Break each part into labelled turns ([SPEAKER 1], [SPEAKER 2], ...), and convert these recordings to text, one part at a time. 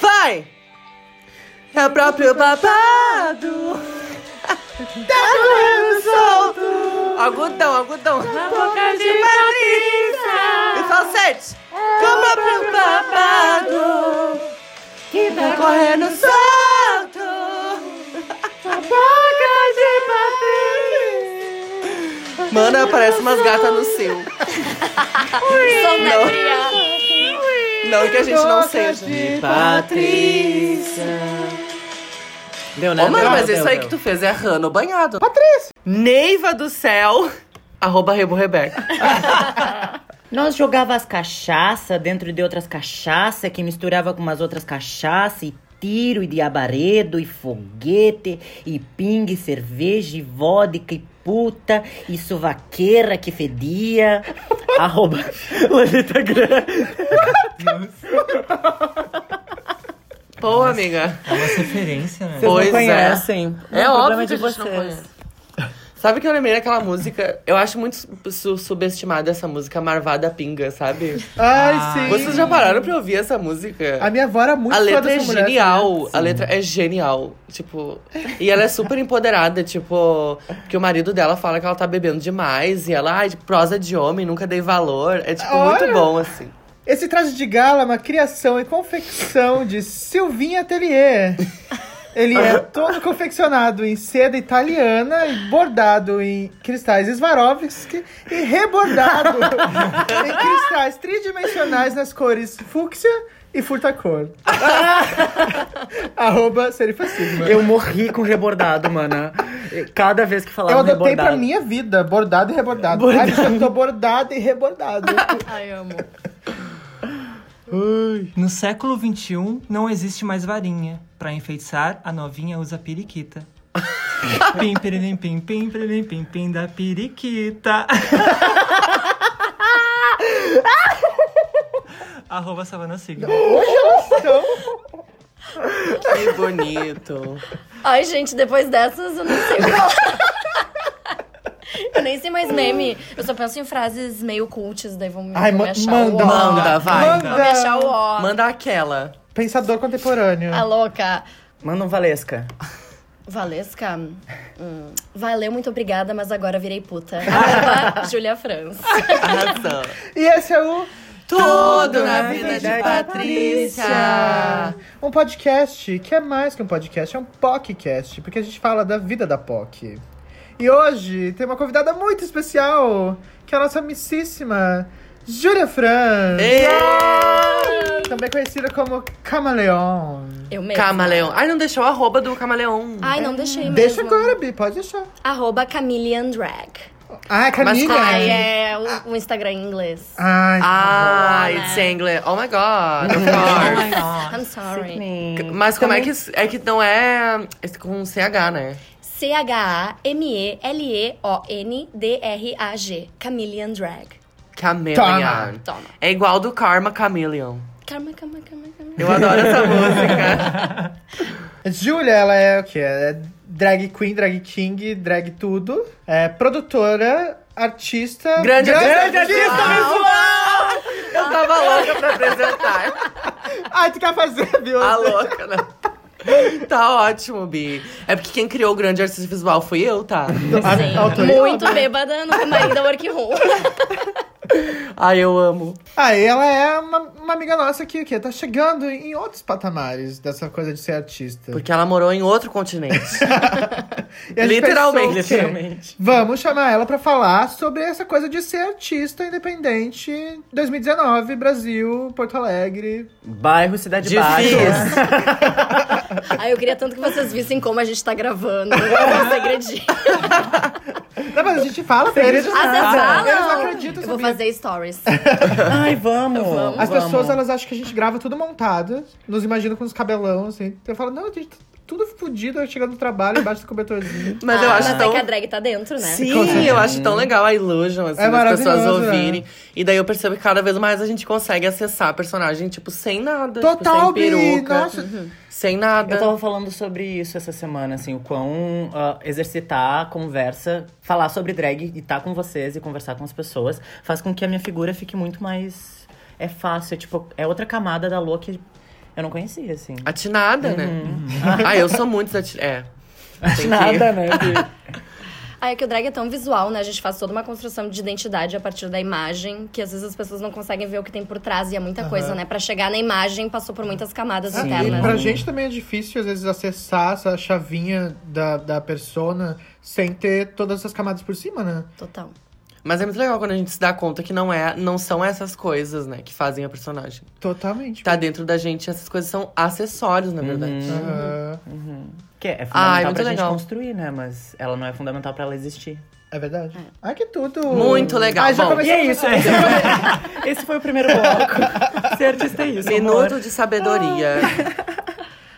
[SPEAKER 1] papai! É o próprio babado! Tá correndo solto! Agudão, agudão! Na boca de Patrícia! E falsete! É o próprio babado! Que tá correndo solto! Na boca de Patrícia! Mano, aparece umas gatas no seu. Não. Não que a gente não seja.
[SPEAKER 2] De Patrícia.
[SPEAKER 3] Deu,
[SPEAKER 1] Ô,
[SPEAKER 3] né?
[SPEAKER 1] mano,
[SPEAKER 3] Deu,
[SPEAKER 1] mas
[SPEAKER 3] deu,
[SPEAKER 1] isso aí
[SPEAKER 3] deu.
[SPEAKER 1] que tu fez é rano banhado. Patrícia! Neiva do céu, arroba Rebo Rebeca.
[SPEAKER 2] Nós jogava as cachaça dentro de outras cachaça que misturava com umas outras cachaça e tiro e diabaredo e foguete e pingue, e cerveja e vodka e puta e suvaqueira que fedia. Arroba Lolita Gran.
[SPEAKER 1] Pô, amiga.
[SPEAKER 3] É uma referência, né?
[SPEAKER 1] Vocês não Pois é. conhecem. É óbvio
[SPEAKER 2] problema
[SPEAKER 1] que
[SPEAKER 2] de
[SPEAKER 1] a gente não
[SPEAKER 2] vocês.
[SPEAKER 1] conhece. Sabe que eu lembrei daquela música? Eu acho muito su- su- subestimada essa música, Marvada Pinga, sabe?
[SPEAKER 4] Ai, sim.
[SPEAKER 1] Ah. Vocês já pararam pra ouvir essa música?
[SPEAKER 4] A minha avó era muito
[SPEAKER 1] A
[SPEAKER 4] fã
[SPEAKER 1] letra
[SPEAKER 4] dessa
[SPEAKER 1] é
[SPEAKER 4] mulher, assim,
[SPEAKER 1] genial. A letra é genial. Tipo. E ela é super empoderada, tipo. Porque o marido dela fala que ela tá bebendo demais. E ela, ai, prosa de homem, nunca dei valor. É, tipo, muito
[SPEAKER 4] Olha!
[SPEAKER 1] bom, assim.
[SPEAKER 4] Esse traje de gala é uma criação e confecção de Silvinha Atelier. Ele é todo confeccionado em seda italiana e bordado em cristais Swarovski e rebordado em cristais tridimensionais nas cores fúcsia e furtacor. Arroba Serifa Sigma. Eu,
[SPEAKER 3] Eu morri com rebordado, mana. Cada vez que falava
[SPEAKER 4] adotei
[SPEAKER 3] rebordado.
[SPEAKER 4] pra minha vida, bordado e rebordado. Ai, bicho, eu tô bordado e rebordado.
[SPEAKER 5] Ai, amo.
[SPEAKER 3] No século XXI, não existe mais varinha. Pra enfeitiçar, a novinha usa periquita. pim, piririm, pim, pim, piririm, pim, pim da periquita. Arroba Savana Sigma.
[SPEAKER 4] Então,
[SPEAKER 1] Que bonito.
[SPEAKER 5] Ai, gente, depois dessas eu não sei o que falar. Eu nem sei mais meme. Eu só penso em frases meio cultes, daí vão me,
[SPEAKER 4] Ai,
[SPEAKER 5] vão me
[SPEAKER 4] ma-
[SPEAKER 5] achar
[SPEAKER 4] manda.
[SPEAKER 5] o ó.
[SPEAKER 1] Manda, vai.
[SPEAKER 5] Vão me achar o ó.
[SPEAKER 1] Manda aquela.
[SPEAKER 4] pensador contemporâneo.
[SPEAKER 5] A louca.
[SPEAKER 2] Manda um Valesca.
[SPEAKER 5] Valesca, hum, valeu, muito obrigada, mas agora virei puta. Arroba Julia Franz.
[SPEAKER 1] Arrasou.
[SPEAKER 4] E esse é o
[SPEAKER 1] Tudo na vida de Patrícia.
[SPEAKER 4] Um podcast que é mais que um podcast, é um podcast, porque a gente fala da vida da POC. E hoje tem uma convidada muito especial, que é a nossa amicíssima Júlia Franz,
[SPEAKER 1] Ê,
[SPEAKER 4] também conhecida como Camaleon.
[SPEAKER 5] Eu mesmo.
[SPEAKER 1] Camaleão. Ai, não deixou o arroba do camaleão.
[SPEAKER 5] Ai, não deixei mesmo.
[SPEAKER 4] Deixa agora, Bi, pode deixar.
[SPEAKER 5] Arroba Chameleon Drag.
[SPEAKER 4] Ah, é
[SPEAKER 5] Ai,
[SPEAKER 4] Camila.
[SPEAKER 5] é o, o Instagram em inglês.
[SPEAKER 4] Ai,
[SPEAKER 1] Ah,
[SPEAKER 5] Boa, né?
[SPEAKER 1] it's English. Oh my god. Of course.
[SPEAKER 5] I'm sorry.
[SPEAKER 1] Mas como é que. É que não é. é Com CH, né?
[SPEAKER 5] C-H-A-M-E-L-E-O-N-D-R-A-G. Chameleon Drag.
[SPEAKER 1] Chameleon.
[SPEAKER 5] Toma.
[SPEAKER 1] É igual do Karma Chameleon.
[SPEAKER 5] Calma, calma, calma, calma.
[SPEAKER 1] Eu adoro essa música.
[SPEAKER 4] Júlia, ela é o quê? Ela É drag queen, drag king, drag tudo. É produtora, artista.
[SPEAKER 1] Grande
[SPEAKER 4] grande
[SPEAKER 1] artista Eu tava louca pra apresentar.
[SPEAKER 4] Ai, tu quer fazer, viu?
[SPEAKER 1] A louca, né? Tá ótimo, Bi. É porque quem criou o grande artista visual fui eu, tá?
[SPEAKER 4] A- autorizou?
[SPEAKER 5] Muito bêbada no camarim da Workroom.
[SPEAKER 1] Ai, eu amo.
[SPEAKER 4] Ah, e ela é uma, uma amiga nossa que, que tá chegando em outros patamares dessa coisa de ser artista.
[SPEAKER 1] Porque ela morou em outro continente.
[SPEAKER 4] E a gente
[SPEAKER 1] literalmente,
[SPEAKER 4] pensou que
[SPEAKER 3] literalmente.
[SPEAKER 4] Vamos chamar ela pra falar sobre essa coisa de ser artista independente 2019, Brasil, Porto Alegre.
[SPEAKER 2] Bairro Cidade Baixa.
[SPEAKER 1] Difícil.
[SPEAKER 5] Ai, eu queria tanto que vocês vissem como a gente tá gravando. É um segredinho.
[SPEAKER 4] Não, mas a gente fala pra eles.
[SPEAKER 5] Ah, vocês falam?
[SPEAKER 4] Eles não acreditam,
[SPEAKER 5] Eu vou
[SPEAKER 4] sabia?
[SPEAKER 5] fazer stories.
[SPEAKER 2] Ai, vamos.
[SPEAKER 4] As
[SPEAKER 2] vamos.
[SPEAKER 4] pessoas, elas acham que a gente grava tudo montado, nos imaginam com os cabelão, assim. Eu falo, não, a gente tá tudo fudido, eu chegando no trabalho, embaixo do cobertorzinho.
[SPEAKER 1] Mas eu
[SPEAKER 5] Ah,
[SPEAKER 1] acho
[SPEAKER 5] mas
[SPEAKER 1] tão.
[SPEAKER 5] é que a drag tá dentro, né?
[SPEAKER 1] Sim, eu acho tão legal a Illusion, assim,
[SPEAKER 4] É
[SPEAKER 1] das pessoas
[SPEAKER 4] maravilhoso, né?
[SPEAKER 1] ouvirem. E daí eu percebo que cada vez mais a gente consegue acessar a personagem, tipo, sem nada.
[SPEAKER 4] Total,
[SPEAKER 1] tipo, sem
[SPEAKER 4] Bi!
[SPEAKER 1] peruca,
[SPEAKER 4] Nossa,
[SPEAKER 1] sem nada.
[SPEAKER 2] Eu tava falando sobre isso essa semana, assim, o quão ah, exercitar a conversa, falar sobre drag e estar com vocês e conversar com as pessoas, faz com que a minha figura fique muito mais. É fácil, é tipo, é outra camada da Lua que Eu não conhecia, assim.
[SPEAKER 1] Atinada, né?
[SPEAKER 5] Uhum.
[SPEAKER 1] Ah, eu sou muito atinada. É. Tem que-
[SPEAKER 2] Nada, né? que-
[SPEAKER 5] Ah, é que o drag é tão visual, né? A gente faz toda uma construção de identidade a partir da imagem, que às vezes as pessoas não conseguem ver o que tem por trás e é muita coisa, né? Pra chegar na imagem, passou por muitas camadas
[SPEAKER 2] Sim.
[SPEAKER 5] internas.
[SPEAKER 4] E pra
[SPEAKER 5] né?
[SPEAKER 4] gente também é difícil, às vezes, acessar essa chavinha da, da persona sem ter todas essas camadas por cima, né?
[SPEAKER 5] Total.
[SPEAKER 1] Mas é muito legal quando a gente se dá conta que não, é, não são essas coisas, né, que fazem a personagem.
[SPEAKER 4] Totalmente.
[SPEAKER 1] Tá dentro da gente, essas coisas são acessórios, na
[SPEAKER 5] Uhum.
[SPEAKER 1] verdade.
[SPEAKER 4] Aham.
[SPEAKER 2] Que é fundamental
[SPEAKER 1] Ai, muito
[SPEAKER 2] pra gente
[SPEAKER 1] legal.
[SPEAKER 2] construir, né? Mas ela não é fundamental pra ela existir.
[SPEAKER 4] É verdade. Ai, que tudo!
[SPEAKER 1] Muito legal.
[SPEAKER 4] Ai, já
[SPEAKER 1] Bom,
[SPEAKER 2] E
[SPEAKER 4] comecei
[SPEAKER 2] é isso. Esse foi, esse foi o primeiro bloco. Ser artista é isso, amor.
[SPEAKER 1] Minuto de sabedoria.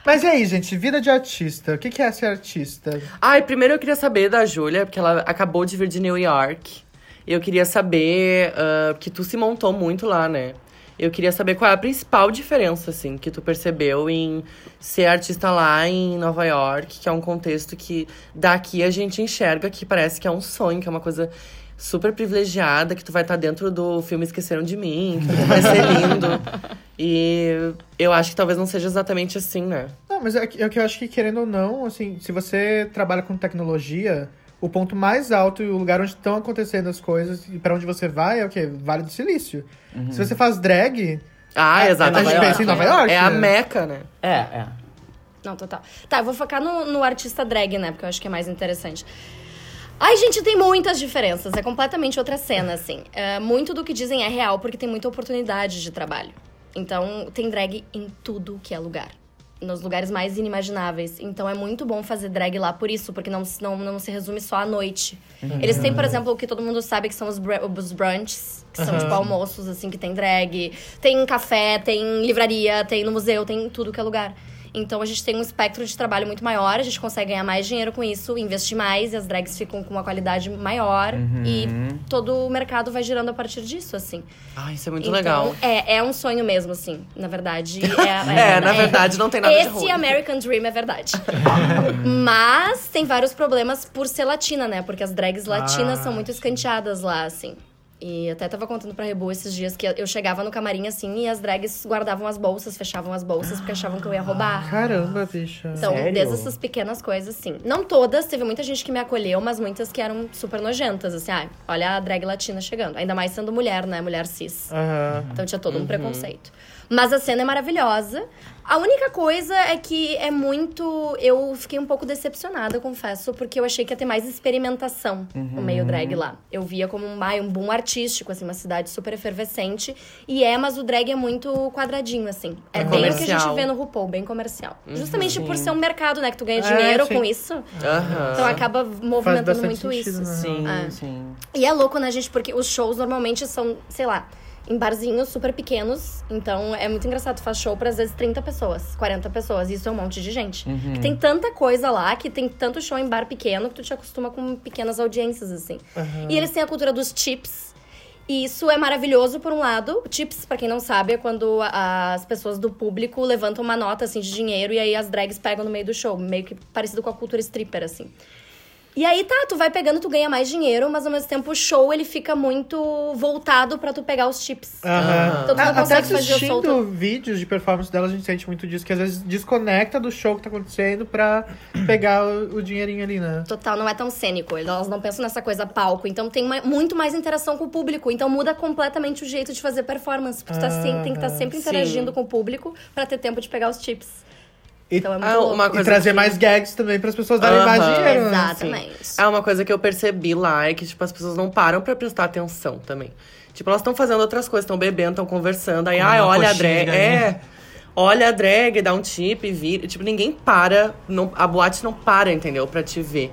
[SPEAKER 4] Mas e aí, gente? Vida de artista. O que que é ser artista?
[SPEAKER 1] Ai, primeiro eu queria saber da Júlia, porque ela acabou de vir de New York. Eu queria saber, ah, porque tu se montou muito lá, né? Eu queria saber qual é a principal diferença, assim, que tu percebeu em ser artista lá em Nova York, que é um contexto que daqui a gente enxerga que parece que é um sonho, que é uma coisa super privilegiada, que tu vai estar dentro do filme Esqueceram de Mim, que tudo vai ser lindo. E eu acho que talvez não seja exatamente assim, né?
[SPEAKER 4] Não, mas é que é que eu acho que, querendo ou não, assim, se você trabalha com tecnologia, o ponto mais alto e o lugar onde estão acontecendo as coisas e pra onde você vai é o quê? Vale do Silício. Se você faz drag,
[SPEAKER 1] Ah,
[SPEAKER 4] a
[SPEAKER 1] exatamente.
[SPEAKER 4] gente pensa em É, Nova York.
[SPEAKER 1] É a
[SPEAKER 4] né?
[SPEAKER 1] Meca, né?
[SPEAKER 2] É, é.
[SPEAKER 5] Não, total. Tá, eu vou focar no, no artista drag, né? Porque eu acho que é mais interessante. Ai, gente, tem muitas diferenças. É completamente outra cena, assim. É, muito do que dizem é real, porque tem muita oportunidade de trabalho. Então, tem drag em tudo que é lugar. Nos lugares mais inimagináveis. Então, é muito bom fazer drag lá por isso, porque não, se- não, não se resume só à noite. Eles têm, por exemplo, o que todo mundo sabe que são os, br- os brunchs, que são, tipo, almoços, assim, que tem drag. Tem café, tem livraria, tem no museu, tem em tudo que é lugar. Então a gente tem um espectro de trabalho muito maior, a gente consegue ganhar mais dinheiro com isso, investir mais, e as drags ficam com uma qualidade maior. E todo o mercado vai girando a partir disso, assim.
[SPEAKER 1] Ah, isso é muito
[SPEAKER 5] Então,
[SPEAKER 1] legal.
[SPEAKER 5] É, é um sonho mesmo, assim, na verdade. É,
[SPEAKER 1] É, na verdade, não tem nada de
[SPEAKER 5] Esse
[SPEAKER 1] ruim.
[SPEAKER 5] American Dream é verdade. Mas tem vários problemas por ser latina, né? Porque as drags latinas são muito escanteadas lá, assim. E até tava contando pra Rebu esses dias que eu chegava no camarim, assim, e as drags guardavam as bolsas, fechavam as bolsas, porque achavam que eu ia roubar.
[SPEAKER 4] Caramba, bicha.
[SPEAKER 5] Então,
[SPEAKER 2] Sério?
[SPEAKER 5] desde essas pequenas coisas, sim. Não todas, teve muita gente que me acolheu, mas muitas que eram super nojentas, assim, ah, olha a drag latina chegando. Ainda mais sendo mulher, né? Mulher cis.
[SPEAKER 4] Aham.
[SPEAKER 5] Então tinha todo
[SPEAKER 1] Uhum.
[SPEAKER 5] um preconceito. Mas a cena é maravilhosa. A única coisa é que é muito. Eu fiquei um pouco decepcionada, confesso, porque eu achei que ia ter mais experimentação
[SPEAKER 1] Uhum.
[SPEAKER 5] no meio drag lá. Eu via como um, ai, um boom artístico, assim, uma cidade super efervescente. E é, mas o drag é muito quadradinho, assim. É bem o que a
[SPEAKER 1] Comercial. Uhum.
[SPEAKER 5] gente vê no RuPaul, bem comercial. Justamente por ser um mercado, né? Que tu ganha dinheiro
[SPEAKER 4] É, sim.
[SPEAKER 5] com isso.
[SPEAKER 1] Aham.
[SPEAKER 5] Então acaba
[SPEAKER 4] Faz
[SPEAKER 5] movimentando
[SPEAKER 4] bastante
[SPEAKER 5] muito
[SPEAKER 4] sentido,
[SPEAKER 5] isso.
[SPEAKER 4] né?
[SPEAKER 2] Sim,
[SPEAKER 1] Ah.
[SPEAKER 2] sim.
[SPEAKER 5] E é louco, né, gente? Porque os shows normalmente são, sei lá, em barzinhos super pequenos. Então é muito engraçado. Tu Faz show pra às vezes 30 pessoas, 40 pessoas. E isso é um monte de gente. Que tem tanta coisa lá, que tem tanto show em bar pequeno, que tu te acostuma com pequenas audiências, assim. E eles têm a cultura dos chips. E isso é maravilhoso, por um lado. Chips, pra quem não sabe, é quando a- as pessoas do público levantam uma nota, assim, de dinheiro. E aí as drags pegam no meio do show. Meio que parecido com a cultura stripper, assim. E aí tá, tu vai pegando, tu ganha mais dinheiro, mas ao mesmo tempo o show ele fica muito voltado pra tu pegar os chips.
[SPEAKER 4] Aham.
[SPEAKER 5] Então tu não
[SPEAKER 4] A- Até
[SPEAKER 5] consegue fazer o
[SPEAKER 4] assistindo
[SPEAKER 5] solto.
[SPEAKER 4] vídeos de performance dela, a gente sente muito disso, que às vezes desconecta do show que tá acontecendo pra pegar o, o dinheirinho ali, né?
[SPEAKER 5] Total, não é tão cênico. Elas não pensam nessa coisa palco. Então tem uma- muito mais interação com o público. Então muda completamente o jeito de fazer performance. Porque tu tá sem- tem que estar
[SPEAKER 4] Ah,
[SPEAKER 5] sempre interagindo com o público pra ter tempo de pegar os chips.
[SPEAKER 4] E-
[SPEAKER 5] então é muito
[SPEAKER 1] Ah,
[SPEAKER 5] louco.
[SPEAKER 1] uma
[SPEAKER 4] E
[SPEAKER 1] coisa
[SPEAKER 4] trazer
[SPEAKER 1] que-
[SPEAKER 4] mais gags também pras pessoas darem
[SPEAKER 1] Aham.
[SPEAKER 4] mais dinheiro. né?
[SPEAKER 5] Exatamente.
[SPEAKER 1] É uma coisa que eu percebi lá, é que, tipo, as pessoas não param pra prestar atenção também. Tipo, elas estão fazendo outras coisas, estão bebendo, estão conversando. Aí,
[SPEAKER 3] Comendo
[SPEAKER 1] ai,
[SPEAKER 3] uma
[SPEAKER 1] olha a
[SPEAKER 3] coxinha né? de
[SPEAKER 1] drag.
[SPEAKER 3] galinha.
[SPEAKER 1] É. Olha a drag, dá um tip e vira. Tipo, ninguém para. Não, a boate não para, entendeu? Pra te ver.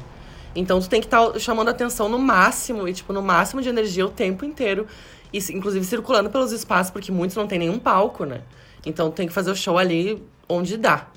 [SPEAKER 1] Então tu tem que estar chamando atenção no máximo, e, tipo, no máximo de energia o tempo inteiro. E, se- inclusive, circulando pelos espaços, porque muitos não tem nenhum palco, né? Então tem que fazer o show ali onde dá.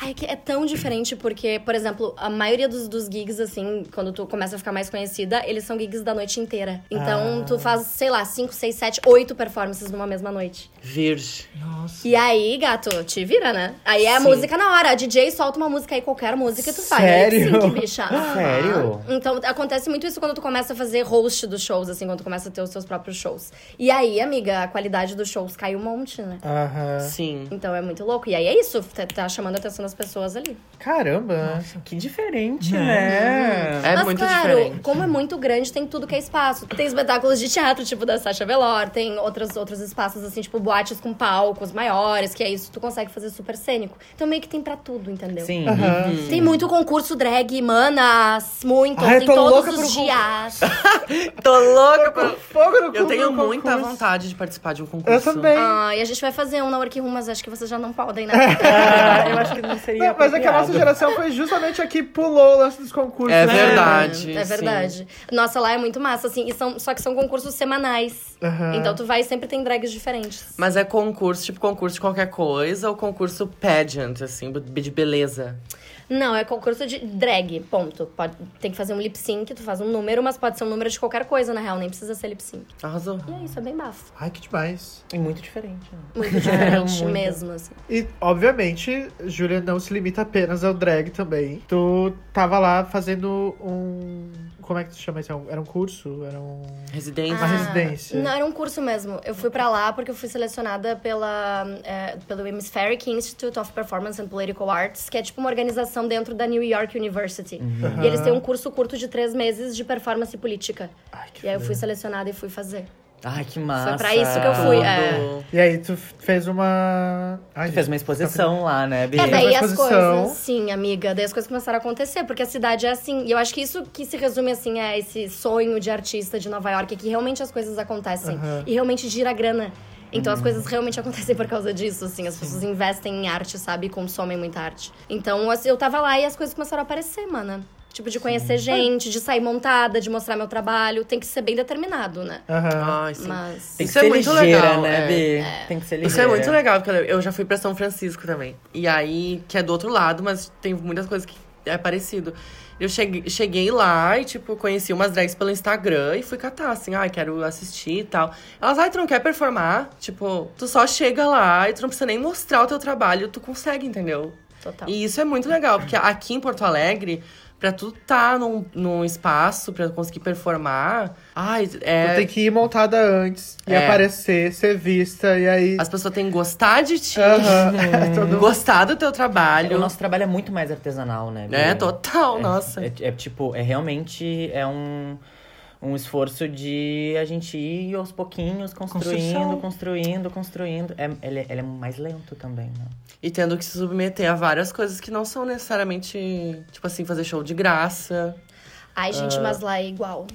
[SPEAKER 5] Ai, é que é tão diferente porque, por exemplo, a maioria dos, dos gigs, assim, quando tu começa a ficar mais conhecida, eles são gigs da noite inteira. Então, tu faz, sei lá, 5, 6, 7, 8 performances numa mesma noite.
[SPEAKER 1] Virgem.
[SPEAKER 3] Nossa.
[SPEAKER 5] E aí, gato, te vira, né? Aí é a
[SPEAKER 1] Sim.
[SPEAKER 5] música na hora. A DJ solta uma música aí, qualquer música, tu faz.
[SPEAKER 4] Sério?
[SPEAKER 5] Sim, que bicha. Aham.
[SPEAKER 2] Sério?
[SPEAKER 5] Então, acontece muito isso quando tu começa a fazer host dos shows, assim, quando tu começa a ter os seus próprios shows. E aí, amiga, a qualidade dos shows cai um monte, né?
[SPEAKER 4] Aham.
[SPEAKER 1] Sim.
[SPEAKER 5] Então é muito louco. E aí é isso, tá, tá chamando a atenção das pessoas ali.
[SPEAKER 4] Caramba.
[SPEAKER 2] Que diferente, né?
[SPEAKER 1] É
[SPEAKER 5] Mas
[SPEAKER 1] muito
[SPEAKER 5] claro,
[SPEAKER 1] diferente.
[SPEAKER 5] como é muito grande, tem tudo que é espaço. Tem espetáculos de teatro, tipo da Sasha Velor, tem outros, outros espaços, assim, tipo boates com palcos maiores, que é isso, tu consegue fazer super cênico. Então meio que tem pra tudo, entendeu?
[SPEAKER 2] Sim.
[SPEAKER 4] Aham.
[SPEAKER 5] Tem muito concurso drag, manas, muito,
[SPEAKER 4] Ai, eu
[SPEAKER 5] tem
[SPEAKER 4] tô
[SPEAKER 5] todos
[SPEAKER 4] louca
[SPEAKER 5] os
[SPEAKER 4] pro concurso.
[SPEAKER 5] dias.
[SPEAKER 1] Tô louca pra...
[SPEAKER 4] Fogo no cu
[SPEAKER 1] Uhum. Eu tenho
[SPEAKER 4] no um concurso.
[SPEAKER 1] muita vontade de participar de um
[SPEAKER 4] Eu
[SPEAKER 1] concurso.
[SPEAKER 4] também.
[SPEAKER 5] Ah, e a gente vai fazer um na Workroom, mas acho que vocês já não podem, né?
[SPEAKER 4] É
[SPEAKER 2] eu acho que não seria.
[SPEAKER 4] Ah, Não, mas é que a nossa
[SPEAKER 2] apropriado.
[SPEAKER 4] geração foi justamente a que pulou o lance dos concursos.
[SPEAKER 1] É
[SPEAKER 4] né?
[SPEAKER 1] verdade.
[SPEAKER 5] É, é verdade. Nossa, lá é muito massa, assim. E são, só que são concursos semanais.
[SPEAKER 1] É.
[SPEAKER 4] Aham.
[SPEAKER 5] Então tu vai e sempre tem drags diferentes.
[SPEAKER 1] Mas é concurso, tipo concurso de qualquer coisa ou concurso pageant, assim, de beleza.
[SPEAKER 5] Não, é concurso de drag, ponto. Pode, tem que fazer um lip sync, tu faz um número, mas pode ser um número de qualquer coisa, na real, nem precisa ser lip sync.
[SPEAKER 1] Arrasou.
[SPEAKER 5] E é isso, é bem bafo.
[SPEAKER 4] Ai, que demais.
[SPEAKER 2] É muito diferente. né?
[SPEAKER 5] Muito diferente
[SPEAKER 2] muito.
[SPEAKER 5] mesmo, assim.
[SPEAKER 4] E, obviamente, Júlia não se limita apenas ao drag também. Tu tava lá fazendo um... Como é que tu chama isso? Era um curso? Era um...
[SPEAKER 1] Residência.
[SPEAKER 5] Ah,
[SPEAKER 4] Uma residência.
[SPEAKER 5] Não, era um curso mesmo. Eu fui pra lá porque eu fui selecionada pela, é, pelo Hemispheric Institute of Performance and Political Arts, que é tipo uma organização dentro da New York University.
[SPEAKER 4] Uhum.
[SPEAKER 5] E eles têm
[SPEAKER 4] Ah.
[SPEAKER 5] um curso curto de três meses de performance política.
[SPEAKER 4] Ai, que
[SPEAKER 5] E aí eu fui
[SPEAKER 4] foda.
[SPEAKER 5] selecionada e fui fazer.
[SPEAKER 2] Ai, que massa.
[SPEAKER 5] Foi pra isso que eu fui. É.
[SPEAKER 1] Tudo.
[SPEAKER 4] E aí tu fez uma... Ai,
[SPEAKER 2] Tu fez uma
[SPEAKER 4] gente,
[SPEAKER 2] exposição lá, né, Bi?
[SPEAKER 5] É, daí
[SPEAKER 4] Uma
[SPEAKER 5] as
[SPEAKER 4] exposição.
[SPEAKER 5] coisas. Sim, amiga. Daí as coisas começaram a acontecer, porque a cidade é assim. E eu acho que isso que se resume, assim, a esse sonho de artista de Nova York, é que realmente as coisas acontecem.
[SPEAKER 4] Aham.
[SPEAKER 5] E realmente gira grana. Então as coisas realmente acontecem por causa disso, assim. As pessoas investem em arte, sabe? E consomem muita arte. Então assim, eu tava lá e as coisas começaram a aparecer, mana. Tipo, de conhecer gente, de sair montada, de mostrar meu trabalho. Tem que ser bem determinado, né?
[SPEAKER 4] Aham.
[SPEAKER 1] Ai, sim.
[SPEAKER 5] Mas.
[SPEAKER 2] Tem que
[SPEAKER 1] Isso é
[SPEAKER 2] ser
[SPEAKER 1] muito
[SPEAKER 2] ligeira,
[SPEAKER 1] legal,
[SPEAKER 2] né,
[SPEAKER 1] é.
[SPEAKER 2] Bi? Tem que ser ligeira.
[SPEAKER 1] Isso é muito legal, porque eu já fui pra São Francisco também. E aí, que é do outro lado, mas tem muitas coisas que é parecido. Eu cheguei, cheguei lá e, tipo, conheci umas drags pelo Instagram e fui catar, assim, ai, quero assistir e tal. Elas, ai, tu não quer performar? Tipo, tu só chega lá e tu não precisa nem mostrar o teu trabalho, tu consegue, entendeu?
[SPEAKER 5] Total.
[SPEAKER 1] E isso é muito legal, porque aqui em Porto Alegre, pra tu tá num, num espaço, pra conseguir performar, ai, é.
[SPEAKER 4] Tu tem que ir montada antes e
[SPEAKER 1] É.
[SPEAKER 4] aparecer, ser vista, e aí...
[SPEAKER 1] As pessoas têm que É. gostar de ti.
[SPEAKER 4] Aham. Todo
[SPEAKER 1] Gostar do teu trabalho.
[SPEAKER 2] O nosso trabalho é muito mais artesanal, né, Bi?
[SPEAKER 1] É, total, nossa.
[SPEAKER 2] É, é tipo, é realmente é um, um esforço de a gente ir aos pouquinhos construindo,
[SPEAKER 3] Construção.
[SPEAKER 2] construindo, construindo. É, ele, ele é mais lento também, né?
[SPEAKER 1] E tendo que se submeter a várias coisas que não são necessariamente, tipo assim, fazer show de graça.
[SPEAKER 5] Ai, gente, mas lá é igual.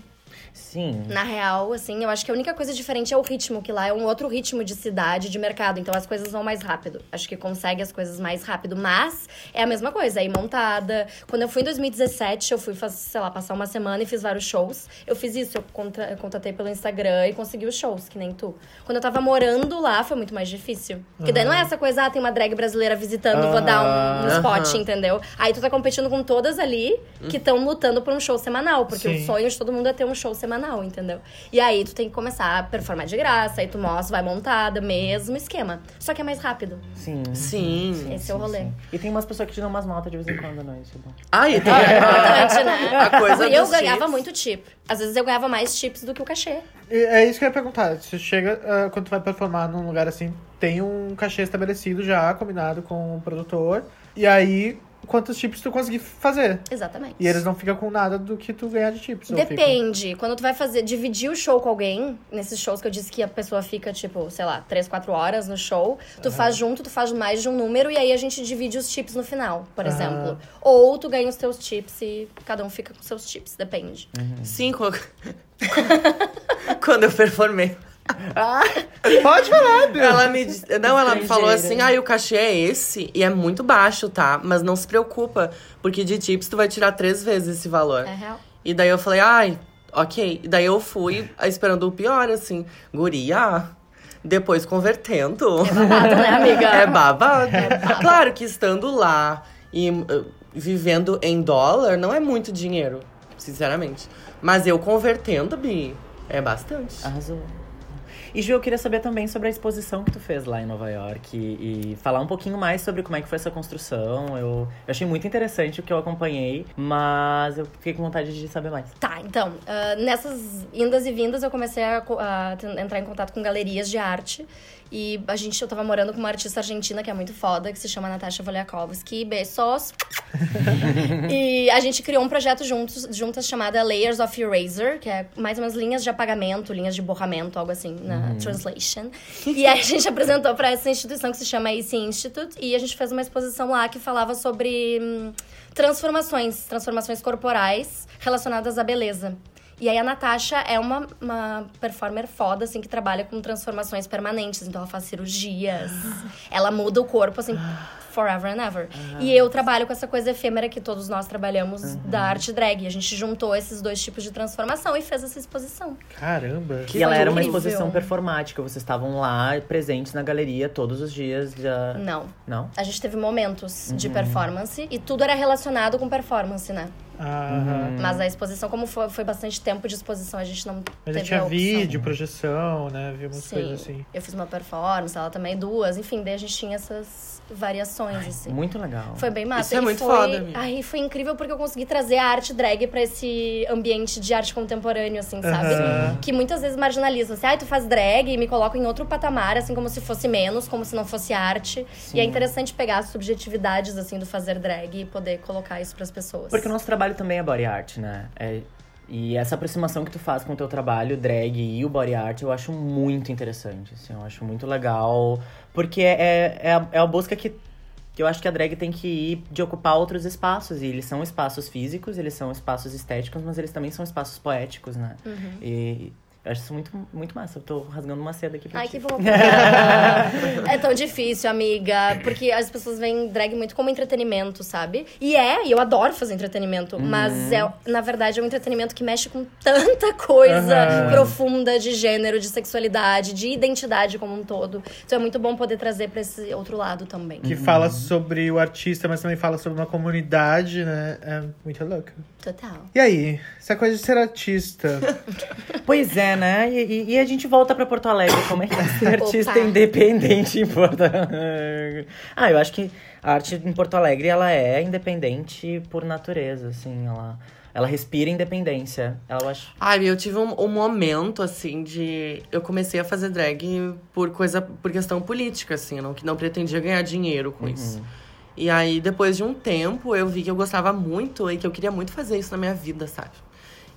[SPEAKER 2] Sim.
[SPEAKER 5] Na real, assim, eu acho que a única coisa diferente é o ritmo, que lá é um outro ritmo de cidade, de mercado. Então as coisas vão mais rápido. Acho que consegue as coisas mais rápido. Mas é a mesma coisa, aí montada. Quando eu fui em 2017, eu fui, faz- sei lá, passar uma semana e fiz vários shows. Eu fiz isso, eu, contra- eu contatei pelo Instagram e consegui os shows, que nem tu. Quando eu tava morando lá, foi muito mais difícil. Porque daí não é essa coisa, ah, tem uma drag brasileira visitando, vou dar um, um
[SPEAKER 1] Aham.
[SPEAKER 5] spot, entendeu? Aí tu tá competindo com todas ali que estão lutando por um show semanal, porque
[SPEAKER 4] Sim.
[SPEAKER 5] o sonho de todo mundo é ter um show semanal, entendeu? E aí tu tem que começar a performar de graça, aí tu mostra, vai montada, mesmo esquema. Só que é mais rápido.
[SPEAKER 2] Sim.
[SPEAKER 1] Sim.
[SPEAKER 5] Esse é o rolê.
[SPEAKER 2] Uhum. sim. E tem umas pessoas que tiram umas notas de vez em quando, não é isso? Bom.
[SPEAKER 1] Ai, e tem
[SPEAKER 5] Importante,
[SPEAKER 1] a,
[SPEAKER 5] né?
[SPEAKER 1] a coisa
[SPEAKER 5] E eu
[SPEAKER 1] dos
[SPEAKER 5] ganhava
[SPEAKER 1] chips.
[SPEAKER 5] muito chip. Às vezes eu ganhava mais chips do que o cachê.
[SPEAKER 4] E É isso que eu ia perguntar. Você chega, ah, quando tu vai performar num lugar assim, tem um cachê estabelecido já, combinado com o produtor. E aí, quantos chips tu conseguir fazer?
[SPEAKER 5] Exatamente.
[SPEAKER 4] E eles não ficam com nada do que tu ganhar de chips. ou ficam?
[SPEAKER 5] Depende. Quando tu vai fazer, dividir o show com alguém, nesses shows que eu disse que a pessoa fica, tipo, sei lá, três, quatro horas no show, tu faz junto, tu faz mais de um número e aí a gente divide os chips no final, por
[SPEAKER 4] Ah.
[SPEAKER 5] exemplo. Ou tu ganha os teus chips e cada um fica com seus chips, depende.
[SPEAKER 1] Sim, quando... quando eu performei.
[SPEAKER 4] Pode falar, Bia.
[SPEAKER 1] Ela me dis- não, ela me falou assim:
[SPEAKER 2] Estrangeira.
[SPEAKER 1] "Ai, o cachê é esse e é muito baixo, tá? Mas não se preocupa, porque de tips tu vai tirar três vezes esse valor".
[SPEAKER 5] É real.
[SPEAKER 1] E daí eu falei, ai, ok. E daí eu fui esperando o pior, assim. Guria, depois convertendo.
[SPEAKER 5] Babado, É né, amiga?
[SPEAKER 1] É babado. Claro que estando lá E uh, vivendo em dólar não é muito dinheiro, sinceramente. Mas eu convertendo, Bi, é bastante.
[SPEAKER 2] Arrasou. E Ju, eu queria saber também sobre a exposição que tu fez lá em Nova York e, e falar um pouquinho mais sobre como é que foi essa construção. Eu, eu achei muito interessante o que eu acompanhei, mas eu fiquei com vontade de saber mais.
[SPEAKER 5] Tá, então, ah, nessas indas e vindas eu comecei a, co- a ten- entrar em contato com galerias de arte. E a gente, eu tava morando com uma artista argentina que é muito foda, que se chama Natasha Voliakovsky. Beijos! e a gente criou um projeto juntos, juntas chamada Layers of Eraser, que é mais ou menos linhas de apagamento, linhas de borramento, algo assim, na translation. E aí a gente apresentou pra essa instituição que se chama AC Institute, e a gente fez uma exposição lá que falava sobre hum, transformações, transformações corporais relacionadas à beleza. E aí a Natasha é uma, uma performer foda, assim, que trabalha com transformações permanentes. Então ela faz cirurgias,
[SPEAKER 4] Ah.
[SPEAKER 5] ela muda o corpo, assim, forever and ever.
[SPEAKER 4] Ah.
[SPEAKER 5] E eu trabalho com essa coisa efêmera que todos nós trabalhamos
[SPEAKER 4] Uhum.
[SPEAKER 5] da arte drag. E a gente juntou esses dois tipos de transformação e fez essa exposição.
[SPEAKER 4] Caramba.
[SPEAKER 1] Que
[SPEAKER 2] e ela
[SPEAKER 1] coisa
[SPEAKER 2] era uma
[SPEAKER 1] incrível.
[SPEAKER 2] exposição performática, vocês estavam lá presentes na galeria todos os dias.
[SPEAKER 4] Ah.
[SPEAKER 2] Já...
[SPEAKER 5] Não.
[SPEAKER 2] Não?
[SPEAKER 5] A gente teve momentos
[SPEAKER 4] Uhum.
[SPEAKER 5] de performance e tudo era relacionado com performance, né?
[SPEAKER 4] Aham.
[SPEAKER 5] Mas a exposição, como foi, foi bastante tempo de exposição, a gente não
[SPEAKER 4] Uhum. Mas
[SPEAKER 5] teve
[SPEAKER 4] já tinha
[SPEAKER 5] a opção.
[SPEAKER 4] vídeo, projeção, né? Viu umas coisas assim.
[SPEAKER 5] Eu fiz uma performance, ela também duas, enfim, daí a gente tinha essas variações, assim.
[SPEAKER 2] Muito legal.
[SPEAKER 5] Foi bem massa.
[SPEAKER 1] Isso é
[SPEAKER 5] E
[SPEAKER 1] muito
[SPEAKER 5] foi...
[SPEAKER 1] foda, amiga.
[SPEAKER 5] Ai, foi incrível porque eu consegui trazer a arte drag pra esse ambiente de arte contemporâneo, assim, sabe?
[SPEAKER 4] Aham.
[SPEAKER 5] Que muitas vezes marginaliza. Assim, ai, tu faz drag e me coloca em outro patamar, assim, como se fosse menos, como se não fosse arte. E é interessante pegar as subjetividades, assim, do fazer drag e poder colocar isso pras pessoas.
[SPEAKER 2] Porque o nosso trabalho também é body art, né? É- E essa aproximação que tu faz com o teu trabalho, drag e o body art, eu acho muito interessante, assim. Eu acho muito legal, porque é, é, a, é a busca que que eu acho que a drag tem que ir de ocupar outros espaços. E eles são espaços físicos, eles são espaços estéticos, mas eles também são espaços poéticos, né?
[SPEAKER 5] Uhum.
[SPEAKER 2] E eu acho isso muito, muito massa. Eu tô rasgando uma seda aqui pra
[SPEAKER 5] Ai,
[SPEAKER 2] ti.
[SPEAKER 5] que
[SPEAKER 4] tipo.
[SPEAKER 5] bom. é tão difícil, amiga. Porque as pessoas veem drag muito como entretenimento, sabe? E é, e eu adoro fazer entretenimento.
[SPEAKER 4] Uhum.
[SPEAKER 5] Mas, é, na verdade, é um entretenimento que mexe com tanta coisa
[SPEAKER 4] Aham.
[SPEAKER 5] profunda de gênero, de sexualidade, de identidade como um todo. Então é muito bom poder trazer pra esse outro lado também.
[SPEAKER 1] Uhum.
[SPEAKER 4] Que fala sobre o artista, mas também fala sobre uma comunidade, né? É muito louco.
[SPEAKER 5] Total.
[SPEAKER 4] E aí, essa coisa de ser artista.
[SPEAKER 2] Pois é, né? E, e- e a gente volta pra Porto Alegre. Como é que é ser artista
[SPEAKER 5] Opa.
[SPEAKER 2] independente em Porto Alegre? Ah, eu acho que a arte em Porto Alegre, ela é independente por natureza, assim. Ela, ela respira independência. Ela acho...
[SPEAKER 1] Ai, eu tive um, um momento, assim, de. Eu comecei a fazer drag por coisa. por questão política, assim. Eu não, não pretendia ganhar dinheiro com isso. E aí, depois de um tempo, eu vi que eu gostava muito e que eu queria muito fazer isso na minha vida, sabe?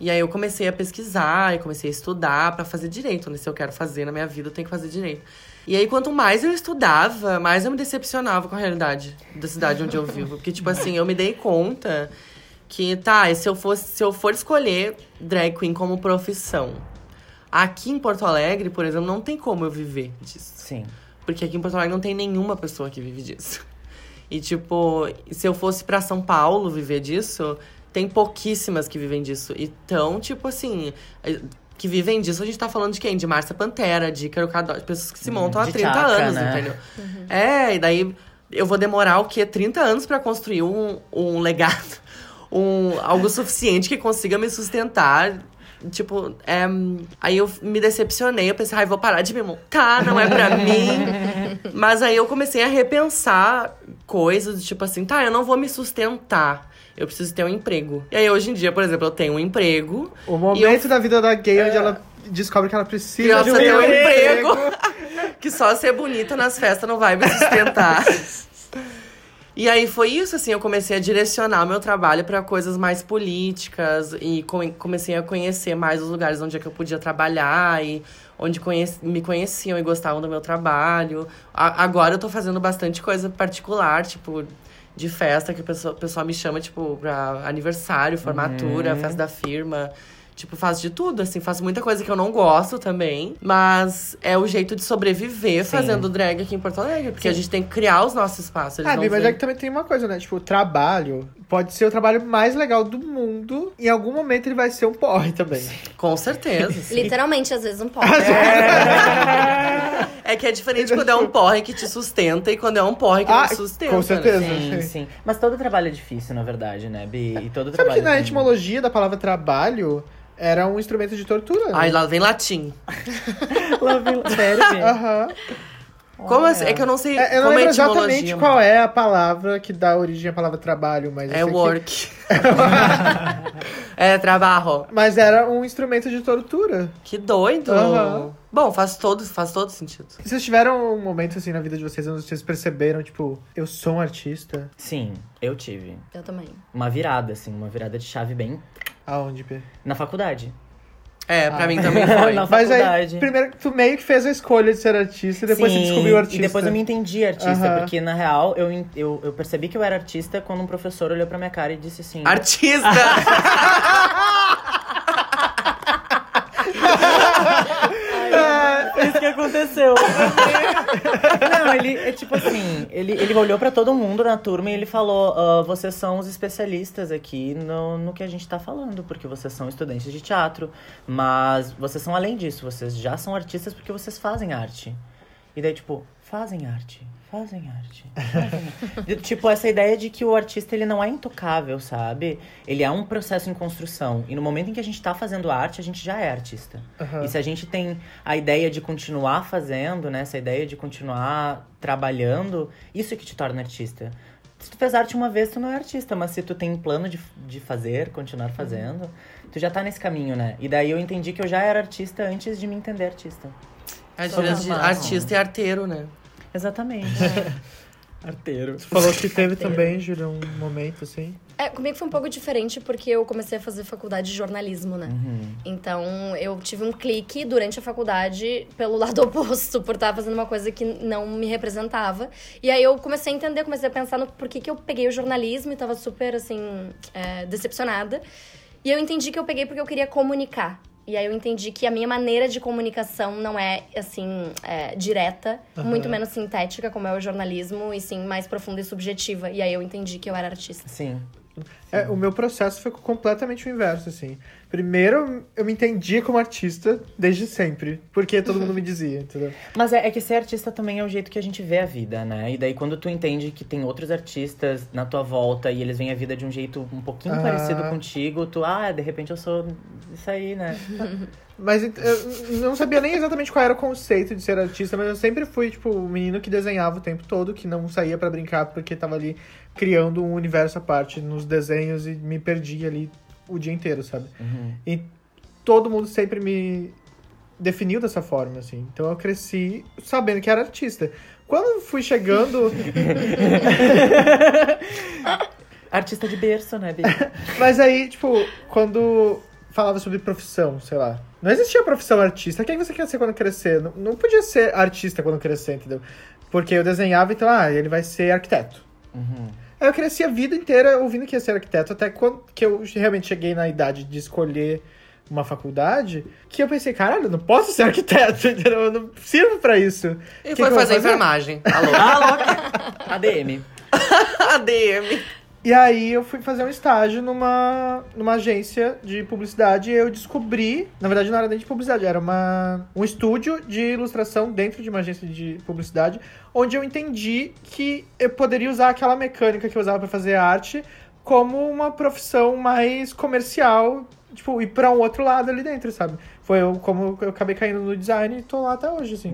[SPEAKER 1] E aí eu comecei a pesquisar, eu comecei a estudar pra fazer direito, né? Se eu quero fazer na minha vida, eu tenho que fazer direito. E aí, quanto mais eu estudava, mais eu me decepcionava com a realidade da cidade onde eu vivo. Porque, tipo assim, eu me dei conta que, tá, e se eu, fosse, se eu for escolher drag queen como profissão, aqui em Porto Alegre, por exemplo, não tem como eu viver disso.
[SPEAKER 2] Sim.
[SPEAKER 1] Porque aqui em Porto Alegre não tem nenhuma pessoa que vive disso. E, tipo, se eu fosse pra São Paulo viver disso, tem pouquíssimas que vivem disso. Então, tipo assim, eh, que vivem disso, a gente tá falando de quem? De Márcia Pantera, de Ícaro Cadó, de pessoas que se montam
[SPEAKER 2] Uhum. de
[SPEAKER 1] há 30
[SPEAKER 2] tchaca,
[SPEAKER 1] anos,
[SPEAKER 2] né?
[SPEAKER 1] entendeu? É, e daí eu vou demorar o quê? 30 anos pra construir um, um legado, um, algo suficiente que consiga me sustentar. Tipo, é, aí eu me decepcionei, eu pensei, ai, vou parar de me montar, não é pra mim. Mas aí eu comecei a repensar coisas, do tipo assim, tá, eu não vou me sustentar. Eu preciso ter um emprego. E aí, hoje em dia, por exemplo, eu tenho um emprego.
[SPEAKER 4] O momento da vida da gay onde ela descobre que ela
[SPEAKER 1] E
[SPEAKER 4] precisa
[SPEAKER 1] eu
[SPEAKER 4] de
[SPEAKER 1] preciso ter
[SPEAKER 4] um
[SPEAKER 1] um emprego.
[SPEAKER 4] emprego.
[SPEAKER 1] que só ser bonita nas festas não vai me sustentar. E aí foi isso, assim, eu comecei a direcionar meu trabalho para coisas mais políticas e come- comecei a conhecer mais os lugares onde é que eu podia trabalhar e onde conhec- me conheciam e gostavam do meu trabalho. A- agora eu tô fazendo bastante coisa particular, tipo, de festa, que o pessoal, o pessoal me chama, tipo, pra aniversário,
[SPEAKER 4] Uhum.
[SPEAKER 1] formatura, festa da firma. Tipo, faço de tudo, assim, faço muita coisa que eu não gosto também. Mas é o jeito de sobreviver fazendo drag aqui em Porto Alegre. Porque a gente tem que criar os nossos espaços. eles
[SPEAKER 4] Ah,
[SPEAKER 1] não
[SPEAKER 4] Bi, mas
[SPEAKER 1] vêm.
[SPEAKER 4] é que também tem uma coisa, né? Tipo, o trabalho pode ser o trabalho mais legal do mundo. Em algum momento ele vai ser um porre também.
[SPEAKER 1] Com certeza. assim.
[SPEAKER 5] Literalmente, às vezes, um pouco.
[SPEAKER 1] É que é diferente quando é um porre que te sustenta e quando é um porre que não
[SPEAKER 4] Ah,
[SPEAKER 1] te sustenta.
[SPEAKER 4] com
[SPEAKER 1] né?
[SPEAKER 4] certeza.
[SPEAKER 2] Sim, sim. Mas todo trabalho é difícil, na verdade, né, Bi? E todo
[SPEAKER 4] Sabe
[SPEAKER 2] trabalho.
[SPEAKER 4] que na
[SPEAKER 2] tem-
[SPEAKER 1] né?
[SPEAKER 4] etimologia da palavra trabalho era um instrumento de tortura? né?
[SPEAKER 1] Ai, lá vem latim.
[SPEAKER 2] Lá vem- Sério, Bi?
[SPEAKER 4] Aham.
[SPEAKER 1] Como assim? É que eu não sei
[SPEAKER 4] É, eu não
[SPEAKER 1] como é
[SPEAKER 4] lembro
[SPEAKER 1] a
[SPEAKER 4] exatamente
[SPEAKER 1] etimologia.
[SPEAKER 4] qual é a palavra que dá origem à palavra trabalho, mas eu
[SPEAKER 1] É
[SPEAKER 4] sei que-
[SPEAKER 1] work. é trabalho.
[SPEAKER 4] Mas era um instrumento de tortura.
[SPEAKER 1] Que doido.
[SPEAKER 4] Aham.
[SPEAKER 1] Bom, faz todo, faz todo sentido.
[SPEAKER 4] E Vocês tiveram um momento assim na vida de vocês onde vocês perceberam, tipo, eu sou um artista?
[SPEAKER 2] Sim, eu tive.
[SPEAKER 5] Eu também.
[SPEAKER 2] Uma virada, assim, uma virada de chave bem
[SPEAKER 4] Aonde, P?
[SPEAKER 2] na faculdade.
[SPEAKER 1] É, pra
[SPEAKER 4] Ah.
[SPEAKER 1] mim também foi.
[SPEAKER 2] Na
[SPEAKER 4] Mas
[SPEAKER 2] faculdade.
[SPEAKER 4] aí, primeiro, tu meio que fez a escolha de ser artista e depois
[SPEAKER 2] Sim,
[SPEAKER 4] você descobriu artista.
[SPEAKER 2] E depois eu me entendi artista,
[SPEAKER 4] Aham.
[SPEAKER 2] porque na real eu, en- eu, eu percebi que eu era artista quando um professor olhou pra minha cara e disse assim.
[SPEAKER 1] Artista!
[SPEAKER 2] Foi isso que aconteceu. Não, ele é tipo assim, ele, ele olhou pra todo mundo na turma e ele falou: "Ah, vocês são os especialistas aqui no, no que a gente tá falando, porque vocês são estudantes de teatro. Mas vocês são além disso, vocês já são artistas porque vocês fazem arte. E daí, tipo, fazem arte. Fazem arte. fazem arte." E, tipo, essa ideia de que o artista ele não é intocável, sabe? Ele é um processo em construção. E no momento em que a gente tá fazendo arte, a gente já é artista.
[SPEAKER 4] Aham.
[SPEAKER 2] E se a gente tem a ideia de continuar fazendo, né? Essa ideia de continuar trabalhando, isso é que te torna artista. Se tu fez arte uma vez, tu não é artista, mas se tu tem plano de, de fazer, continuar fazendo, tu já tá nesse caminho, né? E daí eu entendi que eu já era artista antes de me entender artista.
[SPEAKER 1] A diferença de
[SPEAKER 2] Sou
[SPEAKER 1] artista e arteiro, né?
[SPEAKER 2] Exatamente. Arteiro.
[SPEAKER 4] Tu falou que teve também, Jura, um momento assim.
[SPEAKER 5] É, comigo foi um pouco diferente porque eu comecei a fazer faculdade de jornalismo, né? Então eu tive um clique durante a faculdade pelo lado oposto, por estar fazendo uma coisa que não me representava. E aí eu comecei a entender, comecei a pensar no porquê que eu peguei o jornalismo e tava super, assim, é, decepcionada. E eu entendi que eu peguei porque eu queria comunicar. E aí eu entendi que a minha maneira de comunicação não é, assim, é, direta, muito menos sintética, como é o jornalismo, e sim mais profunda e subjetiva. E aí eu entendi que eu era artista.
[SPEAKER 2] Sim.
[SPEAKER 4] É, o meu processo foi completamente o inverso, assim. Primeiro, eu me entendia como artista desde sempre, porque todo mundo me dizia, entendeu?
[SPEAKER 2] Mas é, é que ser artista também é o jeito que a gente vê a vida, né? E daí quando tu entende que tem outros artistas na tua volta e eles veem a vida de um jeito um pouquinho
[SPEAKER 4] Ah.
[SPEAKER 2] parecido contigo, tu, ah, de repente eu sou isso aí, né?
[SPEAKER 4] Mas ent- eu não sabia nem exatamente qual era o conceito de ser artista, mas eu sempre fui, tipo, o menino que desenhava o tempo todo, que não saía pra brincar porque tava ali criando um universo à parte nos desenhos e me perdia ali o dia inteiro, sabe?
[SPEAKER 2] Uhum.
[SPEAKER 4] E todo mundo sempre me definiu dessa forma, assim. Então eu cresci sabendo que era artista. Quando eu fui chegando.
[SPEAKER 2] Artista de berço, né, Bi?
[SPEAKER 4] Mas aí, tipo, quando falava sobre profissão, sei lá. Não existia profissão artista. Quem você quer ser quando crescer? Não, não podia ser artista quando crescer, entendeu? Porque eu desenhava, então, ah, ele vai ser arquiteto.
[SPEAKER 2] Uhum.
[SPEAKER 4] Aí eu cresci a vida inteira ouvindo que ia ser arquiteto, até quando que eu realmente cheguei na idade de escolher uma faculdade, que eu pensei, caralho, eu não posso ser arquiteto, entendeu? Eu não sirvo pra isso.
[SPEAKER 1] E foi
[SPEAKER 4] Que que eu vou
[SPEAKER 1] fazer
[SPEAKER 4] fazer?
[SPEAKER 1] enfermagem. Alô.
[SPEAKER 2] Ah, louca! ADM.
[SPEAKER 1] ADM.
[SPEAKER 4] E aí eu fui fazer um estágio numa, numa agência de publicidade e eu descobri, na verdade não era nem de publicidade, era uma, um estúdio de ilustração dentro de uma agência de publicidade, onde eu entendi que eu poderia usar aquela mecânica que eu usava pra fazer arte como uma profissão mais comercial, tipo, ir pra um outro lado ali dentro, sabe? Foi eu, como eu acabei caindo no design e tô lá até hoje, assim.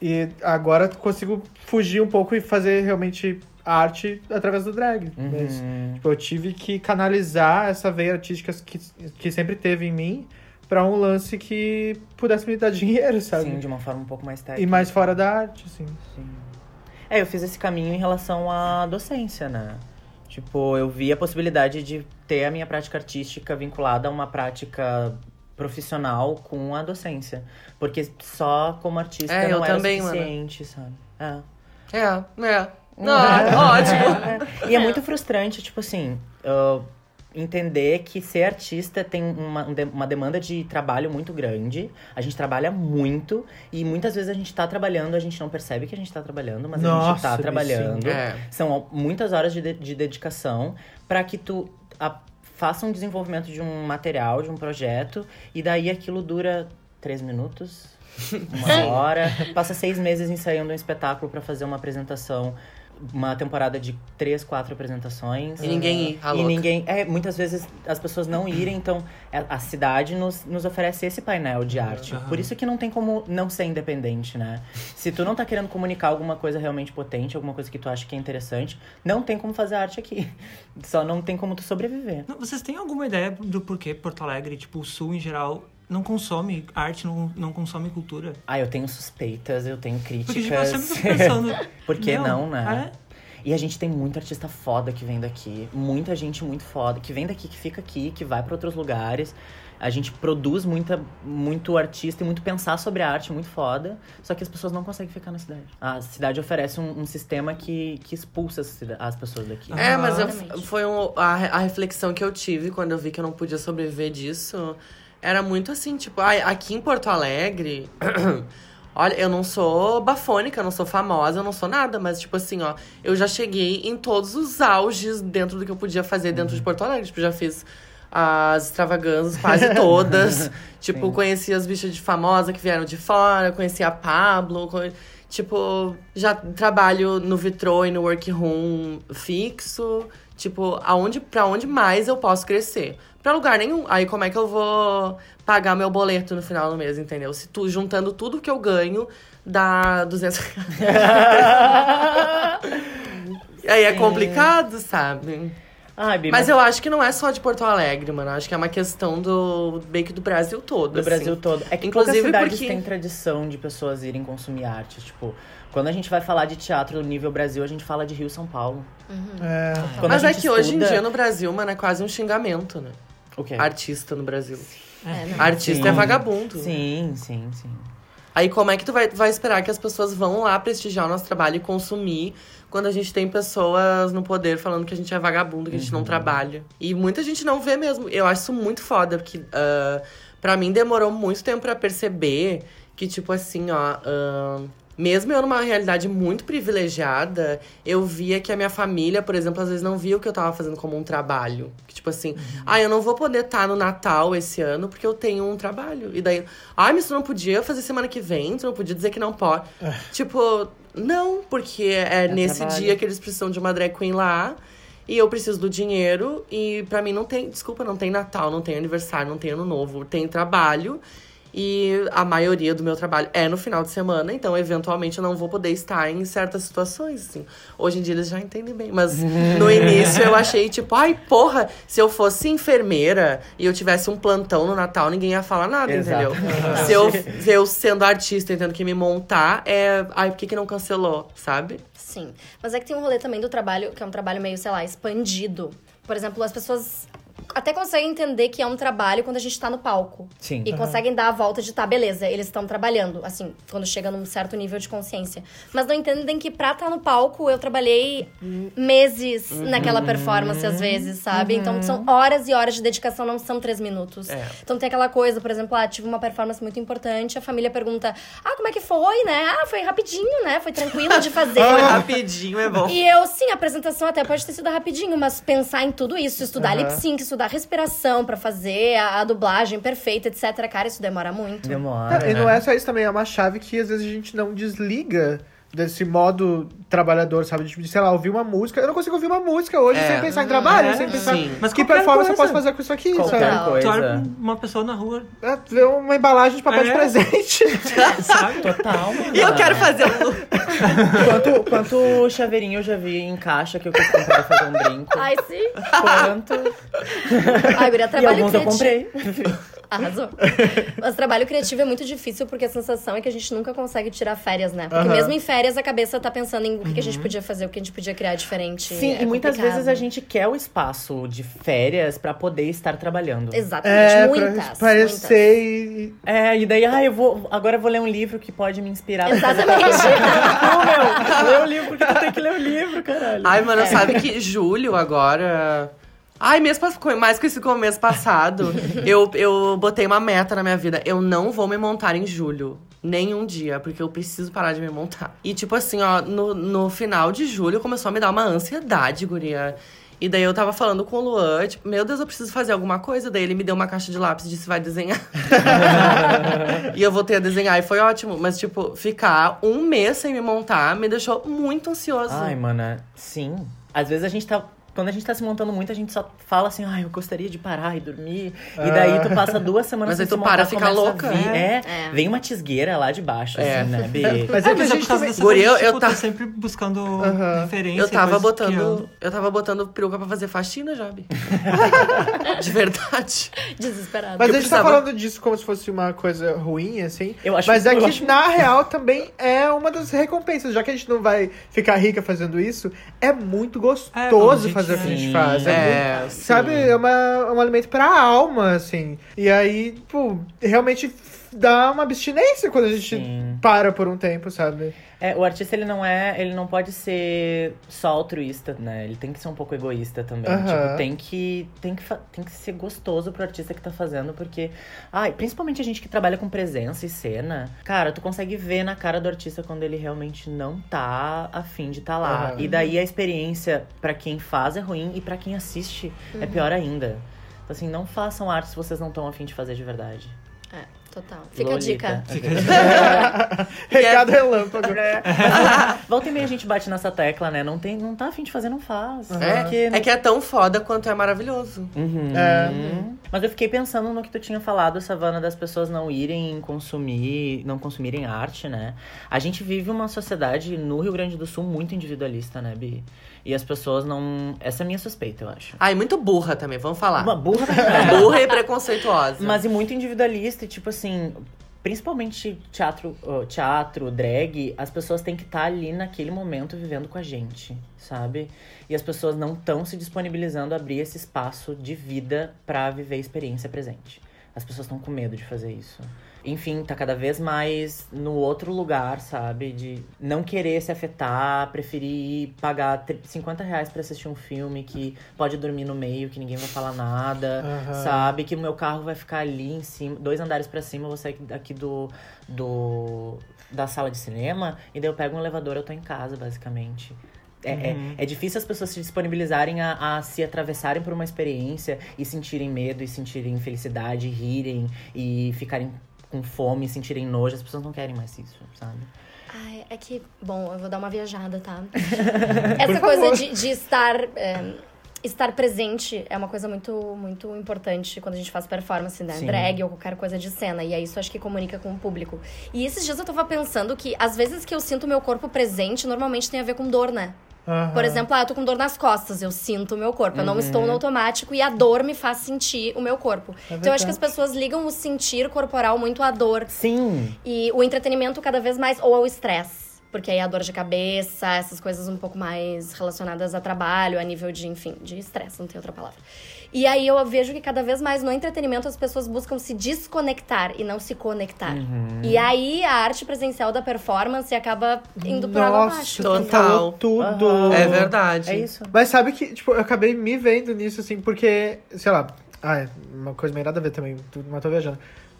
[SPEAKER 4] E agora consigo fugir um pouco e fazer realmente arte através do drag. né? Mas
[SPEAKER 2] Uhum.
[SPEAKER 4] Tipo, eu tive que canalizar essa veia artística que, que sempre teve em mim pra um lance que pudesse me dar dinheiro, sabe?
[SPEAKER 2] Sim, de uma forma um pouco mais técnica.
[SPEAKER 4] e mais fora da arte, assim.
[SPEAKER 2] É, eu fiz esse caminho em relação à docência, né? Tipo, eu vi a possibilidade de ter a minha prática artística vinculada a uma prática profissional com a docência. Porque só como artista
[SPEAKER 1] É, eu
[SPEAKER 2] não era
[SPEAKER 1] também,
[SPEAKER 2] suficiente, sabe? É.
[SPEAKER 1] É, é. Não, ótimo.
[SPEAKER 2] É. E é muito frustrante, tipo assim, ah, entender que ser artista tem uma, um de- uma demanda de trabalho muito grande. A gente trabalha muito e muitas vezes a gente tá trabalhando, a gente não percebe que a gente tá trabalhando, mas a gente
[SPEAKER 4] Nossa,
[SPEAKER 2] tá
[SPEAKER 4] Bi,
[SPEAKER 2] trabalhando.
[SPEAKER 4] sim.
[SPEAKER 1] É.
[SPEAKER 2] São muitas horas de, de- de dedicação para que tu a- faça um desenvolvimento de um material, de um projeto, e daí aquilo dura três minutos. Uma hora. Passa seis meses ensaiando um espetáculo pra fazer uma apresentação. Uma temporada de três, quatro apresentações.
[SPEAKER 1] E ninguém ir, a
[SPEAKER 2] E
[SPEAKER 1] louca.
[SPEAKER 2] ninguém. É, muitas vezes as pessoas não irem, então a a cidade nos, nos oferece esse painel de arte.
[SPEAKER 3] Aham.
[SPEAKER 2] Por isso que não tem como não ser independente, né? Se tu não tá querendo comunicar alguma coisa realmente potente, alguma coisa que tu acha que é interessante, não tem como fazer arte aqui. Só não tem como tu sobreviver.
[SPEAKER 3] Não, Vocês têm alguma ideia do porquê Porto Alegre, tipo, o Sul em geral, não consome arte, não, não consome cultura?
[SPEAKER 2] Ah, eu tenho suspeitas, eu tenho
[SPEAKER 3] Porque, tipo, eu sempre
[SPEAKER 2] críticas.
[SPEAKER 3] fico pensando...
[SPEAKER 2] Por que
[SPEAKER 3] meu,
[SPEAKER 2] não, né?
[SPEAKER 3] é.
[SPEAKER 2] E a gente tem muito artista foda que vem daqui. Muita gente muito foda que vem daqui, que fica aqui, que vai pra outros lugares. A gente produz muita, muito artista e muito pensar sobre a arte, muito foda. Só que as pessoas não conseguem ficar na cidade. A cidade oferece um, um sistema que, que expulsa as, cida- as pessoas daqui.
[SPEAKER 3] Ah.
[SPEAKER 1] É, mas eu-
[SPEAKER 5] Exatamente.
[SPEAKER 1] foi um- a, re- a reflexão que eu tive quando eu vi que eu não podia sobreviver disso. Era muito assim, tipo, ai, aqui em Porto Alegre. Olha, eu não sou bafônica, eu não sou famosa, eu não sou nada, mas tipo assim, ó, eu já cheguei em todos os auges dentro do que eu podia fazer dentro de Porto Alegre. Tipo, já fiz as extravagâncias quase todas. tipo, conheci as bichas de famosa que vieram de fora, conheci a Pablo, conhe- Tipo, já trabalho no Vitrô e no Workroom fixo. Tipo, aonde, pra onde mais eu posso crescer? Pra lugar nenhum. Aí como é que eu vou pagar meu boleto no final do mês, entendeu? Se tu, juntando tudo que eu ganho, dá 200 reais. Aí é complicado, sabe?
[SPEAKER 2] Ai, Bibi,
[SPEAKER 1] Mas eu acho que não é só de Porto Alegre, mano. Eu Acho que é uma questão do meio que do Brasil todo.
[SPEAKER 2] Do
[SPEAKER 1] assim.
[SPEAKER 2] Brasil todo. É que
[SPEAKER 1] Inclusive
[SPEAKER 2] poucas cidades
[SPEAKER 1] porque-
[SPEAKER 2] têm tradição de pessoas irem consumir arte. Tipo, quando a gente vai falar de teatro no nível Brasil, a gente fala de Rio e São Paulo.
[SPEAKER 4] É.
[SPEAKER 2] Quando
[SPEAKER 1] Mas
[SPEAKER 2] a
[SPEAKER 1] é
[SPEAKER 2] gente
[SPEAKER 1] que hoje em
[SPEAKER 2] estuda-
[SPEAKER 1] dia no Brasil, mano, é quase um xingamento, né?
[SPEAKER 2] O quê?
[SPEAKER 1] Artista no Brasil.
[SPEAKER 5] É, não.
[SPEAKER 1] Artista
[SPEAKER 2] Sim.
[SPEAKER 1] é vagabundo.
[SPEAKER 2] Sim, sim, sim.
[SPEAKER 1] Aí como é que tu vai, vai esperar que as pessoas vão lá prestigiar o nosso trabalho e consumir quando a gente tem pessoas no poder falando que a gente é vagabundo, que a gente
[SPEAKER 2] Uhum.
[SPEAKER 1] não trabalha. E muita gente não vê mesmo. Eu acho isso muito foda, porque ah, pra mim demorou muito tempo pra perceber que, tipo assim, ó. ah, mesmo eu numa realidade muito privilegiada, eu via que a minha família, por exemplo, às vezes não via o que eu tava fazendo como um trabalho. Que, tipo assim, ah, eu não vou poder estar no Natal esse ano porque eu tenho um trabalho. E daí, ah, mas tu não podia fazer semana que vem, tu não podia dizer que não pode. tipo, não, porque é, nesse
[SPEAKER 2] trabalho.
[SPEAKER 1] dia que eles precisam de uma drag queen lá. E eu preciso do dinheiro. E pra mim não tem. Desculpa, não tem Natal, não tem aniversário, não tem ano novo. Tem trabalho. E a maioria do meu trabalho é no final de semana, então eventualmente eu não vou poder estar em certas situações, assim. Hoje em dia eles já entendem bem, mas no início eu achei tipo, ai porra, se eu fosse enfermeira e eu tivesse um plantão no Natal, ninguém ia falar nada,
[SPEAKER 2] Exato.
[SPEAKER 1] entendeu? se eu, eu sendo artista e tendo que me montar, é, ai, por que que não cancelou, sabe?
[SPEAKER 5] Sim. Mas é que tem um rolê também do trabalho, que é um trabalho meio, sei lá, expandido. Por exemplo, as pessoas até conseguem entender que é um trabalho quando a gente tá no palco.
[SPEAKER 2] Sim.
[SPEAKER 5] E conseguem dar a volta de tá, beleza, eles estão trabalhando, assim, quando chega num certo nível de consciência. Mas não entendem que pra tá no palco eu trabalhei meses naquela performance, às vezes, sabe? Então são horas e horas de dedicação, não são três minutos.
[SPEAKER 1] É.
[SPEAKER 5] Então tem aquela coisa, por exemplo, ah, tive uma performance muito importante, a família pergunta: ah, como é que foi, né? Ah, foi rapidinho, né? Foi tranquilo de fazer.
[SPEAKER 1] Foi rapidinho, é bom.
[SPEAKER 5] E eu, sim, a apresentação até pode ter sido rapidinho, mas pensar em tudo isso, estudar
[SPEAKER 4] Aham.
[SPEAKER 5] lip sync, estudar respiração pra fazer a, a dublagem perfeita, etc. Cara, isso demora muito.
[SPEAKER 2] Demora.
[SPEAKER 4] e
[SPEAKER 2] né?
[SPEAKER 4] não é só isso também, é uma chave que às vezes a gente não desliga desse modo trabalhador, sabe? Tipo, de, sei lá, ouvir uma música. Eu não consigo ouvir uma música hoje
[SPEAKER 1] É.
[SPEAKER 4] sem pensar em trabalho,
[SPEAKER 3] É.
[SPEAKER 4] sem pensar
[SPEAKER 1] Sim.
[SPEAKER 3] Mas
[SPEAKER 4] que
[SPEAKER 3] qualquer
[SPEAKER 4] performance eu posso
[SPEAKER 3] coisa.
[SPEAKER 4] fazer com isso aqui,
[SPEAKER 2] Qualquer
[SPEAKER 5] Total.
[SPEAKER 3] Tu
[SPEAKER 2] coisa.
[SPEAKER 3] olha pra uma pessoa na rua,
[SPEAKER 4] sabe? É uma embalagem de papel de
[SPEAKER 3] É.
[SPEAKER 4] presente.
[SPEAKER 3] sabe?
[SPEAKER 2] Total.
[SPEAKER 1] E eu
[SPEAKER 2] mano.
[SPEAKER 1] quero fazer um
[SPEAKER 2] Quanto, quanto chaveirinho eu já vi em caixa que eu quis comprar pra fazer um brinco?
[SPEAKER 5] Ai, sim.
[SPEAKER 2] Quanto?
[SPEAKER 5] Ai, guria,
[SPEAKER 2] E
[SPEAKER 5] trabalho
[SPEAKER 2] alguns eu
[SPEAKER 5] criativo.
[SPEAKER 2] comprei.
[SPEAKER 5] Arrasou. Mas trabalho criativo é muito difícil porque a sensação é que a gente nunca consegue tirar férias, né? Porque
[SPEAKER 4] Aham.
[SPEAKER 5] mesmo em férias a cabeça tá pensando em o que, que a gente podia fazer, o que a gente podia criar diferente.
[SPEAKER 2] Uhum. Sim,
[SPEAKER 5] É
[SPEAKER 2] e muitas
[SPEAKER 5] complicado.
[SPEAKER 2] vezes a gente quer o espaço de férias pra poder estar trabalhando.
[SPEAKER 5] Exatamente,
[SPEAKER 4] É, pra
[SPEAKER 5] muitas.
[SPEAKER 4] parecer e...
[SPEAKER 2] É, e daí, ah, eu vou. Agora eu vou ler um livro que pode me inspirar.
[SPEAKER 5] muitas. Exatamente.
[SPEAKER 2] Não, meu, lê o livro porque tu tem que ler o livro, caralho.
[SPEAKER 1] Ai, mano, sabe que julho agora. Ai, mês pass- co- mais que esse como mês passado, eu, eu botei uma meta na minha vida. Eu não vou me montar em julho. Nenhum dia, porque eu preciso parar de me montar. E tipo assim, ó, no, no final de julho começou a me dar uma ansiedade, guria. E daí eu tava falando com o Luan, tipo, meu Deus, eu preciso fazer alguma coisa. Daí ele me deu uma caixa de lápis e disse, vai desenhar. e eu voltei a desenhar e foi ótimo. Mas, tipo, ficar um mês sem me montar me deixou muito ansioso.
[SPEAKER 2] Ai, mana,
[SPEAKER 1] é-
[SPEAKER 2] sim. Às vezes a gente tá. Quando a gente tá se montando muito, a gente só fala assim, ai, eu gostaria de parar e dormir. E daí tu passa duas
[SPEAKER 1] Ah.
[SPEAKER 2] semanas
[SPEAKER 1] Mas
[SPEAKER 2] sem
[SPEAKER 1] aí tu
[SPEAKER 2] se montar,
[SPEAKER 1] para, fica
[SPEAKER 2] começa a
[SPEAKER 1] louca.
[SPEAKER 2] vir- É.
[SPEAKER 5] É.
[SPEAKER 2] vem uma tisgueira lá de baixo,
[SPEAKER 1] É.
[SPEAKER 2] assim, né, Bê?
[SPEAKER 4] Mas é,
[SPEAKER 3] Ah,
[SPEAKER 4] que a gente também...
[SPEAKER 1] dessa- Guri, eu-
[SPEAKER 3] tipo,
[SPEAKER 1] eu tá-
[SPEAKER 3] tô sempre buscando referência.
[SPEAKER 1] Eu tava
[SPEAKER 3] coisas
[SPEAKER 1] botando.
[SPEAKER 3] criando.
[SPEAKER 1] Eu tava botando peruca pra fazer faxina, Jabe. de verdade.
[SPEAKER 5] Desesperado.
[SPEAKER 4] Mas
[SPEAKER 1] eu
[SPEAKER 4] a gente tá
[SPEAKER 1] precisava-
[SPEAKER 4] falando disso como se fosse uma coisa ruim, assim.
[SPEAKER 2] Eu acho-
[SPEAKER 4] Mas é
[SPEAKER 2] eu
[SPEAKER 4] que,
[SPEAKER 2] acho-
[SPEAKER 4] na real, também é uma das recompensas. Já que a gente não vai ficar rica fazendo isso, é muito
[SPEAKER 3] É bom, a
[SPEAKER 4] gostoso
[SPEAKER 3] gente-
[SPEAKER 4] fazer o que a gente
[SPEAKER 2] Sim.
[SPEAKER 4] faz. É muito
[SPEAKER 1] É, sim.
[SPEAKER 4] Sabe, é, uma, é um alimento pra alma, assim. E aí, tipo, realmente f- dá uma abstinência quando a gente
[SPEAKER 2] Sim.
[SPEAKER 4] para por um tempo, sabe?
[SPEAKER 2] É, o artista, ele não é. Ele não pode ser só altruísta, né? Ele tem que ser um pouco egoísta também.
[SPEAKER 4] Aham.
[SPEAKER 2] Tipo, tem que, tem, que fa- tem que ser gostoso pro artista que tá fazendo, porque. Ai, principalmente a gente que trabalha com presença e cena. Cara, tu consegue ver na cara do artista quando ele realmente não tá afim de tá lá.
[SPEAKER 4] Aham.
[SPEAKER 2] E daí a experiência, pra quem faz, é ruim, e pra quem assiste,
[SPEAKER 4] Uhum.
[SPEAKER 2] é pior ainda. Então, assim, não façam arte se vocês não estão afim de fazer de verdade.
[SPEAKER 5] É, total. Fica
[SPEAKER 2] Lolita.
[SPEAKER 5] a dica.
[SPEAKER 3] Fica-
[SPEAKER 4] Recado relâmpago. É.
[SPEAKER 2] Volta e meia a gente bate nessa tecla, né? Não, tem, não tá afim de fazer, não faz.
[SPEAKER 1] É, é que é tão foda quanto é maravilhoso.
[SPEAKER 2] Uhum.
[SPEAKER 4] É.
[SPEAKER 2] Mas eu fiquei pensando no que tu tinha falado, Savana, das pessoas não irem consumir, não consumirem arte, né? A gente vive uma sociedade no Rio Grande do Sul muito individualista, né, Bi? E as pessoas não. Essa é a minha suspeita, eu acho.
[SPEAKER 1] Ai, muito burra também, vamos falar.
[SPEAKER 2] Uma burra pra caralho.
[SPEAKER 1] Burra e preconceituosa.
[SPEAKER 2] Mas e muito individualista, e tipo assim, principalmente teatro, ó, teatro, drag, as pessoas têm que estar ali naquele momento vivendo com a gente, sabe? E as pessoas não estão se disponibilizando a abrir esse espaço de vida pra viver a experiência presente. As pessoas estão com medo de fazer isso. Enfim, tá cada vez mais no outro lugar, sabe? De não querer se afetar, preferir ir pagar tri- 50 reais pra assistir um filme que pode dormir no meio, que ninguém vai falar nada
[SPEAKER 4] Aham.
[SPEAKER 2] sabe? Que o meu carro vai ficar ali em cima, dois andares pra cima, eu vou sair daqui do, do da sala de cinema e daí eu pego um elevador, eu tô em casa, basicamente. É, é-
[SPEAKER 4] Uhum.
[SPEAKER 2] é, difícil as pessoas se disponibilizarem a, a se atravessarem por uma experiência e sentirem medo, e sentirem felicidade, e rirem e ficarem com fome, e sentirem nojo. As pessoas não querem mais isso, sabe?
[SPEAKER 5] Ai, é que, bom, eu vou dar uma viajada, tá? Essa coisa de, de estar. é, Estar presente é uma coisa muito, muito importante quando a gente faz performance, né?
[SPEAKER 2] Sim.
[SPEAKER 5] Drag ou qualquer coisa de cena. E é isso acho que comunica com o público. E esses dias eu tava pensando que às vezes que eu sinto meu corpo presente, normalmente tem a ver com dor, né?
[SPEAKER 4] Aham.
[SPEAKER 5] Por exemplo, ah, eu tô com dor nas costas, eu sinto o meu corpo. Eu não estou no automático e a dor me faz sentir o meu corpo. então eu acho que as pessoas ligam o sentir corporal muito à dor.
[SPEAKER 2] Sim!
[SPEAKER 5] E o entretenimento cada vez mais, ou ao estresse. Porque aí a dor de cabeça, essas coisas um pouco mais relacionadas a trabalho, a nível de, enfim, de estresse, não tem outra palavra. E aí eu vejo que cada vez mais no entretenimento as pessoas buscam se desconectar e não se conectar.
[SPEAKER 2] Uhum.
[SPEAKER 5] E aí a arte presencial da performance acaba indo por água abaixo.
[SPEAKER 4] Nossa, tu falou tudo.
[SPEAKER 2] Aham.
[SPEAKER 1] É verdade.
[SPEAKER 2] É isso.
[SPEAKER 4] Mas sabe que, tipo, eu acabei me vendo nisso, assim, porque, sei lá, ah, é uma coisa meio nada a ver também, tu- mas tô viajando.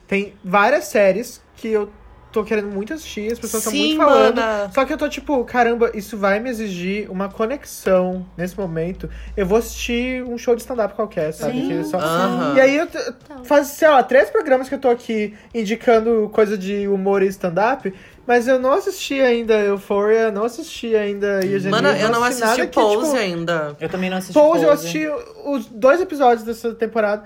[SPEAKER 4] Tem várias séries que eu tô querendo muito assistir, as pessoas estão
[SPEAKER 1] Sim,
[SPEAKER 4] muito falando.
[SPEAKER 1] mana.
[SPEAKER 4] Só que eu tô tipo, caramba, isso vai me exigir uma conexão nesse momento. Eu vou assistir um show de stand-up qualquer, sabe?
[SPEAKER 2] Sim.
[SPEAKER 4] Que é só- assim.
[SPEAKER 1] Aham.
[SPEAKER 4] E aí eu t- faz, sei lá, três programas que eu tô aqui indicando coisa de humor e stand-up. Mas eu não assisti ainda Euphoria, não assisti ainda Years and
[SPEAKER 1] Mana,
[SPEAKER 4] Years,
[SPEAKER 1] eu não assisti
[SPEAKER 4] nada
[SPEAKER 1] o
[SPEAKER 4] que,
[SPEAKER 1] Pose
[SPEAKER 4] tipo,
[SPEAKER 1] ainda.
[SPEAKER 2] Eu também não assisti.
[SPEAKER 4] Pose, eu assisti os dois episódios dessa temporada.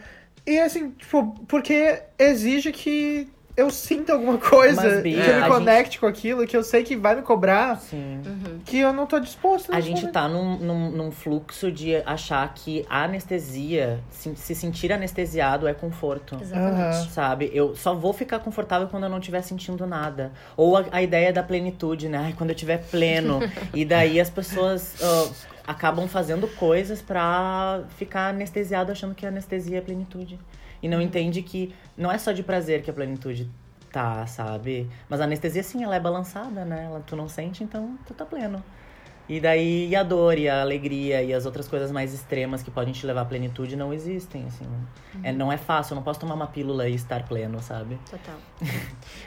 [SPEAKER 4] E assim, tipo, porque exige que eu sinta alguma coisa,
[SPEAKER 2] Mas,
[SPEAKER 4] que
[SPEAKER 2] Bia,
[SPEAKER 4] eu
[SPEAKER 1] a
[SPEAKER 4] me
[SPEAKER 1] gente-
[SPEAKER 4] conecte com aquilo, que eu sei que vai me cobrar,
[SPEAKER 2] Sim.
[SPEAKER 4] que eu não tô disposto.
[SPEAKER 2] A
[SPEAKER 4] nesse
[SPEAKER 2] gente
[SPEAKER 4] momento.
[SPEAKER 2] tá num, num, num fluxo de achar que a anestesia, se, se sentir anestesiado é conforto.
[SPEAKER 5] tá Exatamente.
[SPEAKER 2] Sabe? Eu só vou ficar confortável quando eu não estiver sentindo nada. Ou a, a ideia da plenitude, né? Ai, quando eu estiver pleno. e daí as pessoas ó, acabam fazendo coisas pra ficar anestesiado, achando que a anestesia é plenitude. E não entende que não é só de prazer que a plenitude tá, sabe? Mas a anestesia, sim, ela é balançada, né? Ela, tu não sente, então tu tá pleno. E daí e a dor e a alegria e as outras coisas mais extremas que podem te levar à plenitude não existem, assim. né?
[SPEAKER 1] Uhum.
[SPEAKER 2] É, não é fácil, eu não posso tomar uma pílula e estar pleno, sabe?
[SPEAKER 5] Total.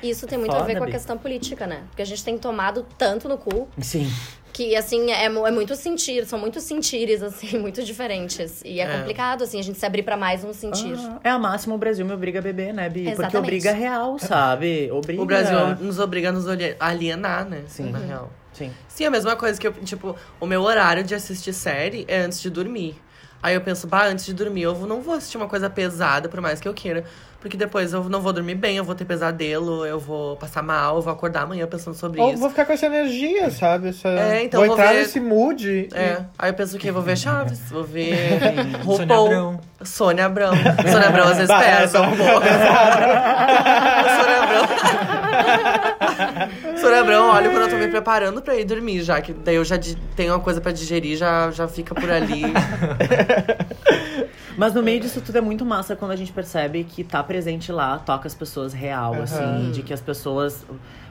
[SPEAKER 5] E isso tem muito a
[SPEAKER 2] Foda,
[SPEAKER 5] ver com a
[SPEAKER 2] Bi.
[SPEAKER 5] questão política, né? Porque a gente tem tomado tanto no cu
[SPEAKER 2] Sim.
[SPEAKER 5] Que, assim, é, mu- é muito sentir, são muitos sentires, assim, muito diferentes. E é,
[SPEAKER 1] É.
[SPEAKER 5] complicado, assim, a gente se abrir pra mais um sentir.
[SPEAKER 2] É a máxima, o Brasil me obriga a beber, né, Bi? Porque
[SPEAKER 5] Exatamente.
[SPEAKER 2] obriga real, sabe? Obriga.
[SPEAKER 1] O Brasil né? nos obriga a nos olhe- alienar, né?
[SPEAKER 2] Sim.
[SPEAKER 1] Na real.
[SPEAKER 2] Sim.
[SPEAKER 1] Sim, é a mesma coisa que eu, tipo, o meu horário de assistir série é antes de dormir. Aí eu penso, bah, antes de dormir eu vou- não vou assistir uma coisa pesada, por mais que eu queira. Porque depois eu não vou dormir bem, eu vou ter pesadelo, eu vou passar mal, eu vou acordar amanhã pensando sobre
[SPEAKER 4] Ou
[SPEAKER 1] isso.
[SPEAKER 4] vou ficar com essa energia, sabe? Essa...
[SPEAKER 1] É, então
[SPEAKER 4] vou
[SPEAKER 1] vou
[SPEAKER 4] entrar
[SPEAKER 1] ver-
[SPEAKER 4] nesse mood.
[SPEAKER 1] É. Aí eu penso o quê? Vou ver Chaves, vou ver
[SPEAKER 3] Sônia
[SPEAKER 1] RuPaul.
[SPEAKER 3] Abrão.
[SPEAKER 1] Sônia Abrão. Sônia Abrão às vezes
[SPEAKER 4] Bah, é,
[SPEAKER 1] pesa um
[SPEAKER 4] Sônia
[SPEAKER 1] pouco. Sônia Abrão. Sônia Abrão, olha quando eu tô me preparando pra ir dormir já, que daí eu já di- tenho uma coisa pra digerir, já, já fica por ali.
[SPEAKER 2] Mas no meio disso tudo é muito massa quando a gente percebe que tá presente lá, toca as pessoas real, assim, de que as pessoas.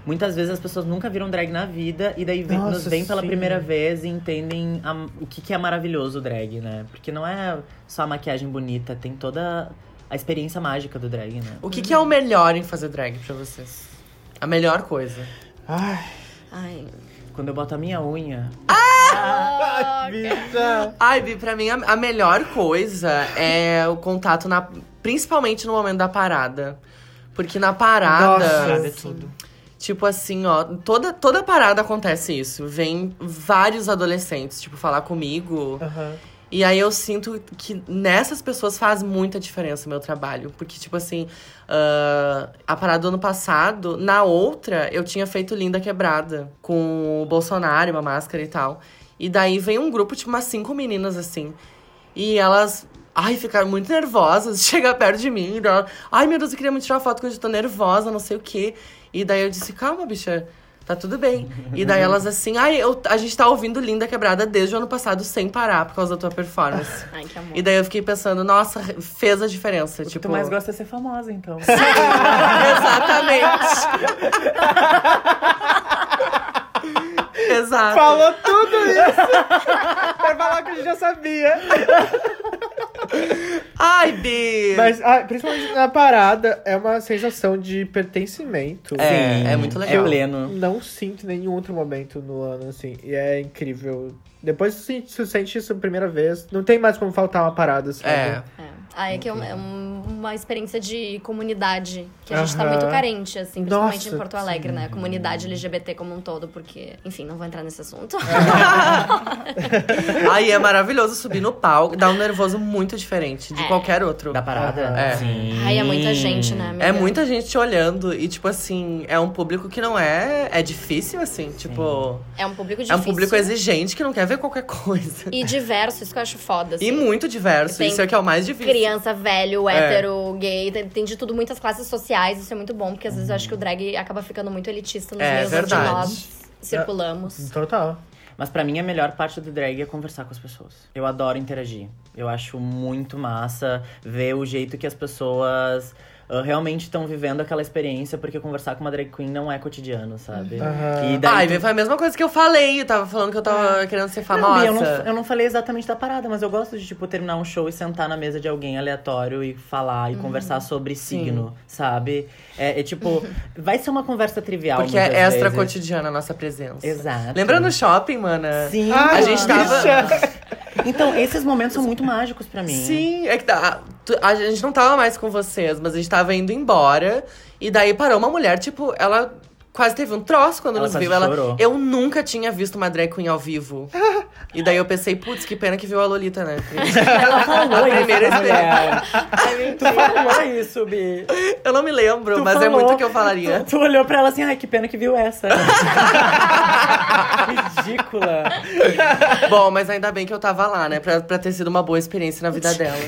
[SPEAKER 2] Muitas vezes as pessoas nunca viram drag na vida e daí vem-
[SPEAKER 4] Nossa,
[SPEAKER 2] nos vêm pela
[SPEAKER 4] sim.
[SPEAKER 2] primeira vez e entendem a- o que, que é maravilhoso o drag, né? Porque não é só a maquiagem bonita, tem toda a experiência mágica do drag, né?
[SPEAKER 1] O que, que é o melhor em fazer drag pra vocês? A melhor coisa.
[SPEAKER 4] Ai,
[SPEAKER 1] Ah.
[SPEAKER 5] Ai.
[SPEAKER 2] Quando eu boto a minha unha,
[SPEAKER 4] vida.
[SPEAKER 1] Ai, Bi, pra mim a, a melhor coisa é o contato, na, principalmente no momento da parada. Porque na parada.
[SPEAKER 4] Nossa.
[SPEAKER 3] Parada é tudo.
[SPEAKER 1] Tipo assim, ó, toda, toda parada acontece isso. Vem vários adolescentes, tipo, falar comigo.
[SPEAKER 4] Aham.
[SPEAKER 1] E aí eu sinto que nessas pessoas faz muita diferença o meu trabalho. Porque, tipo assim, ah, a parada do ano passado, na outra, eu tinha feito Linda Quebrada com o Bolsonaro, uma máscara e tal. E daí vem um grupo, tipo, umas cinco meninas assim. E elas. Ai, ficaram muito nervosas, chega perto de mim. e ela, Ai, meu Deus, eu queria muito tirar foto quando eu tô nervosa, não sei o quê. E daí eu disse, calma, bicha, tá tudo bem. E daí elas assim, ai, eu- a gente tá ouvindo Linda Quebrada desde o ano passado sem parar por causa da tua performance.
[SPEAKER 5] Ai, que amor.
[SPEAKER 1] E daí eu fiquei pensando, nossa, fez a diferença.
[SPEAKER 2] o que
[SPEAKER 1] tipo,
[SPEAKER 2] tu mais gosta é ser famosa, então.
[SPEAKER 1] Exatamente. Exato.
[SPEAKER 4] Falou tudo isso! Vai falar que a gente já sabia.
[SPEAKER 1] Ai, Bi.
[SPEAKER 4] Mas, ah, principalmente na parada, é uma sensação de pertencimento.
[SPEAKER 1] É,
[SPEAKER 2] Sim,
[SPEAKER 1] é muito legal.
[SPEAKER 2] É pleno.
[SPEAKER 4] Não sinto em nenhum outro momento no ano, assim. E é incrível. Depois que se se sente isso a primeira vez, não tem mais como faltar uma parada, sabe?
[SPEAKER 1] É.
[SPEAKER 5] É. Ah, é que é um- é um- uma experiência de comunidade que a gente tá
[SPEAKER 4] Aham.
[SPEAKER 5] muito carente, assim, principalmente
[SPEAKER 4] Nossa,
[SPEAKER 5] em Porto Alegre, né? A comunidade LGBT como um todo, porque, enfim, não vou entrar nesse assunto.
[SPEAKER 1] Aí é maravilhoso subir no palco, dá um nervoso muito diferente de
[SPEAKER 5] É.
[SPEAKER 1] qualquer outro.
[SPEAKER 2] Da parada?
[SPEAKER 1] É.
[SPEAKER 2] Sim.
[SPEAKER 5] Ai, é muita gente, né? amiga?
[SPEAKER 1] É muita gente te olhando e, tipo assim, é um público que não é. É difícil, assim. Tipo,
[SPEAKER 5] É um público
[SPEAKER 1] é
[SPEAKER 5] difícil.
[SPEAKER 1] um público exigente que não quer ver qualquer coisa.
[SPEAKER 5] E diverso, isso que eu acho foda, assim.
[SPEAKER 1] E muito diverso.
[SPEAKER 5] Tem
[SPEAKER 1] Isso é o que é o mais difícil.
[SPEAKER 5] Criança, velho,
[SPEAKER 1] É.
[SPEAKER 5] hétero, gay, tem, tem de tudo, muitas classes sociais, isso é muito bom, porque às vezes eu acho que o drag acaba ficando muito elitista nos
[SPEAKER 1] É,
[SPEAKER 5] meios
[SPEAKER 1] verdade.
[SPEAKER 5] onde nós circulamos.
[SPEAKER 4] Total.
[SPEAKER 2] Mas pra mim a melhor parte do drag é conversar com as pessoas. Eu adoro interagir. Eu acho muito massa ver o jeito que as pessoas ah, realmente estão vivendo aquela experiência, porque conversar com uma drag queen não é cotidiano, sabe?
[SPEAKER 4] Aham.
[SPEAKER 2] E
[SPEAKER 1] Ai,
[SPEAKER 2] tu-
[SPEAKER 1] foi a mesma coisa que eu falei. Eu tava falando que eu tava querendo ser
[SPEAKER 2] É. Não, Bia,
[SPEAKER 1] famosa.
[SPEAKER 2] eu, não, eu não falei exatamente da parada, mas eu gosto de, tipo, terminar um show e sentar na mesa de alguém aleatório e falar e
[SPEAKER 1] Uhum.
[SPEAKER 2] conversar sobre signo, sabe? É, é tipo, vai ser uma conversa trivial.
[SPEAKER 1] Porque é
[SPEAKER 2] muitas
[SPEAKER 1] extra
[SPEAKER 2] vezes.
[SPEAKER 1] cotidiana a nossa presença.
[SPEAKER 2] Exato.
[SPEAKER 1] Lembrando o shopping, mana?
[SPEAKER 2] Sim,
[SPEAKER 4] Ai,
[SPEAKER 1] A gente tava-
[SPEAKER 4] bicha.
[SPEAKER 2] Então, esses momentos são muito mágicos pra mim.
[SPEAKER 1] Sim, é que tá, tu- a gente não tava mais com vocês, mas a gente tava indo embora. E daí parou uma mulher, tipo, ela quase teve um troço quando
[SPEAKER 2] Ela
[SPEAKER 1] nos
[SPEAKER 2] quase
[SPEAKER 1] viu. Ela,
[SPEAKER 2] chorou.
[SPEAKER 1] eu nunca tinha visto uma drag queen ao vivo. e daí eu pensei, putz, que pena que viu a Lolita, né?
[SPEAKER 2] Ela falou
[SPEAKER 1] A
[SPEAKER 2] isso,
[SPEAKER 1] primeira
[SPEAKER 2] mulher. tu falou isso, Bi.
[SPEAKER 1] Eu não me lembro,
[SPEAKER 2] Tu
[SPEAKER 1] mas é
[SPEAKER 2] falou.
[SPEAKER 1] muito o que eu falaria.
[SPEAKER 2] Tu, tu olhou pra ela assim, ai, que pena que viu essa. Ridícula.
[SPEAKER 1] Bom, mas ainda bem que eu tava lá, né? Pra, pra ter sido uma boa experiência na vida dela.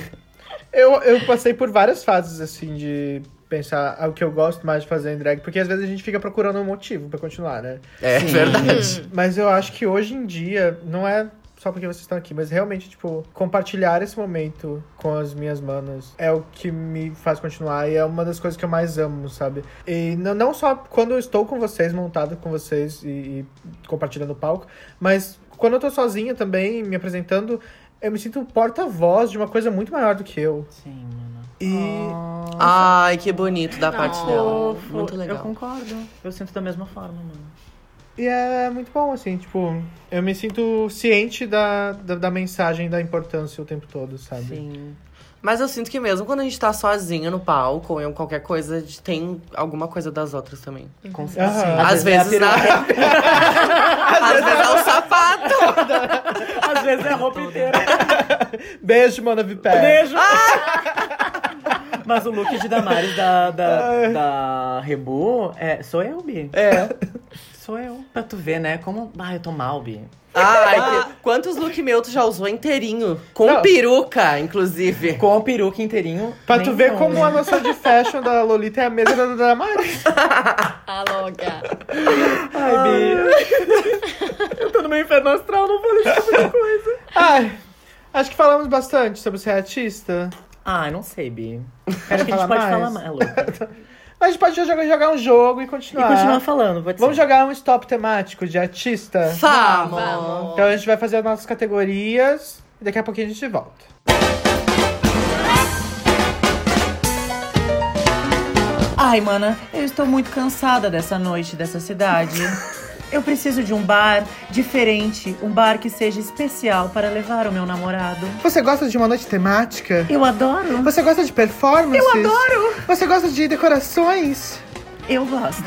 [SPEAKER 4] Eu, eu passei por várias fases, assim, de pensar ah, o que eu gosto mais de fazer em drag, porque às vezes a gente fica procurando um motivo pra continuar, né?
[SPEAKER 1] É verdade.
[SPEAKER 4] Mas eu acho que hoje em dia, não é só porque vocês estão aqui, mas realmente, tipo, compartilhar esse momento com as minhas manas é o que me faz continuar e é uma das coisas que eu mais amo, sabe? E não, não só quando eu estou com vocês, montado com vocês e, e compartilhando o palco, mas quando eu tô sozinha também, me apresentando, eu me sinto porta-voz de uma coisa muito maior do que eu.
[SPEAKER 2] Sim, mano.
[SPEAKER 4] E.
[SPEAKER 2] Oh.
[SPEAKER 1] Ai, que bonito da parte dela.
[SPEAKER 2] Fofo.
[SPEAKER 1] é Muito
[SPEAKER 2] Eu
[SPEAKER 1] legal.
[SPEAKER 2] concordo. Eu sinto da mesma forma, mano.
[SPEAKER 4] E é muito bom, assim, tipo, eu me sinto ciente da, da, da mensagem, da importância o tempo todo, sabe?
[SPEAKER 2] Sim.
[SPEAKER 1] Mas eu sinto que mesmo quando a gente tá sozinho no palco, ou em qualquer coisa, a gente tem alguma coisa das outras também.
[SPEAKER 2] Com
[SPEAKER 4] Aham.
[SPEAKER 1] Às, vezes,
[SPEAKER 2] é a
[SPEAKER 1] na... Às vezes é o sapato.
[SPEAKER 2] peru- Às vezes é a roupa inteira.
[SPEAKER 4] Beijo, mano, Vipé.
[SPEAKER 2] Beijo! Mas o look de Damares da, da, da Rebu é, sou eu, Bi.
[SPEAKER 4] É.
[SPEAKER 2] Sou eu. Pra tu ver, né? Como. Ah, eu tô mal, Bi.
[SPEAKER 1] Ai, que- quantos look meu tu já usou inteirinho? Com
[SPEAKER 4] Não.
[SPEAKER 1] peruca, inclusive.
[SPEAKER 2] Com o peruca inteirinho.
[SPEAKER 4] Pra
[SPEAKER 2] nem
[SPEAKER 4] tu ver
[SPEAKER 2] tão,
[SPEAKER 4] como
[SPEAKER 2] né?
[SPEAKER 4] a noção de fashion da Lolita é a mesma da da Mari.
[SPEAKER 5] A louca.
[SPEAKER 2] Ai, Bi. eu
[SPEAKER 4] tá
[SPEAKER 2] tô no meu inferno astral, não vou esse tipo de coisa.
[SPEAKER 4] Ai, acho que falamos bastante sobre ser artista.
[SPEAKER 2] Ai, Ah, não sei, Bi. Acho que a
[SPEAKER 4] Quer
[SPEAKER 2] gente
[SPEAKER 4] falar
[SPEAKER 2] pode
[SPEAKER 4] mais?
[SPEAKER 2] falar mais, louca.
[SPEAKER 4] Mas a gente pode jogar, jogar um jogo e
[SPEAKER 2] E
[SPEAKER 4] continuar.
[SPEAKER 2] continuar falando, pode
[SPEAKER 4] Vamos
[SPEAKER 2] ser.
[SPEAKER 4] jogar um stop temático de artista?
[SPEAKER 1] Vamos.
[SPEAKER 5] Vamos.
[SPEAKER 4] Então a gente vai fazer as nossas categorias e daqui a pouquinho a gente volta.
[SPEAKER 2] Ai, mana, eu estou muito cansada dessa noite, dessa cidade. Eu preciso de um bar diferente, um bar que seja especial para levar o meu namorado.
[SPEAKER 4] Você gosta de uma noite temática?
[SPEAKER 2] Eu adoro.
[SPEAKER 4] Você gosta de performances? Eu adoro! Você gosta de decorações?
[SPEAKER 2] Eu gosto.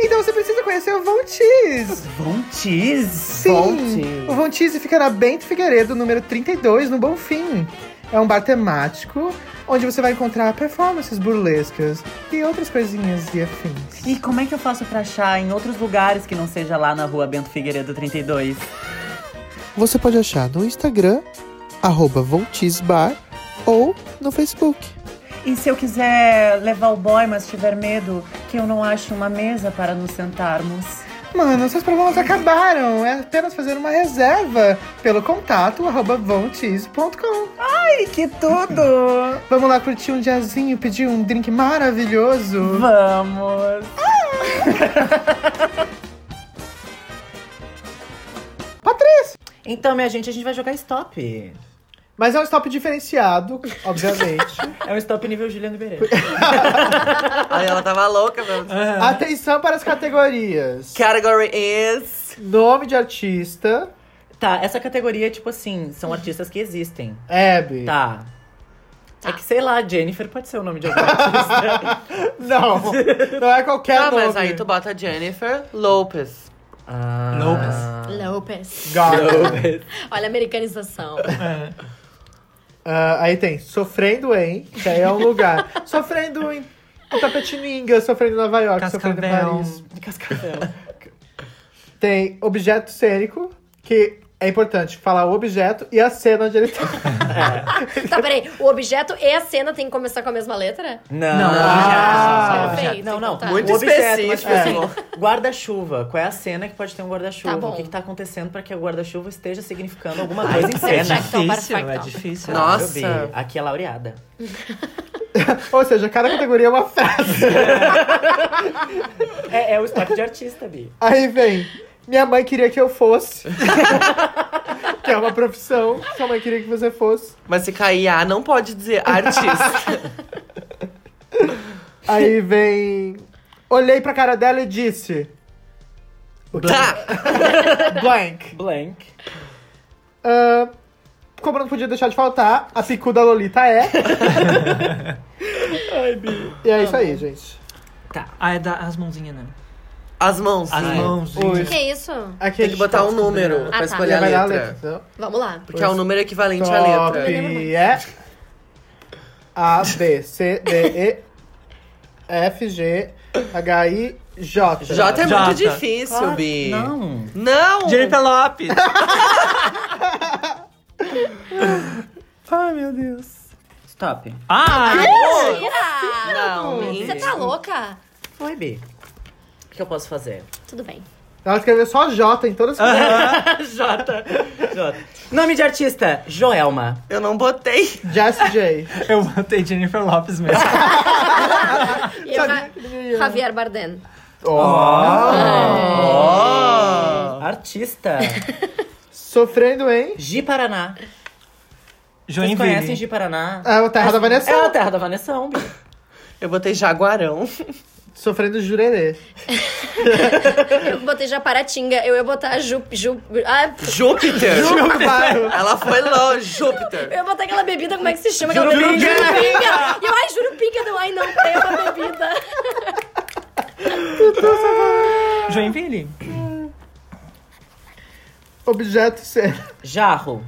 [SPEAKER 4] Então você precisa conhecer o Von Teese.
[SPEAKER 2] Bom cheese.
[SPEAKER 4] Sim!
[SPEAKER 1] Von Teese.
[SPEAKER 4] O Von Teese fica na Bento Figueiredo, número 32, no Bonfim. É um bar temático, onde você vai encontrar performances burlescas e outras coisinhas e afins.
[SPEAKER 2] E como é que eu faço pra achar em outros lugares que não seja lá na rua Bento Figueiredo 32?
[SPEAKER 4] Você pode achar no Instagram, arroba Von Teese Bar, ou no Facebook.
[SPEAKER 2] E se eu quiser levar o boy, mas tiver medo que eu não ache uma mesa para nos sentarmos?
[SPEAKER 4] Mano, seus problemas acabaram. É apenas fazer uma reserva pelo contato arroba vontease.com.
[SPEAKER 2] Ai, que tudo!
[SPEAKER 4] Vamos lá curtir um diazinho, pedir um drink maravilhoso.
[SPEAKER 2] Vamos!
[SPEAKER 4] Patrícia!
[SPEAKER 2] Então, minha gente, a gente vai jogar stop.
[SPEAKER 4] Mas é um stop diferenciado, obviamente.
[SPEAKER 2] É um stop nível Juliano Iberê.
[SPEAKER 1] Ai, ela tava louca, meu.
[SPEAKER 4] Atenção para as categorias.
[SPEAKER 1] Category is...
[SPEAKER 4] Nome de artista.
[SPEAKER 2] tá, essa categoria é tipo assim, são artistas que existem.
[SPEAKER 4] Hebe.
[SPEAKER 2] Tá. É que sei lá, Jennifer pode ser o nome de algum artista.
[SPEAKER 4] Não, não é qualquer
[SPEAKER 1] ah,
[SPEAKER 4] nome.
[SPEAKER 1] mas aí tu bota Jennifer Lopez.
[SPEAKER 2] ah,
[SPEAKER 3] Lopez.
[SPEAKER 5] Lopez.
[SPEAKER 4] Got it.
[SPEAKER 5] Olha a americanização.
[SPEAKER 4] Ah, aí tem Sofrendo em, que aí é um lugar. sofrendo em Itapetininga, Sofrendo em Nova York, Sofrendo em
[SPEAKER 3] Cascavel.
[SPEAKER 4] Paris.
[SPEAKER 2] Cascavel.
[SPEAKER 4] Tem objeto cênico, que é importante falar o objeto e a cena onde ele tá.
[SPEAKER 5] tá, peraí. O objeto e a cena tem que começar com a mesma letra?
[SPEAKER 2] Não,
[SPEAKER 3] Não,
[SPEAKER 4] ah,
[SPEAKER 2] objeto,
[SPEAKER 5] perfeito,
[SPEAKER 2] Não, não.
[SPEAKER 5] então tá.
[SPEAKER 1] Muito
[SPEAKER 2] O objeto, mas, tipo
[SPEAKER 1] específico.
[SPEAKER 2] assim, guarda-chuva. Qual é a cena que pode ter um guarda-chuva?
[SPEAKER 5] Tá bom.
[SPEAKER 2] o que, que tá acontecendo pra que o guarda-chuva esteja significando alguma coisa em cena?
[SPEAKER 5] já- Perfecto,
[SPEAKER 3] É Difícil, é
[SPEAKER 5] perfecto.
[SPEAKER 3] difícil.
[SPEAKER 1] Nossa.
[SPEAKER 2] Eu vi. Aqui é laureada.
[SPEAKER 4] Ou seja, cada categoria é uma frase.
[SPEAKER 2] É, é o stop de artista, Bi.
[SPEAKER 4] Aí vem, minha mãe queria que eu fosse. que é uma profissão, sua mãe queria que você fosse.
[SPEAKER 1] Mas se cair A, não pode dizer artista.
[SPEAKER 4] Aí vem, olhei pra cara dela e disse... O quê?
[SPEAKER 1] tá.
[SPEAKER 4] Blank.
[SPEAKER 2] Blank.
[SPEAKER 4] Ah, como não podia deixar de faltar, a picuda Lolita é.
[SPEAKER 2] Ai, Bi.
[SPEAKER 4] E é isso aí, gente.
[SPEAKER 3] Ah, é da, as mãozinhas, né?
[SPEAKER 1] As mãos.
[SPEAKER 3] As
[SPEAKER 1] sim.
[SPEAKER 3] mãozinhas.
[SPEAKER 5] Que é isso?
[SPEAKER 4] Aqui a
[SPEAKER 1] Tem que
[SPEAKER 4] gente
[SPEAKER 1] botar
[SPEAKER 4] tá
[SPEAKER 1] um número
[SPEAKER 5] Ah,
[SPEAKER 1] pra
[SPEAKER 5] tá.
[SPEAKER 1] escolher a
[SPEAKER 4] Vai dar
[SPEAKER 1] letra.
[SPEAKER 4] a letra, então.
[SPEAKER 5] Vamos lá.
[SPEAKER 1] Porque é o número equivalente à
[SPEAKER 4] Top.
[SPEAKER 1] letra.
[SPEAKER 4] É. A, B, C, D, E, F, G, H, I, J.
[SPEAKER 1] J é
[SPEAKER 3] Jota.
[SPEAKER 1] muito difícil,
[SPEAKER 2] Claro,
[SPEAKER 1] Bi.
[SPEAKER 2] Não. tá
[SPEAKER 1] Não!
[SPEAKER 3] Jennifer Lopes.
[SPEAKER 4] Ai, meu Deus.
[SPEAKER 2] Stop.
[SPEAKER 3] Ah,
[SPEAKER 5] Mentira!
[SPEAKER 1] Não,
[SPEAKER 2] um.
[SPEAKER 5] Você
[SPEAKER 1] menina.
[SPEAKER 5] tá louca?
[SPEAKER 2] Foi, Bi. O que eu posso fazer?
[SPEAKER 5] Tudo bem.
[SPEAKER 4] Ela escreveu só J em todas as
[SPEAKER 2] Jota. Jota. Nome de artista: Joelma.
[SPEAKER 1] Eu não botei.
[SPEAKER 4] Jess J.
[SPEAKER 3] eu botei Jennifer Lopes mesmo.
[SPEAKER 5] E
[SPEAKER 1] Tá
[SPEAKER 5] eu, Ja- Javier Bardem.
[SPEAKER 2] Ah. Artista:
[SPEAKER 4] Sofrendo em.
[SPEAKER 2] Gi Paraná. Vocês conhecem
[SPEAKER 3] Joinville.
[SPEAKER 4] é,
[SPEAKER 2] Gi Paraná?
[SPEAKER 1] É
[SPEAKER 4] Ah, tá errada, Vanessa.
[SPEAKER 2] É a terra da Vanessa Umbi.
[SPEAKER 1] Eu botei Jaguarão.
[SPEAKER 4] Sofrendo jurerê.
[SPEAKER 5] Eu botei Japaratinga, eu ia botar Ju... Ju ah, pff,
[SPEAKER 1] Júpiter!
[SPEAKER 4] Juro,
[SPEAKER 1] Ela foi longe, Júpiter!
[SPEAKER 5] eu ia botar aquela bebida, como é que se chama? Aquela
[SPEAKER 4] Jurupinga.
[SPEAKER 5] bebida? Jurupinga! E eu, ai, Jurupinga, não, ai, não, tem uma bebida.
[SPEAKER 3] Joinville.
[SPEAKER 4] Objeto ser.
[SPEAKER 2] Jarro.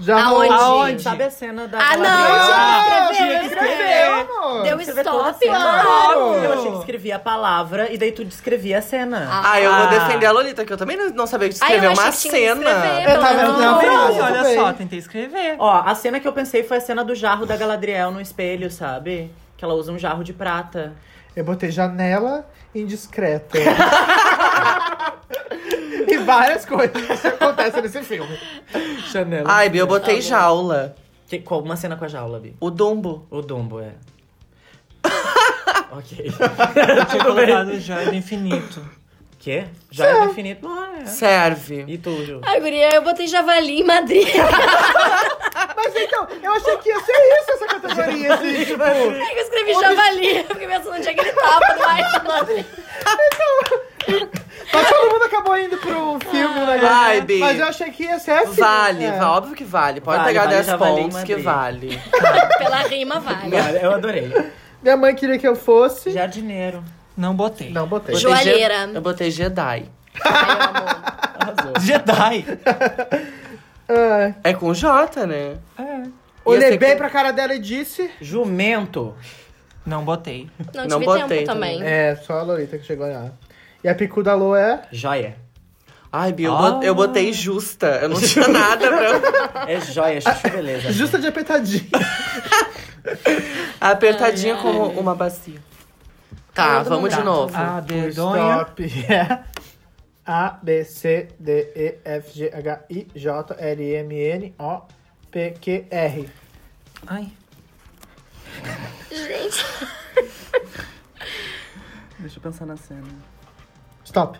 [SPEAKER 4] Já
[SPEAKER 5] Aonde?
[SPEAKER 4] Aonde?
[SPEAKER 2] Sabe a cena da.
[SPEAKER 5] Ah, não,
[SPEAKER 4] Ah,
[SPEAKER 5] tinha que
[SPEAKER 4] tinha que
[SPEAKER 5] escrever.
[SPEAKER 4] escrever, amor.
[SPEAKER 5] Deu
[SPEAKER 2] Você vê toda a
[SPEAKER 5] stop,
[SPEAKER 2] cena.
[SPEAKER 5] claro.
[SPEAKER 2] Óbvio, Eu achei que escrevia a palavra e daí tu descrevia a cena.
[SPEAKER 1] Ah, eu vou defender a Lolita, que eu também não- não sabia que
[SPEAKER 5] Ai, Ah, eu
[SPEAKER 1] escrever uma
[SPEAKER 5] achei que tinha que
[SPEAKER 1] cena.
[SPEAKER 5] escrever,
[SPEAKER 4] Eu tava-
[SPEAKER 5] pelo
[SPEAKER 4] não,
[SPEAKER 5] menos.
[SPEAKER 4] não.
[SPEAKER 3] Mas olha
[SPEAKER 4] tudo
[SPEAKER 3] só,
[SPEAKER 4] bem.
[SPEAKER 3] tentei escrever.
[SPEAKER 2] Ó, a cena que eu pensei foi a cena do jarro da Galadriel no espelho, sabe? Que ela usa um jarro de prata.
[SPEAKER 4] Eu botei janela indiscreta. e várias coisas que acontecem nesse filme.
[SPEAKER 2] Janela.
[SPEAKER 1] Ai, Bia, eu
[SPEAKER 5] Tá
[SPEAKER 1] botei jaula.
[SPEAKER 2] Ah. Que, qual, uma cena com a jaula, Bi.
[SPEAKER 1] O Dumbo.
[SPEAKER 2] O Dumbo, é. ok.
[SPEAKER 3] Eu tinha colocado já do infinito.
[SPEAKER 2] Quê? Já é infinito. Ah, é.
[SPEAKER 1] Serve.
[SPEAKER 2] E tu, Ju?
[SPEAKER 5] Ai, guria, eu botei Javali em Madrid.
[SPEAKER 4] Mas então, eu achei que ia ser isso essa categoria, assim, tipo...
[SPEAKER 5] Eu escrevi Javali, eu fiquei pensando onde é que ele tava, não é, Madrid.
[SPEAKER 4] Mas tá todo mundo acabou indo pro filme, né?
[SPEAKER 1] Vai, Bi.
[SPEAKER 4] Mas eu achei que ia ser assim.
[SPEAKER 1] Vale,
[SPEAKER 4] é.
[SPEAKER 1] va- óbvio que vale. Pode
[SPEAKER 2] Vale,
[SPEAKER 1] pegar
[SPEAKER 2] vale,
[SPEAKER 1] 10
[SPEAKER 2] já valeu em
[SPEAKER 1] pontos que
[SPEAKER 2] Madrid.
[SPEAKER 1] vale.
[SPEAKER 5] Pela rima, vale.
[SPEAKER 2] Olha, eu adorei.
[SPEAKER 4] Minha mãe queria que eu fosse.
[SPEAKER 2] Jardineiro.
[SPEAKER 3] Não botei.
[SPEAKER 4] Não
[SPEAKER 1] Botei
[SPEAKER 4] botei.
[SPEAKER 1] Je-
[SPEAKER 5] Joalheira.
[SPEAKER 1] Eu botei Jedi.
[SPEAKER 5] Ai, eu amo.
[SPEAKER 2] Arrasou.
[SPEAKER 3] Jedi.
[SPEAKER 4] Ah,
[SPEAKER 1] É com J, né?
[SPEAKER 3] É.
[SPEAKER 4] olhei
[SPEAKER 1] ser
[SPEAKER 4] bem
[SPEAKER 1] com-
[SPEAKER 4] pra cara dela e disse...
[SPEAKER 2] Jumento.
[SPEAKER 3] Não botei.
[SPEAKER 5] Não,
[SPEAKER 1] Não
[SPEAKER 5] tive
[SPEAKER 1] botei
[SPEAKER 5] tempo
[SPEAKER 1] Hum.
[SPEAKER 5] também.
[SPEAKER 4] É, só a Lolita que chegou lá. E a Picuda Lô é...
[SPEAKER 2] Joia.
[SPEAKER 1] Ai, Bia, eu,
[SPEAKER 3] Ah.
[SPEAKER 1] bot- eu botei justa. Eu não tinha nada pra...
[SPEAKER 2] É joia, chuchu, beleza.
[SPEAKER 4] Justa de apertadinha.
[SPEAKER 1] Apertadinha como uma bacia. Tá,
[SPEAKER 5] Todo
[SPEAKER 1] vamos
[SPEAKER 5] mundo
[SPEAKER 1] de
[SPEAKER 5] gato.
[SPEAKER 1] novo.
[SPEAKER 3] A vergonha.
[SPEAKER 4] Stop. É. A, B, C, D, E, F, G, H, I, J, L, I, M, N, O, P, Q, R.
[SPEAKER 3] Ai.
[SPEAKER 5] Gente,
[SPEAKER 2] Deixa eu pensar na cena.
[SPEAKER 4] Stop.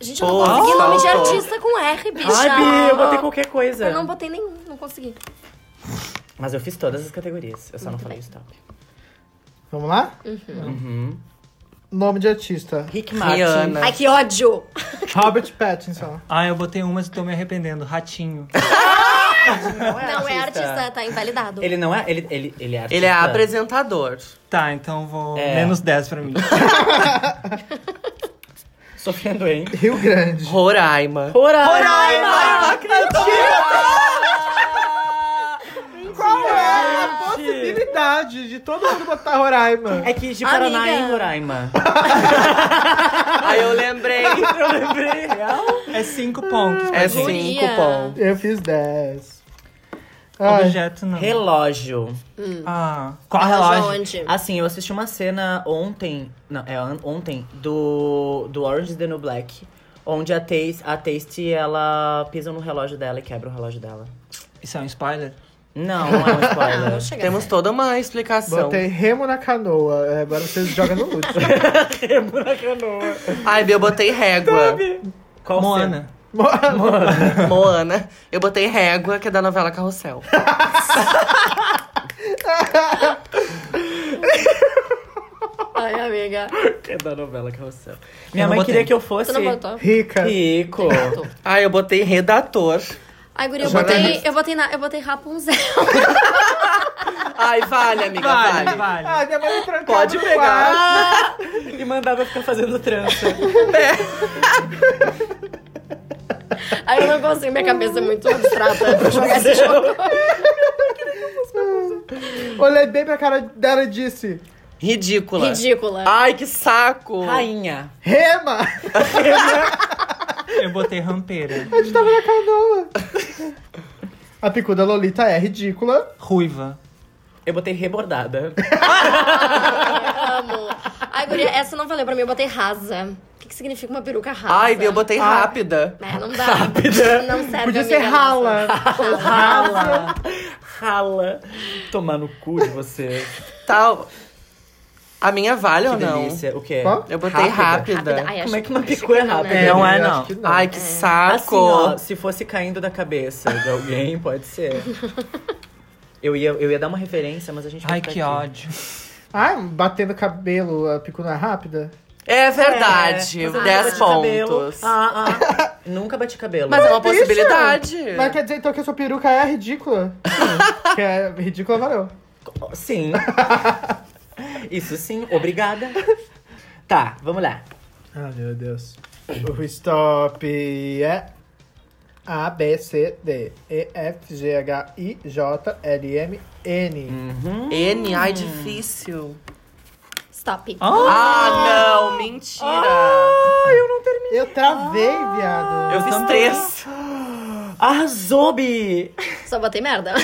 [SPEAKER 5] gente, eu
[SPEAKER 1] Pô,
[SPEAKER 5] não consegui nome de
[SPEAKER 1] faltou.
[SPEAKER 5] artista com R, bicha.
[SPEAKER 2] Ai, Bi, eu botei qualquer coisa.
[SPEAKER 5] Eu não botei nenhum, não consegui.
[SPEAKER 2] Mas eu fiz todas as categorias. Eu só não falei tá? stop.
[SPEAKER 4] Vamos lá?
[SPEAKER 2] Uhum.
[SPEAKER 4] Nome de artista.
[SPEAKER 2] Rick
[SPEAKER 1] Rihanna.
[SPEAKER 2] Martin.
[SPEAKER 5] Ai, que ódio!
[SPEAKER 4] Robert Pattinson.
[SPEAKER 3] Ah, eu botei umas e tô me arrependendo. Ratinho.
[SPEAKER 5] Não é artista, tá invalidado.
[SPEAKER 2] Ele não é. Ele, ele, ele é artista.
[SPEAKER 1] Ele é apresentador.
[SPEAKER 3] Tá, então vou.
[SPEAKER 2] É.
[SPEAKER 3] Menos 10 pra mim.
[SPEAKER 2] Sofia Duane.
[SPEAKER 4] Rio Grande.
[SPEAKER 1] Roraima.
[SPEAKER 2] Roraima!
[SPEAKER 4] Qual é a possibilidade de todo mundo botar Roraima?
[SPEAKER 2] É que de Paraná
[SPEAKER 5] Amiga.
[SPEAKER 2] em Roraima.
[SPEAKER 1] Aí eu lembrei.
[SPEAKER 2] eu lembrei. Real?
[SPEAKER 3] É 5 pontos.
[SPEAKER 1] É
[SPEAKER 3] mas
[SPEAKER 5] Guria.
[SPEAKER 1] cinco pontos.
[SPEAKER 4] Eu fiz 10.
[SPEAKER 3] Objeto não.
[SPEAKER 2] Relógio.
[SPEAKER 3] Ah, qual relógio?
[SPEAKER 5] Tá Onde?
[SPEAKER 2] Assim, eu assisti uma cena ontem. Não, é an- ontem. Do, do Orange is the New Black. Onde a Taste, a Taste, ela pisa no relógio dela e quebra o relógio dela.
[SPEAKER 3] Isso é um spoiler?
[SPEAKER 2] Não, não é um
[SPEAKER 5] Não,
[SPEAKER 2] spoiler.
[SPEAKER 5] não chega.
[SPEAKER 1] Temos toda uma explicação.
[SPEAKER 4] Botei remo na canoa. É, Agora vocês jogam no lute.
[SPEAKER 1] Ai, Bia, eu botei régua.
[SPEAKER 2] Qual
[SPEAKER 3] Moana.
[SPEAKER 1] Moana. Eu botei régua, que é da novela Carrossel.
[SPEAKER 5] Ai, amiga.
[SPEAKER 2] cena? É da novela Carrossel. Minha
[SPEAKER 3] Eu não
[SPEAKER 2] mãe
[SPEAKER 3] botei.
[SPEAKER 2] queria que eu fosse.
[SPEAKER 5] Tu não botou?
[SPEAKER 4] Rica.
[SPEAKER 2] Rico.
[SPEAKER 1] Ai, eu botei redator.
[SPEAKER 5] Ai, guria, eu
[SPEAKER 4] Jornalista.
[SPEAKER 5] botei, eu botei, na, eu botei Rapunzel.
[SPEAKER 1] Ai, vale, amiga, vale.
[SPEAKER 3] Vale, vale.
[SPEAKER 4] Ah, minha mãe me trancava
[SPEAKER 1] Pode
[SPEAKER 4] no
[SPEAKER 1] pegar.
[SPEAKER 4] quarto.
[SPEAKER 2] e mandava ficar fazendo trança.
[SPEAKER 5] Ai, eu não consigo, minha cabeça é muito abstrata é pra jogar esse jogo.
[SPEAKER 4] Olhei bem pra cara dela e disse...
[SPEAKER 1] Ridícula.
[SPEAKER 5] Ridícula.
[SPEAKER 1] Ai, que saco.
[SPEAKER 2] Rainha.
[SPEAKER 4] Rema!
[SPEAKER 3] Eu botei rampeira.
[SPEAKER 4] A gente tava na canoa. A picuda Lolita é ridícula.
[SPEAKER 3] Ruiva.
[SPEAKER 2] Eu botei rebordada.
[SPEAKER 5] Ai, amo. Ai, guria, essa não valeu pra mim, eu botei rasa. O que, que significa uma peruca rasa?
[SPEAKER 1] Ai, Bia, eu botei rápida.
[SPEAKER 5] É, não dá. Rápida. Não serve,
[SPEAKER 4] Podia ser
[SPEAKER 5] amiga
[SPEAKER 4] rala. Ou rala.
[SPEAKER 2] Rala. Rala. Tomar no cu de você.
[SPEAKER 1] Tal. A minha vale
[SPEAKER 2] Que
[SPEAKER 1] ou Ah, não?
[SPEAKER 2] delícia. O quê?
[SPEAKER 4] Qual?
[SPEAKER 1] Eu botei rápida.
[SPEAKER 5] Rápida. Ai, acho
[SPEAKER 2] Como é que
[SPEAKER 5] que-
[SPEAKER 2] uma
[SPEAKER 5] acho que
[SPEAKER 2] picu é
[SPEAKER 5] não, né?
[SPEAKER 2] rápida?
[SPEAKER 3] Não é,
[SPEAKER 4] Eu
[SPEAKER 3] não.
[SPEAKER 4] acho que
[SPEAKER 1] Ai, que
[SPEAKER 2] Assim,
[SPEAKER 1] saco.
[SPEAKER 2] ó, se fosse caindo da cabeça de alguém, pode ser. Eu ia, eu ia dar uma
[SPEAKER 1] Tá
[SPEAKER 2] referência, mas a gente vai
[SPEAKER 3] Ai,
[SPEAKER 2] ficar
[SPEAKER 3] que
[SPEAKER 2] aqui.
[SPEAKER 3] ódio.
[SPEAKER 4] Ai, batendo cabelo, a picuda rápida.
[SPEAKER 1] É verdade.
[SPEAKER 2] É, você nunca
[SPEAKER 1] 10
[SPEAKER 2] bati cabelo.
[SPEAKER 1] pontos.
[SPEAKER 2] Ah, ah. nunca bati cabelo.
[SPEAKER 1] Mas é uma
[SPEAKER 4] Bicho,
[SPEAKER 1] possibilidade.
[SPEAKER 4] Mas quer dizer então que a sua peruca é ridícula? Sim, que é ridícula, valeu.
[SPEAKER 2] Sim. Isso sim, obrigada. Tá, vamos lá.
[SPEAKER 4] Ah, meu Deus. O stop é A, B, C, D, E, F, G, H, I, J, L, M, N.
[SPEAKER 1] Hum.
[SPEAKER 2] Uhum.
[SPEAKER 1] N, ai, difícil.
[SPEAKER 5] Stop.
[SPEAKER 1] Ah, não, mentira.
[SPEAKER 4] Eu travei,
[SPEAKER 1] Ah.
[SPEAKER 2] Ah,
[SPEAKER 4] viado.
[SPEAKER 1] eu fiz três.
[SPEAKER 2] Arrasou, Bi!
[SPEAKER 5] Só botei merda.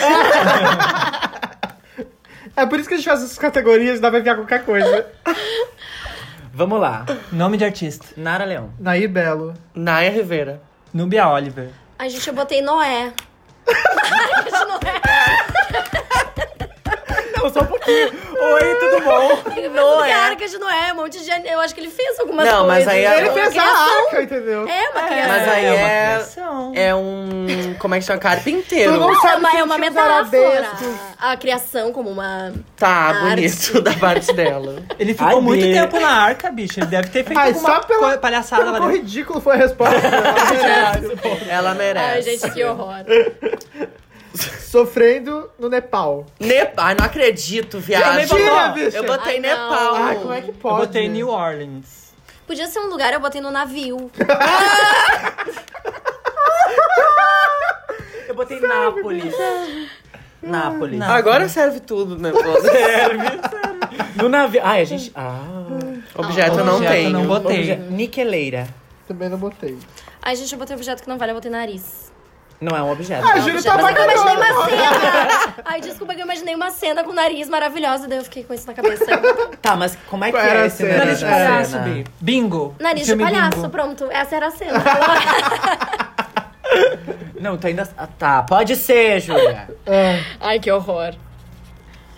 [SPEAKER 4] É por isso que a gente faz essas categorias, dá pra enviar qualquer coisa.
[SPEAKER 2] Vamos lá.
[SPEAKER 3] Nome de artista.
[SPEAKER 2] Nara Leão.
[SPEAKER 4] Nair Belo.
[SPEAKER 1] Naya Rivera.
[SPEAKER 3] Nubia Oliver.
[SPEAKER 5] Ai, gente, eu botei Noé. Ai, gente, Noé.
[SPEAKER 2] Não, só um pouquinho. Oi, tudo bom?
[SPEAKER 5] Noé. A arca de Noé, um monte de. Eu acho que ele fez algumas
[SPEAKER 1] é? Não, mas
[SPEAKER 5] coisas.
[SPEAKER 1] aí a-
[SPEAKER 4] Ele
[SPEAKER 1] Uma
[SPEAKER 4] fez a arca, entendeu?
[SPEAKER 5] É uma criança.
[SPEAKER 1] Mas aí
[SPEAKER 2] é uma
[SPEAKER 1] é,
[SPEAKER 2] criação.
[SPEAKER 1] é um. Como é que chama? Carpinteiro.
[SPEAKER 4] Tu não
[SPEAKER 5] Não,
[SPEAKER 4] sabe
[SPEAKER 5] mas
[SPEAKER 4] quem
[SPEAKER 5] é uma
[SPEAKER 4] tinha os
[SPEAKER 5] metáfora.
[SPEAKER 4] arabescos.
[SPEAKER 5] A criação como uma.
[SPEAKER 1] Tá,
[SPEAKER 5] Arte.
[SPEAKER 1] bonito da parte dela.
[SPEAKER 3] Ele ficou
[SPEAKER 2] Ai,
[SPEAKER 3] muito
[SPEAKER 2] Bi.
[SPEAKER 3] tempo na arca, bicho. Ele deve ter feito
[SPEAKER 4] Ai,
[SPEAKER 3] alguma
[SPEAKER 4] só pela-
[SPEAKER 3] co- palhaçada lá
[SPEAKER 4] Quão
[SPEAKER 3] dentro.
[SPEAKER 4] ridículo foi a resposta. É,
[SPEAKER 1] Ela merece.
[SPEAKER 5] Ai, gente, que horror.
[SPEAKER 4] Sofrendo no Nepal.
[SPEAKER 1] Nepal. Ai, não acredito, viado.
[SPEAKER 3] também botou.
[SPEAKER 4] Tira, bicha.
[SPEAKER 1] Eu botei
[SPEAKER 5] Ai, não.
[SPEAKER 1] Nepal.
[SPEAKER 4] Ah, como é que
[SPEAKER 3] Eu
[SPEAKER 4] pode?
[SPEAKER 3] botei New Orleans.
[SPEAKER 5] Podia ser um lugar, eu botei no navio.
[SPEAKER 2] Eu botei Nápoles. Nápoles.
[SPEAKER 1] Agora serve tudo, né? pô?
[SPEAKER 2] No navio. Ai, a gente. Ah.
[SPEAKER 1] Objeto eu não
[SPEAKER 3] Objeto
[SPEAKER 1] tenho.
[SPEAKER 3] não botei.
[SPEAKER 2] Obje- Niqueleira.
[SPEAKER 4] Também não botei.
[SPEAKER 5] Ai, gente, eu botei um objeto que não vale, eu botei nariz.
[SPEAKER 2] Não é um objeto.
[SPEAKER 4] Ah, Júlio tá
[SPEAKER 5] Mas é que eu imaginei
[SPEAKER 4] bacana.
[SPEAKER 5] uma cena. Ai, desculpa que eu imaginei uma cena com nariz maravilhosa, daí eu fiquei com isso na cabeça.
[SPEAKER 2] Tá, mas como é que
[SPEAKER 4] Era
[SPEAKER 2] é esse
[SPEAKER 3] né?
[SPEAKER 4] cena,
[SPEAKER 2] nariz de
[SPEAKER 4] era
[SPEAKER 2] palhaço,
[SPEAKER 3] Palhaço,
[SPEAKER 2] Bi?
[SPEAKER 3] Bi. Bingo.
[SPEAKER 5] Nariz de
[SPEAKER 3] Filme
[SPEAKER 5] palhaço,
[SPEAKER 3] Bingo.
[SPEAKER 5] pronto. Essa era a cena.
[SPEAKER 2] Não, tu ainda. Ah, tá, pode ser, Júlia.
[SPEAKER 4] É.
[SPEAKER 5] Ai, que horror.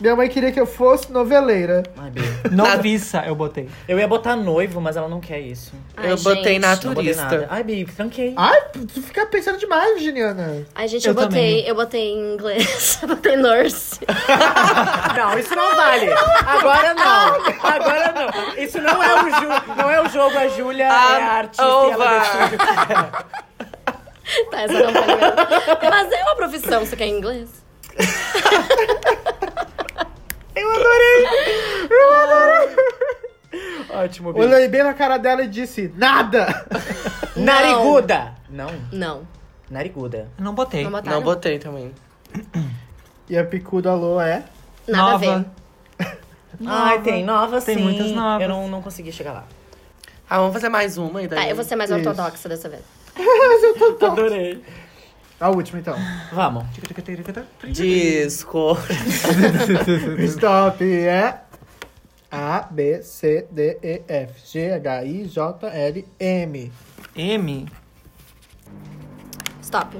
[SPEAKER 4] Minha mãe queria que eu fosse noveleira.
[SPEAKER 2] Ai, Bi.
[SPEAKER 3] Noviça, Ah, eu botei.
[SPEAKER 2] Eu ia botar noivo, mas ela não quer isso.
[SPEAKER 5] Ai,
[SPEAKER 1] eu botei
[SPEAKER 5] gente.
[SPEAKER 2] Não botei nada.
[SPEAKER 1] naturista.
[SPEAKER 2] Ai, Bi, tranquei.
[SPEAKER 4] Ai, tu fica pensando demais, Virginiana.
[SPEAKER 5] Ai, gente, eu,
[SPEAKER 3] Eu
[SPEAKER 5] botei.
[SPEAKER 3] também.
[SPEAKER 5] Eu botei em inglês. Eu botei nurse.
[SPEAKER 2] Ah, Não, isso não vale. Agora não. Agora não. Isso não é o, ju... não é o jogo, a Júlia
[SPEAKER 1] Ah,
[SPEAKER 2] é a artista
[SPEAKER 1] oh,
[SPEAKER 2] e ela
[SPEAKER 1] over.
[SPEAKER 2] decide.
[SPEAKER 5] tá, essa não vale. mesmo. Mas é uma profissão, você quer em inglês?
[SPEAKER 2] Ótimo, Bi.
[SPEAKER 4] Olhei bem na cara dela e disse, nada!
[SPEAKER 2] Nariguda. Não,
[SPEAKER 5] Não.
[SPEAKER 2] nariguda.
[SPEAKER 3] Eu Não botei.
[SPEAKER 5] Não botaram.
[SPEAKER 1] Não botei também.
[SPEAKER 4] E a picudo alô é?
[SPEAKER 5] Nada a ver.
[SPEAKER 3] Nova.
[SPEAKER 2] Ai, tem novas,
[SPEAKER 3] Tem
[SPEAKER 2] sim.
[SPEAKER 3] muitas novas.
[SPEAKER 2] Eu não, não consegui chegar lá.
[SPEAKER 1] Ah, vamos fazer mais uma e daí.
[SPEAKER 5] Tá, eu vou ser mais
[SPEAKER 4] Isso.
[SPEAKER 5] ortodoxa dessa vez.
[SPEAKER 2] Adorei.
[SPEAKER 4] A última, então.
[SPEAKER 2] Vamos.
[SPEAKER 1] Disco.
[SPEAKER 4] Stop é... A, B, C, D, E, F, G, H, I, J, L, M.
[SPEAKER 3] M.
[SPEAKER 5] Stop.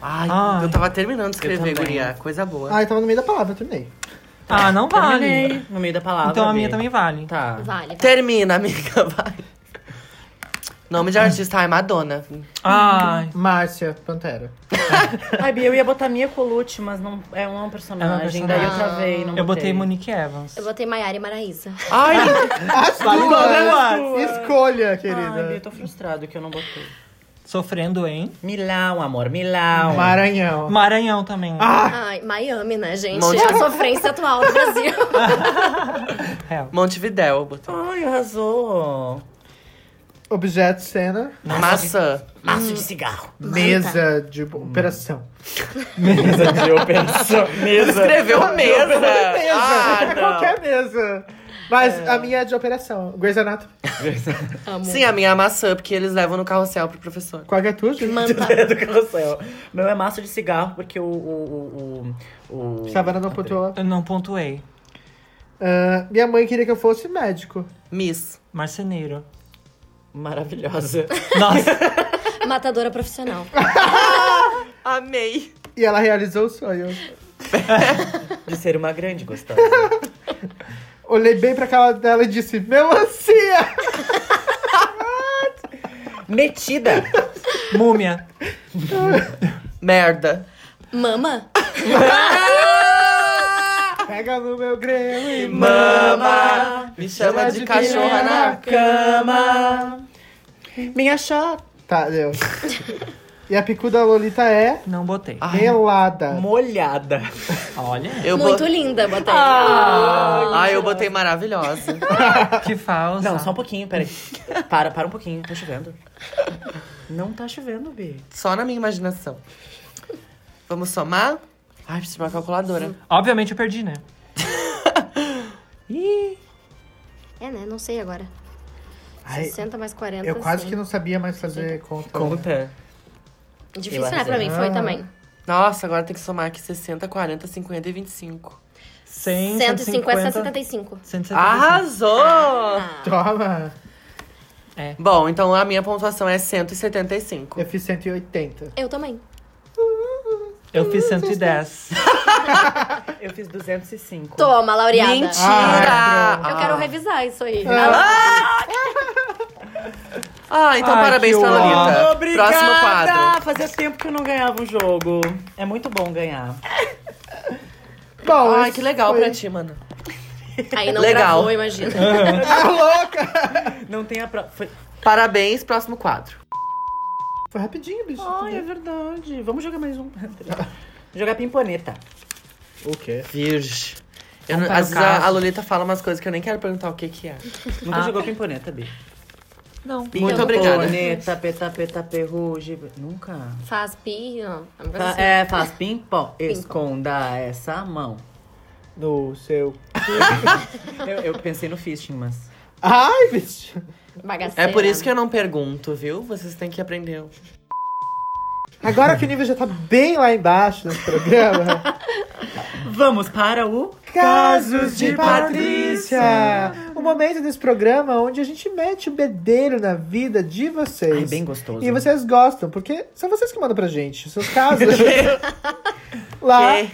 [SPEAKER 1] Ai,
[SPEAKER 3] Ai.
[SPEAKER 1] Ah, eu tava terminando de escrever,
[SPEAKER 2] Eu também.
[SPEAKER 1] guria. Coisa boa.
[SPEAKER 4] Ah, eu tava no meio da palavra, eu terminei.
[SPEAKER 3] Ah, não vale.
[SPEAKER 2] Terminei no meio da palavra.
[SPEAKER 3] Então a
[SPEAKER 2] Bi.
[SPEAKER 3] minha também vale.
[SPEAKER 2] Tá.
[SPEAKER 5] Vale. vai.
[SPEAKER 1] Termina, amiga, vai. Nome de artista, ai, Madonna.
[SPEAKER 3] Ai.
[SPEAKER 4] Márcia Pantera.
[SPEAKER 2] Ai, Bia, eu ia botar Mia Colucci, mas não, é um personagem.
[SPEAKER 3] É um personagem.
[SPEAKER 2] Daí eu travei, não botei
[SPEAKER 3] Eu botei Monique Evans.
[SPEAKER 5] Eu botei Maiara e Maraísa.
[SPEAKER 1] Ai,
[SPEAKER 4] As
[SPEAKER 3] Vale
[SPEAKER 4] duas!
[SPEAKER 3] duas.
[SPEAKER 4] Escolha,
[SPEAKER 2] Ai, Bia, eu
[SPEAKER 4] querida.
[SPEAKER 2] tô frustrado que eu não botei.
[SPEAKER 3] Sofrendo em
[SPEAKER 2] Milão, amor, Milão.
[SPEAKER 4] Maranhão.
[SPEAKER 3] Maranhão também.
[SPEAKER 5] Ai, Miami, né, gente?
[SPEAKER 1] Monte-
[SPEAKER 5] A sofrência atual do Brasil.
[SPEAKER 3] Real.
[SPEAKER 1] Montevidéu, eu botei.
[SPEAKER 2] Ai, arrasou.
[SPEAKER 4] Objeto, cena.
[SPEAKER 1] Maçã.
[SPEAKER 2] Maço de cigarro.
[SPEAKER 4] Mesa de operação.
[SPEAKER 2] Mesa de operação.
[SPEAKER 1] Ele
[SPEAKER 2] Mesa.
[SPEAKER 1] escreveu mesa.
[SPEAKER 4] Mesa!
[SPEAKER 1] Ah, não.
[SPEAKER 4] Qualquer mesa. Mas a minha é de operação. Grey's Anatomy.
[SPEAKER 5] Amo.
[SPEAKER 1] Sim, a minha é maçã, porque eles levam no carrossel pro professor.
[SPEAKER 4] Qual que é a tua, Júlio?
[SPEAKER 5] Manta.
[SPEAKER 2] do carrossel. Meu é maço de cigarro, porque o... o, o, o, o...
[SPEAKER 4] Savana não pontuou.
[SPEAKER 3] Eu não pontuei.
[SPEAKER 4] Ah, minha mãe queria que eu fosse médico.
[SPEAKER 1] Miss.
[SPEAKER 3] Marceneiro.
[SPEAKER 2] Maravilhosa.
[SPEAKER 3] Nossa.
[SPEAKER 5] Matadora profissional.
[SPEAKER 1] Amei.
[SPEAKER 4] E ela realizou o sonho.
[SPEAKER 2] De ser uma grande gostosa.
[SPEAKER 4] Olhei bem pra cara dela e disse, melancia!
[SPEAKER 2] Metida.
[SPEAKER 3] Múmia.
[SPEAKER 1] Merda.
[SPEAKER 5] Mama?
[SPEAKER 4] Pega no meu grego e
[SPEAKER 1] Mama, me chama de cachorra na cama.
[SPEAKER 2] Minha chota.
[SPEAKER 4] Tá, deu. E a picu da Lolita é
[SPEAKER 3] Não botei.
[SPEAKER 1] Ai,
[SPEAKER 4] melada.
[SPEAKER 2] Molhada.
[SPEAKER 3] Olha,
[SPEAKER 1] eu Ah.
[SPEAKER 5] Muito
[SPEAKER 1] bo-
[SPEAKER 5] linda, botei.
[SPEAKER 1] Ai, eu botei maravilhosa.
[SPEAKER 3] que falsa.
[SPEAKER 2] Não, só um pouquinho, peraí. Para, para um pouquinho. Tá chovendo. Não tá chovendo, B.
[SPEAKER 1] Só na minha imaginação. Vamos somar? Ai, preciso de uma calculadora.
[SPEAKER 3] Obviamente eu perdi, né?
[SPEAKER 5] É, né? Não sei agora.
[SPEAKER 4] Ai,
[SPEAKER 5] 60 mais 40.
[SPEAKER 4] eu quase
[SPEAKER 5] sim.
[SPEAKER 4] que não sabia mais fazer conta.
[SPEAKER 1] Conta.
[SPEAKER 5] Difícil,
[SPEAKER 1] Eu
[SPEAKER 5] né? Pra mim foi também.
[SPEAKER 1] Nossa, agora tem que somar aqui 60, 40, 50 e 25.
[SPEAKER 3] 100,
[SPEAKER 5] 150, 75.
[SPEAKER 1] Tá
[SPEAKER 3] 175.
[SPEAKER 1] Arrasou!
[SPEAKER 4] Ah.
[SPEAKER 5] Ah,
[SPEAKER 4] Toma!
[SPEAKER 1] Bom, então a minha pontuação é 175.
[SPEAKER 4] Eu fiz 180.
[SPEAKER 5] Eu também.
[SPEAKER 3] Eu fiz 110.
[SPEAKER 2] Eu fiz 205.
[SPEAKER 5] Toma, Laureada.
[SPEAKER 1] Mentira!
[SPEAKER 4] Ah,
[SPEAKER 5] Eu quero revisar isso aí.
[SPEAKER 1] Ah, então
[SPEAKER 3] Ai,
[SPEAKER 1] parabéns
[SPEAKER 3] que
[SPEAKER 1] pra Lolita.
[SPEAKER 2] Obrigada!
[SPEAKER 1] Próximo quadro.
[SPEAKER 2] Fazia tempo que eu não ganhava um jogo. É muito bom ganhar.
[SPEAKER 4] Bom,
[SPEAKER 1] Ai,
[SPEAKER 4] esse
[SPEAKER 1] que legal
[SPEAKER 4] foi-
[SPEAKER 1] pra ti, mano.
[SPEAKER 5] Aí não
[SPEAKER 1] Legal.
[SPEAKER 5] gravou, imagina.
[SPEAKER 4] Tá
[SPEAKER 2] Não tem a prova. Foi...
[SPEAKER 1] Parabéns, próximo quadro.
[SPEAKER 4] Foi rapidinho, bicho.
[SPEAKER 2] Ai, é verdade. Vamos jogar mais um. jogar pimponeta.
[SPEAKER 4] O quê?
[SPEAKER 1] Virgem. Eu não- às
[SPEAKER 3] Vamos para o
[SPEAKER 1] vezes a,
[SPEAKER 3] caso.
[SPEAKER 1] a Lolita fala umas coisas que eu nem quero perguntar o que que é.
[SPEAKER 4] Tá
[SPEAKER 2] Nunca jogou pimponeta, B.
[SPEAKER 3] Não.
[SPEAKER 1] Muito obrigada.
[SPEAKER 2] Pimponeta, peta, peta, perruge. Nunca.
[SPEAKER 5] Faz pi, não. É uma coisa
[SPEAKER 2] Fa-
[SPEAKER 5] assim.
[SPEAKER 2] É, faz pim-pom. Esconda essa mão.
[SPEAKER 4] No seu.
[SPEAKER 2] Eu, eu pensei no fisting, mas.
[SPEAKER 4] Ai, bicho!
[SPEAKER 1] É
[SPEAKER 5] Bagaceira.
[SPEAKER 1] por isso que eu não pergunto, viu? Vocês têm que aprender.
[SPEAKER 4] Agora que o nível já tá bem lá embaixo nesse programa.
[SPEAKER 2] Vamos para o.
[SPEAKER 4] Casos de Patrícia! O momento desse programa onde a gente mete o bedelho na vida de vocês.
[SPEAKER 2] Ai, bem gostoso.
[SPEAKER 4] E vocês gostam, porque são vocês que mandam pra gente os seus casos.
[SPEAKER 2] É.
[SPEAKER 4] lá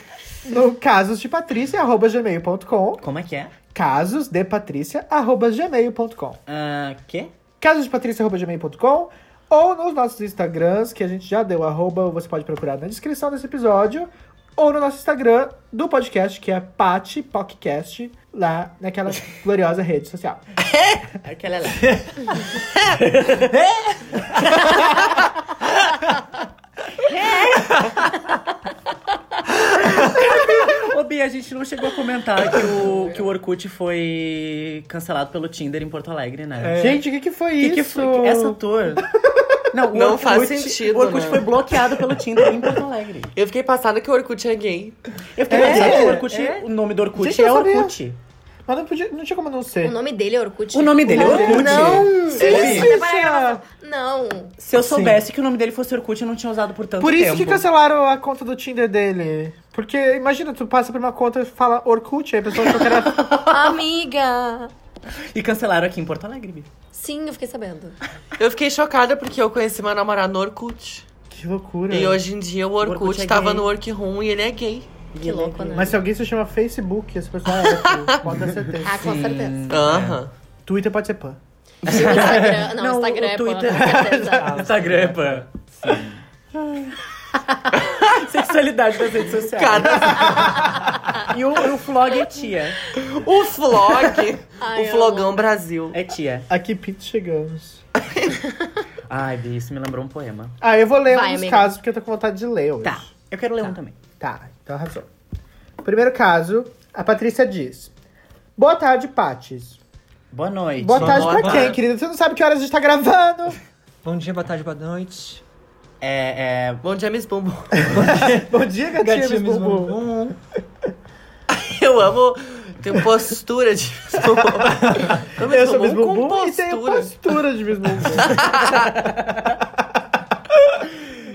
[SPEAKER 4] no casosdepatrícia.gmail.com
[SPEAKER 2] Como é que é?
[SPEAKER 4] casosdepatrícia.gmail.com
[SPEAKER 2] Ah, quê?
[SPEAKER 4] casosdepatrícia.gmail.com ou nos nossos Instagrams, que a gente já deu arroba, você pode procurar na descrição desse episódio, ou no nosso Instagram do podcast, que é Pati Podcast, lá naquela gloriosa rede social.
[SPEAKER 2] Aquela lá. Ô, Bi, a gente não chegou a comentar que o, que o Orkut foi cancelado pelo Tinder em Porto Alegre, né?
[SPEAKER 4] Gente, o que, que foi
[SPEAKER 2] Que
[SPEAKER 4] isso?
[SPEAKER 2] que foi? Essa tour. Não, o
[SPEAKER 1] Não
[SPEAKER 2] Orkut,
[SPEAKER 1] faz sentido,
[SPEAKER 2] O Orkut
[SPEAKER 1] né?
[SPEAKER 2] foi bloqueado pelo Tinder em Porto Alegre.
[SPEAKER 1] Eu fiquei passada que o Orkut é gay.
[SPEAKER 2] Eu fiquei
[SPEAKER 4] É?
[SPEAKER 2] pensando que o Orkut,
[SPEAKER 4] É?
[SPEAKER 2] o nome do Orkut
[SPEAKER 4] Gente, eu
[SPEAKER 2] é
[SPEAKER 4] não sabia.
[SPEAKER 2] Orkut.
[SPEAKER 4] Mas não, podia, não tinha como não ser.
[SPEAKER 5] O nome dele é Orkut?
[SPEAKER 2] O nome dele é Orkut.
[SPEAKER 5] Não!
[SPEAKER 4] Sim, sim, sim.
[SPEAKER 5] assim, Não!
[SPEAKER 2] Se eu soubesse que o nome dele fosse Orkut, eu não tinha usado por tanto
[SPEAKER 4] Por isso
[SPEAKER 2] tempo.
[SPEAKER 4] que cancelaram a conta do Tinder dele. Porque imagina, tu passa por uma conta e fala Orkut, aí a pessoa acha que era...
[SPEAKER 5] Amiga!
[SPEAKER 2] E cancelaram aqui em Porto Alegre. Bi.
[SPEAKER 5] Sim, eu fiquei sabendo.
[SPEAKER 1] Eu fiquei chocada porque eu conheci meu namorado no Orkut.
[SPEAKER 4] Que loucura.
[SPEAKER 1] E hoje em dia o Orkut,
[SPEAKER 2] Orkut é
[SPEAKER 1] tava
[SPEAKER 2] gay.
[SPEAKER 1] no Workroom e ele é gay.
[SPEAKER 5] Que louco, né?
[SPEAKER 4] Mas se alguém se chama Facebook, essa pessoa é hétero, pode ter certeza.
[SPEAKER 5] Ah, com certeza.
[SPEAKER 4] É.
[SPEAKER 1] Aham.
[SPEAKER 4] Twitter pode ser pan.
[SPEAKER 5] E o Instagram. Não, o Instagram é
[SPEAKER 2] o Twitter.
[SPEAKER 5] pano, com certeza.
[SPEAKER 2] Instagram é pan. Sexualidade das redes
[SPEAKER 4] É.
[SPEAKER 2] sociais.
[SPEAKER 1] Cada...
[SPEAKER 2] E o, e o flog é tia.
[SPEAKER 1] O Flog.
[SPEAKER 5] Ai,
[SPEAKER 1] o
[SPEAKER 5] eu
[SPEAKER 1] Flogão Brasil.
[SPEAKER 2] É tia.
[SPEAKER 4] Aqui, Pete, chegamos.
[SPEAKER 2] Ai, Bi, isso me lembrou um poema.
[SPEAKER 4] Ah, eu vou ler
[SPEAKER 5] Vai,
[SPEAKER 4] uns
[SPEAKER 5] amiga.
[SPEAKER 4] casos, porque eu tô com vontade de ler hoje.
[SPEAKER 2] Tá, eu quero ler um também.
[SPEAKER 4] Tá, então arrasou. Primeiro caso, a Patrícia diz. Boa tarde, Patis.
[SPEAKER 2] Boa noite.
[SPEAKER 4] Boa tarde
[SPEAKER 1] boa
[SPEAKER 4] pra
[SPEAKER 1] tarde.
[SPEAKER 4] quem, querida? Você não sabe que horas a gente tá gravando.
[SPEAKER 3] Bom dia, boa tarde, boa noite.
[SPEAKER 2] É, é...
[SPEAKER 1] Bom dia, Miss Bumbum.
[SPEAKER 4] Bom dia, gatinha,
[SPEAKER 3] Gatinho,
[SPEAKER 4] Miss
[SPEAKER 3] Miss
[SPEAKER 4] Bumbum.
[SPEAKER 3] Bumbum.
[SPEAKER 1] Eu amo. Tenho postura de Miss Bumbum. Tô Miss
[SPEAKER 4] Eu sou Miss
[SPEAKER 1] Bumbum com
[SPEAKER 4] Bumbum e tenho postura de Miss Bumbum.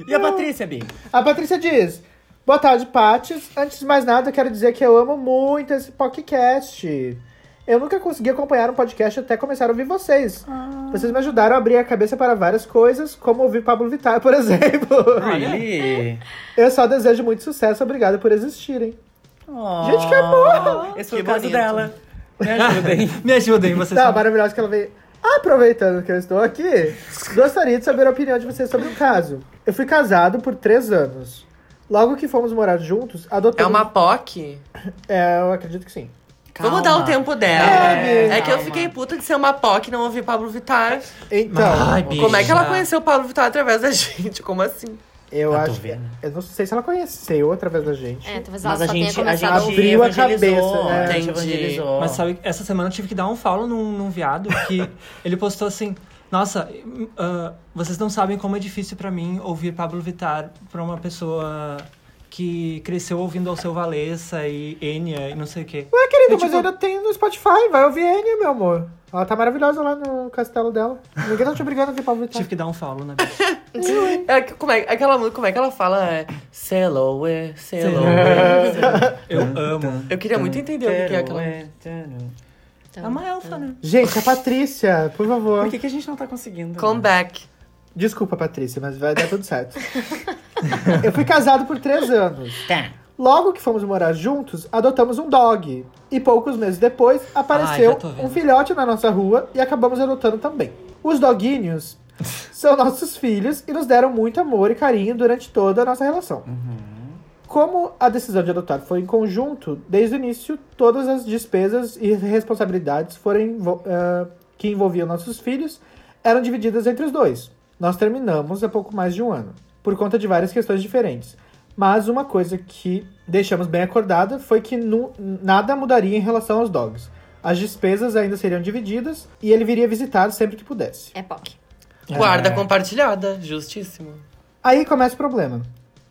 [SPEAKER 2] E a Patrícia, Bi?
[SPEAKER 4] a Patrícia diz. Boa tarde, Patis. Antes de mais nada, eu quero dizer que eu amo muito esse podcast. Eu nunca consegui acompanhar um podcast até começar a ouvir vocês. Vocês me ajudaram a abrir a cabeça para várias coisas, como ouvir Pablo Vittar, por exemplo.
[SPEAKER 2] Really?
[SPEAKER 4] Eu só desejo muito sucesso, obrigado por existirem.
[SPEAKER 2] Oh.
[SPEAKER 4] Gente, que amor!
[SPEAKER 2] Esse foi
[SPEAKER 1] Que
[SPEAKER 2] o caso
[SPEAKER 1] bonito.
[SPEAKER 2] dela. Me ajudem.
[SPEAKER 3] Me ajudem, vocês
[SPEAKER 4] Não,
[SPEAKER 3] são-
[SPEAKER 4] maravilhoso que ela veio. Aproveitando que eu estou aqui, gostaria de saber a opinião de vocês sobre o caso. Eu fui casado por três anos. Logo que fomos morar juntos,
[SPEAKER 1] É
[SPEAKER 4] adotamos.
[SPEAKER 1] uma POC?
[SPEAKER 4] É, eu acredito que sim.
[SPEAKER 1] Vamos dar o tempo dela.
[SPEAKER 4] É,
[SPEAKER 1] É,
[SPEAKER 4] Bia.
[SPEAKER 1] que eu fiquei puta de ser uma POC e não ouvir Pablo Vittar.
[SPEAKER 4] Então,
[SPEAKER 3] Ai, bicha.
[SPEAKER 1] Como é que ela conheceu o Pablo Vittar através da gente? Como assim?
[SPEAKER 4] eu
[SPEAKER 2] Eu
[SPEAKER 3] Tá,
[SPEAKER 2] tô
[SPEAKER 4] acho. que-
[SPEAKER 2] vendo.
[SPEAKER 4] Eu não sei se ela conheceu através da gente.
[SPEAKER 5] É, talvez ela
[SPEAKER 2] Mas a
[SPEAKER 5] só tenha
[SPEAKER 2] gente, a
[SPEAKER 5] começado a
[SPEAKER 2] gente
[SPEAKER 5] ouvir.
[SPEAKER 4] Abriu a
[SPEAKER 2] evangelizou,
[SPEAKER 4] cabeça, né?
[SPEAKER 2] A gente
[SPEAKER 1] Entendi.
[SPEAKER 2] evangelizou.
[SPEAKER 3] Mas sabe, essa semana eu tive que dar um follow num, num viado que ele postou assim: Nossa, hum, ah, vocês não sabem como é difícil pra mim ouvir Pablo Vittar pra uma pessoa que cresceu ouvindo Alceu Valença e Enya e não sei o quê.
[SPEAKER 4] Ué, Tá, querido,
[SPEAKER 3] É,
[SPEAKER 4] mas
[SPEAKER 3] tipo-
[SPEAKER 4] eu ainda tenho no Spotify. Vai ouvir a Enya, meu amor. Ela tá maravilhosa lá no castelo dela. Ninguém tá te obrigando a ter Pablo Vittar.
[SPEAKER 3] Tive que dar um follow na bicha.
[SPEAKER 1] É, que- como, é, aquela, música- como é que ela fala? É, eh, Seloe, Seloe.
[SPEAKER 3] Seloe. Eu amo.
[SPEAKER 1] Eu queria muito entender o que que é aquela música.
[SPEAKER 3] É uma
[SPEAKER 2] então.
[SPEAKER 3] elfa, né?
[SPEAKER 4] Gente, a Patrícia, por favor.
[SPEAKER 6] Por que, que a gente não tá conseguindo?
[SPEAKER 2] né?
[SPEAKER 1] Come back.
[SPEAKER 4] Desculpa, Patrícia, mas vai dar tudo certo. eu fui casado por três anos.
[SPEAKER 2] Tá.
[SPEAKER 4] Logo que fomos morar juntos, adotamos um dog. E poucos meses depois,
[SPEAKER 3] Ai,
[SPEAKER 4] apareceu
[SPEAKER 3] já tô vendo.
[SPEAKER 4] um filhote na nossa rua e acabamos adotando também. Os doguinhos são nossos filhos e nos deram muito amor e carinho durante toda a nossa relação. Como a decisão de adotar foi em conjunto, desde o início, todas as despesas e responsabilidades foram envo- ah, que envolviam nossos filhos eram divididas entre os dois. Nós terminamos há pouco mais de um ano, por conta de várias questões diferentes. Mas uma coisa que deixamos bem acordada foi que nu- nada mudaria em relação aos dogs. As despesas ainda seriam divididas e ele viria visitar sempre que pudesse.
[SPEAKER 5] É POC.
[SPEAKER 1] Guarda compartilhada. Justíssimo.
[SPEAKER 4] Aí começa o problema.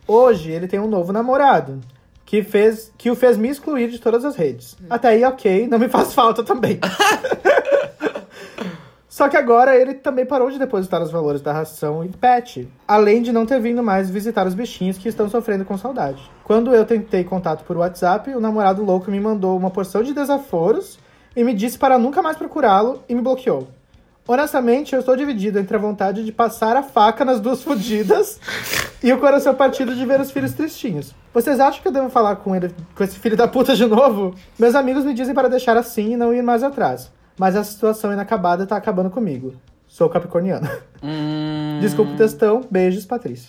[SPEAKER 4] Hoje ele tem um novo namorado que fez que o fez me excluir de todas as redes. Até aí, ok, não me faz falta também. Só que agora ele também parou de depositar os valores da ração e pet, além de não ter vindo mais visitar os bichinhos que estão sofrendo com saudade. Quando eu tentei contato por WhatsApp, o namorado louco me mandou uma porção de desaforos e me disse para nunca mais procurá-lo e me bloqueou. Honestamente, eu estou dividido entre a vontade de passar a faca nas duas fodidas e o coração partido de ver os filhos tristinhos. Vocês acham que eu devo falar com ele, com esse filho da puta de novo? Meus amigos me dizem para deixar assim e não ir mais atrás. Mas a situação inacabada tá acabando comigo. Sou capricorniano.
[SPEAKER 2] Hum.
[SPEAKER 4] Desculpa o textão. Beijos, Patrícia.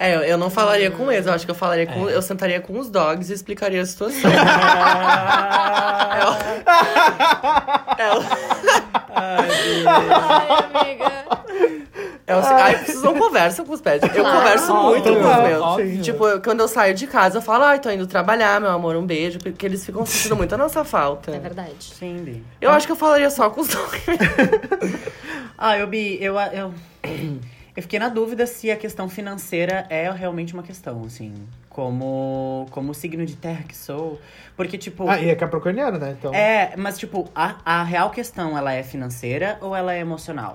[SPEAKER 1] É, eu, eu não falaria com eles. Eu acho que eu falaria com... Eu sentaria com os dogs e explicaria a situação. É
[SPEAKER 5] Ai, amiga.
[SPEAKER 1] É o se- Ai, vocês não conversam com os pets. Eu
[SPEAKER 5] Ah. Claro.
[SPEAKER 1] converso muito com os
[SPEAKER 4] Óbvio,
[SPEAKER 1] meus.
[SPEAKER 4] óbvio.
[SPEAKER 1] Tipo, eu- quando eu saio de casa, eu falo, ai, tô indo trabalhar, meu amor, um beijo. Porque eles ficam sentindo muito a nossa falta.
[SPEAKER 5] É verdade.
[SPEAKER 2] Sim, Bi.
[SPEAKER 1] Eu acho que eu falaria só com os dois.
[SPEAKER 2] Ah, eu, Bi, eu, eu, eu fiquei na dúvida se a questão financeira é realmente uma questão, assim. Como, como signo de terra que sou. Porque, tipo.
[SPEAKER 4] Ah, e é capricorniano, né? Então.
[SPEAKER 2] É, mas tipo, a, a real questão, ela é financeira ou ela é emocional?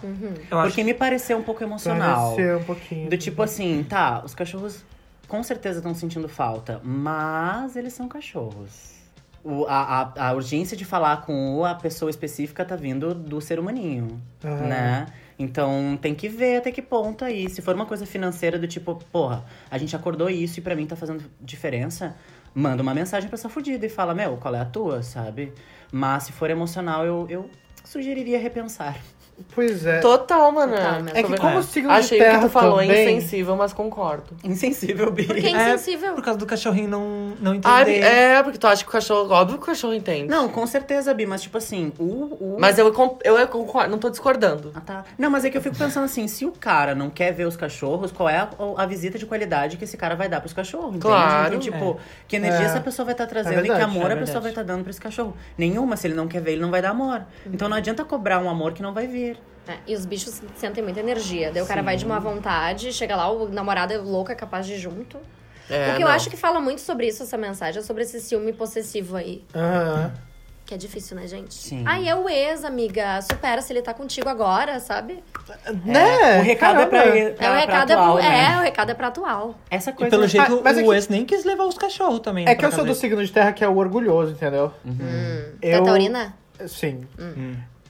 [SPEAKER 3] Eu acho
[SPEAKER 2] Porque me pareceu um pouco emocional.
[SPEAKER 4] Pareceu um pouquinho.
[SPEAKER 2] Do tipo assim, tá, os cachorros com certeza estão sentindo falta, mas eles são cachorros. O- a, a- a urgência de falar com a pessoa específica tá vindo do ser humaninho,
[SPEAKER 4] Ah.
[SPEAKER 2] né? Então tem que ver até que ponto aí. Se for uma coisa financeira do tipo, porra, a gente acordou isso e pra mim tá fazendo diferença, manda uma mensagem pra essa fudida e fala, meu, qual é a tua, sabe? Mas se for emocional, eu, eu sugeriria repensar.
[SPEAKER 4] Pois é.
[SPEAKER 1] Total, mano.
[SPEAKER 5] Total, né?
[SPEAKER 4] É que como o signo de
[SPEAKER 1] Achei o
[SPEAKER 4] terra
[SPEAKER 1] que tu falou
[SPEAKER 4] também...
[SPEAKER 1] insensível, mas concordo.
[SPEAKER 2] Insensível, Bi.
[SPEAKER 5] Porque é insensível.
[SPEAKER 3] por causa do cachorrinho não, não
[SPEAKER 1] Ah,
[SPEAKER 3] entender.
[SPEAKER 1] é, porque tu acha que o cachorro. Óbvio que o cachorro entende.
[SPEAKER 2] Não, com certeza, Bi, mas tipo assim, o. o...
[SPEAKER 1] Mas eu, con- eu, eu concordo, não tô discordando.
[SPEAKER 2] Ah, tá. Não, mas é que eu fico pensando assim, se o cara não quer ver os cachorros, qual é a, a visita de qualidade que esse cara vai dar pros cachorros, entende?
[SPEAKER 1] Claro.
[SPEAKER 2] Então, tipo, que energia
[SPEAKER 4] É.
[SPEAKER 2] essa pessoa vai estar trazendo e
[SPEAKER 4] verdade,
[SPEAKER 2] que
[SPEAKER 4] é
[SPEAKER 2] amor a pessoa
[SPEAKER 3] verdade.
[SPEAKER 2] vai estar dando pra esse cachorro? Nenhuma, se ele não quer ver, ele não vai dar amor. Então não adianta cobrar um amor que não vai vir.
[SPEAKER 5] É, e os bichos sentem muita energia. Daí o cara vai de má vontade, chega lá, o namorado é louco, é capaz de ir junto.
[SPEAKER 1] É,
[SPEAKER 5] o que eu
[SPEAKER 1] não.
[SPEAKER 5] acho que fala muito sobre isso, essa mensagem, é sobre esse ciúme possessivo aí.
[SPEAKER 4] Aham.
[SPEAKER 5] Que é difícil, né, gente?
[SPEAKER 2] Sim.
[SPEAKER 5] Aí é o ex, amiga. Supera se ele tá contigo agora, sabe?
[SPEAKER 4] Né?
[SPEAKER 2] É, o recado é pra
[SPEAKER 4] Caramba.
[SPEAKER 2] ele.
[SPEAKER 5] é, o
[SPEAKER 2] pra- pra
[SPEAKER 5] recado
[SPEAKER 2] atual,
[SPEAKER 5] é, pro-
[SPEAKER 2] né?
[SPEAKER 5] é, o recado é pra atual.
[SPEAKER 2] Essa
[SPEAKER 3] E
[SPEAKER 2] coisa.
[SPEAKER 3] pelo jeito,
[SPEAKER 4] Ah, mas é
[SPEAKER 3] o
[SPEAKER 4] que-
[SPEAKER 3] ex nem quis levar os cachorros também.
[SPEAKER 4] É que
[SPEAKER 3] pra
[SPEAKER 4] eu sou do
[SPEAKER 3] casa.
[SPEAKER 4] signo de terra que é o orgulhoso, entendeu?
[SPEAKER 2] Uhum.
[SPEAKER 5] Tá taurina?
[SPEAKER 4] Sim.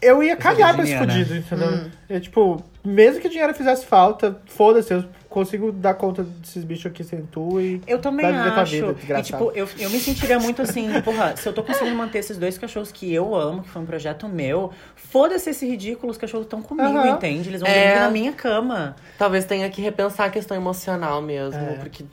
[SPEAKER 4] Eu ia cagar pra esse
[SPEAKER 2] virginiana.
[SPEAKER 4] fudido, entendeu? Eu, tipo, mesmo que dinheiro fizesse falta, foda-se, eu consigo dar conta desses bichos aqui sem tu e.
[SPEAKER 2] Eu também
[SPEAKER 4] Vai viver tua
[SPEAKER 2] acho.
[SPEAKER 4] vida,
[SPEAKER 2] e,
[SPEAKER 4] desgraçado.
[SPEAKER 2] tipo, eu, eu me sentiria muito assim, porra, se eu tô conseguindo manter esses dois cachorros que eu amo, que foi um projeto meu, foda-se esse ridículo, os cachorros estão comigo,
[SPEAKER 4] Aham.
[SPEAKER 2] entende? Eles vão
[SPEAKER 1] É.
[SPEAKER 2] dormir na minha cama.
[SPEAKER 1] Talvez tenha que repensar a questão emocional mesmo, porque.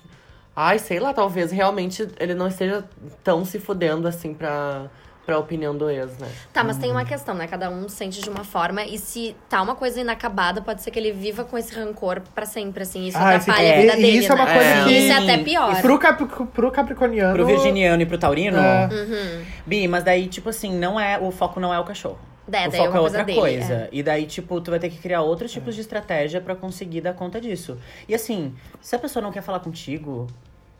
[SPEAKER 1] Ai, sei lá, talvez realmente ele não esteja tão se fudendo assim pra, pra opinião do ex, né?
[SPEAKER 5] Tá, mas
[SPEAKER 2] Hum.
[SPEAKER 5] tem uma questão, né? Cada um sente de uma forma. E se tá uma coisa inacabada, pode ser que ele viva com esse rancor pra sempre, assim. Isso
[SPEAKER 4] Ah, esse-
[SPEAKER 5] atrapalha a
[SPEAKER 4] e-
[SPEAKER 5] vida
[SPEAKER 4] e
[SPEAKER 5] dele,
[SPEAKER 4] isso é uma
[SPEAKER 5] né?
[SPEAKER 4] coisa que-
[SPEAKER 5] Isso é até pior.
[SPEAKER 4] E pro, Capri- pro Capricorniano.
[SPEAKER 2] Pro virginiano e pro taurino,
[SPEAKER 4] É.
[SPEAKER 5] Uhum.
[SPEAKER 2] Bi, mas daí, tipo assim, não é, o foco não é o cachorro.
[SPEAKER 5] É,
[SPEAKER 2] o
[SPEAKER 5] daí
[SPEAKER 2] foco
[SPEAKER 5] é uma
[SPEAKER 2] é
[SPEAKER 5] coisa
[SPEAKER 2] outra
[SPEAKER 5] dele.
[SPEAKER 2] coisa.
[SPEAKER 5] é.
[SPEAKER 2] E daí, tipo, tu vai ter que criar outros
[SPEAKER 4] É.
[SPEAKER 2] tipos de estratégia pra conseguir dar conta disso. E assim, se a pessoa não quer falar contigo,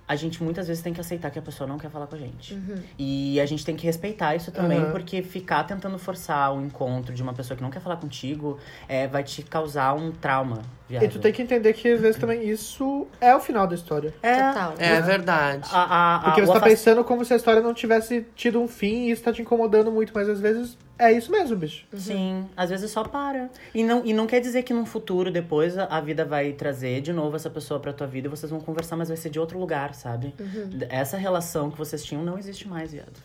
[SPEAKER 2] a gente muitas vezes tem que aceitar que a pessoa não quer falar com a gente.
[SPEAKER 5] Uhum.
[SPEAKER 2] E a gente tem que respeitar isso também,
[SPEAKER 4] Uhum.
[SPEAKER 2] porque ficar tentando forçar o encontro de uma pessoa que não quer falar contigo é, vai te causar um trauma.
[SPEAKER 4] E tu tem que entender que às vezes também isso é o final da história.
[SPEAKER 5] Total.
[SPEAKER 1] É verdade.
[SPEAKER 2] A, a, a,
[SPEAKER 4] Porque
[SPEAKER 2] Ah, o
[SPEAKER 4] você tá
[SPEAKER 2] afast-
[SPEAKER 4] pensando como se a história não tivesse tido um fim e isso tá te incomodando muito, mas às vezes é isso mesmo, bicho.
[SPEAKER 2] Sim, às vezes só para. E não, e não quer dizer que num futuro, depois, a- a vida vai trazer de novo essa pessoa pra tua vida e vocês vão conversar, mas vai ser de outro lugar, sabe?
[SPEAKER 4] Uhum.
[SPEAKER 2] Essa relação que vocês tinham não existe mais, viado.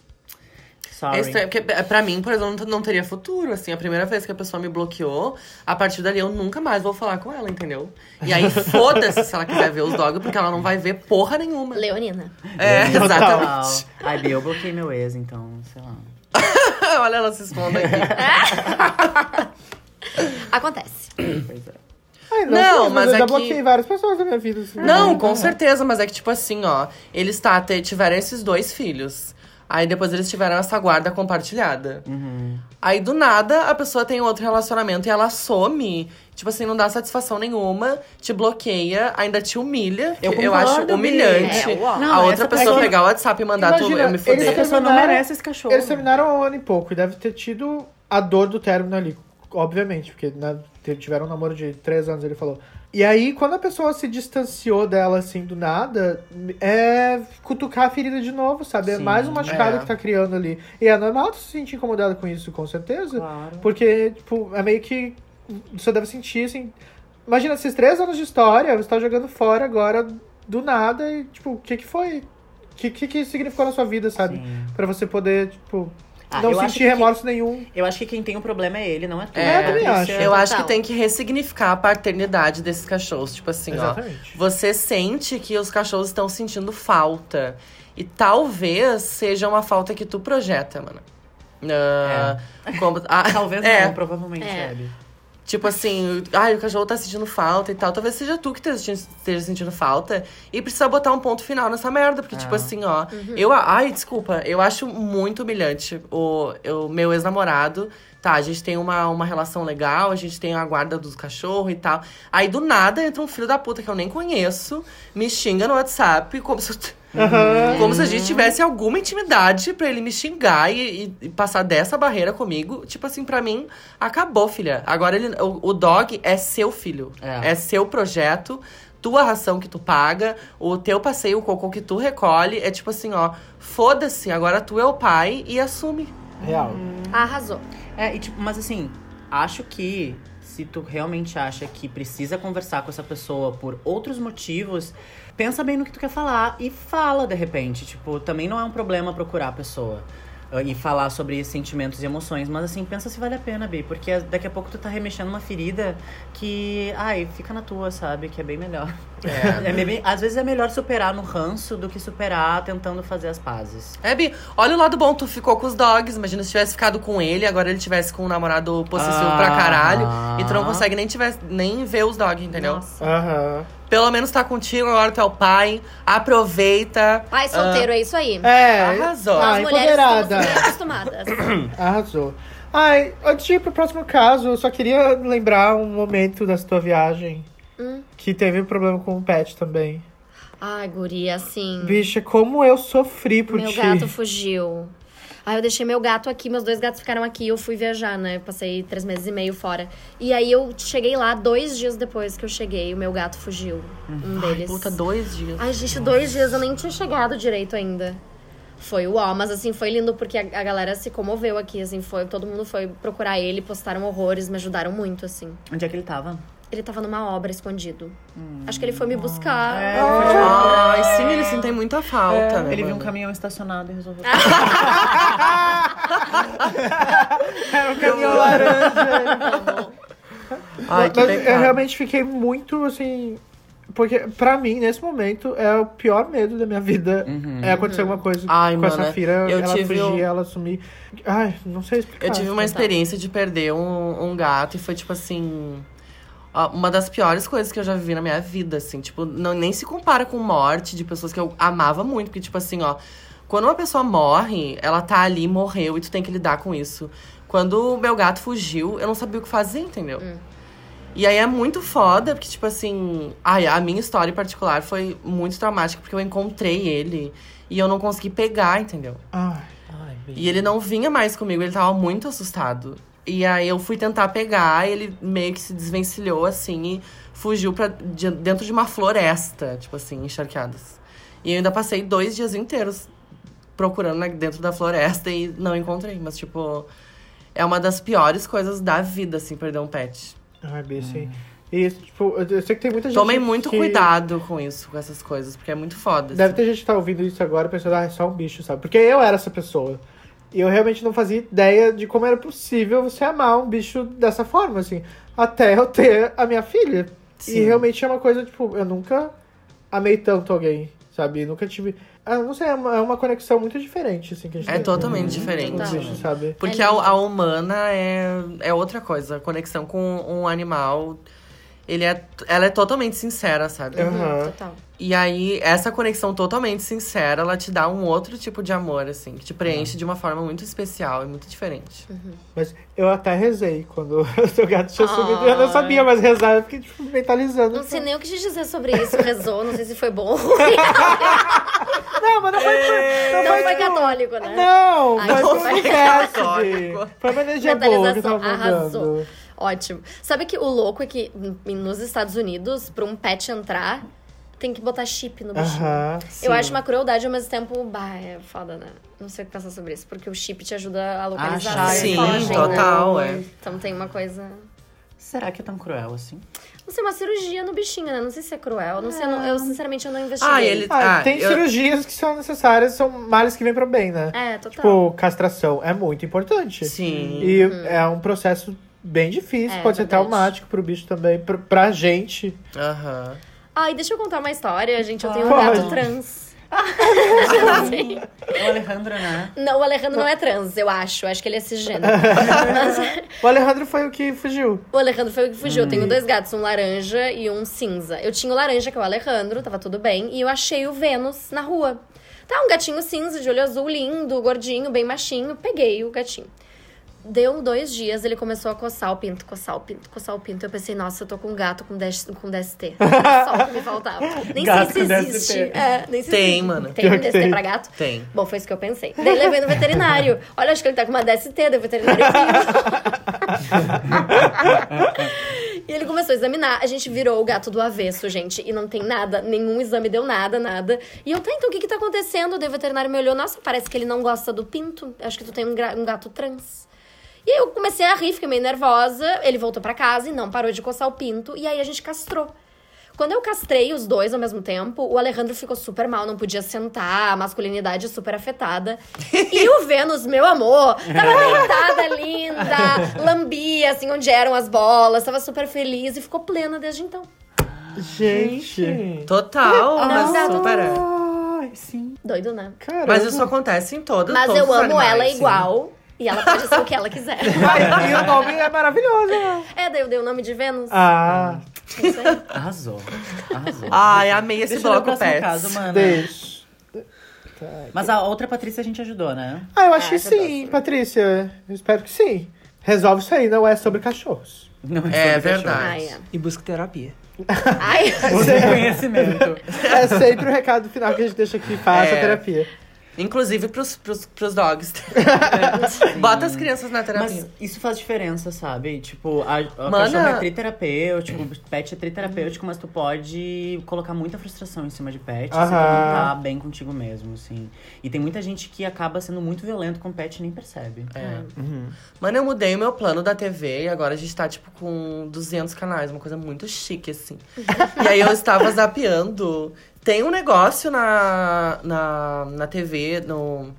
[SPEAKER 1] É
[SPEAKER 2] Sorry.
[SPEAKER 1] estranho, porque é, pra mim, por exemplo, não teria futuro, assim. A primeira vez que a pessoa me bloqueou, a partir dali eu nunca mais vou falar com ela, entendeu? E aí, foda-se se ela quiser ver os dogs, porque ela não vai ver porra nenhuma.
[SPEAKER 5] Leonina.
[SPEAKER 1] É,
[SPEAKER 2] Total.
[SPEAKER 1] exatamente.
[SPEAKER 2] Ai, Bia, eu bloqueei meu ex, então, sei lá.
[SPEAKER 1] Olha ela se expondo aqui.
[SPEAKER 5] Acontece.
[SPEAKER 2] Pois é.
[SPEAKER 4] Ai,
[SPEAKER 1] Não,
[SPEAKER 4] sei,
[SPEAKER 1] mas
[SPEAKER 4] eu
[SPEAKER 1] é
[SPEAKER 4] já
[SPEAKER 1] que-
[SPEAKER 4] bloqueei várias pessoas da minha vida. assim.
[SPEAKER 1] Não, com certeza, mas é que, tipo assim, ó, eles tá, te- tiveram esses dois filhos. Aí depois eles tiveram essa guarda compartilhada. Aí do nada a pessoa tem outro relacionamento e ela some. Tipo assim, não dá satisfação nenhuma, te bloqueia, ainda te humilha.
[SPEAKER 2] Eu
[SPEAKER 1] que eu acho
[SPEAKER 2] concordo,
[SPEAKER 1] humilhante.
[SPEAKER 5] Bi. É, uau.
[SPEAKER 2] Não,
[SPEAKER 1] a
[SPEAKER 2] essa
[SPEAKER 1] outra pessoa
[SPEAKER 2] pessoa-
[SPEAKER 1] pegar o WhatsApp e mandar tu,
[SPEAKER 4] Imagina,
[SPEAKER 1] eu me
[SPEAKER 4] eles
[SPEAKER 1] fuder.
[SPEAKER 2] Essa pessoa não
[SPEAKER 4] terminaram-
[SPEAKER 2] merece esse cachorro.
[SPEAKER 4] Eles terminaram há um ano e pouco e deve ter tido a dor do término ali, obviamente, porque né, te- tiveram um namoro de três anos, ele falou. E aí, quando a pessoa se distanciou dela, assim, do nada, é cutucar a ferida de novo, sabe? É
[SPEAKER 2] Sim,
[SPEAKER 4] mais um machucado
[SPEAKER 1] é.
[SPEAKER 4] que tá criando ali. E é normal tu se sentir incomodado com isso, com certeza.
[SPEAKER 2] Claro.
[SPEAKER 4] Porque, tipo, é meio que. Você deve sentir, assim. Imagina, esses três anos de história, você tá jogando fora agora do nada e, tipo, o que que foi? O que, que que significou na sua vida, sabe?
[SPEAKER 2] Sim.
[SPEAKER 4] Pra você poder, tipo,
[SPEAKER 2] Ah,
[SPEAKER 4] não
[SPEAKER 2] eu acho
[SPEAKER 4] sentir
[SPEAKER 2] que-
[SPEAKER 4] remorso nenhum.
[SPEAKER 2] Eu acho que quem tem o problema é ele, não é tu.
[SPEAKER 1] É, eu
[SPEAKER 4] também acho.
[SPEAKER 1] Eu acho que
[SPEAKER 5] Total.
[SPEAKER 1] tem que ressignificar a paternidade desses cachorros. Tipo assim, ó.
[SPEAKER 4] Exatamente.
[SPEAKER 1] Você sente que os cachorros estão sentindo falta. E talvez seja uma falta que tu projeta, mano. Ah, como- ah,
[SPEAKER 2] Talvez
[SPEAKER 1] é,
[SPEAKER 2] não, provavelmente,
[SPEAKER 5] É.
[SPEAKER 2] é. Abby.
[SPEAKER 1] Tipo assim, ai, o cachorro tá sentindo falta e tal. Talvez seja tu que esteja sentindo- esteja sentindo falta. E precisa botar um ponto final nessa merda. Porque,
[SPEAKER 2] É.
[SPEAKER 1] tipo assim, ó. Eu, a- ai, desculpa. Eu acho muito humilhante. O eu, meu ex-namorado, tá? A gente tem uma, uma relação legal, a gente tem a guarda dos cachorros e tal. Aí do nada entra um filho da puta que eu nem conheço, me xinga no WhatsApp, como se, eu t-
[SPEAKER 4] Aham.
[SPEAKER 1] como se a gente tivesse alguma intimidade pra ele me xingar e, e- e passar dessa barreira comigo. Tipo assim, pra mim, acabou, filha. Agora ele, o, o dog é seu filho.
[SPEAKER 2] É.
[SPEAKER 1] É. seu projeto, tua ração que tu paga, o teu passeio, o cocô que tu recolhe. É tipo assim, ó, foda-se, agora tu é o pai e assume.
[SPEAKER 4] Uhum. Real.
[SPEAKER 5] Arrasou.
[SPEAKER 2] É, e tipo, mas assim, acho que se tu realmente acha que precisa conversar com essa pessoa por outros motivos, pensa bem no que tu quer falar e fala de repente. Tipo, também não é um problema procurar a pessoa. ah, E falar sobre sentimentos e emoções, mas assim, pensa se vale a pena, Bi, porque daqui a pouco tu tá remexendo uma ferida que, ai, fica na tua, sabe? Que é bem melhor. É. bem- às vezes é melhor superar no ranço do que superar tentando fazer as pazes.
[SPEAKER 1] É, Bi, olha o lado bom, tu ficou com os dogs. Imagina se tivesse ficado com ele, agora ele tivesse com um namorado possessivo
[SPEAKER 2] Ah.
[SPEAKER 1] pra caralho. E tu não consegue nem, tivesse, nem ver os dogs, entendeu?
[SPEAKER 5] Nossa.
[SPEAKER 4] Aham.
[SPEAKER 1] Pelo menos tá contigo, agora tu é o pai. Aproveita.
[SPEAKER 5] Pai solteiro, é isso aí.
[SPEAKER 4] É.
[SPEAKER 1] Arrasou.
[SPEAKER 4] Ah,
[SPEAKER 5] As mulheres
[SPEAKER 4] empoderada.
[SPEAKER 5] estamos bem acostumadas.
[SPEAKER 4] É, Arrasou. Ai, antes de ir pro próximo caso, eu só queria lembrar um momento dessa tua viagem.
[SPEAKER 5] Hum.
[SPEAKER 4] Que teve um problema com o pet também.
[SPEAKER 5] Ai, guria, assim.
[SPEAKER 4] Bicha, como eu sofri por
[SPEAKER 5] Meu
[SPEAKER 4] ti.
[SPEAKER 5] gato fugiu. Aí eu deixei meu gato aqui, meus dois gatos ficaram aqui, eu fui viajar, né? Eu passei três meses e meio fora. E aí eu cheguei lá, dois dias depois que eu cheguei, o meu gato fugiu. Um
[SPEAKER 1] Ai,
[SPEAKER 5] deles.
[SPEAKER 1] puta, dois dias.
[SPEAKER 5] Ai, gente, dois dias eu nem tinha chegado direito ainda. Foi uau, mas assim, foi lindo porque a, a galera se comoveu aqui, assim, foi, todo mundo foi procurar ele, postaram horrores, me ajudaram muito, assim.
[SPEAKER 2] Onde é que ele tava?
[SPEAKER 5] Ele tava numa obra escondido.
[SPEAKER 1] Hum.
[SPEAKER 5] Acho que ele foi me buscar.
[SPEAKER 1] É.
[SPEAKER 4] Ah.
[SPEAKER 1] Ai, sim, ele sentem muita
[SPEAKER 4] É,
[SPEAKER 1] falta, né?
[SPEAKER 6] Ele viu um
[SPEAKER 1] mano?
[SPEAKER 6] caminhão estacionado e resolveu.
[SPEAKER 4] Era um caminhão laranja.
[SPEAKER 1] Ai, que
[SPEAKER 4] Mas é,
[SPEAKER 1] pecado.
[SPEAKER 4] eu realmente fiquei muito assim. Porque, pra mim, nesse momento, é o pior medo da minha vida.
[SPEAKER 2] Uhum.
[SPEAKER 4] É acontecer alguma coisa
[SPEAKER 1] Uhum. Ai,
[SPEAKER 4] com
[SPEAKER 1] mano, é.
[SPEAKER 4] a Safira.
[SPEAKER 1] eu
[SPEAKER 4] ela
[SPEAKER 1] tive
[SPEAKER 4] fugir,
[SPEAKER 1] um-
[SPEAKER 4] ela sumir. Ai, não sei explicar.
[SPEAKER 1] Eu tive uma experiência de perder um, um gato e foi tipo assim. a- Uma das piores coisas que eu já vivi na minha vida, assim. Tipo, não, nem se compara com morte de pessoas que eu amava muito. Porque, tipo assim, ó. Quando uma pessoa morre, ela tá ali, morreu, e tu tem que lidar com isso. Quando o meu gato fugiu, eu não sabia o que fazer, entendeu? E aí é muito foda, porque, tipo assim. Ai, a minha história em particular foi muito traumática, porque eu encontrei ele e eu não consegui pegar, entendeu?
[SPEAKER 4] Ai,
[SPEAKER 1] E ele não vinha mais comigo, ele tava muito assustado. E aí eu fui tentar pegar, ele meio que se desvencilhou assim e fugiu para dentro de uma floresta, tipo assim, encharqueadas. E eu ainda passei dois dias inteiros procurando na- dentro da floresta e não encontrei. Mas, tipo, é uma das piores coisas da vida, assim, perder um pet.
[SPEAKER 4] ai, Bi, sim. E, assim. tipo, eu eu sei que tem muita gente.
[SPEAKER 1] Uhum. Tomei muito
[SPEAKER 4] que-
[SPEAKER 1] cuidado com isso, com essas coisas, porque é muito foda.
[SPEAKER 4] Deve
[SPEAKER 1] assim.
[SPEAKER 4] ter gente que tá ouvindo isso agora pensando, ah, é só um bicho, sabe? Porque eu era essa pessoa. E eu realmente não fazia ideia de como era possível você amar um bicho dessa forma, assim. Até eu ter a minha filha. E
[SPEAKER 1] Sim.
[SPEAKER 4] realmente é uma coisa, tipo, eu nunca amei tanto alguém, sabe? Nunca tive. Ah, não sei, é uma, é uma conexão muito diferente, assim, que a gente
[SPEAKER 1] É
[SPEAKER 4] tem
[SPEAKER 1] totalmente
[SPEAKER 4] com
[SPEAKER 1] diferente.
[SPEAKER 4] os bichos, sabe?
[SPEAKER 1] Porque
[SPEAKER 5] É
[SPEAKER 1] a,
[SPEAKER 5] lindo.
[SPEAKER 1] a humana é, é outra coisa. A conexão com um animal, ele é, ela é totalmente sincera, sabe?
[SPEAKER 4] Aham.
[SPEAKER 5] Total.
[SPEAKER 1] E aí, essa conexão totalmente sincera, ela te dá um outro tipo de amor, assim, que te preenche de uma forma muito especial e muito diferente.
[SPEAKER 4] Mas eu até rezei quando o seu gato tinha sumido. Eu
[SPEAKER 1] Ah.
[SPEAKER 4] não sabia, mas rezar eu fiquei, tipo, mentalizando.
[SPEAKER 5] Não sei nem o que te dizer sobre isso. Rezou, não sei se foi bom ou ruim.
[SPEAKER 4] Não, mas não foi. Não,
[SPEAKER 5] Não foi
[SPEAKER 4] tipo,
[SPEAKER 5] católico, né?
[SPEAKER 4] Não,
[SPEAKER 5] Ai,
[SPEAKER 4] mas
[SPEAKER 5] não
[SPEAKER 4] foi
[SPEAKER 5] foi
[SPEAKER 4] sucesso.
[SPEAKER 1] católico.
[SPEAKER 4] Foi uma energia boa que eu tava
[SPEAKER 5] arrasou.
[SPEAKER 4] mandando.
[SPEAKER 5] Ótimo. Sabe que o louco é que n- nos Estados Unidos, pra um pet entrar, tem que botar chip no bichinho.
[SPEAKER 4] Aham.
[SPEAKER 5] Eu acho uma crueldade, ao mesmo tempo, bah, é foda, né? Não sei o que pensar sobre isso, porque o chip te ajuda a localizar.
[SPEAKER 6] Achar,
[SPEAKER 5] onde
[SPEAKER 6] Sim,
[SPEAKER 1] Sim,
[SPEAKER 5] fogem, né?
[SPEAKER 1] total, é.
[SPEAKER 5] Então tem uma coisa.
[SPEAKER 6] Será que é tão cruel assim?
[SPEAKER 5] Não sei, uma cirurgia no bichinho, né? Não sei se é cruel. Não sei, eu, não- eu, sinceramente eu não investiguei.
[SPEAKER 1] Ah, ele.
[SPEAKER 4] Ah,
[SPEAKER 1] ah,
[SPEAKER 4] tem
[SPEAKER 1] eu-
[SPEAKER 4] cirurgias que são necessárias, são males que vêm pro bem, né?
[SPEAKER 5] É, total.
[SPEAKER 4] Tipo, castração é muito importante.
[SPEAKER 1] Sim.
[SPEAKER 4] E é um processo bem difícil,
[SPEAKER 5] Uhum. É,
[SPEAKER 4] pode ser
[SPEAKER 5] verdade.
[SPEAKER 4] traumático pro bicho também, pra, pra gente.
[SPEAKER 1] Aham.
[SPEAKER 5] Ah, e deixa eu contar uma história, gente. Eu
[SPEAKER 6] Ah,
[SPEAKER 5] tenho um
[SPEAKER 4] pode.
[SPEAKER 5] gato trans. Sim.
[SPEAKER 6] É o Alejandro, né?
[SPEAKER 5] Não, o Alejandro não é trans, eu acho. Acho que ele é cisgênero.
[SPEAKER 4] O Alejandro foi o que fugiu.
[SPEAKER 5] O Alejandro foi o que fugiu. Eu tenho
[SPEAKER 4] Hum.
[SPEAKER 5] dois gatos, um laranja e um cinza. Eu tinha o laranja, que é o Alejandro, tava tudo bem. E eu achei o Vênus na rua. Tá, um gatinho cinza, de olho azul, lindo, gordinho, bem machinho. Peguei o gatinho. Deu dois dias, ele começou a coçar o pinto, coçar o pinto, coçar o pinto. Eu pensei, nossa, eu tô com um gato com, DS com DST. Só o que me faltava. Nem
[SPEAKER 6] Gato
[SPEAKER 5] sei se
[SPEAKER 6] com
[SPEAKER 5] existe.
[SPEAKER 6] DST.
[SPEAKER 5] É, nem sei se
[SPEAKER 1] Tem,
[SPEAKER 5] existe.
[SPEAKER 1] mano.
[SPEAKER 5] Tem
[SPEAKER 4] Pior
[SPEAKER 5] um
[SPEAKER 4] que
[SPEAKER 5] DST
[SPEAKER 4] tem.
[SPEAKER 5] pra gato?
[SPEAKER 1] Tem.
[SPEAKER 5] Bom, foi isso que eu pensei. Daí levei no veterinário. Olha, acho que ele tá com uma DST, daí o veterinário viu. E ele começou a examinar. A gente virou o gato do avesso, gente. E não tem nada, nenhum exame deu nada, nada. E eu, tá, então o que que tá acontecendo? Daí o veterinário me olhou. Nossa, parece que ele não gosta do pinto. Acho que tu tem um, gra- um gato trans. E aí eu comecei a rir, fiquei meio nervosa. Ele voltou pra casa e não parou de coçar o pinto. E aí a gente castrou. Quando eu castrei os dois ao mesmo tempo, o Alejandro ficou super mal, não podia sentar, a masculinidade super afetada. E o Vênus, meu amor, tava deitada, linda, lambia, assim, onde eram as bolas, tava super feliz e ficou plena desde então.
[SPEAKER 4] Gente.
[SPEAKER 1] Total,
[SPEAKER 5] Ah,
[SPEAKER 1] mas
[SPEAKER 5] gato.
[SPEAKER 1] super é.
[SPEAKER 6] Ai, sim.
[SPEAKER 5] Doido, né?
[SPEAKER 4] Cara,
[SPEAKER 1] Mas isso acontece em todas
[SPEAKER 5] Mas
[SPEAKER 1] todos
[SPEAKER 5] eu
[SPEAKER 1] os
[SPEAKER 5] amo
[SPEAKER 1] animais,
[SPEAKER 5] ela
[SPEAKER 1] sim.
[SPEAKER 5] igual. E ela pode ser o que ela quiser.
[SPEAKER 4] Ai, e o nome é maravilhoso. né?
[SPEAKER 5] É, daí eu dei o nome de Vênus.
[SPEAKER 4] Ah,
[SPEAKER 5] é Isso aí.
[SPEAKER 6] Arrasou. Arrasou.
[SPEAKER 1] Ai, amei esse
[SPEAKER 6] Deixa eu ler o
[SPEAKER 1] bloco
[SPEAKER 6] próximo
[SPEAKER 1] pets.
[SPEAKER 6] caso,
[SPEAKER 2] Né?
[SPEAKER 6] mana.
[SPEAKER 4] deixa.
[SPEAKER 6] Mas a outra Patrícia a gente ajudou, né?
[SPEAKER 4] Ah, eu acho
[SPEAKER 5] Ah,
[SPEAKER 4] que
[SPEAKER 5] essa eu
[SPEAKER 4] sim, Patrícia. Eu espero que sim. Resolve isso aí, não é sobre cachorros.
[SPEAKER 6] Não
[SPEAKER 1] É
[SPEAKER 6] sobre
[SPEAKER 1] verdade.
[SPEAKER 5] Ai, é.
[SPEAKER 3] E busca terapia.
[SPEAKER 5] Ai,
[SPEAKER 6] cachorros. Você conhecimento.
[SPEAKER 4] É sempre o recado final que a gente deixa aqui, faça
[SPEAKER 1] É.
[SPEAKER 4] terapia.
[SPEAKER 1] Inclusive pros, pros, pros dogs. Bota as crianças na terapia.
[SPEAKER 2] Mas isso faz diferença, sabe? Tipo, a, a
[SPEAKER 1] Mana-
[SPEAKER 2] cachorro é triterapêutico, o pet é triterapêutico, mas tu pode colocar muita frustração em cima de pet se tu não
[SPEAKER 4] Aham.
[SPEAKER 2] tá bem contigo mesmo, assim. E tem muita gente que acaba sendo muito violento com o pet e nem percebe.
[SPEAKER 1] É. Mano, eu mudei o meu plano da TV e agora a gente tá, tipo, com 200 canais. Uma coisa muito chique, assim. e aí eu estava zapeando. Tem um negócio na, na, na TV, no,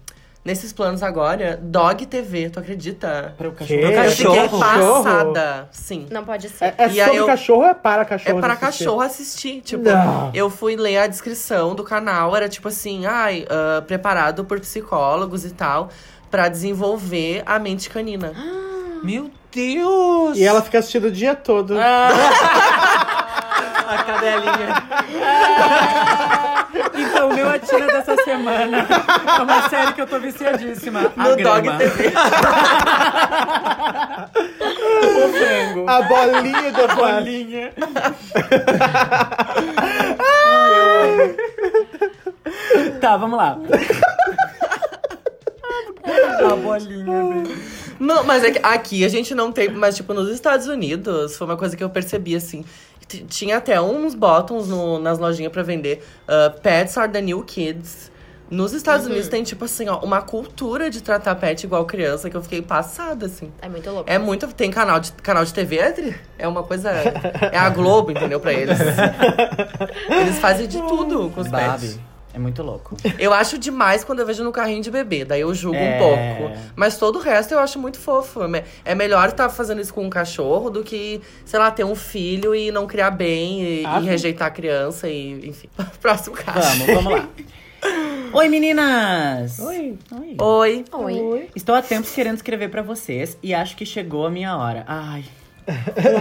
[SPEAKER 1] nesses planos agora. Dog TV, tu acredita?
[SPEAKER 2] Pra o
[SPEAKER 4] Que?
[SPEAKER 2] cachorro.
[SPEAKER 4] Pra
[SPEAKER 1] eu fiquei
[SPEAKER 4] cachorro?
[SPEAKER 1] passada. Sim.
[SPEAKER 5] Não pode ser.
[SPEAKER 4] É, é
[SPEAKER 1] E aí
[SPEAKER 4] sobre
[SPEAKER 1] eu-
[SPEAKER 4] cachorro ou é para
[SPEAKER 1] É
[SPEAKER 4] cachorro?
[SPEAKER 1] para
[SPEAKER 4] assistir?
[SPEAKER 1] cachorro assistir. Tipo,
[SPEAKER 4] Não.
[SPEAKER 1] eu fui ler a descrição do canal, era tipo assim, ai, ah, preparado por psicólogos e tal, pra desenvolver a mente canina.
[SPEAKER 3] Meu Deus!
[SPEAKER 4] E ela fica assistindo o dia todo.
[SPEAKER 3] A cadelinha.
[SPEAKER 2] Então, o meu atira dessa semana é uma série que eu tô viciadíssima.
[SPEAKER 1] No Dog TV.
[SPEAKER 4] A bolinha do aquário.
[SPEAKER 2] Bolinha. tá, vamos lá.
[SPEAKER 3] Tá
[SPEAKER 2] A bolinha. né?
[SPEAKER 1] Não, mas é que aqui a gente não tem. Mas, tipo, nos Estados Unidos, foi uma coisa que eu percebi, assim. T- Tinha até uns bottoms no- nas lojinhas pra vender. ah, pets are the new kids. Nos Estados Unidos tem, tipo assim, ó, uma cultura de tratar pet igual criança que eu fiquei passada, assim.
[SPEAKER 5] É muito louco.
[SPEAKER 1] É muito. Tem canal de, canal de TV, é tri- é uma coisa. É a Globo, entendeu? Pra eles. Eles fazem de tudo com os pets.
[SPEAKER 2] Babi. É muito louco.
[SPEAKER 1] Eu acho demais quando eu vejo no carrinho de bebê, daí eu julgo
[SPEAKER 2] É.
[SPEAKER 1] um pouco. Mas todo o resto eu acho muito fofo. É me- É melhor estar fazendo isso com um cachorro do que, sei lá, ter um filho e não criar bem e, e
[SPEAKER 4] Ah, sim.
[SPEAKER 1] rejeitar a criança e, enfim. Próximo caso.
[SPEAKER 2] Vamos, vamos lá. Oi, meninas!
[SPEAKER 4] Oi.
[SPEAKER 2] Oi.
[SPEAKER 1] Oi.
[SPEAKER 5] Oi.
[SPEAKER 2] Estou há tempos querendo escrever pra vocês e acho que chegou a minha hora. Ai.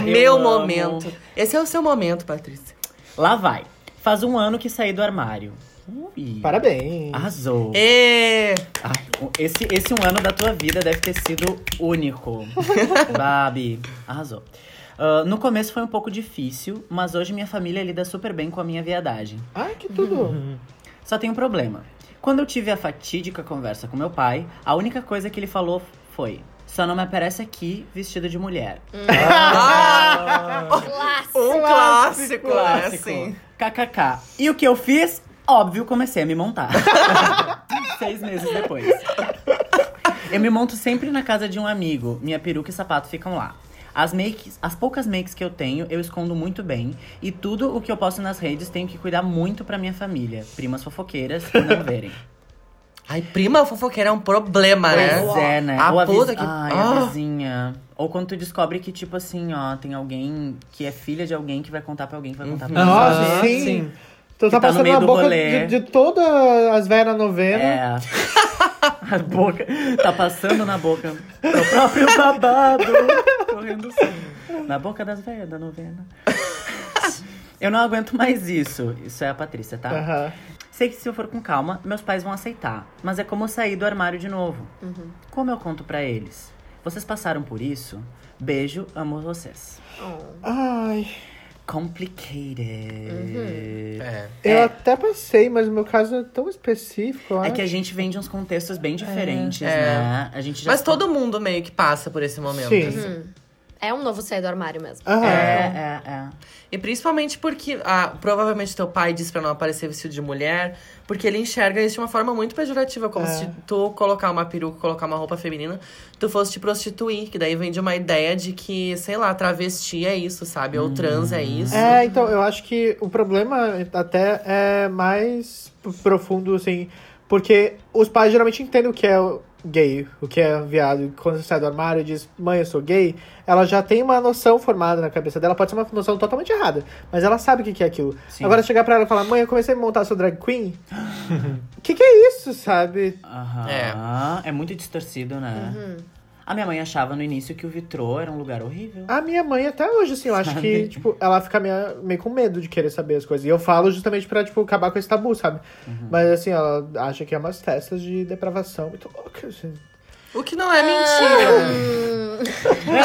[SPEAKER 1] O meu
[SPEAKER 2] amo.
[SPEAKER 1] momento. Esse é o seu momento, Patrícia.
[SPEAKER 2] Lá vai. Faz um ano que saí do armário. Ui.
[SPEAKER 4] Parabéns.
[SPEAKER 2] Ah. Arrasou.
[SPEAKER 1] É.
[SPEAKER 2] Ai, o- Ah, esse, esse um ano da tua vida deve ter sido único. Babi, arrasou. Ah, no começo foi um pouco difícil, mas hoje minha família lida super bem com a minha viadagem.
[SPEAKER 4] Ai, que tudo.
[SPEAKER 2] Só tem um problema. Quando eu tive a fatídica conversa com meu pai, a única coisa que ele falou foi: só não me aparece aqui vestido de mulher.
[SPEAKER 5] Clássico.
[SPEAKER 1] Um clássico, né? Assim.
[SPEAKER 2] KKK. E o que eu fiz? Óbvio, comecei a me montar. Seis meses depois. Eu me monto sempre na casa de um amigo. Minha peruca e sapato ficam lá. As makes, as poucas makes que eu tenho, eu escondo muito bem. E tudo o que eu posto nas redes, tenho que cuidar muito pra minha família. Primas fofoqueiras, que não verem.
[SPEAKER 1] Ai, prima fofoqueira é um problema, né?
[SPEAKER 2] Pois é, né?
[SPEAKER 1] A
[SPEAKER 2] Ou a viz-
[SPEAKER 1] puta que.
[SPEAKER 2] Ai, é a
[SPEAKER 1] Ah.
[SPEAKER 2] vizinha. Ou quando tu descobre que, tipo assim, ó, tem alguém que é filha de alguém que vai contar pra alguém que vai contar pra alguém.
[SPEAKER 4] Uhum. Nossa,
[SPEAKER 3] Aham,
[SPEAKER 4] sim.
[SPEAKER 3] sim.
[SPEAKER 4] Tu
[SPEAKER 2] Que
[SPEAKER 4] tá
[SPEAKER 2] tá no
[SPEAKER 4] passando
[SPEAKER 2] meio
[SPEAKER 4] na
[SPEAKER 2] do
[SPEAKER 4] boca
[SPEAKER 2] rolê.
[SPEAKER 4] de, de todas as velhas novenas.
[SPEAKER 2] É. A boca. Tá passando na boca. É o próprio babado. Correndo sangue. Na boca das velhas da novena. Eu não aguento mais isso. Isso é a Patrícia, tá?
[SPEAKER 4] Aham.
[SPEAKER 2] Sei que se eu for com calma, meus pais vão aceitar. Mas é como eu sair do armário de novo.
[SPEAKER 1] Uhum.
[SPEAKER 2] Como eu conto pra eles? Vocês passaram por isso? Beijo, amo vocês.
[SPEAKER 4] Ai,
[SPEAKER 2] Complicated.
[SPEAKER 1] É.
[SPEAKER 4] eu até passei, mas o meu caso é tão específico. eu
[SPEAKER 2] É que a
[SPEAKER 4] acho.
[SPEAKER 2] gente vem de uns contextos bem diferentes, né? A gente já
[SPEAKER 1] É. Mas
[SPEAKER 2] ficou-
[SPEAKER 1] todo mundo meio que passa por esse momento.
[SPEAKER 4] Sim.
[SPEAKER 1] assim.
[SPEAKER 5] É um novo sair do armário mesmo.
[SPEAKER 4] Aham.
[SPEAKER 2] né? É, é, é.
[SPEAKER 1] E principalmente porque ah, provavelmente teu pai disse pra não aparecer vestido de mulher, porque ele enxerga isso de uma forma muito pejorativa, como se tu colocar uma peruca, colocar uma roupa feminina, tu fosse te prostituir, que daí vem de uma ideia de que, sei lá, travesti é isso, sabe? Ou trans é isso.
[SPEAKER 4] É, então, eu acho que o problema até é mais p- profundo, assim, porque os pais geralmente entendem o que é o gay, o que é viado. E Quando você sai do armário e diz, mãe, eu sou gay, ela já tem uma noção formada na cabeça dela, pode ser uma noção totalmente errada, mas ela sabe o que que é aquilo.
[SPEAKER 2] Sim.
[SPEAKER 4] Agora, chegar pra ela e falar, mãe, eu comecei a montar sua drag queen, o que que é isso, sabe?
[SPEAKER 2] Aham. É. muito distorcido, né? A minha mãe achava no início que o vitrô era um lugar horrível.
[SPEAKER 4] A minha mãe até hoje, assim, eu acho que, tipo, ela fica meio, meio com medo de querer saber as coisas. E eu falo justamente pra, tipo, acabar com esse tabu, sabe?
[SPEAKER 2] Uhum.
[SPEAKER 4] Mas, assim, ela acha que é umas festas de depravação muito loucas. assim.
[SPEAKER 1] O que não é mentira. né?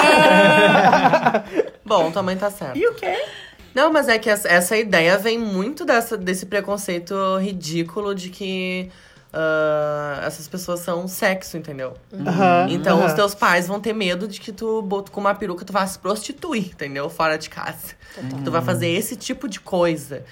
[SPEAKER 1] Bom, tua mãe tá certa.
[SPEAKER 2] E o quê?
[SPEAKER 1] Não, mas é que essa, essa ideia vem muito dessa, desse preconceito ridículo de que ah, essas pessoas são sexo, entendeu?
[SPEAKER 2] Uhum.
[SPEAKER 4] Aham,
[SPEAKER 1] Então
[SPEAKER 4] aham.
[SPEAKER 1] os teus pais vão ter medo de que tu bot- com uma peruca tu vá se prostituir, entendeu? Fora de casa. Que tu vai
[SPEAKER 4] Uhum.
[SPEAKER 1] fazer esse tipo de coisa.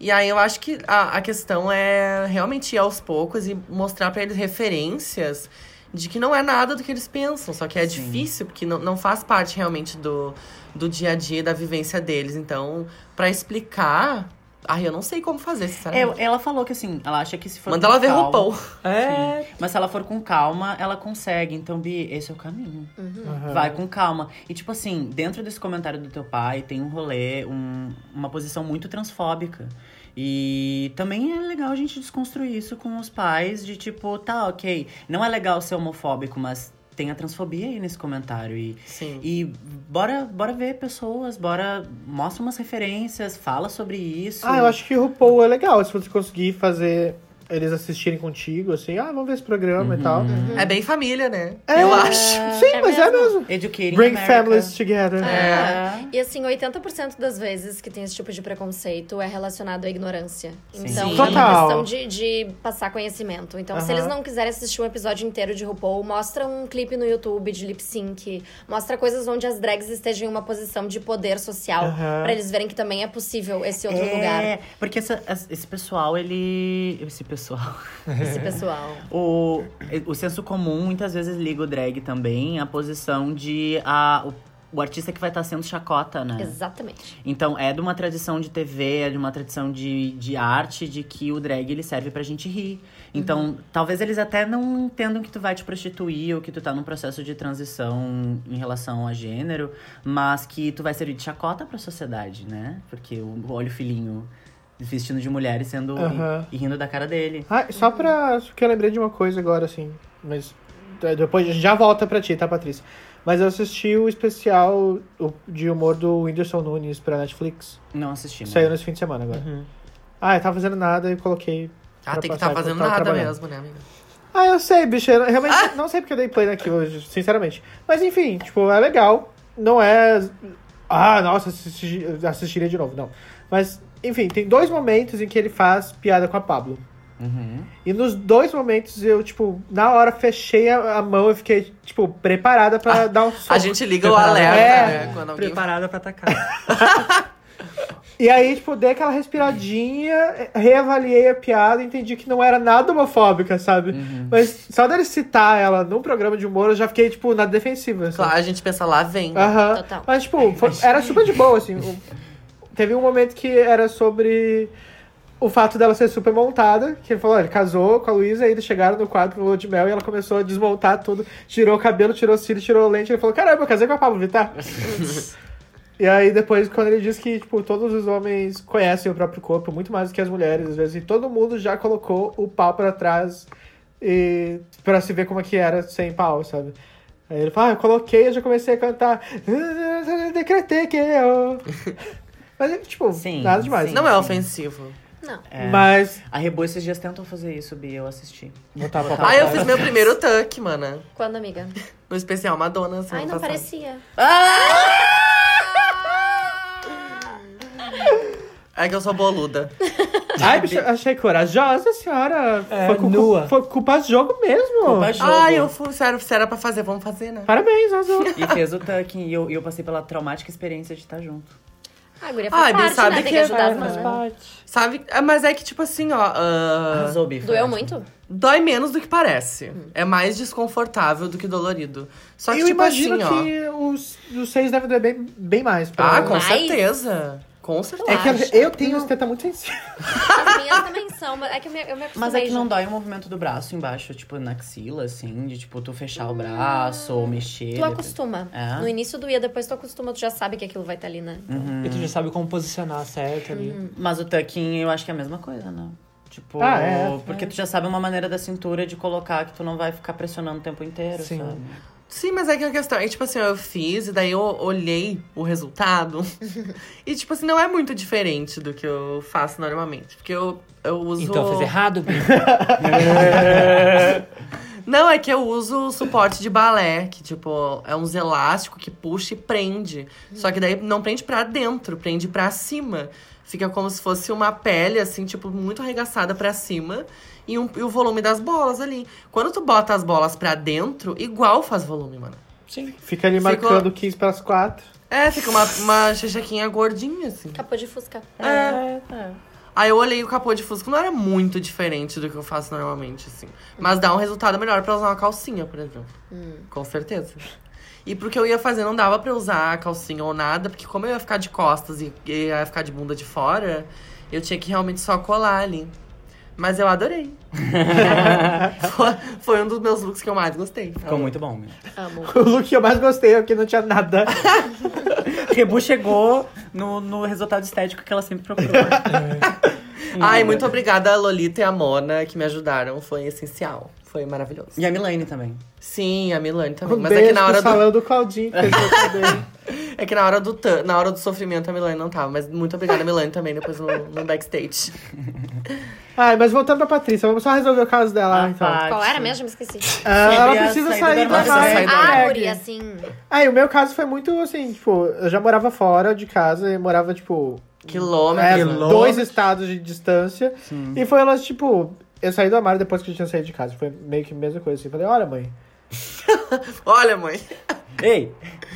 [SPEAKER 1] E aí eu acho que a, a questão é realmente ir aos poucos e mostrar pra eles referências de que não é nada do que eles pensam, só que é difícil, porque não, não faz parte realmente do, do dia a dia e da vivência deles. Então, pra explicar. Ai, eu não sei como fazer,
[SPEAKER 2] É,
[SPEAKER 1] sinceramente.
[SPEAKER 2] ela falou que assim, ela acha que se for.
[SPEAKER 1] Manda
[SPEAKER 2] com
[SPEAKER 1] ela ver
[SPEAKER 2] calma-
[SPEAKER 1] roupão.
[SPEAKER 3] É.
[SPEAKER 2] Mas se ela for com calma, ela consegue. Então, Bi, esse é o caminho.
[SPEAKER 1] É.
[SPEAKER 4] Aham.
[SPEAKER 2] Vai com calma. E, tipo assim, dentro desse comentário do teu pai, tem um rolê, um- uma posição muito transfóbica. E também é legal a gente desconstruir isso com os pais, de tipo, tá, ok, não é legal ser homofóbico, mas tem a transfobia aí nesse comentário. E
[SPEAKER 1] Sim.
[SPEAKER 2] e bora, bora ver pessoas, bora. Mostra umas referências, fala sobre isso.
[SPEAKER 4] Ah, eu acho que o RuPaul é legal. Se você conseguir fazer eles assistirem contigo, assim, ah, vamos ver esse programa e tal.
[SPEAKER 2] Uhum.
[SPEAKER 1] É bem família, né?
[SPEAKER 4] É,
[SPEAKER 1] Eu acho.
[SPEAKER 4] Sim,
[SPEAKER 5] É
[SPEAKER 4] mas é mesmo.
[SPEAKER 2] Educating
[SPEAKER 4] Bring
[SPEAKER 2] America.
[SPEAKER 4] families together.
[SPEAKER 2] É.
[SPEAKER 5] E assim, 80% das vezes que tem esse tipo de preconceito é relacionado à ignorância.
[SPEAKER 2] Sim.
[SPEAKER 5] Então,
[SPEAKER 1] Sim.
[SPEAKER 5] é uma
[SPEAKER 4] Total.
[SPEAKER 5] questão de, de passar conhecimento. Então, se
[SPEAKER 4] Aham.
[SPEAKER 5] eles não quiserem assistir um episódio inteiro de RuPaul, mostra um clipe no YouTube de lip sync. Mostra coisas onde as drags estejam em uma posição de poder social.
[SPEAKER 4] Aham.
[SPEAKER 5] Pra eles verem que também é possível esse outro
[SPEAKER 2] É,
[SPEAKER 5] lugar,
[SPEAKER 2] porque essa- esse pessoal, ele. Esse pessoal.
[SPEAKER 5] esse pessoal.
[SPEAKER 2] O, o senso comum muitas vezes liga o drag também à posição de a, o, o artista que vai estar sendo chacota, né?
[SPEAKER 5] Exatamente.
[SPEAKER 2] Então é de uma tradição de TV, é de uma tradição de, de arte, de que o drag ele serve pra gente rir. Então, talvez eles até não entendam que tu vai te prostituir ou que tu tá num processo de transição em relação a gênero, mas que tu vai servir de chacota pra sociedade, né? Porque o olha o filhinho vestindo de mulher e sendo
[SPEAKER 4] Aham.
[SPEAKER 2] e, e rindo da cara dele.
[SPEAKER 4] Ah, só pra. Só que eu lembrei de uma coisa agora, assim. Mas. é, Depois a gente já volta pra ti, tá, Patrícia? Mas eu assisti o especial o- de humor do Whindersson Nunes pra Netflix.
[SPEAKER 2] Não assisti. né?
[SPEAKER 4] Saiu nesse fim de semana agora.
[SPEAKER 3] Uhum.
[SPEAKER 4] Ah, eu tava fazendo nada e coloquei.
[SPEAKER 1] Ah,
[SPEAKER 4] pra
[SPEAKER 1] tem que
[SPEAKER 4] passar
[SPEAKER 1] estar fazendo
[SPEAKER 4] enquanto tava
[SPEAKER 1] nada
[SPEAKER 4] trabalhando.
[SPEAKER 1] mesmo, né, amiga?
[SPEAKER 4] Ah, eu sei, bicho. Eu realmente não sei porque eu dei play naquilo, sinceramente. Mas enfim, tipo, é legal. Não é. Ah, nossa, assisti- assistiria de novo, não. Mas, enfim, tem dois momentos em que ele faz piada com a Pablo.
[SPEAKER 2] Uhum.
[SPEAKER 4] E nos dois momentos eu, tipo, na hora fechei a, a mão e fiquei, tipo, preparada pra dar um soco.
[SPEAKER 1] Ah, A gente liga o
[SPEAKER 3] Preparada.
[SPEAKER 1] alerta,
[SPEAKER 4] É.
[SPEAKER 1] né? Quando alguém
[SPEAKER 3] Preparada pra atacar.
[SPEAKER 4] E aí, tipo, dei aquela respiradinha, reavaliei a piada e entendi que não era nada homofóbica, sabe?
[SPEAKER 1] Uhum.
[SPEAKER 4] Mas só dele citar ela num programa de humor, eu já fiquei, tipo, na defensiva. assim.
[SPEAKER 1] Claro, a gente pensa lá, vem.
[SPEAKER 4] Aham.
[SPEAKER 5] Total.
[SPEAKER 4] Mas, tipo, foi- era super de boa, assim. O- Teve um momento que era sobre o fato dela ser super montada, que ele falou, ó, ele casou com a Luísa, aí eles chegaram no quadro no Lua de Mel e ela começou a desmontar tudo, tirou o cabelo, tirou o cílio, tirou a lente, ele falou, caramba, eu casei com a Pablo Vittar. e aí depois, quando ele diz que, tipo, todos os homens conhecem o próprio corpo muito mais do que as mulheres, às vezes, e todo mundo já colocou o pau pra trás e pra se ver como é que era sem pau, sabe? Aí ele fala, ah, eu coloquei, eu já comecei a cantar. Decretei que eu. Mas, tipo,
[SPEAKER 2] Sim,
[SPEAKER 4] nada demais.
[SPEAKER 2] sim.
[SPEAKER 1] Não é ofensivo.
[SPEAKER 5] Não.
[SPEAKER 2] É.
[SPEAKER 4] Mas.
[SPEAKER 2] A Rebu esses dias tentam fazer isso, Bi, eu assisti.
[SPEAKER 4] Botar pra
[SPEAKER 1] Ah, eu fiz meu primeiro tuck, mana.
[SPEAKER 5] Quando, amiga?
[SPEAKER 1] No especial Madonna, assim, semana
[SPEAKER 5] Ai, não
[SPEAKER 1] passada.
[SPEAKER 5] parecia.
[SPEAKER 1] É que eu sou boluda.
[SPEAKER 4] Ai, bicho, achei corajosa a senhora.
[SPEAKER 3] É,
[SPEAKER 4] foi, cu-
[SPEAKER 3] nua.
[SPEAKER 4] foi culpa de jogo mesmo.
[SPEAKER 2] Opa, jogo.
[SPEAKER 1] Ai, eu fui. Sério, se era pra fazer, vamos fazer, né?
[SPEAKER 4] Parabéns, Azul.
[SPEAKER 2] E fez o tucking e eu, e eu passei pela traumática experiência de estar junto.
[SPEAKER 5] Ah, a guria
[SPEAKER 1] Ai,
[SPEAKER 5] faz
[SPEAKER 1] Bi,
[SPEAKER 5] parte,
[SPEAKER 1] sabe
[SPEAKER 5] né? Tem
[SPEAKER 1] que
[SPEAKER 5] que ajudar as
[SPEAKER 1] faz
[SPEAKER 5] manas.
[SPEAKER 4] parte.
[SPEAKER 1] Sabe? É, Mas é que, tipo assim, ó. ah,
[SPEAKER 2] Arrasou, Bi. foi
[SPEAKER 5] Doeu
[SPEAKER 2] ótimo.
[SPEAKER 5] muito?
[SPEAKER 1] dói menos do que parece. É mais desconfortável do que dolorido. Só que,
[SPEAKER 4] eu
[SPEAKER 1] tipo
[SPEAKER 4] imagino
[SPEAKER 1] assim, ó.
[SPEAKER 4] que os, os seis devem doer bem, bem mais. pra-
[SPEAKER 1] Ah, com
[SPEAKER 5] Mas-
[SPEAKER 1] certeza. Com certeza.
[SPEAKER 4] É que
[SPEAKER 5] acho.
[SPEAKER 4] eu, eu tenho as tetas muito sensíveis.
[SPEAKER 5] As minhas também são, mas é que eu me, eu me acostumei.
[SPEAKER 2] Mas é que não
[SPEAKER 5] já.
[SPEAKER 2] dói o movimento do braço embaixo, tipo, na axila, assim, de tipo, tu fechar o braço ou mexer.
[SPEAKER 5] Tu acostuma.
[SPEAKER 2] É.
[SPEAKER 5] No início doía, depois tu acostuma, tu já sabe que aquilo vai estar ali, né?
[SPEAKER 3] e tu já sabe como posicionar certo ali.
[SPEAKER 2] Mas o tucking eu acho que é a mesma coisa, né? Tipo,
[SPEAKER 4] Ah, é,
[SPEAKER 2] porque tu já sabe uma maneira da cintura de colocar que tu não vai ficar pressionando o tempo inteiro,
[SPEAKER 3] Sim.
[SPEAKER 2] sabe?
[SPEAKER 1] Sim, mas é que a questão é, tipo assim, eu fiz e daí eu olhei o resultado. e, tipo assim, não é muito diferente do que eu faço normalmente. Porque eu, eu uso.
[SPEAKER 3] Então fez errado, Bi.
[SPEAKER 1] Não, é que eu uso o suporte de balé, que, tipo, é uns elásticos que puxa e prende. Só que daí não prende pra dentro, prende pra cima. Fica como se fosse uma pele, assim, tipo, muito arregaçada pra cima. e, um- e o volume das bolas ali. Quando tu bota as bolas pra dentro, igual faz volume, mano.
[SPEAKER 4] Fica ali
[SPEAKER 1] Ficou-
[SPEAKER 4] marcando 15 para as 4.
[SPEAKER 1] É, fica uma, uma xixaquinha gordinha, assim.
[SPEAKER 5] Capô de fusca.
[SPEAKER 1] É. Aí eu olhei o capô de fusca, não era muito diferente do que eu faço normalmente, assim. Mas dá um resultado melhor pra usar uma calcinha, por exemplo. Com certeza. E pro que eu ia fazer, não dava pra eu usar calcinha ou nada, porque como eu ia ficar de costas e e ia ficar de bunda de fora, eu tinha que realmente só colar ali. Mas eu adorei. foi, foi um dos meus looks que eu mais gostei.
[SPEAKER 2] Ficou muito bom, né?
[SPEAKER 5] Amo.
[SPEAKER 4] O look que eu mais gostei é o que não tinha nada.
[SPEAKER 2] Rebu chegou no, no resultado estético que ela sempre procurou.
[SPEAKER 1] Ai, muito obrigada a Lolita e a Mona que me ajudaram. Foi essencial. Foi maravilhoso.
[SPEAKER 2] e a Milane também.
[SPEAKER 1] Sim, a Milane também.
[SPEAKER 4] Um
[SPEAKER 1] Mas é
[SPEAKER 4] beijo
[SPEAKER 1] que na hora
[SPEAKER 4] pro
[SPEAKER 1] do.
[SPEAKER 4] salão do Claudinho, que fez meu cabelo.
[SPEAKER 1] É que na hora do, tan- na hora do sofrimento a Milane não tava. Mas muito obrigada, Milane, também, depois no, no backstage.
[SPEAKER 4] Ai, mas voltando pra Patrícia, vamos só resolver o caso dela,
[SPEAKER 2] Ah,
[SPEAKER 1] tá.
[SPEAKER 4] então.
[SPEAKER 2] Paty.
[SPEAKER 5] Qual era mesmo? Me esqueci.
[SPEAKER 4] Ah, ela
[SPEAKER 2] Sobre a
[SPEAKER 4] precisa
[SPEAKER 2] saída Ah,
[SPEAKER 4] sair
[SPEAKER 2] do
[SPEAKER 4] da
[SPEAKER 1] armário.
[SPEAKER 4] vibe.
[SPEAKER 1] Saída do
[SPEAKER 4] drag.
[SPEAKER 5] Árvore,
[SPEAKER 2] é.
[SPEAKER 5] assim.
[SPEAKER 4] Aí, o meu caso foi muito assim, tipo, eu já morava fora de casa, eu morava, tipo, é,
[SPEAKER 1] Quilômetro.
[SPEAKER 3] Quilômetro.
[SPEAKER 4] dois estados de distância. E foi elas, tipo, eu saí do armário depois que eu tinha saído de casa. Foi meio que a mesma coisa, assim. Falei, olha, mãe,
[SPEAKER 1] Olha, mãe.
[SPEAKER 2] Ei!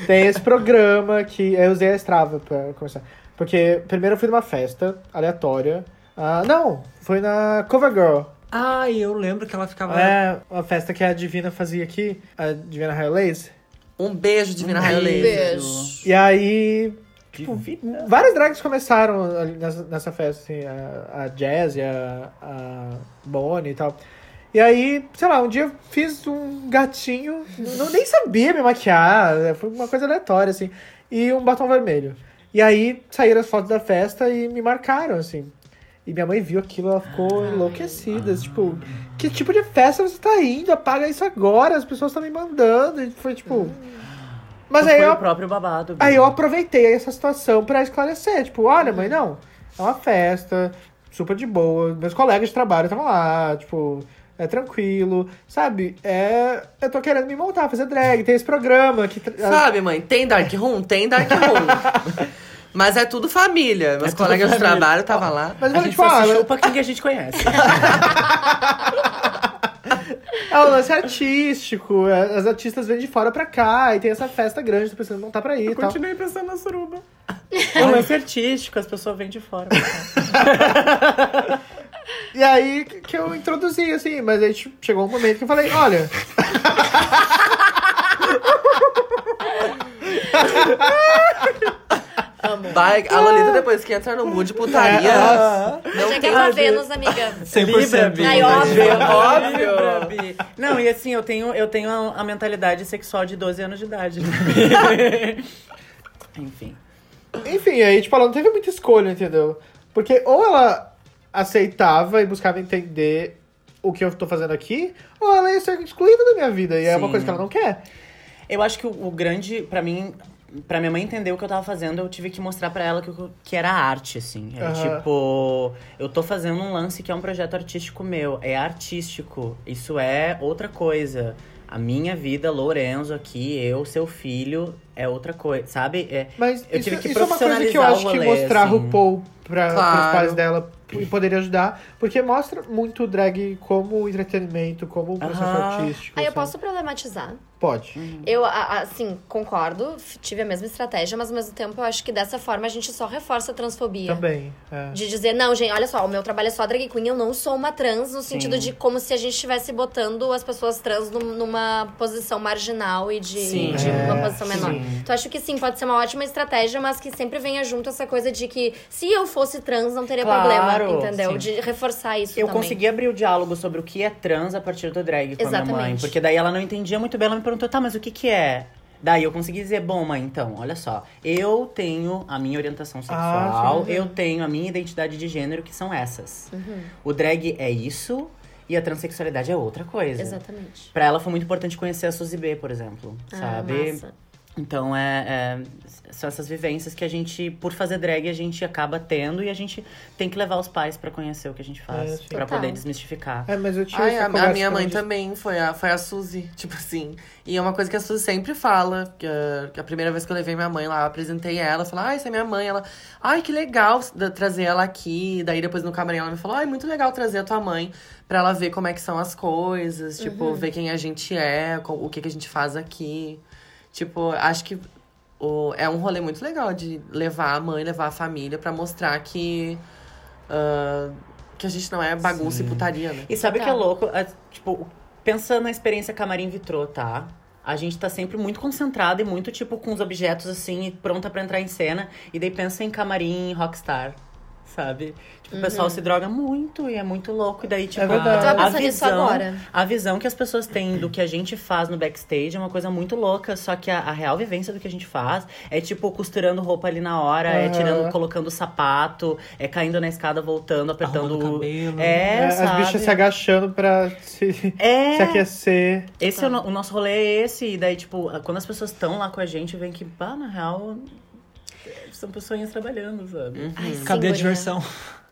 [SPEAKER 4] tem esse programa que. Eu usei a Strava pra começar. Porque primeiro eu fui numa festa aleatória. Ah, não, foi na Covergirl.
[SPEAKER 3] Ah, e eu lembro que ela ficava.
[SPEAKER 4] É, uma festa que a Divina fazia aqui, a Divina Highways.
[SPEAKER 1] Um beijo, Divina um
[SPEAKER 5] Beijo.
[SPEAKER 4] E aí,
[SPEAKER 2] Tipo,
[SPEAKER 4] várias drags começaram ali nessa, nessa festa, assim, a, a Jazz, a, a Bonnie e tal. E aí, sei lá, um dia eu fiz um gatinho, não nem sabia me maquiar, né, foi uma coisa aleatória, assim, e um batom vermelho. E aí saíram as fotos da festa e me marcaram, assim. E minha mãe viu aquilo, ela ficou enlouquecida. Tipo, que tipo de festa você tá indo? Apaga isso agora, as pessoas estão me mandando. E foi tipo. Mas aí
[SPEAKER 2] foi
[SPEAKER 4] eu
[SPEAKER 2] o próprio babado.
[SPEAKER 4] Aí eu aproveitei essa situação pra esclarecer, tipo, olha, mãe, não, é uma festa, super de boa, meus colegas de trabalho estavam lá, tipo, é tranquilo, sabe? É, eu tô querendo me montar, fazer drag, tem esse programa que tra-
[SPEAKER 1] Sabe, mãe, tem Dark Room? Tem Dark Room. Mas é tudo família. Meus
[SPEAKER 2] É tudo
[SPEAKER 1] colegas de
[SPEAKER 2] família.
[SPEAKER 1] trabalho tava lá.
[SPEAKER 4] Mas
[SPEAKER 2] A
[SPEAKER 4] olha,
[SPEAKER 2] gente
[SPEAKER 4] tipo,
[SPEAKER 2] só
[SPEAKER 4] ah,
[SPEAKER 2] se chupa quem que a gente conhece.
[SPEAKER 4] é um lance artístico, é- as artistas vêm de fora pra cá, e tem essa festa grande, tô precisando montar pra ir e tal.
[SPEAKER 2] Continuei pensando na suruba. É um
[SPEAKER 4] assim,
[SPEAKER 2] lance artístico, as pessoas vêm de fora.
[SPEAKER 4] E aí que que eu introduzi, assim, mas aí tipo, chegou um momento que eu falei, olha...
[SPEAKER 1] Vai, a Lolita, depois que entra no mood de putaria.
[SPEAKER 2] É.
[SPEAKER 5] Eu
[SPEAKER 1] Não
[SPEAKER 5] cheguei
[SPEAKER 1] tem.
[SPEAKER 5] pra Vênus, amiga.
[SPEAKER 3] 100%.
[SPEAKER 5] Ai, óbvio.
[SPEAKER 1] Óbvio.
[SPEAKER 2] Bi. Não, e assim, eu tenho, eu tenho a, a mentalidade sexual de 12 anos de idade. né? Enfim.
[SPEAKER 4] Enfim, aí, tipo, ela não teve muita escolha, entendeu? Porque ou ela aceitava e buscava entender o que eu tô fazendo aqui, ou ela ia ser excluída da minha vida. E é uma
[SPEAKER 2] Sim.
[SPEAKER 4] coisa que ela não quer.
[SPEAKER 2] Eu acho que o, o grande, pra mim, pra minha mãe entender o que eu tava fazendo, eu tive que mostrar pra ela que, eu- que era arte, assim. Era
[SPEAKER 4] Aham.
[SPEAKER 2] tipo, eu tô fazendo um lance que é um projeto artístico meu, é artístico, isso é outra coisa. A minha vida, Lorenzo aqui, eu, seu filho, é outra coisa, sabe? É,
[SPEAKER 4] Mas
[SPEAKER 2] Eu
[SPEAKER 4] isso,
[SPEAKER 2] tive que
[SPEAKER 4] isso é uma coisa que eu
[SPEAKER 2] profissionalizar o
[SPEAKER 4] acho que
[SPEAKER 2] rolê,
[SPEAKER 4] mostrar
[SPEAKER 2] assim.
[SPEAKER 4] RuPaul pra, pros
[SPEAKER 1] Claro.
[SPEAKER 4] pais dela p- poderia ajudar. Porque mostra muito o drag como entretenimento, como um processo
[SPEAKER 2] Aham.
[SPEAKER 4] artístico.
[SPEAKER 5] Aí eu
[SPEAKER 4] sabe?
[SPEAKER 5] posso problematizar.
[SPEAKER 4] Pode.
[SPEAKER 5] Eu, a- a- assim, concordo, f- tive a mesma estratégia, mas ao mesmo tempo eu acho que dessa forma a gente só reforça a transfobia.
[SPEAKER 4] Também. é.
[SPEAKER 5] De dizer, não, gente, olha só, o meu trabalho é só drag queen, eu não sou uma trans, no sentido de como se a gente estivesse botando as pessoas trans num- numa posição marginal e de,
[SPEAKER 1] Sim.
[SPEAKER 5] de
[SPEAKER 4] É,
[SPEAKER 5] uma posição
[SPEAKER 4] sim.
[SPEAKER 5] menor. Então acho que sim, pode ser uma ótima estratégia, mas que sempre venha junto essa coisa de que se eu fosse trans não teria
[SPEAKER 2] Claro,
[SPEAKER 5] problema, entendeu?
[SPEAKER 2] sim.
[SPEAKER 5] De reforçar isso
[SPEAKER 2] Eu
[SPEAKER 5] também.
[SPEAKER 2] consegui abrir o diálogo sobre o que é trans a partir do drag com a minha mãe.
[SPEAKER 5] Exatamente.
[SPEAKER 2] Porque daí ela não entendia muito bem, ela me perguntou, tá, mas o que que é? Daí eu consegui dizer, bom, mãe, então, olha só, eu tenho a minha
[SPEAKER 5] Ah,
[SPEAKER 2] orientação sexual, eu tenho a minha identidade de gênero, que são essas.
[SPEAKER 5] Uhum.
[SPEAKER 2] O drag é isso e a transexualidade é outra coisa.
[SPEAKER 5] Exatamente.
[SPEAKER 2] Pra ela foi muito importante conhecer a Suzy B, por exemplo,
[SPEAKER 5] Ah,
[SPEAKER 2] sabe?
[SPEAKER 5] massa.
[SPEAKER 2] Então é, é- são essas vivências que a gente, por fazer drag, a gente acaba tendo e a gente tem que levar os pais pra conhecer o que a gente
[SPEAKER 4] É,
[SPEAKER 2] faz,
[SPEAKER 4] sim.
[SPEAKER 2] pra
[SPEAKER 5] Total.
[SPEAKER 2] poder desmistificar.
[SPEAKER 4] É, mas eu tinha
[SPEAKER 1] Ai,
[SPEAKER 4] essa
[SPEAKER 1] a, a
[SPEAKER 4] conversa
[SPEAKER 1] minha
[SPEAKER 4] com
[SPEAKER 1] mãe
[SPEAKER 4] eles.
[SPEAKER 1] também foi a, foi a Suzy, tipo assim. E é uma coisa que a Suzy sempre fala, que a, que a primeira vez que eu levei minha mãe lá, eu apresentei ela, falei, ai, essa é minha mãe. Ela, ai, que legal da- trazer ela aqui. Daí depois no camarim ela me falou, ai, muito legal trazer a tua mãe pra ela ver como é que são as coisas, tipo, ver quem a gente é, co- o que, que a gente faz aqui. Tipo, acho que o- é um rolê muito legal de levar a mãe, levar a família pra mostrar que. ah, que a gente não é bagunça e putaria, né?
[SPEAKER 2] E sabe o que é
[SPEAKER 5] Total.
[SPEAKER 2] louco? É, tipo, pensando na experiência camarim vitrô, tá? A gente tá sempre muito concentrada e muito, tipo, com os objetos assim, e pronta pra entrar em cena. E daí pensa em camarim rockstar, sabe? Tipo, o
[SPEAKER 5] Uhum.
[SPEAKER 2] pessoal se droga muito e é muito louco. E daí, tipo,
[SPEAKER 4] verdade. Eu
[SPEAKER 5] tava
[SPEAKER 2] a,
[SPEAKER 5] pensando nisso
[SPEAKER 2] visão,
[SPEAKER 5] agora.
[SPEAKER 2] a visão que as pessoas têm do que a gente faz no backstage é uma coisa muito louca. Só que a, a real vivência do que a gente faz é, tipo, costurando roupa ali na hora, é
[SPEAKER 4] Aham.
[SPEAKER 2] tirando, colocando sapato, é caindo na escada, voltando, apertando
[SPEAKER 3] Arrumando cabelo.
[SPEAKER 2] É,
[SPEAKER 4] É, as
[SPEAKER 2] sabe?
[SPEAKER 4] bichas se agachando pra se,
[SPEAKER 2] É.
[SPEAKER 4] se aquecer.
[SPEAKER 2] Esse é o, no- o nosso rolê é esse. E daí, tipo, a- quando as pessoas estão lá com a gente, vem que, pá, na real, é, são pessoinhas trabalhando, sabe? É.
[SPEAKER 5] Ai, sim,
[SPEAKER 3] Cadê a
[SPEAKER 5] guria.
[SPEAKER 3] diversão?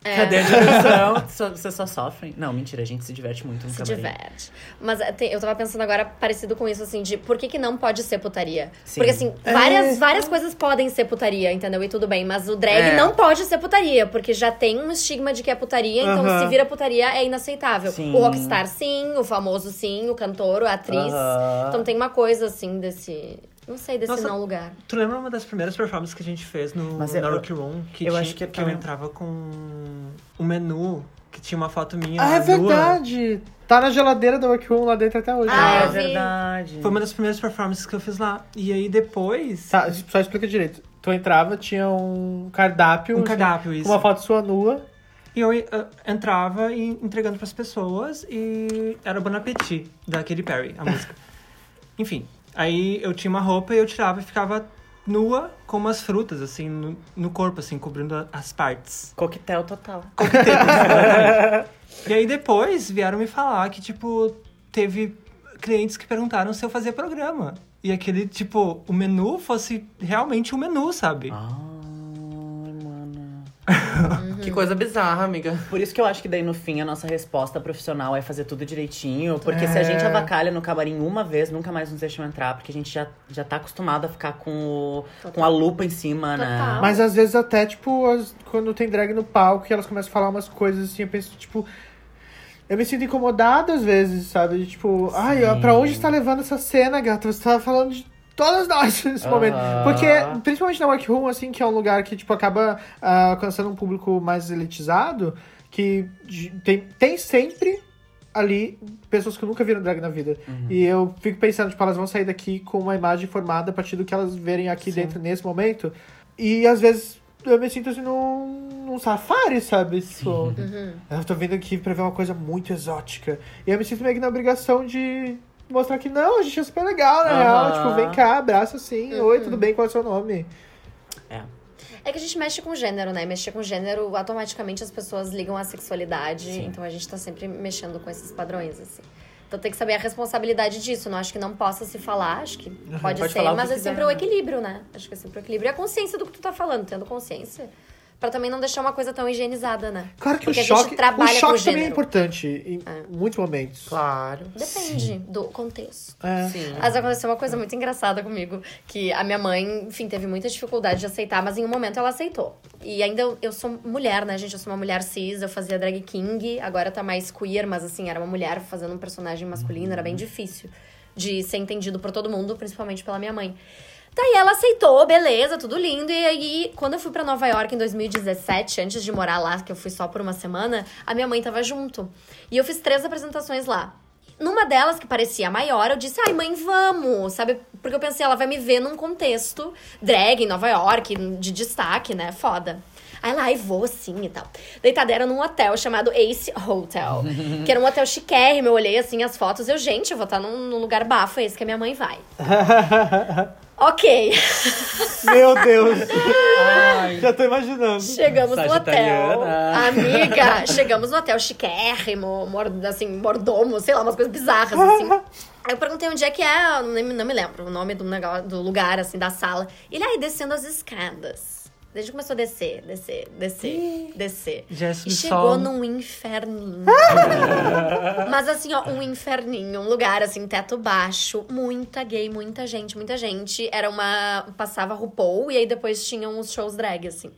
[SPEAKER 5] É.
[SPEAKER 2] Cadê a diversão? Só- Vocês só sofrem. Não, mentira, a gente se diverte muito no
[SPEAKER 5] Se
[SPEAKER 2] camarim.
[SPEAKER 5] diverte. Mas eh, tem- eu tava pensando agora parecido com isso, assim, de por que, que não pode ser putaria?
[SPEAKER 2] Sim.
[SPEAKER 5] Porque, assim,
[SPEAKER 4] É.
[SPEAKER 5] várias, várias coisas podem ser putaria, entendeu? E tudo bem. Mas o drag
[SPEAKER 1] É.
[SPEAKER 5] não pode ser putaria, porque já tem um estigma de que é putaria, então
[SPEAKER 4] Aham.
[SPEAKER 5] se vira putaria é inaceitável.
[SPEAKER 2] Sim.
[SPEAKER 5] O rockstar, sim, o famoso, sim, o cantor, a atriz.
[SPEAKER 2] Aham.
[SPEAKER 5] Então tem uma coisa, assim, desse. Não sei, desse
[SPEAKER 3] Nossa.
[SPEAKER 5] não lugar.
[SPEAKER 3] Tu lembra uma das primeiras performances que a gente fez no,
[SPEAKER 2] Mas eu-
[SPEAKER 3] na Rock Room? Que,
[SPEAKER 2] eu
[SPEAKER 3] tinha-
[SPEAKER 2] acho que
[SPEAKER 3] eu
[SPEAKER 2] tá-
[SPEAKER 3] entrava com um menu que tinha uma foto minha.
[SPEAKER 4] Ah, é
[SPEAKER 3] nua.
[SPEAKER 4] verdade! Tá na geladeira da Workroom lá dentro até hoje.
[SPEAKER 5] Ah,
[SPEAKER 2] Ah, é
[SPEAKER 5] eu vi.
[SPEAKER 2] verdade.
[SPEAKER 3] Foi uma das primeiras performances que eu fiz lá. E aí depois.
[SPEAKER 4] Tá, só explica direito. Tu entrava, tinha um cardápio.
[SPEAKER 3] Um cardápio, isso.
[SPEAKER 4] Uma foto sua nua.
[SPEAKER 3] E eu eh, entrava e entregando pras pessoas e era Bon Appetit, da Katy Perry, a música. Enfim, aí eu tinha uma roupa e eu tirava e ficava nua com umas frutas, assim, no, no corpo, assim, cobrindo a- as partes.
[SPEAKER 2] Coquetel total.
[SPEAKER 3] E aí depois vieram me falar que, tipo, teve clientes que perguntaram se eu fazia programa. E aquele, tipo, o menu fosse realmente o menu, sabe?
[SPEAKER 2] Ai, Ah, mano.
[SPEAKER 1] Que coisa bizarra, amiga.
[SPEAKER 2] Por isso que eu acho que daí no fim a nossa resposta profissional é fazer tudo direitinho. Porque se a gente avacalha no camarim uma vez, nunca mais nos deixam entrar. Porque a gente já, já tá acostumado a ficar com, o, com a lupa em cima, né?
[SPEAKER 5] Total.
[SPEAKER 4] Mas às vezes até, tipo, as- quando tem drag no palco e elas começam a falar umas coisas assim, eu penso, tipo. Eu me sinto incomodada às vezes, sabe? De, Tipo, ai, ó, pra onde está levando essa cena, gata? Você tá falando de todas nós nesse
[SPEAKER 2] Aham.
[SPEAKER 4] momento. Porque, principalmente na Workroom, assim, que é um lugar que, tipo, acaba ah, alcançando um público mais elitizado, que de- tem, tem sempre ali pessoas que nunca viram drag na vida. E eu fico pensando, tipo, elas vão sair daqui com uma imagem formada a partir do que elas verem aqui dentro nesse momento. E às vezes eu me sinto assim num, num safari, sabe? Tipo,
[SPEAKER 5] Uhum.
[SPEAKER 4] eu tô vindo aqui pra ver uma coisa muito exótica. E eu me sinto meio que na obrigação de mostrar que não, a gente é super legal, na
[SPEAKER 2] Aham.
[SPEAKER 4] real. Tipo, vem cá, abraça assim. Oi,
[SPEAKER 5] Uhum.
[SPEAKER 4] tudo bem? Qual é o seu nome?
[SPEAKER 2] É.
[SPEAKER 5] É que a gente mexe com gênero, né? Mexer com gênero, automaticamente as pessoas ligam à sexualidade. Então a gente tá sempre mexendo com esses padrões, assim. Então tem que saber a responsabilidade disso. Não acho que não possa se falar, acho que pode,
[SPEAKER 2] pode
[SPEAKER 5] ser,
[SPEAKER 2] falar o que
[SPEAKER 5] mas é
[SPEAKER 2] quiser,
[SPEAKER 5] sempre o
[SPEAKER 2] né?
[SPEAKER 5] equilíbrio, né? Acho que é sempre o equilíbrio. E a consciência do que tu tá falando, tendo consciência. Pra também não deixar uma coisa tão higienizada, né?
[SPEAKER 4] Claro que
[SPEAKER 5] Porque
[SPEAKER 4] o
[SPEAKER 5] a gente
[SPEAKER 4] choque.
[SPEAKER 5] trabalha
[SPEAKER 4] o
[SPEAKER 5] com
[SPEAKER 4] choque também é
[SPEAKER 5] gênero. É.
[SPEAKER 4] importante em muitos momentos.
[SPEAKER 1] Claro.
[SPEAKER 5] Depende do contexto.
[SPEAKER 4] É.
[SPEAKER 1] Sim.
[SPEAKER 5] Mas aconteceu uma coisa muito engraçada comigo, que a minha mãe, enfim, teve muita dificuldade de aceitar, mas em um momento ela aceitou. E ainda eu, eu sou mulher, né, gente? Eu sou uma mulher cis, eu fazia drag king, agora tá mais queer, mas assim, era uma mulher fazendo um personagem masculino, era bem difícil de ser entendido por todo mundo, principalmente pela minha mãe. Daí ela aceitou, beleza, tudo lindo. E aí, quando eu fui pra Nova York em 2017, antes de morar lá, que eu fui só por uma semana, a minha mãe tava junto. E eu fiz três apresentações lá. Numa delas, que parecia a maior, eu disse, ai, mãe, vamos, sabe? Porque eu pensei, ela vai me ver num contexto drag em Nova York, de destaque, né? Foda. Aí lá, ai, vou sim e tal. Deitada era num hotel chamado Ace Hotel, que era um hotel chiquérrimo. Eu olhei assim as fotos, eu, gente, eu vou estar num, num lugar bafo, é esse que a minha mãe vai. ok.
[SPEAKER 4] Meu Deus.
[SPEAKER 3] Ai,
[SPEAKER 4] Já tô imaginando.
[SPEAKER 5] Chegamos no hotel.
[SPEAKER 2] Sagitariana.
[SPEAKER 5] Amiga, chegamos no hotel chiquérrimo, mor, assim, mordomo, sei lá, umas coisas bizarras, assim. Aí eu perguntei onde é que é, eu nem- não me lembro o nome do, negócio, do lugar, assim, da sala. Ele aí descendo as escadas. Desde que começou a descer, descer, descer, descer.
[SPEAKER 3] Jess
[SPEAKER 5] E
[SPEAKER 3] me
[SPEAKER 5] chegou
[SPEAKER 3] sol.
[SPEAKER 5] num inferninho. Mas assim, ó, um inferninho, um lugar assim, teto baixo, muita gay, muita gente, muita gente. Era uma. Passava RuPaul e aí depois tinham os shows drag, assim.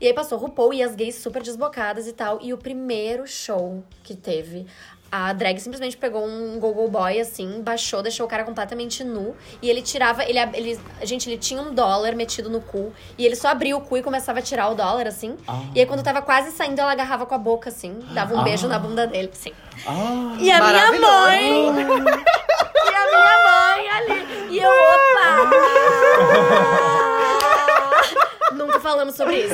[SPEAKER 5] E aí passou RuPaul e as gays super desbocadas e tal. E o primeiro show que teve. A drag simplesmente pegou um gogo boy, assim, baixou, deixou o cara completamente nu. E ele tirava. Ele, ab- ele, gente, ele tinha um dólar metido no cu. E ele só abria o cu e começava a tirar o dólar, assim. E aí, quando tava quase saindo, ela agarrava com a boca, assim. Dava um beijo na bunda dele, assim.
[SPEAKER 2] Ah,
[SPEAKER 5] E a minha
[SPEAKER 1] Maravilhoso.
[SPEAKER 5] mãe. e a minha mãe ali. E eu, opa! Nunca falamos sobre isso.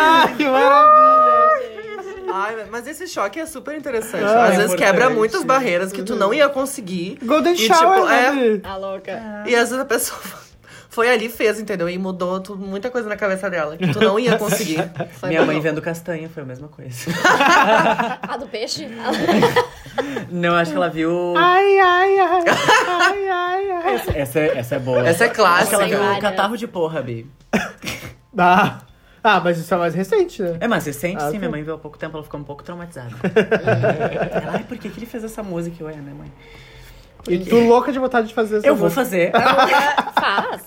[SPEAKER 4] Ai, que maravilha.
[SPEAKER 1] Ai, mas esse choque é super interessante.
[SPEAKER 4] Ah,
[SPEAKER 1] Às
[SPEAKER 4] é
[SPEAKER 1] vezes quebra
[SPEAKER 2] importante.
[SPEAKER 1] muitas barreiras que tu não ia conseguir.
[SPEAKER 4] Golden
[SPEAKER 1] e,
[SPEAKER 4] Shower,
[SPEAKER 1] tipo,
[SPEAKER 4] né?
[SPEAKER 1] é,
[SPEAKER 4] Bi?
[SPEAKER 5] Tá louca.
[SPEAKER 1] E às vezes a pessoa foi ali e fez, entendeu? E mudou tu- muita coisa na cabeça dela que tu não ia conseguir.
[SPEAKER 2] minha mãe vendo castanha foi a mesma coisa.
[SPEAKER 5] A do peixe?
[SPEAKER 2] Não, acho que ela viu.
[SPEAKER 4] Ai, ai, ai. Ai, ai, ai.
[SPEAKER 2] Ah, Essa, é- essa é boa.
[SPEAKER 1] Essa é
[SPEAKER 2] Acho que ela
[SPEAKER 5] Sim,
[SPEAKER 2] viu
[SPEAKER 1] clássica.
[SPEAKER 5] várias.
[SPEAKER 2] o catarro de porra, Bi.
[SPEAKER 4] Ah, ah, mas isso é mais recente, né?
[SPEAKER 2] É, mas você sente
[SPEAKER 4] Ah,
[SPEAKER 2] sim.
[SPEAKER 4] tá.
[SPEAKER 2] Minha mãe viu há pouco tempo, ela ficou um pouco traumatizada. ela, ai, por que, que ele fez essa música? Eu, é, né, mãe?
[SPEAKER 4] E tu louca de vontade de fazer essa
[SPEAKER 2] Eu vou
[SPEAKER 4] música.
[SPEAKER 2] fazer.
[SPEAKER 5] Faz.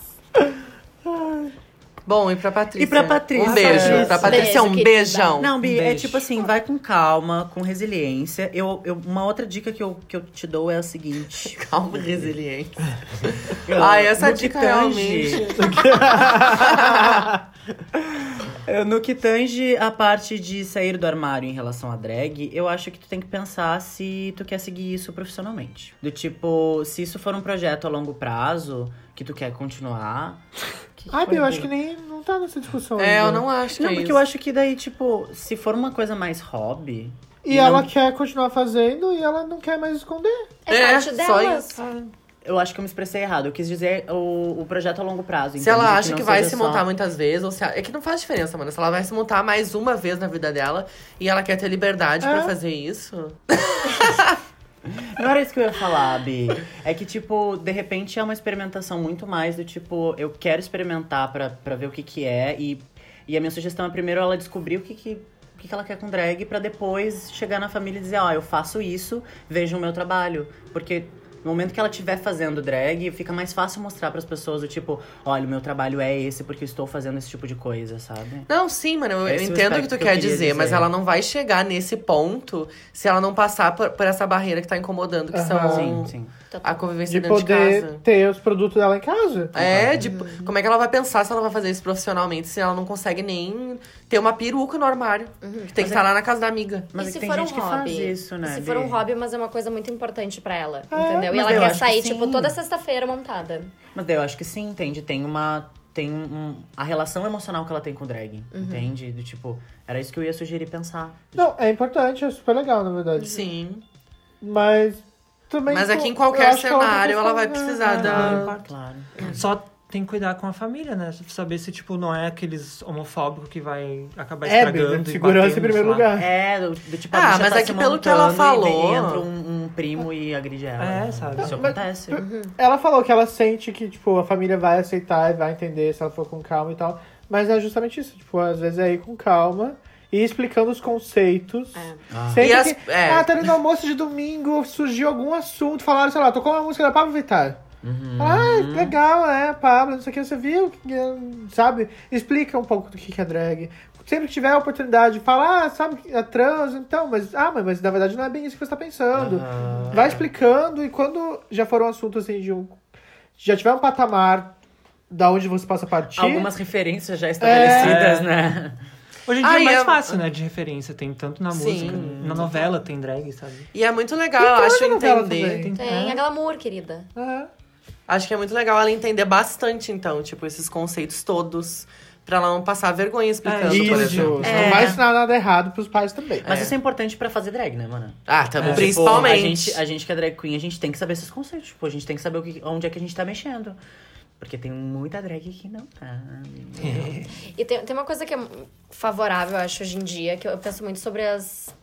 [SPEAKER 1] Bom, e pra Patrícia?
[SPEAKER 2] E pra Patrícia?
[SPEAKER 1] Um beijo.
[SPEAKER 2] Patrícia.
[SPEAKER 1] Pra Patrícia,
[SPEAKER 5] Beijo,
[SPEAKER 1] um
[SPEAKER 5] querida.
[SPEAKER 1] beijão.
[SPEAKER 2] Não, Bi, é
[SPEAKER 3] beijo.
[SPEAKER 2] tipo assim, vai com calma, com resiliência. Eu, eu- uma outra dica que eu, que eu te dou é a seguinte.
[SPEAKER 1] Calma e resiliente. Ai, essa
[SPEAKER 2] No que
[SPEAKER 1] dica
[SPEAKER 2] tange-
[SPEAKER 1] realmente.
[SPEAKER 2] Eh, No que tange a parte de sair do armário em relação à drag, eu acho que tu tem que pensar se tu quer seguir isso profissionalmente. Do tipo, se isso for um projeto a longo prazo, que tu quer continuar. Que
[SPEAKER 4] Ai,
[SPEAKER 2] foi,
[SPEAKER 4] Bi, eu
[SPEAKER 2] Bi?
[SPEAKER 4] acho que nem não tá nessa discussão.
[SPEAKER 1] É, eu
[SPEAKER 4] ainda.
[SPEAKER 1] não acho que
[SPEAKER 2] Não,
[SPEAKER 1] é
[SPEAKER 2] porque
[SPEAKER 1] isso.
[SPEAKER 2] eu acho que daí, tipo, se for uma coisa mais hobby.
[SPEAKER 4] E
[SPEAKER 2] não-
[SPEAKER 4] ela quer continuar fazendo e ela não quer mais esconder.
[SPEAKER 5] É,
[SPEAKER 1] É,
[SPEAKER 5] parte
[SPEAKER 1] só
[SPEAKER 5] delas.
[SPEAKER 1] isso.
[SPEAKER 2] Eu acho que eu me expressei errado. Eu quis dizer o, o projeto a longo prazo.
[SPEAKER 1] Se ela
[SPEAKER 2] entende?
[SPEAKER 1] acha
[SPEAKER 2] não
[SPEAKER 1] que, vai
[SPEAKER 2] seja
[SPEAKER 1] se
[SPEAKER 2] só-
[SPEAKER 1] montar muitas vezes, ou se é que não faz diferença, mano. Se ela vai se montar mais uma vez na vida dela e ela quer ter liberdade pra
[SPEAKER 4] É.
[SPEAKER 1] fazer isso.
[SPEAKER 2] Não era isso que eu ia falar, Bi. É que, tipo, de repente é uma experimentação muito mais do tipo, eu quero experimentar pra, pra ver o que que é. E, e a minha sugestão é primeiro ela descobrir o que que, o que, que ela quer com drag pra depois chegar na família e dizer, ó, eu faço isso, vejam o meu trabalho. Porque no momento que ela estiver fazendo drag, fica mais fácil mostrar pras pessoas do tipo, olha, o meu trabalho é esse porque eu estou fazendo esse tipo de coisa, sabe?
[SPEAKER 1] Não, sim, mano, eu, eu
[SPEAKER 2] Esse é o
[SPEAKER 1] entendo o que
[SPEAKER 2] aspecto
[SPEAKER 1] tu
[SPEAKER 2] que eu
[SPEAKER 1] quer
[SPEAKER 2] queria
[SPEAKER 1] dizer, mas
[SPEAKER 2] dizer.
[SPEAKER 1] ela não vai chegar nesse ponto se ela não passar por, por essa barreira que tá incomodando, que
[SPEAKER 4] Aham.
[SPEAKER 1] são
[SPEAKER 2] Sim, sim.
[SPEAKER 1] a convivência
[SPEAKER 4] De
[SPEAKER 1] dentro de
[SPEAKER 4] poder
[SPEAKER 1] casa.
[SPEAKER 4] ter os produtos dela em casa.
[SPEAKER 2] Uhum.
[SPEAKER 1] É, tipo, como é que ela vai pensar se ela vai fazer isso profissionalmente se ela não consegue nem ter uma peruca no armário? Que tem que estar lá na casa da amiga.
[SPEAKER 2] Mas
[SPEAKER 5] e
[SPEAKER 2] é que
[SPEAKER 5] se
[SPEAKER 2] tem
[SPEAKER 5] for um
[SPEAKER 2] gente que faz
[SPEAKER 5] hobby?
[SPEAKER 2] isso, né,
[SPEAKER 5] E se for um
[SPEAKER 2] Bi?
[SPEAKER 5] hobby, mas é uma coisa muito importante pra ela, entendeu? E
[SPEAKER 2] mas
[SPEAKER 5] ela
[SPEAKER 2] eu
[SPEAKER 5] quer
[SPEAKER 2] acho que
[SPEAKER 5] sair,
[SPEAKER 2] sim.
[SPEAKER 5] tipo, toda sexta-feira montada.
[SPEAKER 2] Mas daí eu acho que sim, entende? Tem uma. Tem um, um- a relação emocional que ela tem com o drag, entende? Do tipo, era isso que eu ia sugerir pensar.
[SPEAKER 4] Não, é importante, é super legal, na verdade.
[SPEAKER 1] Sim.
[SPEAKER 4] Mas também.
[SPEAKER 1] Mas
[SPEAKER 4] tu-
[SPEAKER 2] tipo,
[SPEAKER 1] aqui em
[SPEAKER 4] eu
[SPEAKER 1] qualquer
[SPEAKER 4] acho que
[SPEAKER 2] é
[SPEAKER 4] ela tá
[SPEAKER 1] cenário ela vai
[SPEAKER 4] gostando,
[SPEAKER 1] precisar
[SPEAKER 4] né?
[SPEAKER 1] da.
[SPEAKER 2] Ah, Claro.
[SPEAKER 4] É.
[SPEAKER 3] Só tem que cuidar com a família, né? Saber se, tipo, não é aqueles homofóbicos que vai acabar
[SPEAKER 4] É,
[SPEAKER 3] estragando.
[SPEAKER 4] Bi,
[SPEAKER 3] e
[SPEAKER 4] segurança
[SPEAKER 3] batendo,
[SPEAKER 4] em primeiro
[SPEAKER 3] sei lá.
[SPEAKER 4] lugar.
[SPEAKER 2] É, do, do tipo,
[SPEAKER 1] Ah,
[SPEAKER 2] a bicha
[SPEAKER 1] mas
[SPEAKER 2] tá
[SPEAKER 1] é
[SPEAKER 2] se
[SPEAKER 1] que pelo que ela
[SPEAKER 2] montando e-
[SPEAKER 1] falou-
[SPEAKER 2] E entra um, um primo e agride ela.
[SPEAKER 3] É, sabe?
[SPEAKER 2] Isso
[SPEAKER 4] Mas-
[SPEAKER 2] acontece.
[SPEAKER 4] Ela falou que ela sente que, tipo, a família vai aceitar e vai entender se ela for com calma e tal. Mas é justamente isso, tipo, às vezes é ir com calma e explicando os conceitos.
[SPEAKER 5] É.
[SPEAKER 2] Ah.
[SPEAKER 4] Sempre
[SPEAKER 1] E as-
[SPEAKER 4] que,
[SPEAKER 1] é.
[SPEAKER 4] Ah, tá ali no almoço de domingo, surgiu algum assunto, falaram, sei lá, tocou uma música da Pablo Vittar.
[SPEAKER 2] uhum.
[SPEAKER 4] Ah, legal, é, Pablo, não sei o que, você viu, que- sabe? Explica um pouco do que que é drag. Sempre que tiver a oportunidade de falar, ah, sabe, que é trans, então, mas, ah, mas, mas na verdade não é bem isso que você tá pensando.
[SPEAKER 2] Ah.
[SPEAKER 4] Vai explicando e quando já for um assunto assim de um. Já tiver um patamar da onde você possa partir.
[SPEAKER 2] Algumas referências já estabelecidas, né?
[SPEAKER 3] Hoje em dia
[SPEAKER 1] Ai,
[SPEAKER 3] é mais
[SPEAKER 1] eu-
[SPEAKER 3] fácil, né? De referência. Tem tanto na
[SPEAKER 1] Sim.
[SPEAKER 3] música, na novela tem drag, sabe?
[SPEAKER 1] E é muito legal,
[SPEAKER 4] Tem
[SPEAKER 1] eu acho,
[SPEAKER 4] telenovela
[SPEAKER 2] É.
[SPEAKER 1] entender.
[SPEAKER 4] também.
[SPEAKER 5] Tem a glamour, querida.
[SPEAKER 4] É.
[SPEAKER 1] Acho que é muito legal ela entender bastante, então, tipo, esses conceitos todos. Pra ela não passar vergonha
[SPEAKER 2] É,
[SPEAKER 1] explicando, por
[SPEAKER 4] Isso.
[SPEAKER 1] exemplo.
[SPEAKER 4] Não vai ensinar nada errado pros pais também.
[SPEAKER 2] Mas
[SPEAKER 1] É.
[SPEAKER 2] isso é importante pra fazer drag, né, mano?
[SPEAKER 1] Ah, tá,
[SPEAKER 2] Tipo,
[SPEAKER 1] principalmente.
[SPEAKER 2] a, gente, a gente que é drag queen, a gente tem que saber esses conceitos. Tipo, a gente tem que saber o que, onde é que a gente tá mexendo. Porque tem muita drag que não tá.
[SPEAKER 4] É.
[SPEAKER 5] E tem, tem uma coisa que é favorável, eu acho, hoje em dia, que eu penso muito sobre as.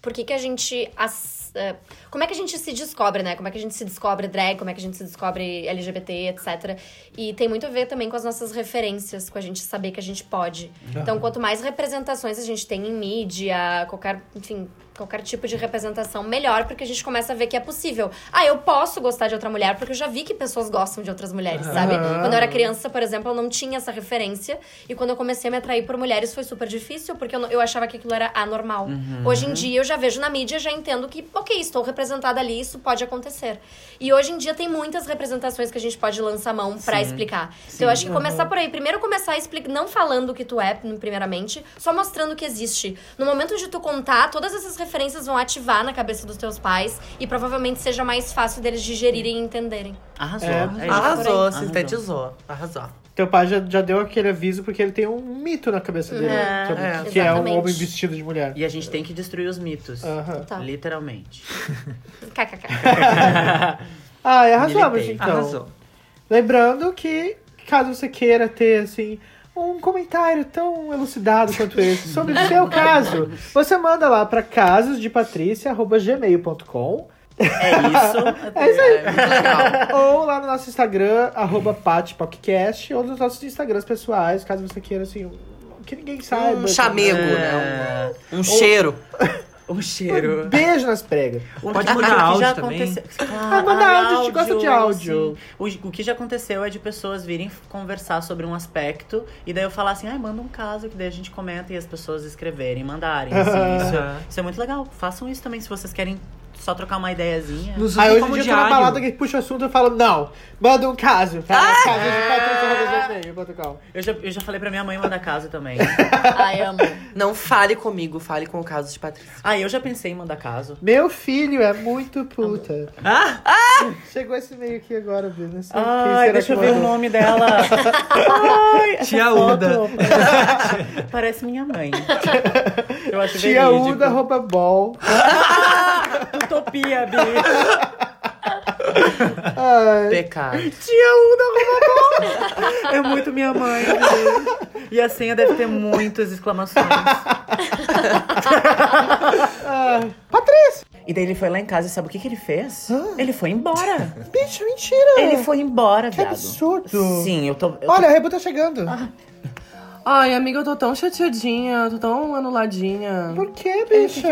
[SPEAKER 5] Por que, que a gente. as- eh, como é que a gente se descobre, né? Como é que a gente se descobre drag, como é que a gente se descobre LGBT, etc. E tem muito a ver também com as nossas referências, com a gente saber que a gente pode. Então, quanto mais representações a gente tem em mídia, qualquer, enfim, qualquer tipo de representação, melhor, porque a gente começa a ver que é possível. Ah, eu posso gostar de outra mulher, porque eu já vi que pessoas gostam de outras mulheres, sabe? Quando eu era criança, por exemplo, eu não tinha essa referência. E quando eu comecei a me atrair por mulheres, foi super difícil, porque eu, não- eu achava que aquilo era anormal. Hoje em dia, eu já vejo na mídia, já entendo que, ok, estou representada ali, isso pode acontecer. E hoje em dia, tem muitas representações que a gente pode lançar mão pra explicar. Então, eu acho que começar por aí. Primeiro, começar a explicar, não falando o que tu é, primeiramente, só mostrando que existe. No momento de tu contar, todas essas referências vão ativar na cabeça dos teus pais e provavelmente seja mais fácil deles digerirem e entenderem.
[SPEAKER 2] Arrasou.
[SPEAKER 4] É.
[SPEAKER 2] É isso.
[SPEAKER 1] Arrasou,
[SPEAKER 2] Arrasou.
[SPEAKER 1] sintetizou. Arrasou.
[SPEAKER 4] Teu pai já, já deu aquele aviso porque ele tem um mito na cabeça dele.
[SPEAKER 5] É,
[SPEAKER 4] que é,
[SPEAKER 5] é.
[SPEAKER 4] que é um
[SPEAKER 5] Exatamente.
[SPEAKER 4] homem vestido de mulher.
[SPEAKER 2] E a gente tem que destruir os mitos.
[SPEAKER 4] Aham.
[SPEAKER 5] Tá.
[SPEAKER 2] Literalmente.
[SPEAKER 5] KKK.
[SPEAKER 4] Ah, é razoável,
[SPEAKER 2] Militei.
[SPEAKER 4] então.
[SPEAKER 3] Arrasou.
[SPEAKER 4] Lembrando que, caso você queira ter, assim, um comentário tão elucidado quanto esse sobre o seu caso, você manda lá pra casosdepatricia.gmail.com
[SPEAKER 2] É isso.
[SPEAKER 4] É isso aí.
[SPEAKER 1] Legal.
[SPEAKER 4] ou lá no nosso Instagram, arroba patpodcast, ou nos nossos Instagrams pessoais, caso você queira, assim, um- que ninguém saiba. assim.
[SPEAKER 1] Um chamego, né?
[SPEAKER 2] É.
[SPEAKER 1] Um, um cheiro.
[SPEAKER 2] O
[SPEAKER 4] Um
[SPEAKER 2] cheiro.
[SPEAKER 4] beijo nas pregas.
[SPEAKER 2] O
[SPEAKER 3] Pode
[SPEAKER 2] que-
[SPEAKER 3] mandar
[SPEAKER 2] o que
[SPEAKER 3] áudio
[SPEAKER 2] já
[SPEAKER 3] também?
[SPEAKER 2] aconteceu-
[SPEAKER 4] Ah, manda
[SPEAKER 2] Ah,
[SPEAKER 4] áudio, a gente gosta de áudio.
[SPEAKER 2] sim. O, o que já aconteceu é de pessoas virem conversar sobre um aspecto e daí eu falar assim, ai, manda um caso, que daí a gente comenta e as pessoas escreverem, mandarem. assim, isso,
[SPEAKER 3] Aham.
[SPEAKER 2] isso é muito legal. Façam isso também se vocês querem só trocar uma ideiazinha.
[SPEAKER 3] Nos usem
[SPEAKER 4] Aí hoje
[SPEAKER 3] como
[SPEAKER 4] em dia eu tô
[SPEAKER 3] diário.
[SPEAKER 4] na balada que puxa assunto e eu falo, não, manda um caso. Tá? Ah!
[SPEAKER 2] Eu, já, eu já falei pra minha mãe mandar caso também.
[SPEAKER 5] Ai, amo.
[SPEAKER 1] Não fale comigo, fale com o caso de Patrícia.
[SPEAKER 2] ah, eu já pensei em mandar caso.
[SPEAKER 4] Meu filho é muito puta.
[SPEAKER 3] Ah,
[SPEAKER 4] Chegou esse meio aqui agora, Bia. Não sei quem
[SPEAKER 2] Ai,
[SPEAKER 4] será
[SPEAKER 2] deixa
[SPEAKER 4] que
[SPEAKER 2] eu ver o
[SPEAKER 4] mandou.
[SPEAKER 2] nome dela. Ai, essa
[SPEAKER 3] Tia
[SPEAKER 2] foto
[SPEAKER 3] Uda.
[SPEAKER 2] parece- Parece minha mãe. Eu acho
[SPEAKER 4] Tia
[SPEAKER 2] verídico.
[SPEAKER 4] Uda rouba bol.
[SPEAKER 2] Utopia, Bi.
[SPEAKER 4] Ai,
[SPEAKER 1] Pecado.
[SPEAKER 2] Tia Uda roubou. É muito minha mãe. Bi. E a senha deve ter muitas exclamações.
[SPEAKER 4] ai. Patrícia!
[SPEAKER 2] E daí ele foi lá em casa e sabe o que, que ele fez? Ele foi embora.
[SPEAKER 4] Bicho, mentira!
[SPEAKER 2] Ele foi embora,
[SPEAKER 4] Que
[SPEAKER 2] viado.
[SPEAKER 4] absurdo!
[SPEAKER 2] Sim, eu tô. eu tô- Ah.
[SPEAKER 4] Olha, a Rebu tá chegando.
[SPEAKER 1] Ai, amiga, eu tô tão chateadinha, eu tô tão anuladinha.
[SPEAKER 4] Por que, bicha?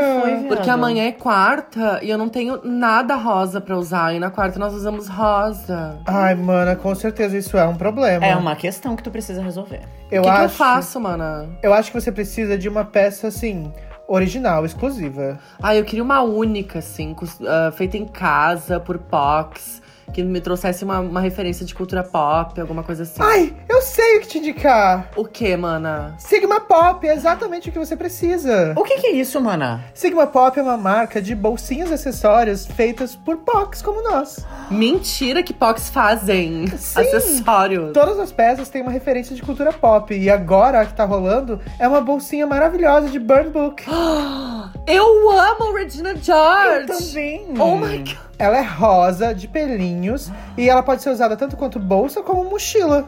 [SPEAKER 1] Porque amanhã é quarta e eu não tenho nada rosa pra usar. E na quarta nós usamos rosa.
[SPEAKER 4] Ai, mana, com certeza isso é um problema.
[SPEAKER 1] Né?
[SPEAKER 2] É uma questão que tu precisa resolver.
[SPEAKER 4] Eu
[SPEAKER 1] o que, que eu
[SPEAKER 4] acho.
[SPEAKER 1] faço, mana?
[SPEAKER 4] Eu acho que você precisa de uma peça assim. Original, exclusiva.
[SPEAKER 1] Ai, Ah, eu queria uma única, assim, cos- ah, feita em casa, por Pox, que me trouxesse uma, uma referência de cultura pop, alguma coisa assim.
[SPEAKER 4] Ai, eu sei o que te indicar!
[SPEAKER 1] O que, mana?
[SPEAKER 4] Sigma Pop é exatamente o que você precisa.
[SPEAKER 2] O que, que é isso, mana?
[SPEAKER 4] Sigma Pop é uma marca de bolsinhas e acessórios feitas por POCs como nós.
[SPEAKER 1] Mentira que Pox fazem
[SPEAKER 4] Sim.
[SPEAKER 1] acessórios.
[SPEAKER 4] Todas as peças têm uma referência de cultura pop. E agora a que tá rolando é uma bolsinha maravilhosa de Burn Book.
[SPEAKER 1] Eu amo Regina George!
[SPEAKER 4] Eu também!
[SPEAKER 1] Oh my god!
[SPEAKER 4] Ela é rosa, de pelinhos, e ela pode ser usada tanto quanto bolsa como mochila.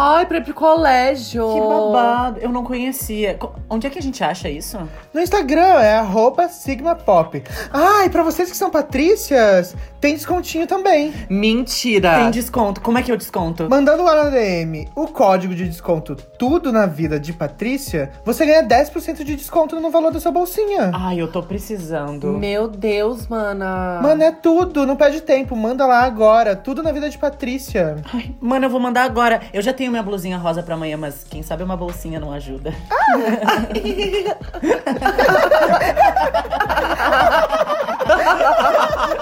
[SPEAKER 1] Ai, pra ir pro colégio!
[SPEAKER 2] Que babado. Eu não conhecia. Co- Onde é que a gente acha isso?
[SPEAKER 4] No Instagram é arroba sigmapop. Ah, e pra vocês que são patrícias, tem descontinho também.
[SPEAKER 1] Mentira!
[SPEAKER 2] Tem desconto. Como é que eu desconto?
[SPEAKER 4] Mandando lá na DM o código de desconto Tudo na Vida de Patrícia, você ganha 10% de desconto no valor da sua bolsinha.
[SPEAKER 2] Ai, eu tô precisando.
[SPEAKER 1] Meu Deus, mana.
[SPEAKER 4] Mano, é tudo, não perde tempo, manda lá agora. Tudo na vida de Patrícia.
[SPEAKER 2] Ai, mano, eu vou mandar agora. Eu já tenho minha blusinha rosa pra amanhã, mas quem sabe uma bolsinha não ajuda.
[SPEAKER 1] Ah.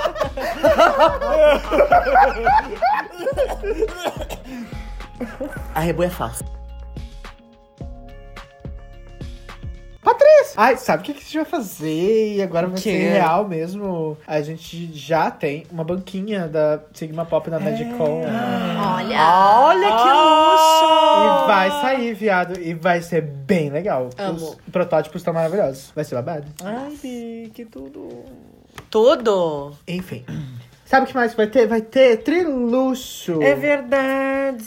[SPEAKER 2] A Rebu é fácil. é
[SPEAKER 4] Patrícia! Ai, sabe o que, que a gente vai fazer? E agora vai
[SPEAKER 1] O quê?
[SPEAKER 4] ser real mesmo. A gente já tem uma banquinha da Sigma Pop na Magicon.
[SPEAKER 5] É. Olha.
[SPEAKER 1] Olha que Ah! luxo!
[SPEAKER 4] E vai sair, viado. E vai ser bem legal.
[SPEAKER 5] Amo.
[SPEAKER 4] Os protótipos estão maravilhosos. Vai ser babado.
[SPEAKER 2] Ai, que tudo.
[SPEAKER 1] Tudo!
[SPEAKER 4] Enfim. Sabe o que mais que vai ter? Vai ter triluxo.
[SPEAKER 2] É verdade.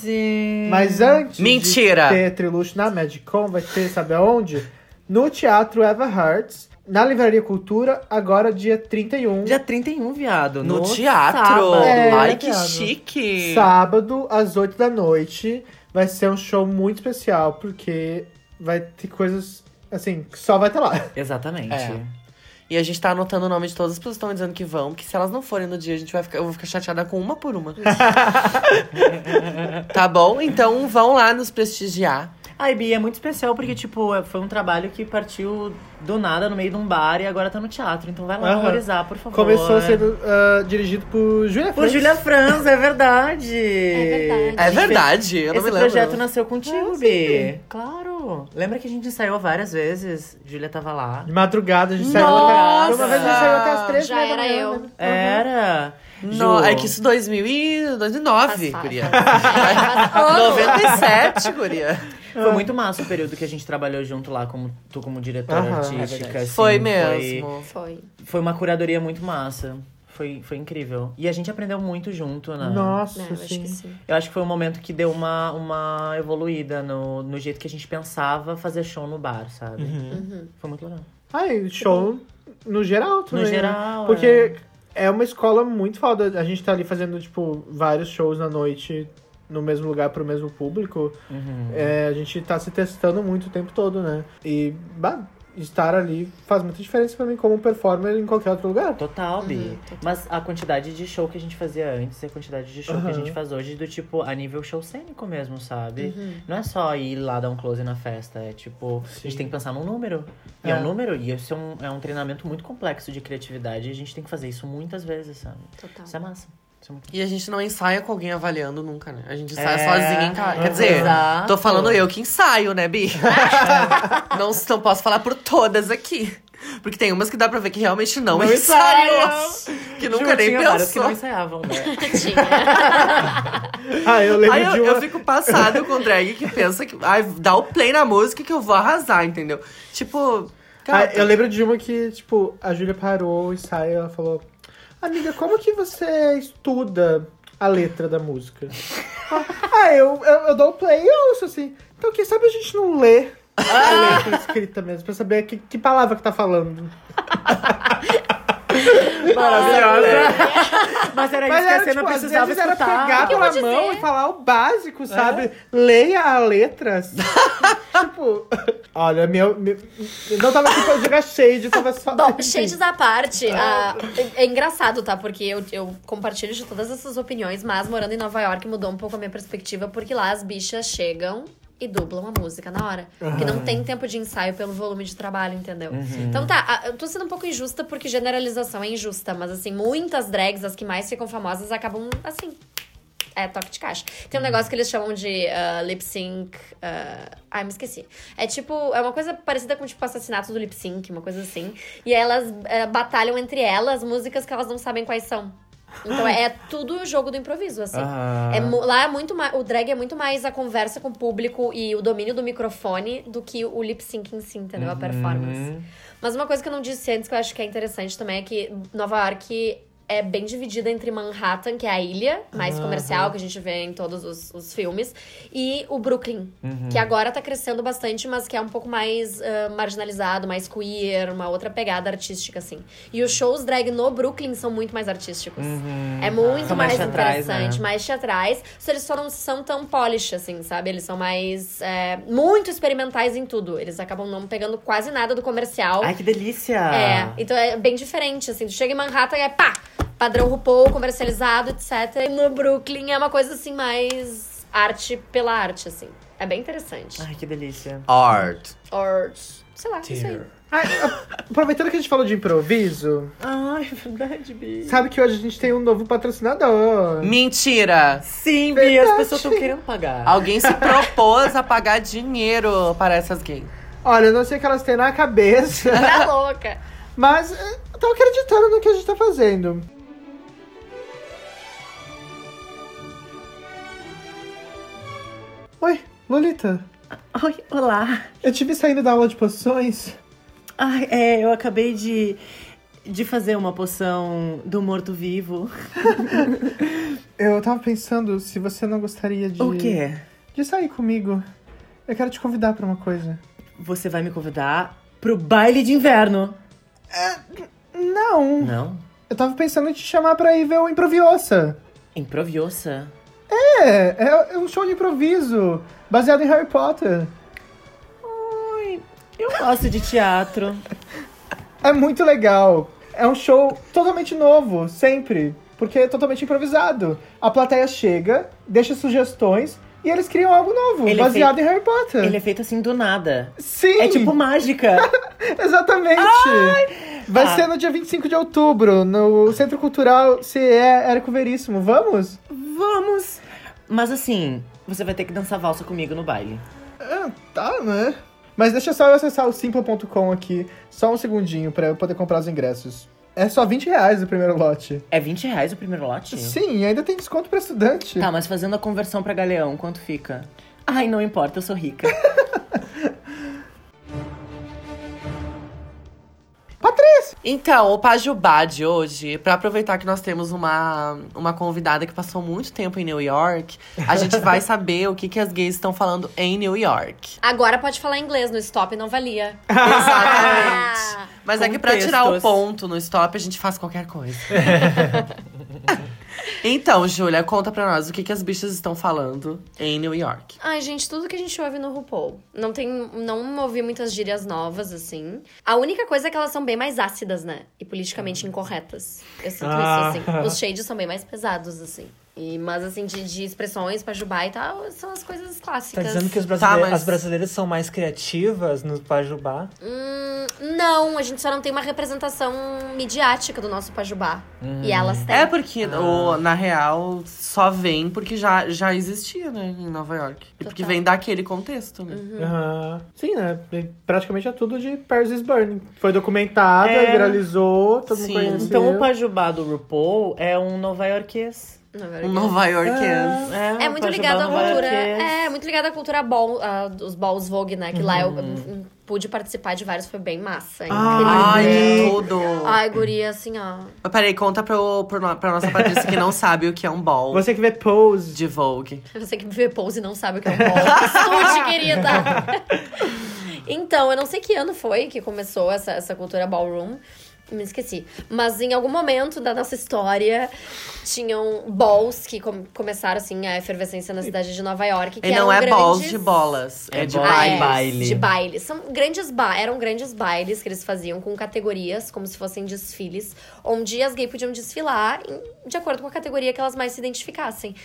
[SPEAKER 5] Hum.
[SPEAKER 4] Mas antes
[SPEAKER 1] Mentira.
[SPEAKER 4] de ter Triluxo na Magicon, vai ter, sabe aonde? No Teatro Eva Hearts, na Livraria Cultura, agora dia 31.
[SPEAKER 2] Dia 31, viado.
[SPEAKER 1] No, teatro!
[SPEAKER 2] sábado.
[SPEAKER 4] É,
[SPEAKER 1] Ai, que
[SPEAKER 4] teatro.
[SPEAKER 1] chique!
[SPEAKER 4] Sábado, às 8 da noite. Vai ser um show muito especial, porque vai ter coisas, assim, que só vai estar lá.
[SPEAKER 2] Exatamente.
[SPEAKER 1] É. E a gente tá anotando o nome de todas as pessoas que estão dizendo que vão, porque se elas não forem no dia, a gente vai ficar, eu vou ficar chateada com uma por uma. tá bom? Então vão lá nos prestigiar.
[SPEAKER 2] Ai, Bi, é muito especial porque, tipo, é- foi um trabalho que partiu do nada no meio de um bar e agora tá no teatro. Então vai lá
[SPEAKER 4] Aham.
[SPEAKER 2] valorizar, por favor.
[SPEAKER 4] Começou sendo ah, dirigido por Julia
[SPEAKER 2] Por
[SPEAKER 4] Francis.
[SPEAKER 2] Julia Franz, é verdade.
[SPEAKER 5] É verdade.
[SPEAKER 1] É verdade, eu não
[SPEAKER 2] Esse
[SPEAKER 1] me lembro.
[SPEAKER 2] projeto nasceu contigo, Bi. Claro. Lembra que a gente ensaiou várias vezes? Júlia tava lá.
[SPEAKER 4] De madrugada, a gente saiu
[SPEAKER 1] Nossa!
[SPEAKER 4] até... Uma vez a gente saiu até as 3
[SPEAKER 5] Já
[SPEAKER 4] da manhã.
[SPEAKER 5] era eu.
[SPEAKER 4] né?
[SPEAKER 2] É. Era.
[SPEAKER 1] No,
[SPEAKER 2] Ju.
[SPEAKER 1] é que isso 2000 e 2009,
[SPEAKER 5] Passado.
[SPEAKER 1] guria.
[SPEAKER 5] Passado.
[SPEAKER 1] 97, guria.
[SPEAKER 4] Ah.
[SPEAKER 2] Foi muito massa o período que a gente trabalhou junto lá, como tu como diretora
[SPEAKER 4] Aham, é
[SPEAKER 2] artística. assim,
[SPEAKER 1] foi mesmo.
[SPEAKER 5] Foi.
[SPEAKER 2] Foi uma curadoria muito massa. Foi, foi incrível. E a gente aprendeu muito junto, né?
[SPEAKER 4] Nossa,
[SPEAKER 5] Não, eu acho
[SPEAKER 4] sim.
[SPEAKER 5] que sim.
[SPEAKER 2] Eu acho que foi um momento que deu uma, uma evoluída no, no jeito que a gente pensava fazer show no bar, sabe?
[SPEAKER 4] Uhum.
[SPEAKER 2] Foi muito legal.
[SPEAKER 4] Ai, show no geral também.
[SPEAKER 2] Tipo, No
[SPEAKER 4] né?
[SPEAKER 2] geral,
[SPEAKER 4] Porque é uma escola muito foda. A gente tá ali fazendo, tipo, vários shows na noite no mesmo lugar pro mesmo público. É, a gente tá se testando muito o tempo todo, né? E bah, estar ali faz muita diferença pra mim como performer em qualquer outro lugar.
[SPEAKER 2] Total, Bi. Mas a quantidade de show que a gente fazia antes e a quantidade de show que a gente faz hoje, do tipo, a nível show cênico mesmo, sabe? Não é só ir lá dar um close na festa, é tipo, a gente tem que pensar num número. E é,
[SPEAKER 4] É.
[SPEAKER 2] um número, e isso é um, é um treinamento muito complexo de criatividade, e a gente tem que fazer isso muitas vezes, sabe?
[SPEAKER 5] Total.
[SPEAKER 2] Isso é massa. Isso é muito...
[SPEAKER 1] E a gente não ensaia com alguém avaliando nunca, né? A gente ensaia
[SPEAKER 2] É.
[SPEAKER 1] sozinha em casa. Quer dizer,
[SPEAKER 2] Exato.
[SPEAKER 1] tô falando eu que ensaio, né, Bi? não, não posso falar por todas aqui. Porque tem umas que dá pra ver que realmente não,
[SPEAKER 2] Não
[SPEAKER 1] ensaiam.
[SPEAKER 2] ensaiam.
[SPEAKER 1] Que nunca
[SPEAKER 2] Ju,
[SPEAKER 1] nem
[SPEAKER 2] tinha vários que
[SPEAKER 1] pensou.
[SPEAKER 2] não ensaiavam, né?
[SPEAKER 5] Tinha.
[SPEAKER 4] Ah, eu lembro
[SPEAKER 1] Aí
[SPEAKER 4] de
[SPEAKER 1] eu,
[SPEAKER 4] uma.
[SPEAKER 1] eu fico passado com drag que pensa que. Ai, dá o play na música que eu vou arrasar, entendeu? Tipo.
[SPEAKER 4] Ah,
[SPEAKER 1] Cara,
[SPEAKER 4] eu lembro de uma que, tipo, a Júlia parou e saiu ela falou: Amiga, como que você estuda a letra da música? ah, eu, eu, eu dou o play e ouço assim. Então, quem sabe a gente não lê
[SPEAKER 2] Ah, né?
[SPEAKER 4] a letra escrita mesmo, pra saber que, que palavra que tá falando.
[SPEAKER 2] é Maravilhosa. Mas era isso que
[SPEAKER 4] era,
[SPEAKER 2] você não
[SPEAKER 4] tipo, às
[SPEAKER 2] É, precisava
[SPEAKER 4] vezes era
[SPEAKER 2] escutar. É.
[SPEAKER 4] pegar
[SPEAKER 5] que eu
[SPEAKER 4] pela
[SPEAKER 5] vou
[SPEAKER 4] mão
[SPEAKER 5] dizer?
[SPEAKER 4] e falar o básico, sabe? Leia a letra. assim. tipo, olha, meu, meu- eu não tava aqui pra jogar shade, eu tava só.
[SPEAKER 5] Bom, shades à parte, ah, é, é engraçado, tá? Porque eu, eu compartilho de todas essas opiniões, mas morando em Nova York mudou um pouco a minha perspectiva, porque lá as bichas chegam e dublam a música na hora. Porque não tem tempo de ensaio pelo volume de trabalho, entendeu?
[SPEAKER 4] Uhum.
[SPEAKER 5] Então tá, a- eu tô sendo um pouco injusta porque generalização é injusta, mas assim, muitas drags, as que mais ficam famosas, acabam assim. É, toque de caixa. Tem um negócio que eles chamam de ah, lip sync. ah, ah, me esqueci. É tipo, é uma coisa parecida com tipo assassinato do lip sync, uma coisa assim. E aí elas eh, batalham entre elas músicas que elas não sabem quais são. Então é tudo o jogo do improviso, assim.
[SPEAKER 2] Ah.
[SPEAKER 5] É mu- lá é muito mais. O drag é muito mais a conversa com o público e o domínio do microfone do que o lip sync em si, entendeu?
[SPEAKER 2] Uhum.
[SPEAKER 5] A performance. Mas uma coisa que eu não disse antes, que eu acho que é interessante também, é que Nova York é bem dividida entre Manhattan, que é a ilha mais comercial que a gente vê em todos os, os filmes, e o Brooklyn, que agora tá crescendo bastante, mas que é um pouco mais ah, marginalizado, mais queer, uma outra pegada artística, assim. E os shows drag no Brooklyn são muito mais artísticos.
[SPEAKER 2] Uhum.
[SPEAKER 1] Uhum.
[SPEAKER 5] É muito
[SPEAKER 2] São
[SPEAKER 5] mais,
[SPEAKER 2] mais
[SPEAKER 5] interessante,
[SPEAKER 2] teatrais, né?
[SPEAKER 5] mais teatrais. Só eles só não são tão polish, assim, sabe? Eles são mais. é, muito experimentais em tudo. Eles acabam não pegando quase nada do comercial.
[SPEAKER 2] Ai, que delícia! Ah.
[SPEAKER 5] É, então é bem diferente, assim. Tu chega em Manhattan e é pá! Padrão RuPaul, comercializado, etc. E no Brooklyn é uma coisa, assim, mais arte pela arte, assim. É bem interessante.
[SPEAKER 2] Ai, que delícia.
[SPEAKER 1] art.
[SPEAKER 5] Or, sei lá, isso aí.
[SPEAKER 4] Ah, a- aproveitando que a gente falou de improviso,
[SPEAKER 2] Ai, é verdade, Bi.
[SPEAKER 4] sabe que hoje a gente tem um novo patrocinador.
[SPEAKER 1] Mentira!
[SPEAKER 2] Sim, Bi, as pessoas estão querendo pagar.
[SPEAKER 1] Alguém se propôs a pagar dinheiro para essas gays.
[SPEAKER 4] Olha, eu não sei o que elas têm na cabeça,
[SPEAKER 5] Tá louca.
[SPEAKER 4] mas eh, eu tô acreditando no que a gente tá fazendo. Oi, Lolita.
[SPEAKER 6] Oi, olá.
[SPEAKER 4] Eu tive saindo da aula de posições.
[SPEAKER 6] Ai, é, eu acabei de, de fazer uma poção do morto-vivo.
[SPEAKER 4] Eu tava pensando se você não gostaria de.
[SPEAKER 6] O quê?
[SPEAKER 4] De sair comigo. Eu quero te convidar pra uma coisa.
[SPEAKER 6] Você vai me convidar pro baile de inverno.
[SPEAKER 4] É, Não.
[SPEAKER 6] Não?
[SPEAKER 4] Eu tava pensando em te chamar pra ir ver o Improviosa.
[SPEAKER 6] Improviosa.
[SPEAKER 4] É, é, é um show de improviso, baseado em Harry Potter.
[SPEAKER 6] Eu gosto de teatro.
[SPEAKER 4] É muito legal. É um show totalmente novo, sempre. Porque é totalmente improvisado. A plateia chega, deixa sugestões e eles criam algo novo,
[SPEAKER 6] Ele é
[SPEAKER 4] baseado
[SPEAKER 6] feito-
[SPEAKER 4] em Harry Potter.
[SPEAKER 6] Ele é feito assim do nada.
[SPEAKER 4] Sim!
[SPEAKER 6] É tipo um- mágica.
[SPEAKER 4] Exatamente! Vai
[SPEAKER 6] Ah.
[SPEAKER 4] ser no dia 25 de outubro, no Centro Cultural CE Érico Veríssimo. Vamos?
[SPEAKER 6] Vamos! Mas assim, você vai ter que dançar valsa comigo no baile.
[SPEAKER 4] Tá, né? Mas deixa só eu acessar o simple.com aqui, só um segundinho, pra eu poder comprar os ingressos. É só 20 reais o primeiro lote.
[SPEAKER 6] É 20 reais o primeiro lote?
[SPEAKER 4] Sim, ainda tem desconto pra estudante.
[SPEAKER 6] Tá, mas fazendo a conversão pra galeão, quanto fica? Ai, não importa, eu sou rica.
[SPEAKER 1] Então, o Pajubá de hoje, pra aproveitar que nós temos uma, uma convidada que passou muito tempo em New York, a gente vai saber o que, que as gays estão falando em New York.
[SPEAKER 5] Agora pode falar inglês no stop, não valia.
[SPEAKER 1] Exatamente. Mas é que pra tirar o
[SPEAKER 6] Contextos.
[SPEAKER 1] ponto no stop, a gente faz qualquer coisa. então, Júlia, conta pra nós o que, que as bichas estão falando em New York.
[SPEAKER 5] Ai, gente, tudo que a gente ouve no RuPaul. Não tem. Não ouvi muitas gírias novas, assim. A única coisa é que elas são bem mais ácidas, né? E politicamente incorretas. Eu sinto
[SPEAKER 3] Ah.
[SPEAKER 5] isso, assim. Os shades são bem mais pesados, assim. E, mas, assim, de, de expressões pra Jubá e tal, são as coisas
[SPEAKER 3] Tá
[SPEAKER 5] clássicas.
[SPEAKER 3] dizendo que os brasile-
[SPEAKER 1] mas-
[SPEAKER 3] as brasileiras são mais criativas no Pajubá?
[SPEAKER 5] Hum, não, a gente só não tem uma representação midiática do nosso Pajubá.
[SPEAKER 3] Hum.
[SPEAKER 5] E elas têm.
[SPEAKER 1] É porque, o- na real, só vem porque já, já existia, né, em Nova York. E porque
[SPEAKER 5] Total.
[SPEAKER 1] vem daquele contexto, né?
[SPEAKER 3] Uhum.
[SPEAKER 4] Aham. Sim, né? Praticamente é tudo de Paris is Burning. Foi documentada, viralizou, todo
[SPEAKER 1] Sim.
[SPEAKER 4] mundo conheceu.
[SPEAKER 6] Então o Pajubá do RuPaul é um nova-iorquês.
[SPEAKER 5] na verdade.
[SPEAKER 1] Um Nova Yorkiano.
[SPEAKER 6] É,
[SPEAKER 5] É
[SPEAKER 6] um
[SPEAKER 5] muito
[SPEAKER 1] tá,
[SPEAKER 6] Pajubá
[SPEAKER 5] ligado à cultura.
[SPEAKER 6] nova-iorquês.
[SPEAKER 5] É, muito ligado à cultura ball, ah, dos balls Vogue, né? Que lá eu
[SPEAKER 1] Uhum.
[SPEAKER 5] hum, pude participar de vários, foi bem massa. é incrível.
[SPEAKER 1] Ai, que
[SPEAKER 4] Ai.
[SPEAKER 1] tudo!
[SPEAKER 5] Ai, guria, assim, ó.
[SPEAKER 1] Mas Ah, Peraí, conta pro, pro, no- pra nossa Patrícia que não sabe o que é um ball
[SPEAKER 4] Você que vê Pose.
[SPEAKER 1] de Vogue.
[SPEAKER 5] Você que vê pose e não sabe o que é um bolo. Estude, querida! então, eu não sei que ano foi que começou essa, essa cultura ballroom. Me esqueci. Mas em algum momento da nossa história, tinham balls que com- começaram, assim, a efervescência na cidade de Nova York. Que um
[SPEAKER 1] E não é
[SPEAKER 5] eram
[SPEAKER 1] balls
[SPEAKER 5] grandes-
[SPEAKER 1] de bolas, é,
[SPEAKER 6] É
[SPEAKER 1] de
[SPEAKER 6] ball-
[SPEAKER 5] Ah, é,
[SPEAKER 1] baile.
[SPEAKER 6] baile.
[SPEAKER 5] De baile. São grandes ba eram grandes bailes que eles faziam com categorias, como se fossem desfiles, onde as gays podiam desfilar em- de acordo com a categoria que elas mais se identificassem.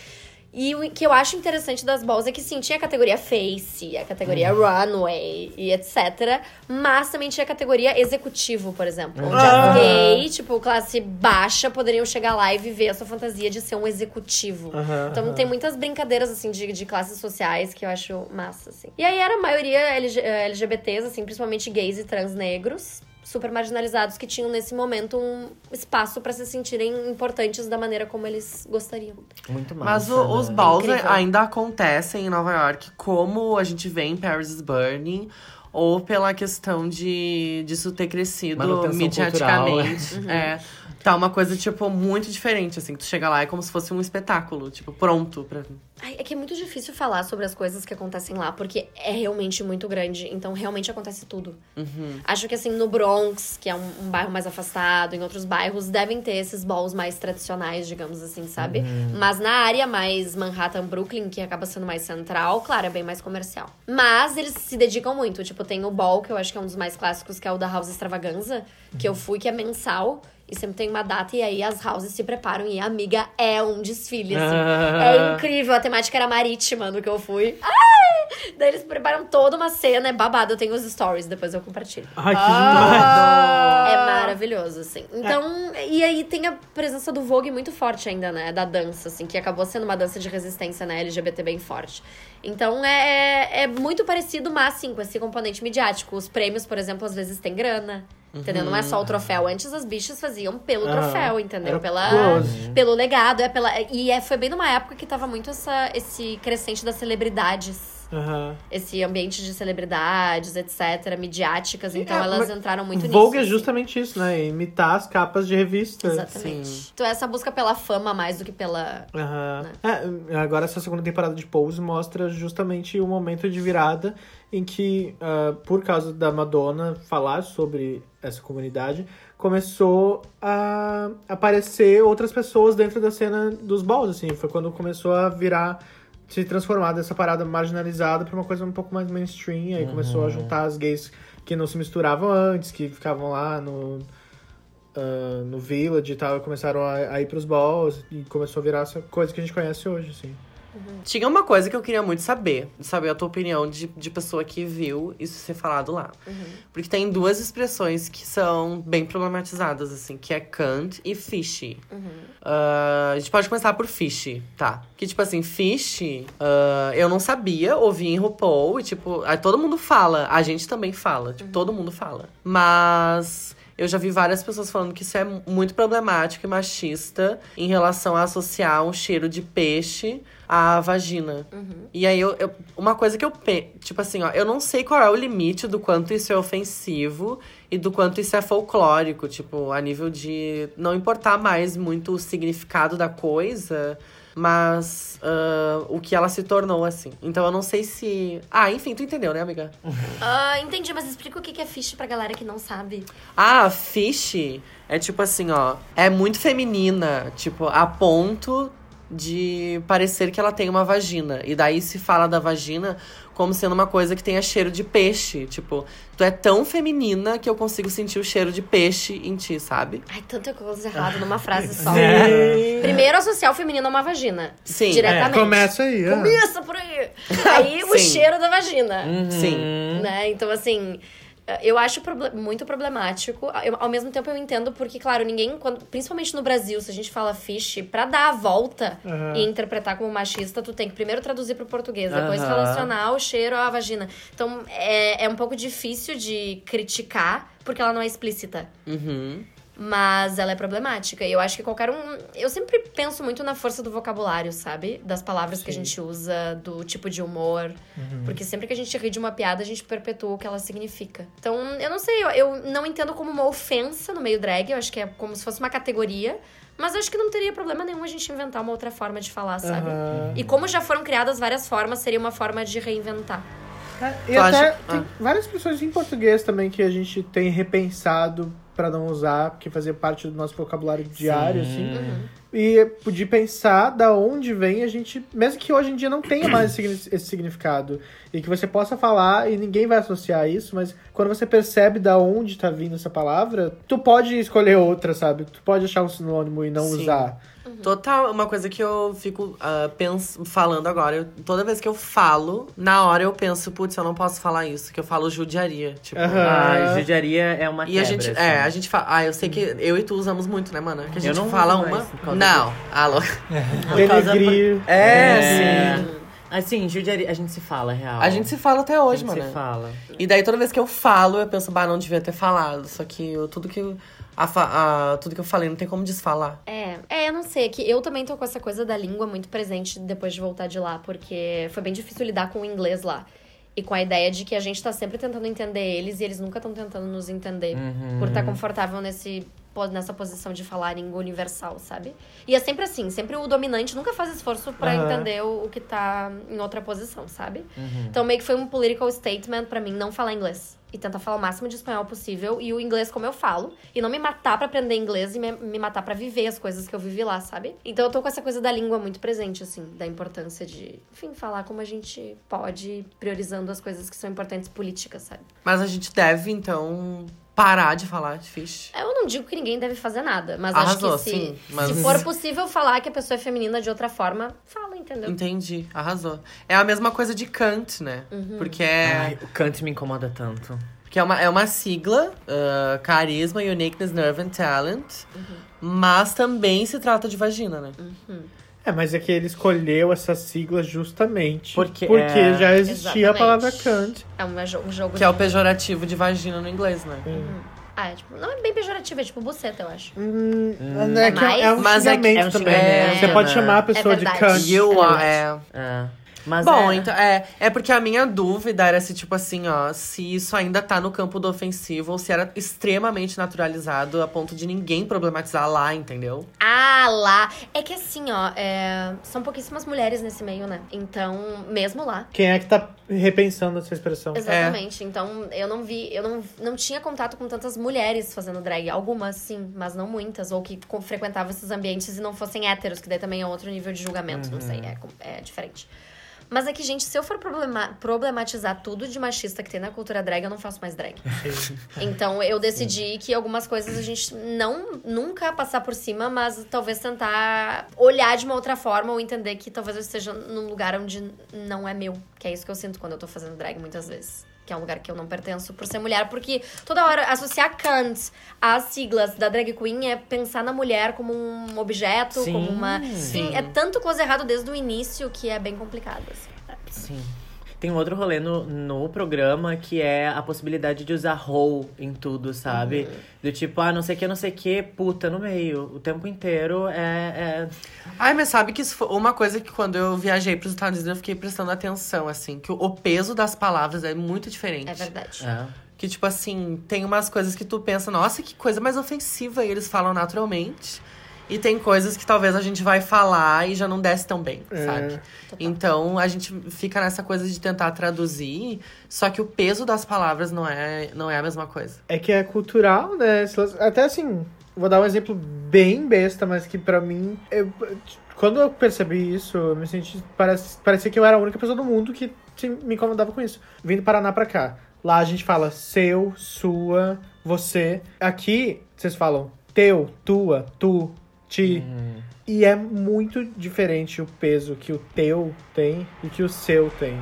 [SPEAKER 5] E o que eu acho interessante das balls é que sim, tinha a categoria face, a categoria runway e etc. Mas também tinha a categoria executivo, por exemplo. Onde as gays, tipo, classe baixa, poderiam chegar lá e viver a sua fantasia de ser um executivo.
[SPEAKER 3] Aham.
[SPEAKER 5] Então tem muitas brincadeiras, assim, de, de classes sociais que eu acho massa, assim. E aí era a maioria LG, eh, LGBTs, assim, principalmente gays e trans negros, super marginalizados, que tinham nesse momento um espaço pra se sentirem importantes da maneira como eles gostariam.
[SPEAKER 6] Muito
[SPEAKER 1] Mas
[SPEAKER 6] massa.
[SPEAKER 1] o- os
[SPEAKER 6] né?
[SPEAKER 1] balls
[SPEAKER 5] Incrível.
[SPEAKER 1] ainda acontecem em Nova York, como a gente vê em Paris is Burning, ou pela questão de disso ter crescido
[SPEAKER 6] Manutenção
[SPEAKER 1] mediaticamente. É. Tá uma coisa, tipo, muito diferente, assim. que Tu chega lá, é como se fosse um espetáculo, tipo, pronto pra...
[SPEAKER 5] Ai, é que é muito difícil falar sobre as coisas que acontecem lá, porque é realmente muito grande. Então, realmente acontece tudo. Acho que, assim, no Bronx, que é um, um bairro mais afastado, em outros bairros, devem ter esses balls mais tradicionais, digamos assim, sabe? Mas na área mais Manhattan, Brooklyn, que acaba sendo mais central, claro, é bem mais comercial. Mas eles se dedicam muito. Tipo, tem o ball, que eu acho que é um dos mais clássicos, que é o da House Extravaganza, que eu fui, que é mensal. E sempre tem uma data, e aí as houses se preparam. E a amiga é um desfile, assim.
[SPEAKER 4] Ah.
[SPEAKER 5] É incrível, a temática era marítima no que eu fui. Ai! Daí eles preparam toda uma cena, é babado. Eu tenho os stories, depois eu compartilho.
[SPEAKER 3] Ai, que
[SPEAKER 6] Ah!
[SPEAKER 5] É maravilhoso. maravilhoso, assim. Então, e aí tem a presença do Vogue muito forte ainda, né? Da dança, assim, que acabou sendo uma dança de resistência, né? LGBT bem forte. Então, é, é muito parecido, mas, assim, com esse componente midiático. Os prêmios, por exemplo, às vezes tem grana. Entendeu? Não é só o troféu. Antes as bichas faziam pelo
[SPEAKER 4] Uhum. Aham.
[SPEAKER 5] troféu, entendeu?
[SPEAKER 4] Era
[SPEAKER 5] Pela,
[SPEAKER 4] close.
[SPEAKER 5] pelo legado. É pela, e é, foi bem numa época que tava muito essa, esse crescente das celebridades
[SPEAKER 4] Aham.
[SPEAKER 5] esse ambiente de celebridades, etc., midiáticas, então
[SPEAKER 4] É,
[SPEAKER 5] elas
[SPEAKER 4] mas
[SPEAKER 5] entraram muito
[SPEAKER 4] Vogue é
[SPEAKER 5] nisso. assim.
[SPEAKER 4] justamente isso, né? Imitar as capas de revista.
[SPEAKER 5] Exatamente. Então essa busca pela fama mais do que pela.
[SPEAKER 4] Aham. É, agora essa segunda temporada de Pose mostra justamente o momento de virada em que, ah, por causa da Madonna falar sobre essa comunidade, começou a aparecer outras pessoas dentro da cena dos balls, assim. Foi quando começou a virar, se transformar dessa parada marginalizada pra uma coisa um pouco mais mainstream. Aí começou a juntar as gays que não se misturavam antes, que ficavam lá no, ah, no Village e tal, começaram a, a ir pros balls e começou a virar essa coisa que a gente conhece hoje, assim.
[SPEAKER 1] Tinha uma coisa que eu queria muito saber, saber a tua opinião de, de pessoa que viu isso ser falado lá. Porque tem duas expressões que são bem problematizadas, assim, que é cunt e fishy. Ah, a gente pode começar por fishy, tá? Que, tipo assim, fishy, ah, eu não sabia, ouvi em RuPaul e, tipo, aí todo mundo fala, a gente também fala, tipo, todo mundo fala. Mas. Eu já vi várias pessoas falando que isso é muito problemático e machista em relação a associar um cheiro de peixe à vagina. E aí, eu, eu- uma coisa que eu penso, tipo assim, ó, eu não sei qual é o limite do quanto isso é ofensivo e do quanto isso é folclórico, tipo, a nível de não importar mais muito o significado da coisa, mas ah, o que ela se tornou, assim. Então eu não sei se. Ah, enfim, tu entendeu, né, amiga?
[SPEAKER 5] Ah, entendi, mas explica o que que é fish pra galera que não sabe.
[SPEAKER 1] Ah, fish é tipo assim, ó. É muito feminina, tipo, a ponto de parecer que ela tem uma vagina. E daí se fala da vagina como sendo uma coisa que tenha cheiro de peixe. Tipo, tu é tão feminina que eu consigo sentir o cheiro de peixe em ti, sabe?
[SPEAKER 5] Ai, tanta coisa errada numa frase só.
[SPEAKER 3] Sim.
[SPEAKER 5] Primeiro, associar o feminino a uma vagina.
[SPEAKER 1] Sim,
[SPEAKER 5] Diretamente.
[SPEAKER 4] Começa aí, É. é.
[SPEAKER 5] Começa por aí. Aí o
[SPEAKER 1] Sim. Hum.
[SPEAKER 5] cheiro da vagina.
[SPEAKER 1] Uhum. Sim.
[SPEAKER 2] Uhum.
[SPEAKER 5] né? Então, assim, eu acho proble- muito problemático. Eu- ao mesmo tempo, eu entendo porque, claro, ninguém, quando- principalmente no Brasil, se a gente fala fish, pra dar a volta e interpretar como machista, tu tem que primeiro traduzir pro português, depois
[SPEAKER 6] Aham.
[SPEAKER 5] relacionar o cheiro à vagina. Então, é, é um pouco difícil de criticar porque ela não é explícita.
[SPEAKER 1] Uhum.
[SPEAKER 5] Mas ela é problemática. E eu acho que qualquer um. Eu sempre penso muito na força do vocabulário, sabe? Das palavras que a gente usa, do tipo de humor. Porque sempre que a gente ri de uma piada, a gente perpetua o que ela significa. Então, eu não sei, eu, eu não entendo como uma ofensa no meio drag. Eu acho que é como se fosse uma categoria. Mas eu acho que não teria problema nenhum a gente inventar uma outra forma de falar, sabe?
[SPEAKER 4] Aham.
[SPEAKER 5] E como já foram criadas várias formas, seria uma forma de reinventar.
[SPEAKER 4] É, E
[SPEAKER 1] Tu
[SPEAKER 4] até
[SPEAKER 1] acha- Ah.
[SPEAKER 4] tem várias pessoas em português também que a gente tem repensado pra não usar, porque fazia parte do nosso vocabulário diário, assim.
[SPEAKER 5] Uhum.
[SPEAKER 4] E de pensar da onde vem a gente, mesmo que hoje em dia não tenha mais esse signi- esse significado, e que você possa falar e ninguém vai associar isso, mas quando você percebe da onde tá vindo essa palavra, tu pode escolher outra, sabe? Tu pode achar um sinônimo e não
[SPEAKER 1] Sim.
[SPEAKER 4] usar.
[SPEAKER 1] Total, uma coisa que eu fico ah, pens falando agora, eu- toda vez que eu falo, na hora eu penso, putz, eu não posso falar isso, que eu falo judiaria. Tipo,
[SPEAKER 4] Aham.
[SPEAKER 6] Ai, judiaria é uma
[SPEAKER 1] E
[SPEAKER 6] quebra,
[SPEAKER 1] a gente,
[SPEAKER 6] assim.
[SPEAKER 1] é, a gente fala. Ah, eu sei que eu e tu usamos muito, né, mana? Que a
[SPEAKER 6] Uhum. Eu
[SPEAKER 1] gente
[SPEAKER 6] não
[SPEAKER 1] fala
[SPEAKER 6] uso mais
[SPEAKER 1] uma.
[SPEAKER 6] por causa
[SPEAKER 1] Não, alô.
[SPEAKER 6] Por causa-
[SPEAKER 4] Denegrir.
[SPEAKER 1] É, sim.
[SPEAKER 6] Assim, judiaria, a gente se fala, é real.
[SPEAKER 1] A gente se fala até hoje,
[SPEAKER 6] A gente se
[SPEAKER 1] mano.
[SPEAKER 6] fala.
[SPEAKER 1] E daí toda vez que eu falo, eu penso, bah, não devia ter falado. Só que eu- tudo que. eu- a fa- a- tudo que eu falei não tem como desfalar.
[SPEAKER 5] É, é, eu não sei, é que eu também tô com essa coisa da língua muito presente depois de voltar de lá, porque foi bem difícil lidar com o inglês lá. E com a ideia de que a gente tá sempre tentando entender eles e eles nunca estão tentando nos entender. Por estar confortável nesse, po- nessa posição de falar a língua universal, sabe? E é sempre assim, sempre o dominante nunca faz esforço pra
[SPEAKER 4] Aham.
[SPEAKER 5] entender o, o que tá em outra posição, sabe? Então meio que foi um political statement pra mim não falar inglês. E tentar falar o máximo de espanhol possível. E o inglês como eu falo. E não me matar pra aprender inglês e me, me matar pra viver as coisas que eu vivi lá, sabe? Então eu tô com essa coisa da língua muito presente, assim. Da importância de, enfim, falar como a gente pode. Priorizando as coisas que são importantes políticas, sabe?
[SPEAKER 1] Mas a gente deve, então, parar de falar de fish.
[SPEAKER 5] Eu não digo que ninguém deve fazer nada. Mas
[SPEAKER 1] Arrasou,
[SPEAKER 5] acho que se,
[SPEAKER 1] sim, mas-
[SPEAKER 5] se for possível falar que a pessoa é feminina de outra forma, fala, entendeu?
[SPEAKER 1] Entendi, arrasou. É a mesma coisa de Kant, né? Porque é.
[SPEAKER 6] Ai, o Kant me incomoda tanto.
[SPEAKER 1] Porque Que é uma, é uma sigla, ah, Carisma, Uniqueness, Nerve and Talent. Mas também se trata de vagina, né?
[SPEAKER 4] É, mas é que ele escolheu essa sigla justamente
[SPEAKER 6] Porque-
[SPEAKER 4] porque
[SPEAKER 6] é.
[SPEAKER 4] já existia
[SPEAKER 5] Exatamente.
[SPEAKER 4] a palavra Kant.
[SPEAKER 5] É um jogo, um jogo
[SPEAKER 1] Que é o
[SPEAKER 5] de-
[SPEAKER 1] pejorativo de vagina no inglês, né?
[SPEAKER 5] Ah, é tipo, não é bem pejorativo, é tipo buceta, eu acho.
[SPEAKER 4] Hum, É, que é um
[SPEAKER 1] Mas é que-
[SPEAKER 4] xingamento
[SPEAKER 6] é um
[SPEAKER 4] também.
[SPEAKER 1] xingamento,
[SPEAKER 4] né? Você
[SPEAKER 1] né?
[SPEAKER 4] pode chamar a pessoa
[SPEAKER 5] É
[SPEAKER 4] de
[SPEAKER 5] verdade.
[SPEAKER 4] Kant.
[SPEAKER 1] You
[SPEAKER 5] É
[SPEAKER 1] are.
[SPEAKER 5] verdade.
[SPEAKER 1] é, é.
[SPEAKER 6] Mas
[SPEAKER 1] Bom,
[SPEAKER 6] é-
[SPEAKER 1] então, é, é porque a minha dúvida era se, tipo assim, ó, se isso ainda tá no campo do ofensivo ou se era extremamente naturalizado a ponto de ninguém problematizar lá, entendeu?
[SPEAKER 5] Ah, lá. É que assim, ó, é, são pouquíssimas mulheres nesse meio, né? Então, mesmo lá.
[SPEAKER 4] Quem é que tá repensando essa expressão?
[SPEAKER 5] Exatamente. Então, eu não vi, eu não, não tinha contato com tantas mulheres fazendo drag. Algumas, sim, mas não muitas. Ou que co- frequentavam esses ambientes e não fossem héteros, que daí também é outro nível de julgamento, não sei, é, com- é diferente. Mas é que, gente, se eu for problema- problematizar tudo de machista que tem na cultura drag, eu não faço mais drag. então, eu decidi que algumas coisas a gente não nunca passar por cima, mas talvez tentar olhar de uma outra forma ou entender que talvez eu esteja num lugar onde não é meu. Que é isso que eu sinto quando eu tô fazendo drag muitas vezes. Que é um lugar que eu não pertenço por ser mulher, porque toda hora associar Kant às siglas da drag queen é pensar na mulher como um objeto,
[SPEAKER 6] Sim,
[SPEAKER 5] como uma.
[SPEAKER 1] sim.
[SPEAKER 5] é tanto coisa errada desde o início que é bem complicado. assim.
[SPEAKER 6] Sim. Tem um outro rolê no, no programa que é a possibilidade de usar roll em tudo, sabe?
[SPEAKER 1] Uhum.
[SPEAKER 6] Do tipo, ah, não sei o que, não sei o que, puta no meio. O tempo inteiro é. é...
[SPEAKER 1] Ai, mas sabe que isso foi uma coisa que quando eu viajei pros Estados Unidos eu fiquei prestando atenção, assim, que o- o peso das palavras é muito diferente.
[SPEAKER 5] É verdade.
[SPEAKER 6] é.
[SPEAKER 1] Que, tipo assim, tem umas coisas que tu pensa, nossa, que coisa mais ofensiva, e eles falam naturalmente. E tem coisas que talvez a gente vai falar e já não desce tão bem, sabe? Então a gente fica nessa coisa de tentar traduzir, só que o peso das palavras não é, não é a mesma coisa.
[SPEAKER 4] É que é cultural, né? Esse lance- Até assim, vou dar um exemplo bem besta, mas que pra mim. eu- quando eu percebi isso, eu me senti. Parece, parecia que eu era a única pessoa do mundo que se- me incomodava com isso. Vindo do Paraná pra cá. Lá a gente fala seu, sua, você. Aqui, vocês falam teu, tua, tu, ti. E é muito diferente o peso que o teu tem e que o seu tem.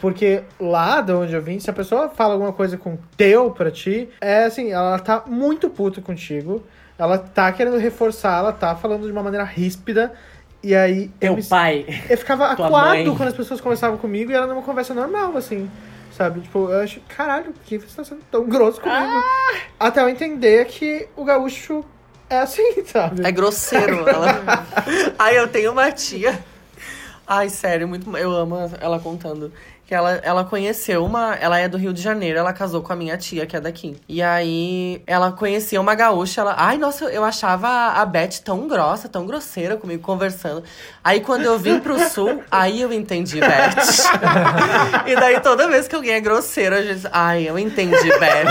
[SPEAKER 4] Porque lá de onde eu vim, se a pessoa fala alguma coisa com teu pra ti, é assim, ela tá muito puta contigo. Ela tá querendo reforçar, ela tá falando de uma maneira ríspida. E aí eu,
[SPEAKER 6] Teu
[SPEAKER 1] um
[SPEAKER 4] me-
[SPEAKER 6] pai.
[SPEAKER 4] eu ficava
[SPEAKER 6] tua
[SPEAKER 4] acuado
[SPEAKER 6] mãe.
[SPEAKER 4] quando as pessoas conversavam comigo e era numa conversa normal, assim. Sabe? Tipo, eu acho, caralho, por que você tá sendo tão grosso comigo?
[SPEAKER 6] Ah!
[SPEAKER 4] Até eu entender que o gaúcho é assim, sabe?
[SPEAKER 1] É grosseiro. ela... Ai, eu tenho uma tia. Ai, sério, muito. Eu amo ela contando. Que ela, ela conheceu uma. Ela é do Rio de Janeiro, ela casou com a minha tia, que é daqui. E aí ela conheceu uma gaúcha. Ela. Ai, nossa, eu achava a Beth tão grossa, tão grosseira comigo conversando. Aí quando eu vim pro sul, aí eu entendi, Beth. e daí toda vez que alguém é grosseiro, a gente. diz, Ai, eu entendi, Beth.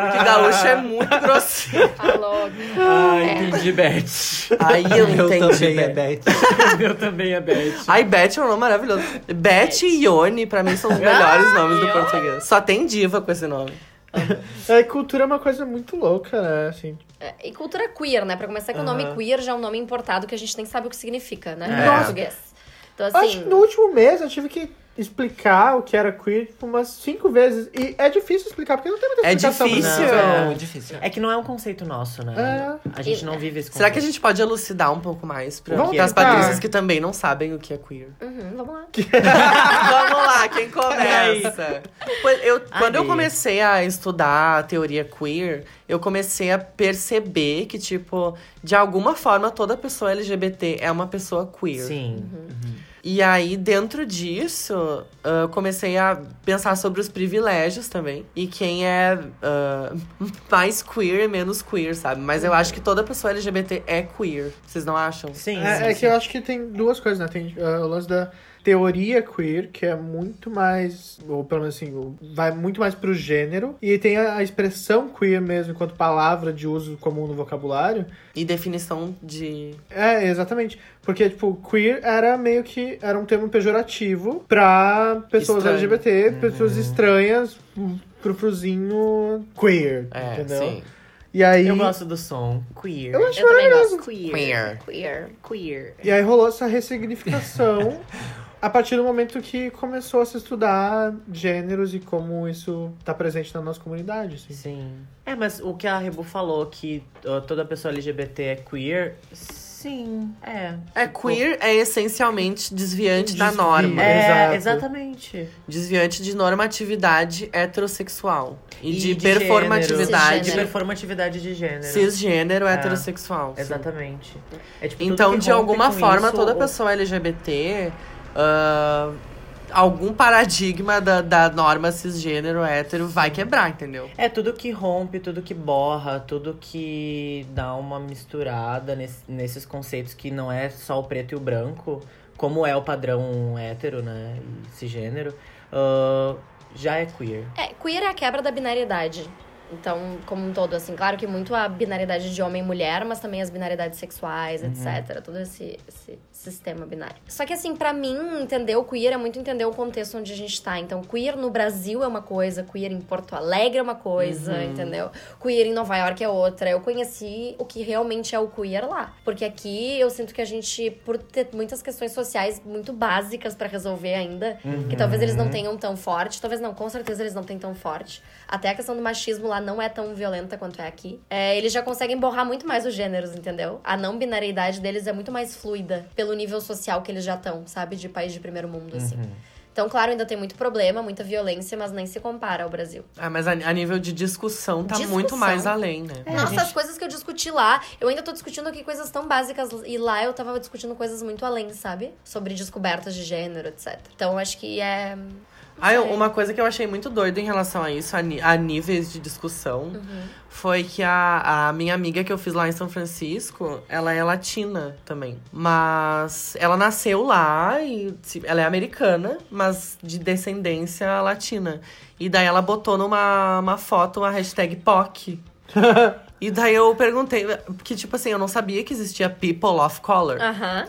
[SPEAKER 1] Porque gaúcha é muito grosseiro.
[SPEAKER 5] Falou.
[SPEAKER 6] Ai, entendi, Beth.
[SPEAKER 1] Aí eu entendi.
[SPEAKER 3] é.
[SPEAKER 1] Beth.
[SPEAKER 6] Meu também é Beth.
[SPEAKER 1] Ai, Beth é um nome maravilhoso. Beth e Ione, pra mim, são os
[SPEAKER 6] Ah,
[SPEAKER 1] melhores nomes do português. Só tem diva com esse nome.
[SPEAKER 4] É, cultura é uma coisa muito louca, né? Assim,
[SPEAKER 5] É, E cultura queer, né? Pra começar que o nome queer já é um nome importado que a gente nem sabe o que significa, né? Em
[SPEAKER 1] É.
[SPEAKER 5] português. Então,
[SPEAKER 4] Acho
[SPEAKER 5] assim.
[SPEAKER 4] que no último mês eu tive que explicar o que era queer tipo, umas cinco vezes. E é difícil explicar, porque não tem muita
[SPEAKER 1] É
[SPEAKER 4] explicação. pra
[SPEAKER 1] difícil.
[SPEAKER 4] isso.
[SPEAKER 3] É
[SPEAKER 6] É.
[SPEAKER 3] muito difícil.
[SPEAKER 6] É que não é um conceito nosso, né?
[SPEAKER 4] É.
[SPEAKER 6] A gente não vive esse conceito.
[SPEAKER 1] Será que a gente pode elucidar um pouco mais para
[SPEAKER 4] Vamos
[SPEAKER 1] as
[SPEAKER 4] tentar.
[SPEAKER 1] patrícias que também não sabem o que é queer?
[SPEAKER 5] Uhum, vamos lá.
[SPEAKER 1] Vamos lá, quem começa? Pois Eu,
[SPEAKER 6] Ai,
[SPEAKER 1] quando eu
[SPEAKER 6] Bia.
[SPEAKER 1] comecei a estudar a teoria queer, eu comecei a perceber que, tipo, de alguma forma, toda pessoa LGBT é uma pessoa queer.
[SPEAKER 6] Sim.
[SPEAKER 1] E aí, dentro disso, ah, comecei a pensar sobre os privilégios também. E quem é ah, mais queer e menos queer, sabe? Mas eu acho que toda pessoa LGBT é queer. Vocês não acham?
[SPEAKER 6] Sim. sim,
[SPEAKER 4] É, é
[SPEAKER 6] sim.
[SPEAKER 4] que eu acho que tem duas coisas, né? Tem ah, o lance da teoria queer, que é muito mais, ou pelo menos assim, o- vai muito mais pro gênero. E tem a, a expressão queer mesmo, enquanto palavra de uso comum no vocabulário.
[SPEAKER 1] E definição de.
[SPEAKER 4] É, exatamente. Porque, tipo, queer era meio que. Era um termo pejorativo pra pessoas
[SPEAKER 1] Estranho. Uhum.
[SPEAKER 4] LGBT, pessoas estranhas, hum, pro fruzinho queer.
[SPEAKER 1] É,
[SPEAKER 4] entendeu?
[SPEAKER 1] sim.
[SPEAKER 4] E aí.
[SPEAKER 6] Eu gosto do som queer.
[SPEAKER 4] Eu acho
[SPEAKER 5] Eu também
[SPEAKER 4] maravilhoso.
[SPEAKER 5] gosto. Queer.
[SPEAKER 1] Queer.
[SPEAKER 5] Queer.
[SPEAKER 4] E aí rolou essa ressignificação a partir do momento que começou a se estudar gêneros e como isso tá presente na nossa comunidade. assim.
[SPEAKER 3] Sim.
[SPEAKER 2] É, mas o que a Rebu falou, que ó, toda pessoa LGBT é queer, sim, é.
[SPEAKER 1] É queer, é essencialmente desviante da
[SPEAKER 4] Desvia.
[SPEAKER 1] norma.
[SPEAKER 2] É,
[SPEAKER 4] Exato.
[SPEAKER 2] exatamente.
[SPEAKER 1] Desviante de normatividade heterossexual. E, de,
[SPEAKER 2] gênero.
[SPEAKER 1] performatividade
[SPEAKER 2] De
[SPEAKER 5] Cisgênero.
[SPEAKER 2] É tipo performatividade de gênero.
[SPEAKER 1] cisgênero
[SPEAKER 2] É.
[SPEAKER 1] heterossexual.
[SPEAKER 2] Exatamente. É tipo, tudo
[SPEAKER 1] Então,
[SPEAKER 2] que
[SPEAKER 1] de
[SPEAKER 2] rompe
[SPEAKER 1] alguma
[SPEAKER 2] com
[SPEAKER 1] forma,
[SPEAKER 2] isso,
[SPEAKER 1] toda
[SPEAKER 2] ou-
[SPEAKER 1] pessoa LGBT. ah, algum paradigma da, da norma cisgênero hétero vai quebrar, entendeu?
[SPEAKER 2] É tudo que rompe, tudo que borra, tudo que dá uma misturada nes- nesses conceitos que não é só o preto e o branco, como é o padrão hétero, né? e Cisgênero, ah, já é queer.
[SPEAKER 5] É, queer é a quebra da binariedade. Então, como um todo, assim, claro que muito a binariedade de homem e mulher, mas também as binariedades sexuais, etc. Todo esse, esse sistema binário. Só que, assim, pra mim, entender o queer é muito entender o contexto onde a gente tá. Então, queer no Brasil é uma coisa, queer em Porto Alegre é uma coisa, entendeu? Queer em Nova York é outra. Eu conheci o que realmente é o queer lá. Porque aqui eu sinto que a gente, por ter muitas questões sociais muito básicas pra resolver ainda, que talvez eles não tenham tão forte, talvez não, com certeza eles não têm tão forte. Até a questão do machismo lá não é tão violenta quanto é aqui. É, eles já conseguem borrar muito mais os gêneros, entendeu? A não binariedade deles é muito mais fluida pelo nível social que eles já estão, sabe? De país de primeiro mundo, assim. Então, claro, ainda tem muito problema, muita violência, mas nem se compara ao Brasil.
[SPEAKER 1] Ah, mas a, a nível de discussão tá
[SPEAKER 5] Discussão.
[SPEAKER 1] muito mais além, né?
[SPEAKER 2] É,
[SPEAKER 5] Nossa, as coisas que eu discuti lá, eu ainda tô discutindo aqui coisas tão básicas e lá eu tava discutindo coisas muito além, sabe? Sobre descobertas de gênero, etc. Então, acho que é.
[SPEAKER 1] Ah, eu- uma coisa que eu achei muito doida em relação a isso, a, ni- a níveis de discussão, foi que a, a minha amiga que eu fiz lá em São Francisco, ela é latina também. Mas ela nasceu lá e se- ela é americana, mas de descendência latina. E daí ela botou numa uma foto uma hashtag POC. e daí eu perguntei, porque tipo assim, eu não sabia que existia people of color.
[SPEAKER 5] Aham.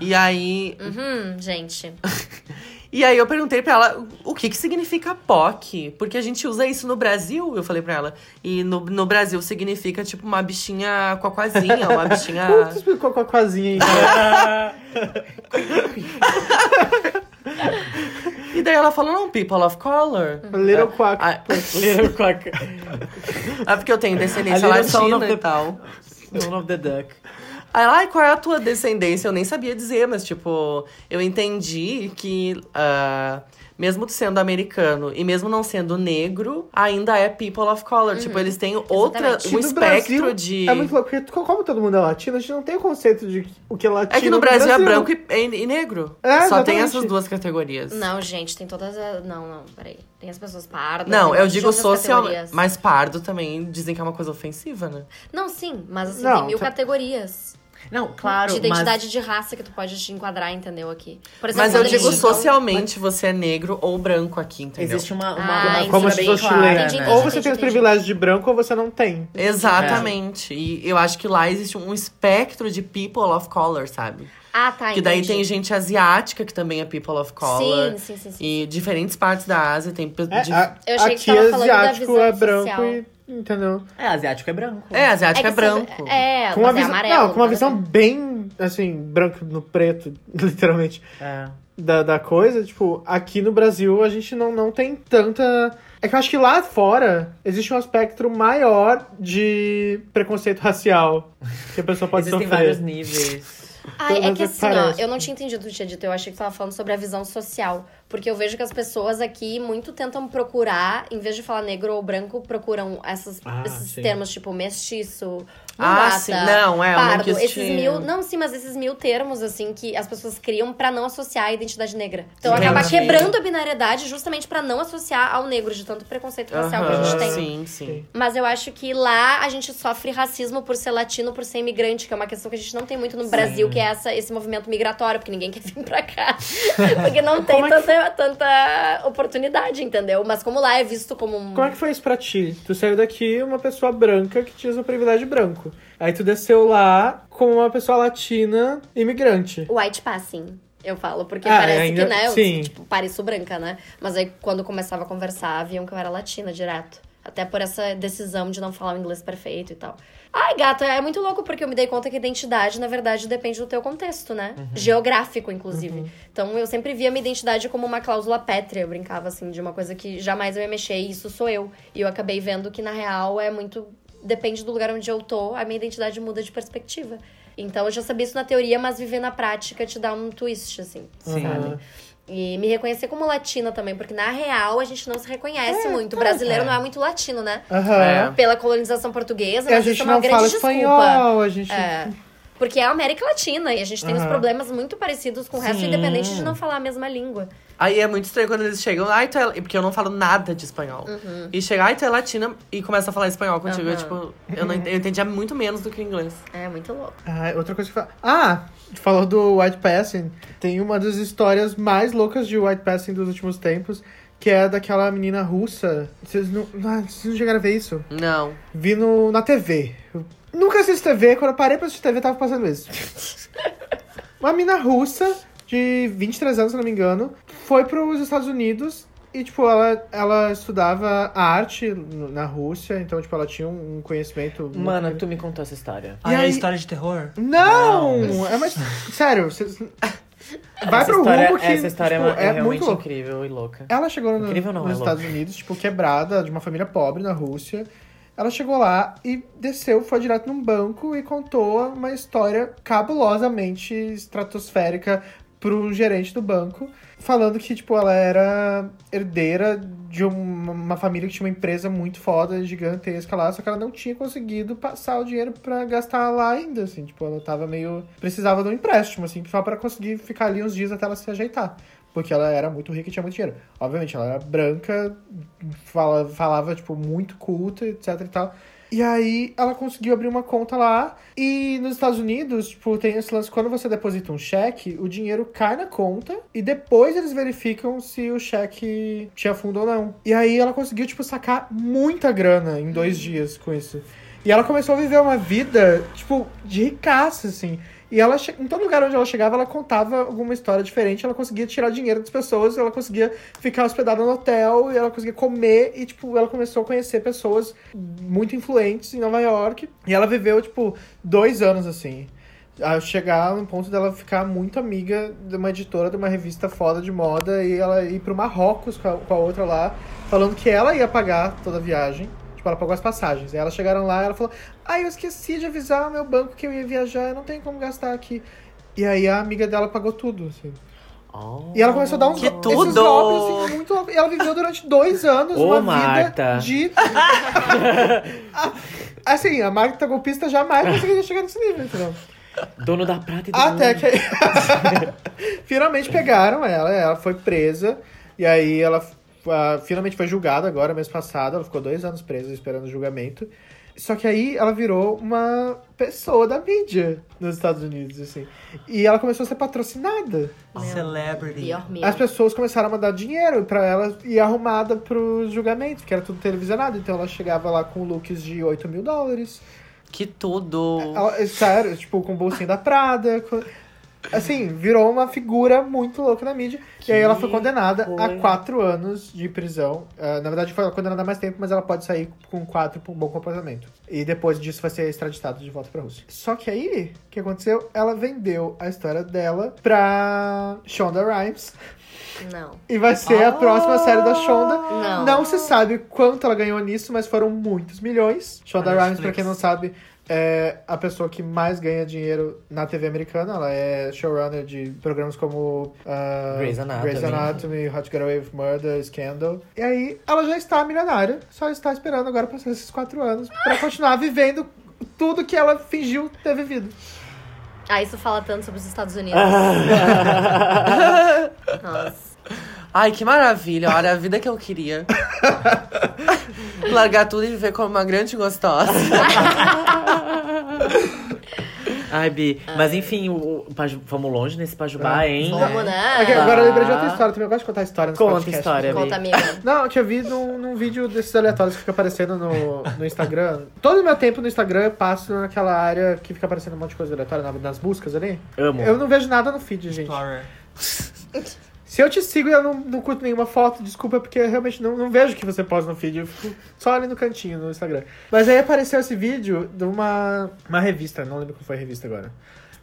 [SPEAKER 1] E aí,
[SPEAKER 5] Uhum, gente.
[SPEAKER 1] e aí eu perguntei pra ela o que que significa POC, porque a gente usa isso no Brasil, eu falei pra ela. E no, no Brasil significa tipo uma bichinha cocozinha, uma bichinha
[SPEAKER 4] Putz, explicou com a coisinha aí. né?
[SPEAKER 1] E daí ela falou não, people of color.
[SPEAKER 4] Little Quack.
[SPEAKER 1] Ah,
[SPEAKER 2] Little Quack.
[SPEAKER 1] ah, porque eu tenho descendência
[SPEAKER 2] A little son
[SPEAKER 1] latina
[SPEAKER 2] of the-
[SPEAKER 1] e tal.
[SPEAKER 2] Son of the Duck.
[SPEAKER 1] Aí ela, ai, qual é a tua descendência? Eu nem sabia dizer, mas tipo, eu entendi que ah, mesmo tu sendo americano e mesmo não sendo negro, ainda é people of color. Tipo, eles têm outra,
[SPEAKER 4] Aqui
[SPEAKER 1] um
[SPEAKER 4] no
[SPEAKER 1] espectro
[SPEAKER 4] Brasil,
[SPEAKER 1] de.
[SPEAKER 4] É muito louco, porque tu- como todo mundo é latino, a gente não tem o conceito de o que é latino.
[SPEAKER 1] É que no Brasil, é branco e, e- e negro.
[SPEAKER 4] É,
[SPEAKER 1] Só tem
[SPEAKER 4] exatamente.
[SPEAKER 1] essas duas categorias.
[SPEAKER 5] Não, gente, tem todas as. Não, não, peraí. Tem as pessoas pardas.
[SPEAKER 1] Não,
[SPEAKER 5] tem um
[SPEAKER 1] eu
[SPEAKER 5] de
[SPEAKER 1] digo
[SPEAKER 5] outras
[SPEAKER 1] social.
[SPEAKER 5] categorias.
[SPEAKER 1] Mas pardo também dizem que é uma coisa ofensiva, né?
[SPEAKER 5] Não, sim, mas assim,
[SPEAKER 4] Não,
[SPEAKER 5] tem mil
[SPEAKER 4] tá-
[SPEAKER 5] categorias.
[SPEAKER 2] Não, claro,
[SPEAKER 5] De
[SPEAKER 2] mas...
[SPEAKER 5] identidade de raça que tu pode te enquadrar, entendeu? Aqui. Por exemplo,
[SPEAKER 1] mas eu
[SPEAKER 5] quando eles
[SPEAKER 1] digo
[SPEAKER 5] ficam-
[SPEAKER 1] socialmente você é negro ou branco aqui, entendeu?
[SPEAKER 4] um
[SPEAKER 2] Existe uma,
[SPEAKER 5] Ah,
[SPEAKER 2] uma, uma
[SPEAKER 4] é
[SPEAKER 2] figura
[SPEAKER 5] como se
[SPEAKER 2] bem
[SPEAKER 5] fosse
[SPEAKER 2] clara,
[SPEAKER 5] lei. Entendi,
[SPEAKER 2] né?
[SPEAKER 5] entendi.
[SPEAKER 4] Ou você tem os privilégios de branco ou você não tem.
[SPEAKER 1] Exatamente. E eu acho que lá existe um espectro de people of color, sabe?
[SPEAKER 5] Ah, tá.
[SPEAKER 1] Que daí
[SPEAKER 5] entendi.
[SPEAKER 1] tem gente asiática que também é people of color.
[SPEAKER 5] Sim, sim, sim. sim.
[SPEAKER 1] E diferentes partes da Ásia tem. pe-
[SPEAKER 4] É,
[SPEAKER 1] de-
[SPEAKER 4] a,
[SPEAKER 5] Eu achei que
[SPEAKER 4] aqui
[SPEAKER 5] tava
[SPEAKER 4] é
[SPEAKER 5] falando da
[SPEAKER 4] asiático
[SPEAKER 5] visão
[SPEAKER 4] é branco
[SPEAKER 5] social.
[SPEAKER 4] e. Entendeu?
[SPEAKER 2] É, asiático é branco.
[SPEAKER 1] É, asiático é,
[SPEAKER 5] que
[SPEAKER 1] branco.
[SPEAKER 5] sobre- É,
[SPEAKER 4] Com uma
[SPEAKER 5] mas é
[SPEAKER 4] visão,
[SPEAKER 5] amarelo.
[SPEAKER 4] não, com
[SPEAKER 1] né?
[SPEAKER 4] uma
[SPEAKER 5] mas
[SPEAKER 4] visão
[SPEAKER 5] assim,
[SPEAKER 4] bem, assim, branco no preto, literalmente,
[SPEAKER 2] É.
[SPEAKER 4] da, da coisa. Tipo, aqui no Brasil a gente não, não tem tanta. É que eu acho que lá fora existe um espectro maior de preconceito racial que a pessoa pode
[SPEAKER 2] Existem
[SPEAKER 4] sofrer.
[SPEAKER 2] vários níveis.
[SPEAKER 5] Ai,
[SPEAKER 4] Pelo
[SPEAKER 5] é
[SPEAKER 4] menos
[SPEAKER 5] que
[SPEAKER 4] é
[SPEAKER 5] assim,
[SPEAKER 4] parece.
[SPEAKER 5] ó, eu não tinha entendido o que tinha dito, eu achei que tu tava falando sobre a visão social. Porque eu vejo que as pessoas aqui muito tentam procurar, em vez de falar negro ou branco, procuram essas-
[SPEAKER 4] Ah,
[SPEAKER 5] esses
[SPEAKER 4] sim.
[SPEAKER 5] termos, tipo mestiço,
[SPEAKER 1] Ah,
[SPEAKER 5] mulata,
[SPEAKER 1] sim. Não, é, eu não
[SPEAKER 5] pardo,
[SPEAKER 1] quis
[SPEAKER 5] esses
[SPEAKER 1] te-
[SPEAKER 5] mil. Não, sim, mas esses mil termos, assim, que as pessoas criam pra não associar a identidade negra. Então
[SPEAKER 1] Entendi.
[SPEAKER 5] acaba quebrando a binariedade justamente pra não associar ao negro, de tanto preconceito racial é que a gente tem.
[SPEAKER 1] Aham, Sim, sim.
[SPEAKER 5] Mas eu acho que lá a gente sofre racismo por ser latino, por ser imigrante, que é uma questão que a gente não tem muito no Brasil, que é essa, esse movimento migratório, porque ninguém quer vir pra cá. porque não tem tanta, tanta oportunidade, entendeu? Mas como lá é visto como um.
[SPEAKER 4] Como é que foi isso pra ti? Tu saiu daqui uma pessoa branca que tinha o privilégio branco. Aí tu desceu lá com uma pessoa latina imigrante.
[SPEAKER 5] White passing. Eu falo, porque
[SPEAKER 4] Ah,
[SPEAKER 5] parece
[SPEAKER 4] ainda-
[SPEAKER 5] que, né? Eu,
[SPEAKER 4] sim.
[SPEAKER 5] Tipo, pareço branca, né? Mas aí quando começava a conversar, viam que eu era latina direto. Até por essa decisão de não falar o inglês perfeito e tal. Ai, gata, é muito louco porque eu me dei conta que identidade, na verdade, depende do teu contexto, né?
[SPEAKER 4] Uhum.
[SPEAKER 5] Geográfico, inclusive. Então eu sempre via minha identidade como uma cláusula pétrea. Eu brincava assim de uma coisa que jamais eu ia mexer e isso sou eu. E eu acabei vendo que, na real, é muito. Depende do lugar onde eu tô, a minha identidade muda de perspectiva. Então eu já sabia isso na teoria, mas viver na prática te dá um twist, assim,
[SPEAKER 4] Ah,
[SPEAKER 5] sabe? E me reconhecer como latina também, porque na real a gente não se reconhece
[SPEAKER 4] tá.
[SPEAKER 5] muito. O brasileiro não é muito latino, né?
[SPEAKER 4] Aham.
[SPEAKER 5] Pela colonização portuguesa,
[SPEAKER 4] E
[SPEAKER 5] mas
[SPEAKER 4] a
[SPEAKER 5] isso
[SPEAKER 4] gente
[SPEAKER 5] é uma
[SPEAKER 4] não
[SPEAKER 5] grande
[SPEAKER 4] fala
[SPEAKER 5] desculpa.
[SPEAKER 4] espanhol, a gente.
[SPEAKER 5] É. Porque é a América Latina e a gente tem uns
[SPEAKER 4] Aham.
[SPEAKER 5] problemas muito parecidos com o resto,
[SPEAKER 7] Sim.
[SPEAKER 5] independente de não falar a mesma língua.
[SPEAKER 7] Aí é muito estranho quando eles chegam, ai, tu é... la-" porque eu não falo nada de espanhol. E chega, ai, tu é latina, e começa a falar espanhol contigo. Eu,
[SPEAKER 5] Aham.
[SPEAKER 7] tipo, eu, não ent- eu entendia muito menos do que o inglês.
[SPEAKER 5] É muito louco.
[SPEAKER 4] Ah, outra coisa que fala. Ah, tu falou do White Passing. Tem uma das histórias mais loucas de White Passing dos últimos tempos, que é daquela menina russa. Vocês não, ah, vocês não chegaram a ver isso?
[SPEAKER 7] Não.
[SPEAKER 4] Vi no, na TV. Eu nunca assisto TV, quando eu parei pra assistir TV, tava passando isso. Uma mina russa, de 23 anos, se não me engano, foi pros Estados Unidos e, tipo, ela, ela estudava arte no- na Rússia, então, tipo, ela tinha um um conhecimento. muito
[SPEAKER 6] Mana, tu me contou essa história.
[SPEAKER 3] Aí,
[SPEAKER 4] aí-
[SPEAKER 3] é história de terror?
[SPEAKER 4] não! É mais. Sério, vocês. Vai
[SPEAKER 6] essa
[SPEAKER 4] pro
[SPEAKER 6] história,
[SPEAKER 4] rumo que.
[SPEAKER 6] Essa história
[SPEAKER 4] tipo,
[SPEAKER 6] é, é
[SPEAKER 4] muito
[SPEAKER 6] realmente
[SPEAKER 4] louco.
[SPEAKER 6] incrível e louca.
[SPEAKER 4] Ela chegou no-
[SPEAKER 6] Incrível não, é
[SPEAKER 4] nos
[SPEAKER 6] louco.
[SPEAKER 4] Estados Unidos, tipo, quebrada, de uma família pobre na Rússia. Ela chegou lá e desceu, foi direto num banco e contou uma história cabulosamente estratosférica pro gerente do banco, falando que, tipo, ela era herdeira de uma, uma família que tinha uma empresa muito foda, gigantesca lá, só que ela não tinha conseguido passar o dinheiro pra gastar lá ainda, assim, tipo, ela tava meio... precisava de um empréstimo, assim, só pra conseguir ficar ali uns dias até ela se ajeitar. Porque ela era muito rica e tinha muito dinheiro. Obviamente, ela era branca, fala, falava, tipo, muito culta, etc e tal. E aí, ela conseguiu abrir uma conta lá. E nos Estados Unidos, tipo, tem esse lance, quando você deposita um cheque, o dinheiro cai na conta. E depois eles verificam se o cheque tinha fundo ou não. E aí, ela conseguiu, tipo, sacar muita grana em dois dias com isso. E ela começou a viver uma vida, tipo, de ricaça, assim. E ela, che- em todo lugar onde ela chegava, ela contava alguma história diferente. Ela conseguia tirar dinheiro das pessoas, ela conseguia ficar hospedada no hotel, e ela conseguia comer. E, tipo, ela começou a conhecer pessoas muito influentes em Nova York. E ela viveu, tipo, dois anos assim. A chegar no ponto dela ficar muito amiga de uma editora de uma revista foda de moda e ela ir pro Marrocos com a, com a outra lá, falando que ela ia pagar toda a viagem. Tipo, ela pagou as passagens. Aí elas chegaram lá e ela falou: Ah, eu esqueci de avisar o meu banco que eu ia viajar, eu não tenho como gastar aqui. E aí a amiga dela pagou tudo, assim. E ela começou a dar uns
[SPEAKER 7] Que
[SPEAKER 4] esses
[SPEAKER 7] tudo!
[SPEAKER 4] golpes, assim, muito loucos. E ela viveu durante dois anos
[SPEAKER 6] Ô,
[SPEAKER 4] uma vida
[SPEAKER 6] Marta.
[SPEAKER 4] de. A- assim, a Marta golpista jamais conseguiria chegar nesse nível, entendeu?
[SPEAKER 6] Dono da prata e do
[SPEAKER 4] Até
[SPEAKER 6] mundo.
[SPEAKER 4] que. finalmente pegaram ela, ela foi presa. E aí ela ah, finalmente foi julgada agora, mês passado. Ela ficou dois anos presa esperando o julgamento. Só que aí ela virou uma pessoa da mídia nos Estados Unidos, assim. E ela começou a ser patrocinada.
[SPEAKER 3] Celebrity.
[SPEAKER 5] Pior mesmo.
[SPEAKER 4] As pessoas começaram a mandar dinheiro pra ela e arrumada pros julgamentos, porque era tudo televisionado. Então ela chegava lá com looks de 8 mil dólares.
[SPEAKER 7] Que tudo.
[SPEAKER 4] Ela- é Sério, tipo, com bolsinha da Prada. com- Assim, virou uma figura muito louca na mídia. e aí ela foi condenada a
[SPEAKER 6] coisa.
[SPEAKER 4] quatro anos de prisão. Ah, na verdade, foi condenada a mais tempo, mas ela pode sair com quatro por um bom comportamento. E depois disso vai ser extraditada de volta pra Rússia. Só que aí, o que aconteceu? Ela vendeu a história dela pra Shonda Rhimes.
[SPEAKER 5] Não.
[SPEAKER 4] E vai ser a próxima série da Shonda. Não.
[SPEAKER 5] Não.
[SPEAKER 4] se sabe quanto ela ganhou nisso, mas foram muitos milhões. Shonda
[SPEAKER 7] Olha,
[SPEAKER 4] Rhimes, pra
[SPEAKER 7] Netflix.
[SPEAKER 4] quem não sabe, é a pessoa que mais ganha dinheiro na TV americana. Ela é showrunner de programas como ah,
[SPEAKER 6] Grey's Anatomy.
[SPEAKER 4] Grey's Anatomy, How to Get Away with Murder, Scandal. E aí, ela já está milionária, só está esperando agora passar esses quatro anos pra continuar vivendo tudo que ela fingiu ter vivido.
[SPEAKER 5] Ah, isso fala tanto sobre os Estados Unidos. Nossa.
[SPEAKER 7] Ai, que maravilha. Olha, a vida que eu queria. Largar tudo e viver como uma grande gostosa.
[SPEAKER 6] Ai, Bi.
[SPEAKER 1] Ah.
[SPEAKER 6] Mas enfim, o, o Paju- vamos longe nesse Pajubá, hein?
[SPEAKER 5] Vamos,
[SPEAKER 4] Aqui,
[SPEAKER 5] né?
[SPEAKER 4] agora eu lembrei de outra história, também eu gosto de contar história nos
[SPEAKER 6] Ah. Conta a
[SPEAKER 4] podcasts.
[SPEAKER 6] história, Bi.
[SPEAKER 5] Conta, amiga.
[SPEAKER 4] Não, eu tinha visto num, num vídeo desses aleatórios que fica aparecendo no, no Instagram. Todo o meu tempo no Instagram eu passo naquela área que fica aparecendo um
[SPEAKER 2] É.
[SPEAKER 4] monte de coisa aleatória na- nas buscas ali.
[SPEAKER 6] Amo.
[SPEAKER 4] Eu não vejo nada no feed, gente.
[SPEAKER 3] Explorer.
[SPEAKER 4] Se eu te sigo e eu não, não curto nenhuma foto, desculpa, porque eu realmente não, não vejo o que você posta no feed. Eu fico só ali no cantinho, no Instagram. Mas aí apareceu esse vídeo de uma, uma revista, não lembro qual foi a revista agora.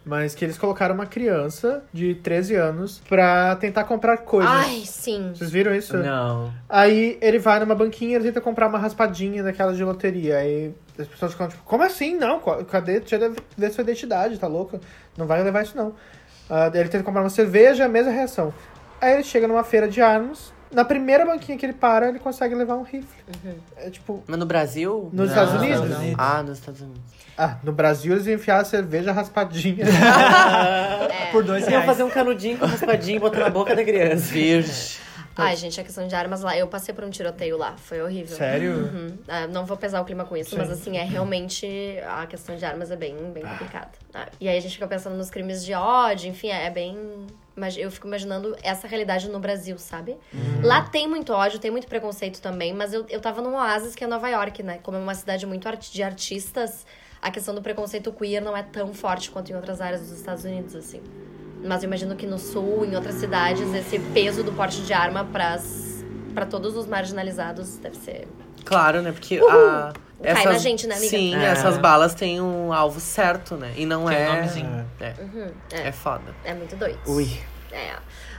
[SPEAKER 4] Mas que eles colocaram uma criança de 13 anos pra tentar comprar coisas.
[SPEAKER 5] Ai, sim.
[SPEAKER 4] Vocês viram isso?
[SPEAKER 1] Não.
[SPEAKER 4] Aí ele vai numa banquinha e tenta comprar uma raspadinha daquela de loteria. Aí as pessoas ficam tipo, como assim? Não, co- cadê? Tira da sua identidade, tá louco? Não vai levar isso não. Ah, daí ele tenta comprar uma cerveja, a mesma reação. Aí ele chega numa feira de armas, na primeira banquinha que ele para, ele consegue levar um rifle. É tipo,
[SPEAKER 1] Mas no Brasil?
[SPEAKER 4] nos
[SPEAKER 1] Não.
[SPEAKER 4] Estados Unidos?
[SPEAKER 3] não, não.
[SPEAKER 1] Ah, nos Estados Unidos.
[SPEAKER 4] Ah, no Brasil eles iam enfiar a cerveja raspadinha.
[SPEAKER 3] Por dois
[SPEAKER 2] Você ia
[SPEAKER 3] reais.
[SPEAKER 2] fazer um canudinho com uma espadinha e botar na boca da criança.
[SPEAKER 1] Virgem.
[SPEAKER 5] Ai, gente, a questão de armas lá. Eu passei por um tiroteio lá. Foi horrível.
[SPEAKER 4] Sério?
[SPEAKER 5] Uhum. Ah, não vou pesar o clima com isso, mas assim, é realmente. A questão de armas é bem, bem complicada. Ah, e aí a gente fica pensando nos crimes de ódio, enfim, é, é bem. mas Eu fico imaginando essa realidade no Brasil, sabe? Lá tem muito ódio, tem muito preconceito também, mas eu, eu tava num oásis que é Nova York, né? Como é uma cidade muito arti- de artistas, a questão do preconceito queer não é tão forte quanto em outras áreas dos Estados Unidos, assim. Mas eu imagino que no sul, em outras cidades, esse peso do porte de arma pras, pra todos os marginalizados deve ser.
[SPEAKER 1] Claro, né? Porque
[SPEAKER 7] ah,
[SPEAKER 1] a.
[SPEAKER 5] Cai na gente, né, amiga?
[SPEAKER 1] Sim, essas balas têm um alvo certo, né? E não
[SPEAKER 2] um
[SPEAKER 3] Tem
[SPEAKER 1] é.
[SPEAKER 3] nomezinho.
[SPEAKER 1] É,
[SPEAKER 5] Uhum,
[SPEAKER 1] é
[SPEAKER 5] é,
[SPEAKER 1] foda.
[SPEAKER 5] é muito doido.
[SPEAKER 1] Ui.
[SPEAKER 5] É.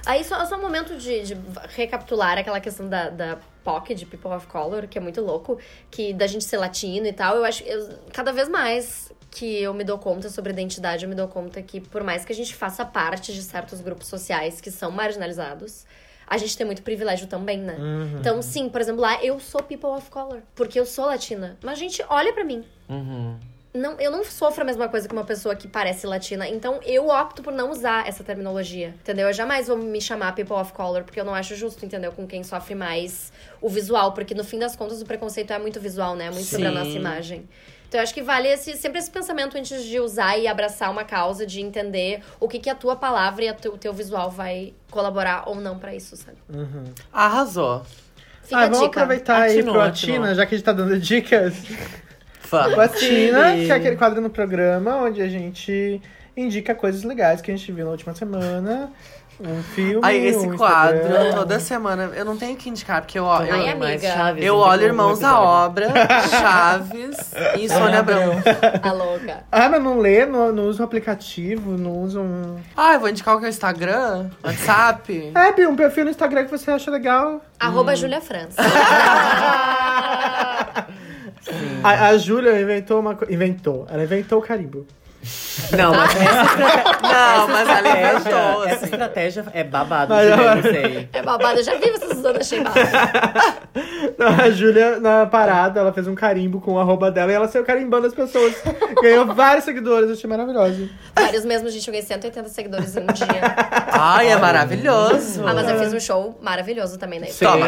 [SPEAKER 5] Aí só, só um momento de, de recapitular aquela questão da, da POC, de People of Color, que é muito louco, que da gente ser latino e tal, eu acho. Eu, cada vez mais que eu me dou conta sobre identidade, eu me dou conta que, por mais que a gente faça parte de certos grupos sociais que são marginalizados, a gente tem muito privilégio também, né? Então, sim, por exemplo, lá eu sou people of color, porque eu sou latina. Mas, gente, olha pra mim. Não, eu não sofro a mesma coisa que uma pessoa que parece latina. Então, eu opto por não usar essa terminologia, entendeu? Eu jamais vou me chamar people of color, porque eu não acho justo, entendeu? Com quem sofre mais o visual. Porque, no fim das contas, o preconceito é muito visual, né? É muito sobre a
[SPEAKER 1] Sim.
[SPEAKER 5] nossa imagem. Então, eu acho que vale esse, sempre esse pensamento antes de usar e abraçar uma causa, de entender o que, que a tua palavra e a teu- o teu visual vai colaborar ou não pra isso, sabe?
[SPEAKER 1] Arrasou.
[SPEAKER 5] Fica
[SPEAKER 4] ah,
[SPEAKER 5] a
[SPEAKER 4] vamos
[SPEAKER 5] dica.
[SPEAKER 4] aproveitar aí
[SPEAKER 1] Atinou,
[SPEAKER 4] pro
[SPEAKER 1] atinou.
[SPEAKER 4] Atina, já que a gente tá dando dicas.
[SPEAKER 1] Fã.
[SPEAKER 4] Batina, que é aquele quadro no programa onde a gente indica coisas legais que a gente viu na última semana. Um filme.
[SPEAKER 1] Aí, esse
[SPEAKER 4] um
[SPEAKER 1] quadro,
[SPEAKER 4] Instagram.
[SPEAKER 1] toda semana, eu não tenho que indicar, porque eu,
[SPEAKER 2] é
[SPEAKER 1] eu,
[SPEAKER 5] Ai, é amiga.
[SPEAKER 2] Chaves,
[SPEAKER 1] eu
[SPEAKER 2] não
[SPEAKER 1] olho
[SPEAKER 2] tem como
[SPEAKER 1] Irmãos
[SPEAKER 2] episódio.
[SPEAKER 1] à Obra, Chaves e Sônia Abrão.
[SPEAKER 5] A louca.
[SPEAKER 4] Ah, mas não lê, não, não usa um aplicativo, não usa um.
[SPEAKER 1] Ah, eu vou indicar o que é o Instagram, WhatsApp.
[SPEAKER 4] É, Bi, um perfil no Instagram que você acha legal.
[SPEAKER 5] Arroba Júlia França.
[SPEAKER 4] A, a Júlia inventou uma coisa. Inventou. Ela inventou o carimbo.
[SPEAKER 2] Não, mas
[SPEAKER 1] Não, mas ela inventou,
[SPEAKER 2] estratégia, essa
[SPEAKER 1] assim.
[SPEAKER 2] estratégia é babado,
[SPEAKER 4] Mas
[SPEAKER 2] gente,
[SPEAKER 4] eu-
[SPEAKER 2] eu não sei.
[SPEAKER 5] É babado, eu já vi vocês usando achei babado.
[SPEAKER 4] Não, a Júlia, na parada, ela fez um carimbo com o arroba dela e ela saiu carimbando as pessoas. Ganhou vários seguidores, eu achei maravilhoso.
[SPEAKER 5] Vários mesmo, gente, eu ganhei 180 seguidores em um dia.
[SPEAKER 1] Ai, é maravilhoso.
[SPEAKER 5] Ah, mas eu fiz um show maravilhoso também, né?
[SPEAKER 4] Sim.
[SPEAKER 1] Toma.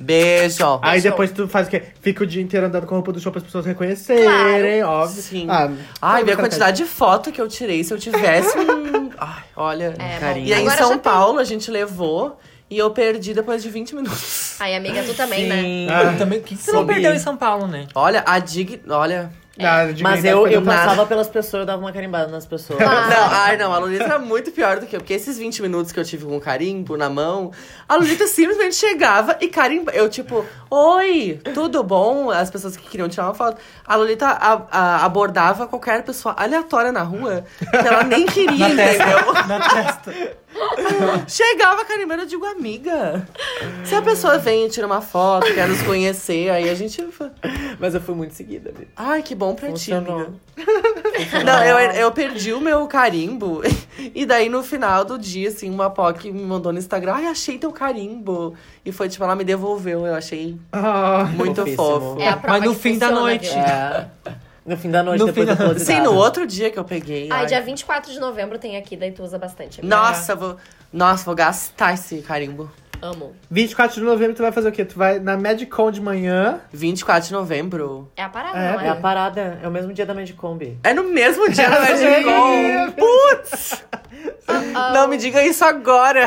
[SPEAKER 1] Beijo.
[SPEAKER 4] Aí
[SPEAKER 5] Show.
[SPEAKER 4] depois tu faz o quê? Fica o dia inteiro andando com a roupa do show para as pessoas reconhecerem, óbvio.
[SPEAKER 1] Sim.
[SPEAKER 4] Ah,
[SPEAKER 1] Ai,
[SPEAKER 4] toda
[SPEAKER 1] vê a
[SPEAKER 4] estratégia.
[SPEAKER 1] quantidade de foto que eu tirei. Se eu tivesse um. Ai, olha.
[SPEAKER 5] É, bom,
[SPEAKER 2] Carinho.
[SPEAKER 1] E aí, em
[SPEAKER 5] agora já
[SPEAKER 1] São
[SPEAKER 5] tem.
[SPEAKER 1] Paulo, a gente levou e eu perdi depois de 20 minutos.
[SPEAKER 5] Ai, amiga, tu também, né?
[SPEAKER 2] Sim.
[SPEAKER 3] Ah, também, que você não
[SPEAKER 2] Sobi.
[SPEAKER 3] perdeu em São Paulo, né?
[SPEAKER 1] Olha, a Dig. Olha.
[SPEAKER 4] Ah, dignidade
[SPEAKER 2] É. Mas eu, eu
[SPEAKER 4] coisa
[SPEAKER 1] nada.
[SPEAKER 2] passava pelas pessoas, eu dava uma carimbada nas pessoas.
[SPEAKER 5] Ah.
[SPEAKER 1] Não, ai, não, a Lolita era muito pior do que eu. Porque esses 20 minutos que eu tive com o carimbo na mão, a Lolita simplesmente chegava e carimba. Eu, tipo, oi, tudo bom? As pessoas que queriam tirar uma foto. A Lolita a- a- abordava qualquer pessoa aleatória na rua que ela nem queria, entendeu?
[SPEAKER 3] Na testa.
[SPEAKER 1] Chegava carimbando, eu digo, amiga. Se a pessoa vem e tira uma foto, quer nos conhecer, aí a gente. fa-
[SPEAKER 2] Mas eu fui muito seguida. Bi.
[SPEAKER 1] Ai, que bom pra ti, amiga.
[SPEAKER 2] Funcionou.
[SPEAKER 1] Não, eu, eu perdi o meu carimbo. E daí, no final do dia, assim, uma POC me mandou no Instagram. Ai, achei teu carimbo. E foi, tipo, ela me devolveu. Eu achei
[SPEAKER 4] Ah,
[SPEAKER 1] muito
[SPEAKER 2] Fofíssimo.
[SPEAKER 1] fofo.
[SPEAKER 5] É a prova
[SPEAKER 3] Mas no
[SPEAKER 5] que
[SPEAKER 3] fim da
[SPEAKER 5] funciona,
[SPEAKER 3] noite.
[SPEAKER 5] viu?
[SPEAKER 2] É. No fim da noite,
[SPEAKER 3] No
[SPEAKER 2] depois
[SPEAKER 3] fim
[SPEAKER 2] do
[SPEAKER 3] da-
[SPEAKER 2] close
[SPEAKER 1] Sim,
[SPEAKER 2] dado.
[SPEAKER 1] no outro dia que eu peguei.
[SPEAKER 5] Ai,
[SPEAKER 1] ai.
[SPEAKER 5] dia 24 de novembro tem aqui, daí tu usa bastante. amiga.
[SPEAKER 1] Nossa, vou... Nossa, vou gastar esse carimbo.
[SPEAKER 5] Amo.
[SPEAKER 4] 24 de novembro tu vai fazer o quê? Tu vai na Medicon de manhã.
[SPEAKER 1] 24 de novembro.
[SPEAKER 5] É a parada,
[SPEAKER 4] É,
[SPEAKER 5] não
[SPEAKER 2] É a
[SPEAKER 5] é?
[SPEAKER 2] parada, é o mesmo dia da Medicombi.
[SPEAKER 1] É no mesmo dia da Magicom. um. Putz! Não me diga isso agora.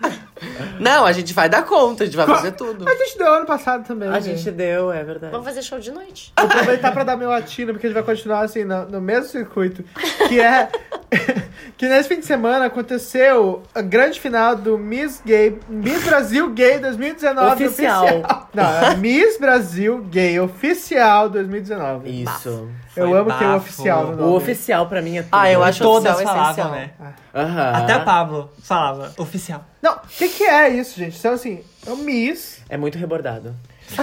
[SPEAKER 1] Não, a gente vai dar conta, a gente vai fazer tudo.
[SPEAKER 4] A gente deu ano passado também.
[SPEAKER 2] A
[SPEAKER 4] né?
[SPEAKER 2] gente deu, é verdade.
[SPEAKER 5] Vamos fazer show de noite.
[SPEAKER 4] Vou aproveitar pra dar meu atino, porque a gente vai continuar assim, no, no mesmo circuito. Que é. Que nesse fim de semana aconteceu a grande final do Miss Gay, Miss Brasil Gay 2019
[SPEAKER 2] Oficial.
[SPEAKER 4] Não, é Miss Brasil Gay Oficial 2019.
[SPEAKER 2] Isso.
[SPEAKER 4] Eu
[SPEAKER 3] Foi
[SPEAKER 4] amo que tem o
[SPEAKER 3] bafo.
[SPEAKER 4] oficial no
[SPEAKER 2] O
[SPEAKER 4] nome.
[SPEAKER 2] oficial pra mim é tudo.
[SPEAKER 1] Ah, eu acho
[SPEAKER 3] Todas
[SPEAKER 1] oficial
[SPEAKER 3] falavam,
[SPEAKER 1] essencial.
[SPEAKER 3] né?
[SPEAKER 2] Aham.
[SPEAKER 3] Até a Pablo falava, oficial.
[SPEAKER 4] Não, o que, que é isso, gente? Então, assim, é o Miss.
[SPEAKER 2] É muito rebordado.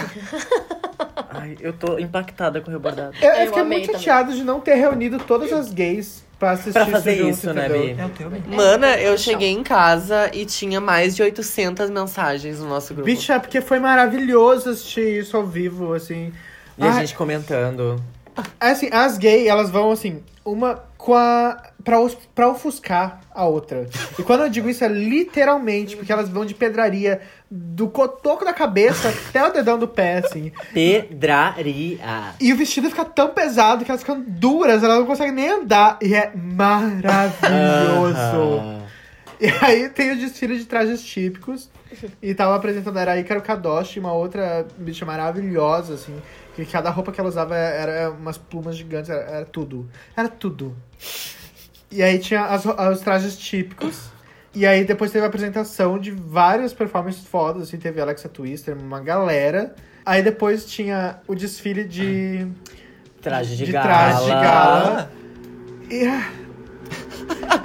[SPEAKER 2] Ai, eu tô impactada com o rebordado.
[SPEAKER 4] Eu, eu
[SPEAKER 5] Eu
[SPEAKER 4] fiquei
[SPEAKER 5] amei
[SPEAKER 4] muito
[SPEAKER 5] também.
[SPEAKER 4] chateado de não ter reunido todas as gays pra assistir
[SPEAKER 2] Pra fazer
[SPEAKER 4] junto,
[SPEAKER 2] isso, né,
[SPEAKER 4] entendeu?
[SPEAKER 2] Bi?
[SPEAKER 3] É o teu mesmo.
[SPEAKER 1] Mana,
[SPEAKER 5] então.
[SPEAKER 1] eu cheguei em casa e tinha mais de 800 mensagens no nosso grupo.
[SPEAKER 4] Bicha, é porque foi maravilhoso assistir isso ao vivo, assim.
[SPEAKER 2] E a
[SPEAKER 4] Ai,
[SPEAKER 2] gente comentando.
[SPEAKER 4] Assim, as gays, elas vão assim, uma com a. Pra, os- pra ofuscar a outra. E quando eu digo isso é literalmente, porque elas vão de pedraria do cotoco da cabeça até o dedão do pé, assim.
[SPEAKER 2] Pedraria.
[SPEAKER 4] E o vestido fica tão pesado que elas ficam duras, elas não conseguem nem andar. E é maravilhoso.
[SPEAKER 2] Aham.
[SPEAKER 4] E aí tem o desfile de trajes típicos. E tá tava apresentando, era a Ícaro Kadoshi, uma outra bicha maravilhosa, assim. Que cada roupa que ela usava era umas plumas gigantes, era, era tudo. Era tudo. E aí tinha as ro- os trajes típicos. E aí depois teve a apresentação de várias performances fodas, assim, teve Alexa Twister, uma galera. Aí depois tinha o desfile de
[SPEAKER 2] Traje de,
[SPEAKER 4] de
[SPEAKER 2] gala.
[SPEAKER 4] traje de gala. E, ah,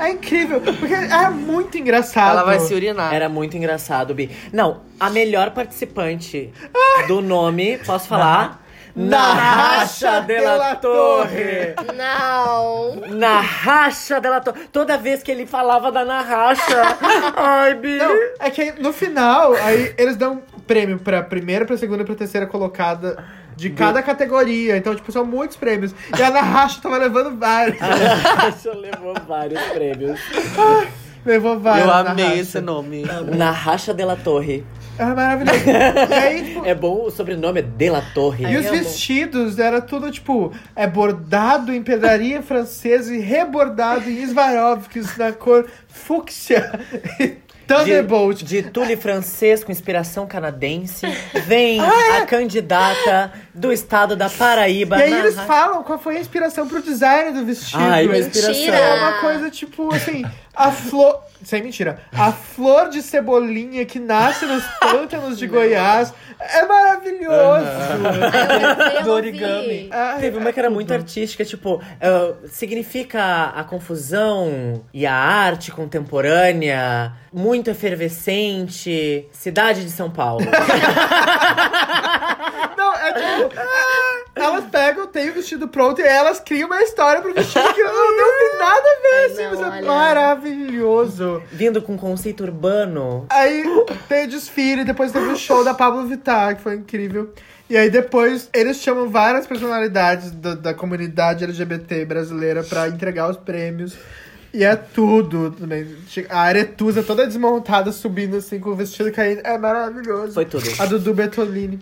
[SPEAKER 4] É incrível, porque é muito engraçado.
[SPEAKER 1] Ela vai se urinar.
[SPEAKER 2] Era muito engraçado, Bi. Não, a melhor participante do nome, posso falar? Narracha de la Torre!
[SPEAKER 5] Não!
[SPEAKER 2] Narracha de la Torre! Toda vez que ele falava da Narracha. Ai, Bi!
[SPEAKER 4] Não, é que aí, no final, aí eles dão prêmio pra primeira, pra segunda e pra terceira colocada de cada categoria. Então, tipo, são muitos prêmios. E a Ana Racha tava levando vários.
[SPEAKER 2] A Narracha levou vários prêmios.
[SPEAKER 4] Levou vários.
[SPEAKER 1] Eu
[SPEAKER 4] Ana Racha.
[SPEAKER 1] amei esse nome.
[SPEAKER 2] Narracha de la Torre.
[SPEAKER 4] É maravilhoso. E aí, tipo,
[SPEAKER 2] É bom, o sobrenome é de la Torre.
[SPEAKER 4] E os vestidos era tudo tipo, é bordado em pedraria francesa e rebordado em Swarovskis na cor fúcsia e Thunderbolt.
[SPEAKER 2] De, de tule francês com inspiração canadense, vem
[SPEAKER 4] Ah,
[SPEAKER 2] a candidata do estado da Paraíba.
[SPEAKER 4] é? E aí
[SPEAKER 2] na
[SPEAKER 4] eles
[SPEAKER 2] Ra-
[SPEAKER 4] falam qual foi a inspiração pro design do vestido.
[SPEAKER 2] Ai, uma
[SPEAKER 5] Mentira!
[SPEAKER 4] É uma coisa tipo assim, a flor. Sem mentira. A flor de cebolinha que nasce nos pântanos de Goiás. É maravilhoso. Ah,
[SPEAKER 5] Eu
[SPEAKER 3] Do
[SPEAKER 4] Ai,
[SPEAKER 3] origami.
[SPEAKER 2] Ah, Teve uma que era muito artística, tipo, eh, significa a confusão e a arte contemporânea, muito efervescente, cidade de São Paulo.
[SPEAKER 4] Não, é tipo. Elas pegam, tem o vestido pronto e elas criam uma história pro vestido que não, não tem nada a ver, assim,
[SPEAKER 5] Não,
[SPEAKER 4] mas é
[SPEAKER 5] olha.
[SPEAKER 4] maravilhoso.
[SPEAKER 2] Vindo com conceito urbano.
[SPEAKER 4] Aí tem o desfile, depois teve o show da Pablo Vittar, que foi incrível. E aí depois eles chamam várias personalidades da, da comunidade LGBT brasileira pra entregar os prêmios. E é tudo também. A Aretusa toda desmontada, subindo assim com o vestido caindo. É maravilhoso.
[SPEAKER 2] Foi tudo.
[SPEAKER 4] A Dudu Bertolini.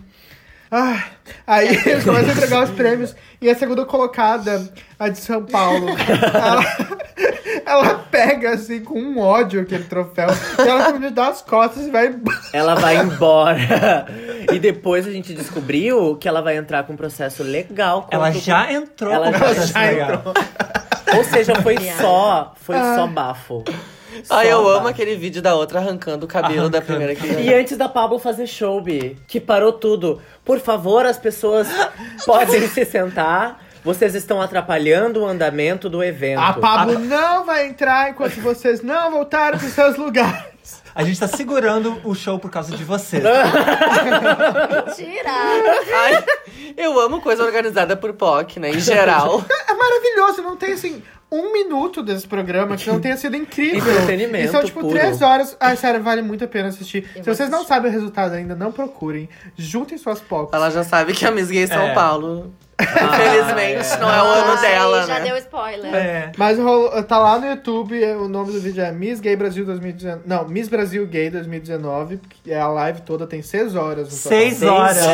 [SPEAKER 4] Ah, aí eles começam a entregar os prêmios. E a segunda colocada, a de São Paulo, ela, ela pega assim com um ódio aquele troféu. E ela me dá as costas e vai embora.
[SPEAKER 2] Ela vai embora. e depois a gente descobriu que ela vai entrar com um processo legal. contra
[SPEAKER 3] Ela
[SPEAKER 2] o
[SPEAKER 3] já entrou
[SPEAKER 2] um Ela
[SPEAKER 3] com o
[SPEAKER 2] já
[SPEAKER 3] processo Tá legal.
[SPEAKER 2] Ou seja, foi só, foi só bafo. Só
[SPEAKER 1] Ah. Ai, eu amo
[SPEAKER 2] bafo.
[SPEAKER 1] aquele vídeo da outra arrancando o cabelo da
[SPEAKER 3] Arrancando.
[SPEAKER 1] primeira que ganhou.
[SPEAKER 2] E antes da Pablo fazer show, Bi, que parou tudo. Por favor, as pessoas podem se sentar. Vocês estão atrapalhando o andamento do evento.
[SPEAKER 4] A
[SPEAKER 2] Ah, tá.
[SPEAKER 4] Pablo não vai entrar enquanto vocês não voltarem pros seus lugares.
[SPEAKER 3] A gente tá segurando o show por causa de vocês.
[SPEAKER 5] Mentira!
[SPEAKER 1] Ai, eu amo coisa organizada por POC, né? Em geral.
[SPEAKER 4] É maravilhoso, não tem assim. Um minuto desse programa que não tenha sido incrível.
[SPEAKER 2] Entretenimento
[SPEAKER 4] E são tipo
[SPEAKER 2] puro.
[SPEAKER 4] três horas. Ah, sério, vale muito a pena assistir. Se
[SPEAKER 5] vou
[SPEAKER 4] vocês não sabem o resultado ainda, não procurem. Juntem suas pocas.
[SPEAKER 1] Ela já sabe que a Miss Gay São
[SPEAKER 3] É.
[SPEAKER 1] Paulo. Infelizmente, não é o ano
[SPEAKER 5] Ai,
[SPEAKER 1] dela,
[SPEAKER 5] Já
[SPEAKER 1] né?
[SPEAKER 5] deu spoiler.
[SPEAKER 3] É.
[SPEAKER 4] Mas rolou- tá lá no YouTube, é, o nome do vídeo é Miss Gay Brasil 2019. Não, Miss Brasil Gay 2019, porque é a live toda, tem seis horas. no total.
[SPEAKER 3] Seis horas.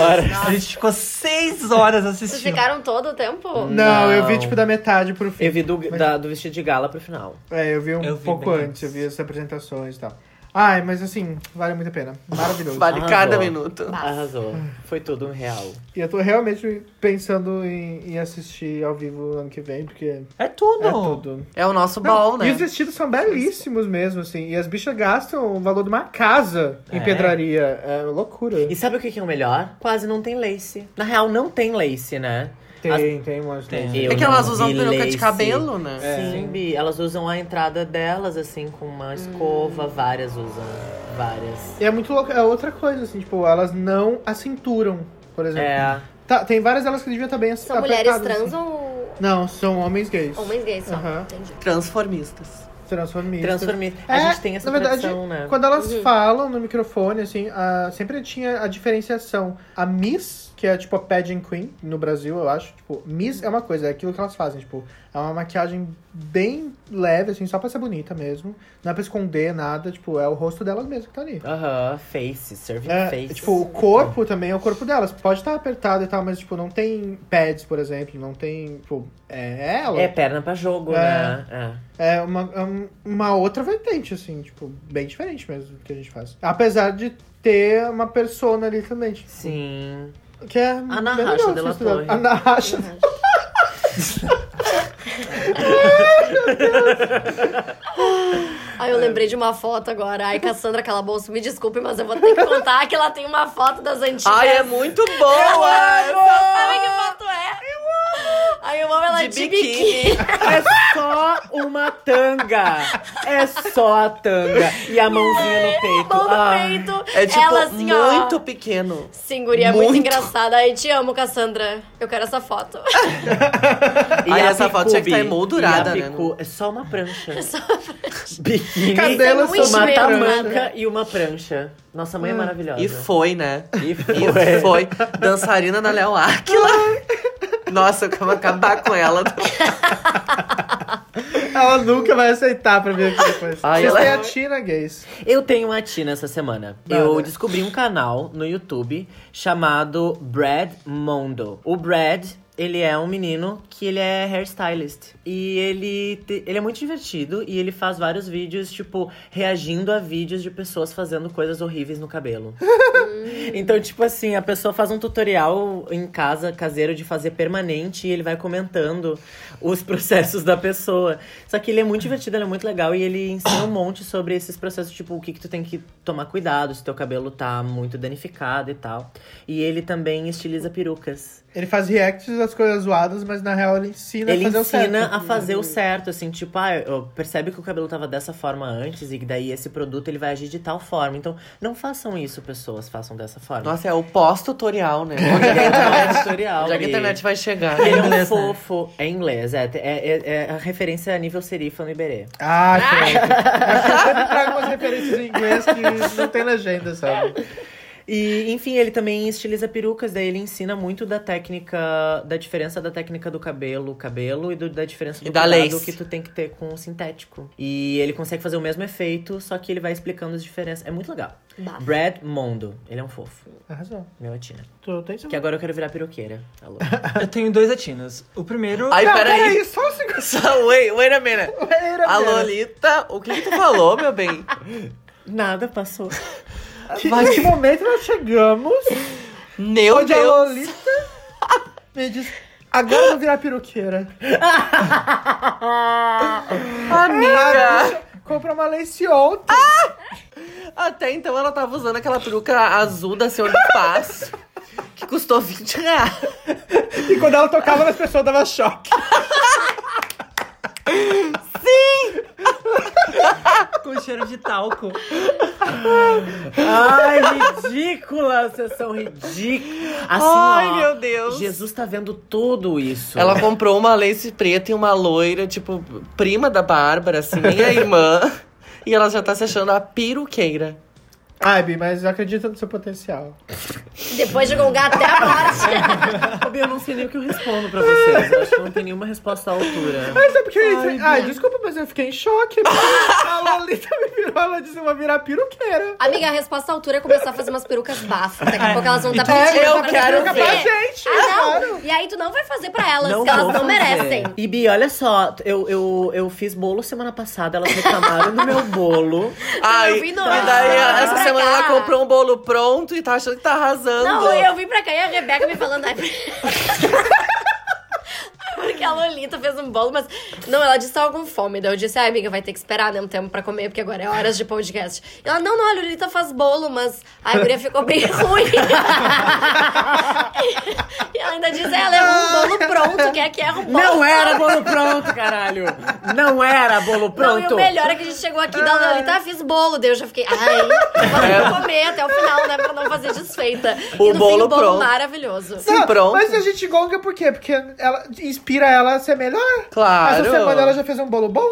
[SPEAKER 3] A gente ficou seis horas
[SPEAKER 5] Vocês
[SPEAKER 3] assistindo.
[SPEAKER 5] ficaram todo o tempo?
[SPEAKER 1] Hum.
[SPEAKER 4] Não, eu vi
[SPEAKER 2] Não.
[SPEAKER 4] tipo da metade pro fim.
[SPEAKER 2] Eu vi do, da- do vestido de gala pro final.
[SPEAKER 4] É, eu vi um
[SPEAKER 3] Eu vi
[SPEAKER 4] pouco
[SPEAKER 3] bem
[SPEAKER 4] antes, eu vi as apresentações e tal. Ai, mas assim, vale muito a pena. Maravilhoso.
[SPEAKER 1] Vale
[SPEAKER 8] Arrasou.
[SPEAKER 1] cada minuto.
[SPEAKER 8] Arrasou.
[SPEAKER 4] Hum.
[SPEAKER 8] Foi tudo um real.
[SPEAKER 4] E eu tô realmente pensando em, em assistir ao vivo ano que vem, porque
[SPEAKER 3] É tudo.
[SPEAKER 4] é tudo.
[SPEAKER 1] É o nosso
[SPEAKER 4] Não,
[SPEAKER 1] bol, né?
[SPEAKER 4] E os vestidos são belíssimos mesmo, assim. E as bichas gastam o valor de uma casa em pedraria. É uma loucura.
[SPEAKER 2] E sabe o que que é o melhor? Quase não tem lace. Na real, não tem lace, né?
[SPEAKER 4] Tem, tem umas.
[SPEAKER 3] Tem.
[SPEAKER 2] Eu
[SPEAKER 1] É que elas
[SPEAKER 2] não
[SPEAKER 1] usam
[SPEAKER 2] vi
[SPEAKER 1] peruca
[SPEAKER 2] lace.
[SPEAKER 1] de cabelo, né?
[SPEAKER 4] É.
[SPEAKER 2] Sim, Bi. Elas usam a entrada delas, assim, com
[SPEAKER 4] Hum.
[SPEAKER 2] uma escova. Várias usam. Várias.
[SPEAKER 4] E é muito louco. É outra coisa, assim, tipo, elas não acinturam, por exemplo.
[SPEAKER 2] É.
[SPEAKER 4] Tá, tem várias delas que deviam estar bem
[SPEAKER 5] São mulheres
[SPEAKER 4] apertadas,
[SPEAKER 5] trans
[SPEAKER 4] assim.
[SPEAKER 5] ou
[SPEAKER 4] Não, são homens gays.
[SPEAKER 5] homens gays só?
[SPEAKER 4] Aham.
[SPEAKER 5] Entendi.
[SPEAKER 1] Transformistas.
[SPEAKER 4] Transformistas.
[SPEAKER 2] Transformista. A
[SPEAKER 4] É,
[SPEAKER 2] gente tem essa
[SPEAKER 4] na verdade,
[SPEAKER 2] tradição, né?
[SPEAKER 4] Quando elas
[SPEAKER 5] Uhum.
[SPEAKER 4] falam no microfone, assim, a- sempre tinha a diferenciação. A Miss, que é tipo a pageant queen no Brasil, eu acho. Tipo, Miss é uma coisa, é aquilo que elas fazem. Tipo, é uma maquiagem bem leve, assim, só pra ser bonita mesmo. Não é pra esconder nada, tipo, é o rosto delas mesmo que tá ali.
[SPEAKER 2] Aham, face, serving
[SPEAKER 4] É,
[SPEAKER 2] face.
[SPEAKER 4] tipo, o corpo também é o corpo delas. Pode estar apertado e tal, mas, tipo, não tem pads, por exemplo. Não tem, tipo, é ela.
[SPEAKER 2] É perna pra jogo,
[SPEAKER 4] É.
[SPEAKER 2] né?
[SPEAKER 4] É uma, é um- uma outra vertente, assim, tipo, bem diferente mesmo do que a gente faz. Apesar de ter uma persona ali também,
[SPEAKER 2] É.
[SPEAKER 4] tipo,
[SPEAKER 2] Sim.
[SPEAKER 4] que é... né?
[SPEAKER 2] Ana
[SPEAKER 4] bem
[SPEAKER 2] Racha
[SPEAKER 4] legal de
[SPEAKER 2] Della
[SPEAKER 4] estudar.
[SPEAKER 2] Torre.
[SPEAKER 4] Ana Racha.
[SPEAKER 5] Ai, eu lembrei de uma foto agora. Ai, Cassandra Calabouço, me desculpe, mas eu vou ter que contar que ela tem uma foto das antigas.
[SPEAKER 1] Ai, é muito boa!
[SPEAKER 5] Sabe que foto é? Ai, eu amo ela de,
[SPEAKER 1] De
[SPEAKER 5] biquíni.
[SPEAKER 1] biquíni.
[SPEAKER 2] É só uma tanga. É só a tanga. E a mãozinha no peito.
[SPEAKER 5] Mão no
[SPEAKER 2] Ah,
[SPEAKER 5] peito.
[SPEAKER 1] É tipo
[SPEAKER 5] ela assim,
[SPEAKER 1] muito
[SPEAKER 5] ó.
[SPEAKER 1] pequeno.
[SPEAKER 5] Sim, guria, muito.
[SPEAKER 1] muito.
[SPEAKER 5] engraçada. Ai, te amo, Cassandra. Eu quero essa foto.
[SPEAKER 2] E
[SPEAKER 1] Ai,
[SPEAKER 2] a
[SPEAKER 1] essa foto tinha que tá
[SPEAKER 2] Bicubi?
[SPEAKER 1] emoldurada,
[SPEAKER 2] E
[SPEAKER 1] né?
[SPEAKER 2] a Bicu- É só uma prancha. É só uma prancha. Biquíni,
[SPEAKER 4] Cadela
[SPEAKER 5] Isso é muito
[SPEAKER 2] uma
[SPEAKER 5] mesmo,
[SPEAKER 2] tamanca e uma prancha. Nossa mãe é maravilhosa.
[SPEAKER 1] Hum. E foi, né?
[SPEAKER 2] E foi.
[SPEAKER 1] E foi. Dançarina da Léo Áquila. Nossa, eu quero acabar com ela.
[SPEAKER 4] Ela nunca vai aceitar pra ver aqui depois.
[SPEAKER 2] Ai,
[SPEAKER 4] Vocês
[SPEAKER 2] ela- é
[SPEAKER 4] têm a Tina Gays.
[SPEAKER 2] Eu tenho uma tina essa semana.
[SPEAKER 4] Nada.
[SPEAKER 2] Eu descobri um canal no YouTube chamado Brad Mondo. O Brad, ele é um menino que ele é hairstylist. E ele, te- ele é muito divertido e ele faz vários vídeos, tipo, reagindo a vídeos de pessoas fazendo coisas horríveis no cabelo. Então, tipo assim, a pessoa faz um tutorial em casa, caseiro, de fazer permanente e ele vai comentando os processos da pessoa. Só que ele é muito divertido, ele é muito legal e ele ensina um monte sobre esses processos, tipo, o que, que tu tem que tomar cuidado, se teu cabelo tá muito danificado e tal. E ele também estiliza perucas.
[SPEAKER 4] Ele faz reacts das coisas zoadas, mas na real ele ensina
[SPEAKER 2] Ele
[SPEAKER 4] a fazer o
[SPEAKER 2] ensina
[SPEAKER 4] certo. Uhum.
[SPEAKER 2] a fazer o certo, assim, tipo, ah, eu- percebe que o cabelo tava dessa forma antes e que daí esse produto ele vai agir de tal forma. Então, não façam isso, pessoas, façam dessa forma.
[SPEAKER 1] Nossa, é o pós-tutorial, né?
[SPEAKER 2] Onde é que a internet tutorial?
[SPEAKER 1] Onde é que a
[SPEAKER 2] Gui?
[SPEAKER 1] internet vai chegar?
[SPEAKER 2] Ele é um
[SPEAKER 1] Inglês, né?
[SPEAKER 2] fofo. É inglês, é, é, é- é a referência a nível Serifano Iberê.
[SPEAKER 4] Ah, que Eu sempre trago umas referências em inglês que não tem legenda, sabe?
[SPEAKER 2] E, enfim, ele também estiliza perucas, daí ele ensina muito da técnica, da diferença da técnica do cabelo, cabelo e do- da diferença do
[SPEAKER 1] E da
[SPEAKER 2] cuidado
[SPEAKER 1] lace.
[SPEAKER 2] que tu tem que ter com o sintético. E ele consegue fazer o mesmo efeito, só que ele vai explicando as diferenças. É muito legal.
[SPEAKER 1] Tá.
[SPEAKER 5] Bah.
[SPEAKER 2] Brad Mondo, ele é um fofo,
[SPEAKER 4] Arrasou.
[SPEAKER 2] meu tina.
[SPEAKER 4] Tu tem
[SPEAKER 2] Que agora eu quero virar peruqueira. Alô.
[SPEAKER 3] Eu tenho dois atinas. O primeiro. é
[SPEAKER 1] Ai,
[SPEAKER 4] Não,
[SPEAKER 1] peraí.
[SPEAKER 4] peraí, só um segundo.
[SPEAKER 1] Só, wait, wait a minute.
[SPEAKER 4] Pera,
[SPEAKER 1] A
[SPEAKER 4] pera.
[SPEAKER 1] Lolita, o que, que tu falou, meu bem?
[SPEAKER 2] Nada passou.
[SPEAKER 4] Que, nesse momento nós chegamos.
[SPEAKER 1] Meu
[SPEAKER 4] Onde a
[SPEAKER 1] Deus.
[SPEAKER 4] Lolita me diz. Agora eu vou virar peruqueira.
[SPEAKER 1] Amiga.
[SPEAKER 4] Compra uma lace ontem.
[SPEAKER 1] Até então ela tava usando aquela peruca azul da Senhor do Paz. Que custou 20 reais.
[SPEAKER 4] E quando ela tocava nas pessoas, dava choque.
[SPEAKER 3] Com cheiro de talco.
[SPEAKER 2] Ai, ridícula! Vocês são ridículos. Assim,
[SPEAKER 1] Ai,
[SPEAKER 2] ó,
[SPEAKER 1] meu Deus.
[SPEAKER 2] Jesus tá vendo tudo isso.
[SPEAKER 1] Ela comprou uma lace preta e uma loira, tipo, prima da Bárbara, assim, nem a irmã. E ela já tá se achando a peruqueira.
[SPEAKER 4] Ai, Bi, mas eu acredito no seu potencial.
[SPEAKER 5] Depois de gongar até a morte.
[SPEAKER 2] Ô, Bia, eu não sei nem o que eu respondo pra vocês. Eu acho que não tem nenhuma resposta à altura.
[SPEAKER 4] Mas é porque. Ai, desculpa, mas eu fiquei em choque. A Lolita me virou, ela disse: eu vou virar piroqueira.
[SPEAKER 5] Amiga, a resposta à altura é começar a fazer umas perucas bafas. Daqui a pouco elas vão estar
[SPEAKER 4] É,
[SPEAKER 5] pedindo
[SPEAKER 4] eu
[SPEAKER 5] pra
[SPEAKER 4] quero
[SPEAKER 5] fazer.
[SPEAKER 4] pra gente,
[SPEAKER 5] Ah, não.
[SPEAKER 4] claro.
[SPEAKER 5] E aí tu não vai fazer pra elas,
[SPEAKER 2] Não
[SPEAKER 5] que elas
[SPEAKER 2] vou
[SPEAKER 5] não
[SPEAKER 2] fazer.
[SPEAKER 5] merecem.
[SPEAKER 2] E Bi, olha só, eu, eu, eu fiz bolo semana passada, elas reclamaram do meu bolo.
[SPEAKER 1] Ai,
[SPEAKER 5] Então, eu vi
[SPEAKER 1] e
[SPEAKER 5] no-
[SPEAKER 1] daí
[SPEAKER 5] Ah,
[SPEAKER 1] essa
[SPEAKER 5] pra
[SPEAKER 1] semana
[SPEAKER 5] cá.
[SPEAKER 1] ela comprou um bolo pronto e tá achando que tá arrasando.
[SPEAKER 5] Não, eu vim pra cá e a Rebeca me falando. "Ai, Porque a Lolita fez um bolo, mas. Não, ela disse que tava com fome. Daí eu disse, ai, amiga, vai ter que esperar, né? Um tempo pra comer, porque agora é horas de podcast. E ela, não, não, a Lolita faz bolo, mas a guria ficou bem ruim. e ela ainda diz, ela é um bolo pronto, quem é que erra um bolo?
[SPEAKER 2] Não era bolo pronto, caralho! Não era bolo
[SPEAKER 5] Não, e
[SPEAKER 2] pronto!
[SPEAKER 5] o melhor é que a gente chegou aqui da Lolita, ah, fiz bolo. Daí eu já fiquei, ai, vamos comer até o final, né? Pra não fazer desfeita.
[SPEAKER 1] O
[SPEAKER 5] e no fim,
[SPEAKER 1] bolo
[SPEAKER 5] o bolo
[SPEAKER 1] pronto.
[SPEAKER 5] maravilhoso.
[SPEAKER 1] Sim, pronto.
[SPEAKER 4] Tá, Mas a gente gonga por quê? Porque ela inspira ela a ser melhor.
[SPEAKER 1] Claro.
[SPEAKER 4] Essa semana ela já fez um bolo bom.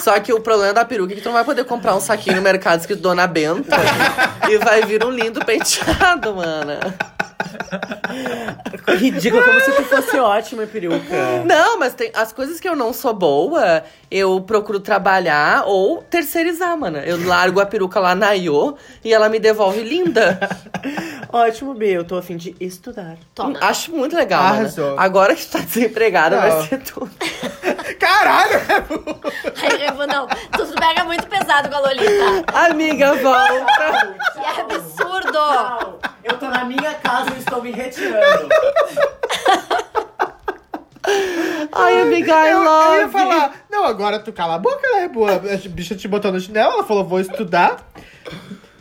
[SPEAKER 1] Só que o problema da peruca é que tu não vai poder comprar um saquinho no mercado escrito Dona Benta e vai vir um lindo penteado, mana.
[SPEAKER 2] Ridículo, como se tu fosse ótima, peruca.
[SPEAKER 1] Não, mas tem as coisas que eu não sou boa, eu procuro trabalhar ou terceirizar, mana. Eu largo a peruca lá na Iô e ela me devolve linda.
[SPEAKER 2] Ótimo, Bi, eu tô a fim de estudar.
[SPEAKER 5] Toma.
[SPEAKER 1] Acho muito legal, mana.
[SPEAKER 4] Arrasou.
[SPEAKER 1] Agora que tu tá desempregada,
[SPEAKER 4] Não.
[SPEAKER 1] vai ser tudo.
[SPEAKER 4] Caralho!
[SPEAKER 5] Aí eu vou, não, tu pega muito pesado com a Lolita.
[SPEAKER 1] Amiga, volta!
[SPEAKER 5] Que absurdo!
[SPEAKER 9] Eu tô na minha casa e estou me retirando.
[SPEAKER 1] Ai, amiga, I
[SPEAKER 4] eu,
[SPEAKER 1] love.
[SPEAKER 4] eu ia falar, não, agora tu cala a boca, né, boa. A bicha te botou no chinelo, ela falou, vou estudar.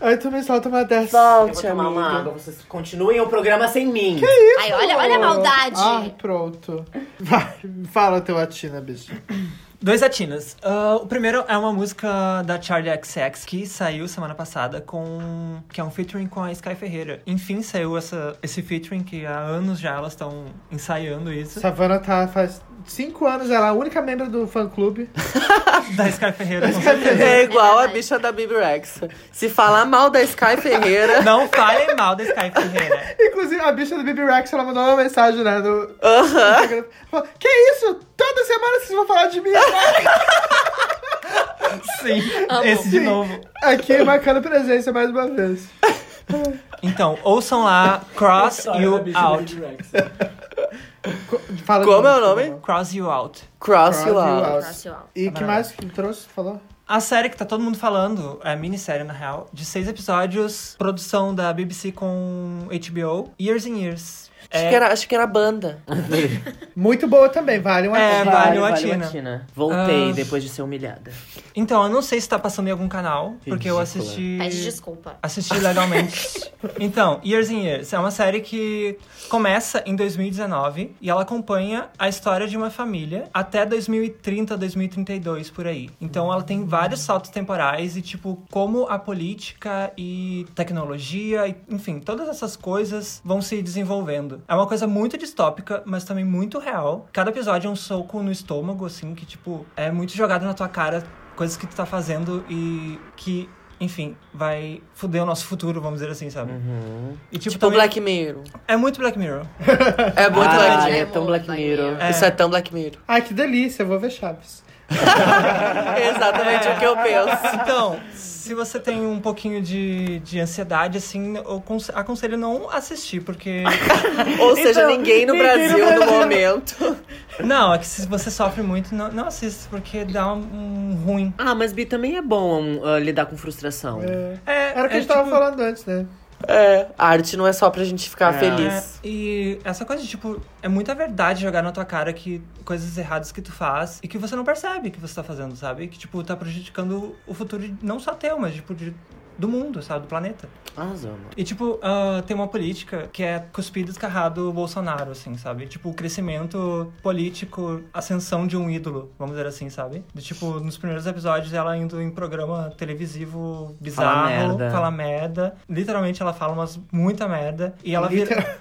[SPEAKER 4] Aí tu me solta uma dessa.
[SPEAKER 2] Eu vou tomar uma água, vocês continuem o programa sem mim.
[SPEAKER 5] Ai, olha, olha a maldade.
[SPEAKER 4] Ai, Ah, pronto. Vai, fala teu atina, bicho.
[SPEAKER 3] Dois atinas. Ah, o primeiro é uma música da Charlie XX que saiu semana passada com. que é um featuring com a Sky Ferreira. Enfim, saiu essa, esse featuring que há anos já elas estão ensaiando isso.
[SPEAKER 4] Savana tá faz cinco anos, ela é a única membro do fã clube.
[SPEAKER 3] Da Sky Ferreira. com certeza.
[SPEAKER 1] É igual a bicha da Bibi Rex. Se falar mal da Sky Ferreira.
[SPEAKER 3] Não falem mal da Sky Ferreira.
[SPEAKER 4] Inclusive, a bicha do BB Rex, ela mandou uma mensagem, né? No no Instagram. Falou, que isso? Toda semana vocês vão falar de mim. né?"
[SPEAKER 3] Sim, esse de
[SPEAKER 4] Sim.
[SPEAKER 3] novo.
[SPEAKER 4] Aqui, é marcando presença mais uma vez.
[SPEAKER 3] Então, ouçam lá Cross You Out.
[SPEAKER 4] Co- Fala de
[SPEAKER 1] Como
[SPEAKER 4] novo,
[SPEAKER 1] é o nome?
[SPEAKER 4] por favor.
[SPEAKER 3] Cross You Out.
[SPEAKER 1] Cross,
[SPEAKER 4] Cross
[SPEAKER 1] you
[SPEAKER 4] you
[SPEAKER 1] out.
[SPEAKER 4] out.
[SPEAKER 5] Sensual.
[SPEAKER 4] E que mais que trouxe? Falou?
[SPEAKER 3] A série que tá todo mundo falando, é a minissérie na real, de seis episódios, produção da BBC com HBO, Years and Years. É
[SPEAKER 1] Acho, que é era, acho que era banda.
[SPEAKER 4] Muito boa também, vale uma
[SPEAKER 3] É,
[SPEAKER 2] Vale,
[SPEAKER 3] valeu a
[SPEAKER 2] valeu
[SPEAKER 3] Tina.
[SPEAKER 2] Voltei
[SPEAKER 3] Ah.
[SPEAKER 2] depois de ser humilhada.
[SPEAKER 3] Então, eu não sei se tá passando em algum canal, porque eu assisti.
[SPEAKER 5] Pede desculpa.
[SPEAKER 3] Assisti legalmente. então, Years and Years é uma série que começa em 2019 e ela acompanha a história de uma família até 2030, 2032 por aí. Então, ela tem vários saltos temporais e tipo como a política e tecnologia, e, enfim, todas essas coisas vão se desenvolvendo. É uma coisa muito distópica, mas também muito real. Cada episódio é um soco no estômago assim que tipo é muito jogado na tua cara coisas que tu tá fazendo e que enfim, vai fuder o nosso futuro, vamos dizer assim, sabe?
[SPEAKER 4] Uhum.
[SPEAKER 3] E tipo,
[SPEAKER 1] Tipo
[SPEAKER 3] também-
[SPEAKER 1] Black Mirror.
[SPEAKER 3] é muito Black Mirror.
[SPEAKER 1] É muito
[SPEAKER 2] Ah,
[SPEAKER 1] Black
[SPEAKER 2] é
[SPEAKER 1] Mirror.
[SPEAKER 2] tão Black Mirror.
[SPEAKER 3] É.
[SPEAKER 1] Isso é tão Black Mirror.
[SPEAKER 4] Ai, que delícia, eu vou ver Chaves.
[SPEAKER 1] Exatamente o que eu penso.
[SPEAKER 3] Então, se você tem um pouquinho de, de ansiedade, assim, eu conse- aconselho não assistir, porque.
[SPEAKER 1] Ou seja, Então, ninguém no Brasil no momento.
[SPEAKER 3] não, é que se você sofre muito, não, não assista, porque dá um, um ruim.
[SPEAKER 2] Ah, mas Bi também é bom ah, lidar com frustração.
[SPEAKER 3] É,
[SPEAKER 4] Era o que
[SPEAKER 3] é
[SPEAKER 4] a gente tava
[SPEAKER 3] tipo-
[SPEAKER 4] falando antes, né?
[SPEAKER 1] É, a arte não é só pra gente ficar feliz.
[SPEAKER 3] É, e essa coisa de, tipo, é muita verdade jogar na tua cara que coisas erradas que tu faz e que você não percebe que você tá fazendo, sabe? Que, tipo, tá prejudicando o futuro de- não só teu, mas, tipo, de- do mundo, sabe? Do planeta.
[SPEAKER 2] Arrasou,
[SPEAKER 3] E, tipo, ah, tem uma política que é cuspido e escarrado o Bolsonaro, assim, sabe? Tipo, o crescimento político, ascensão de um ídolo, vamos dizer assim, sabe? De, tipo, nos primeiros episódios, ela indo em programa televisivo bizarro,
[SPEAKER 2] Fala merda.
[SPEAKER 3] fala merda. Literalmente, ela fala umas muita merda. E ela vira...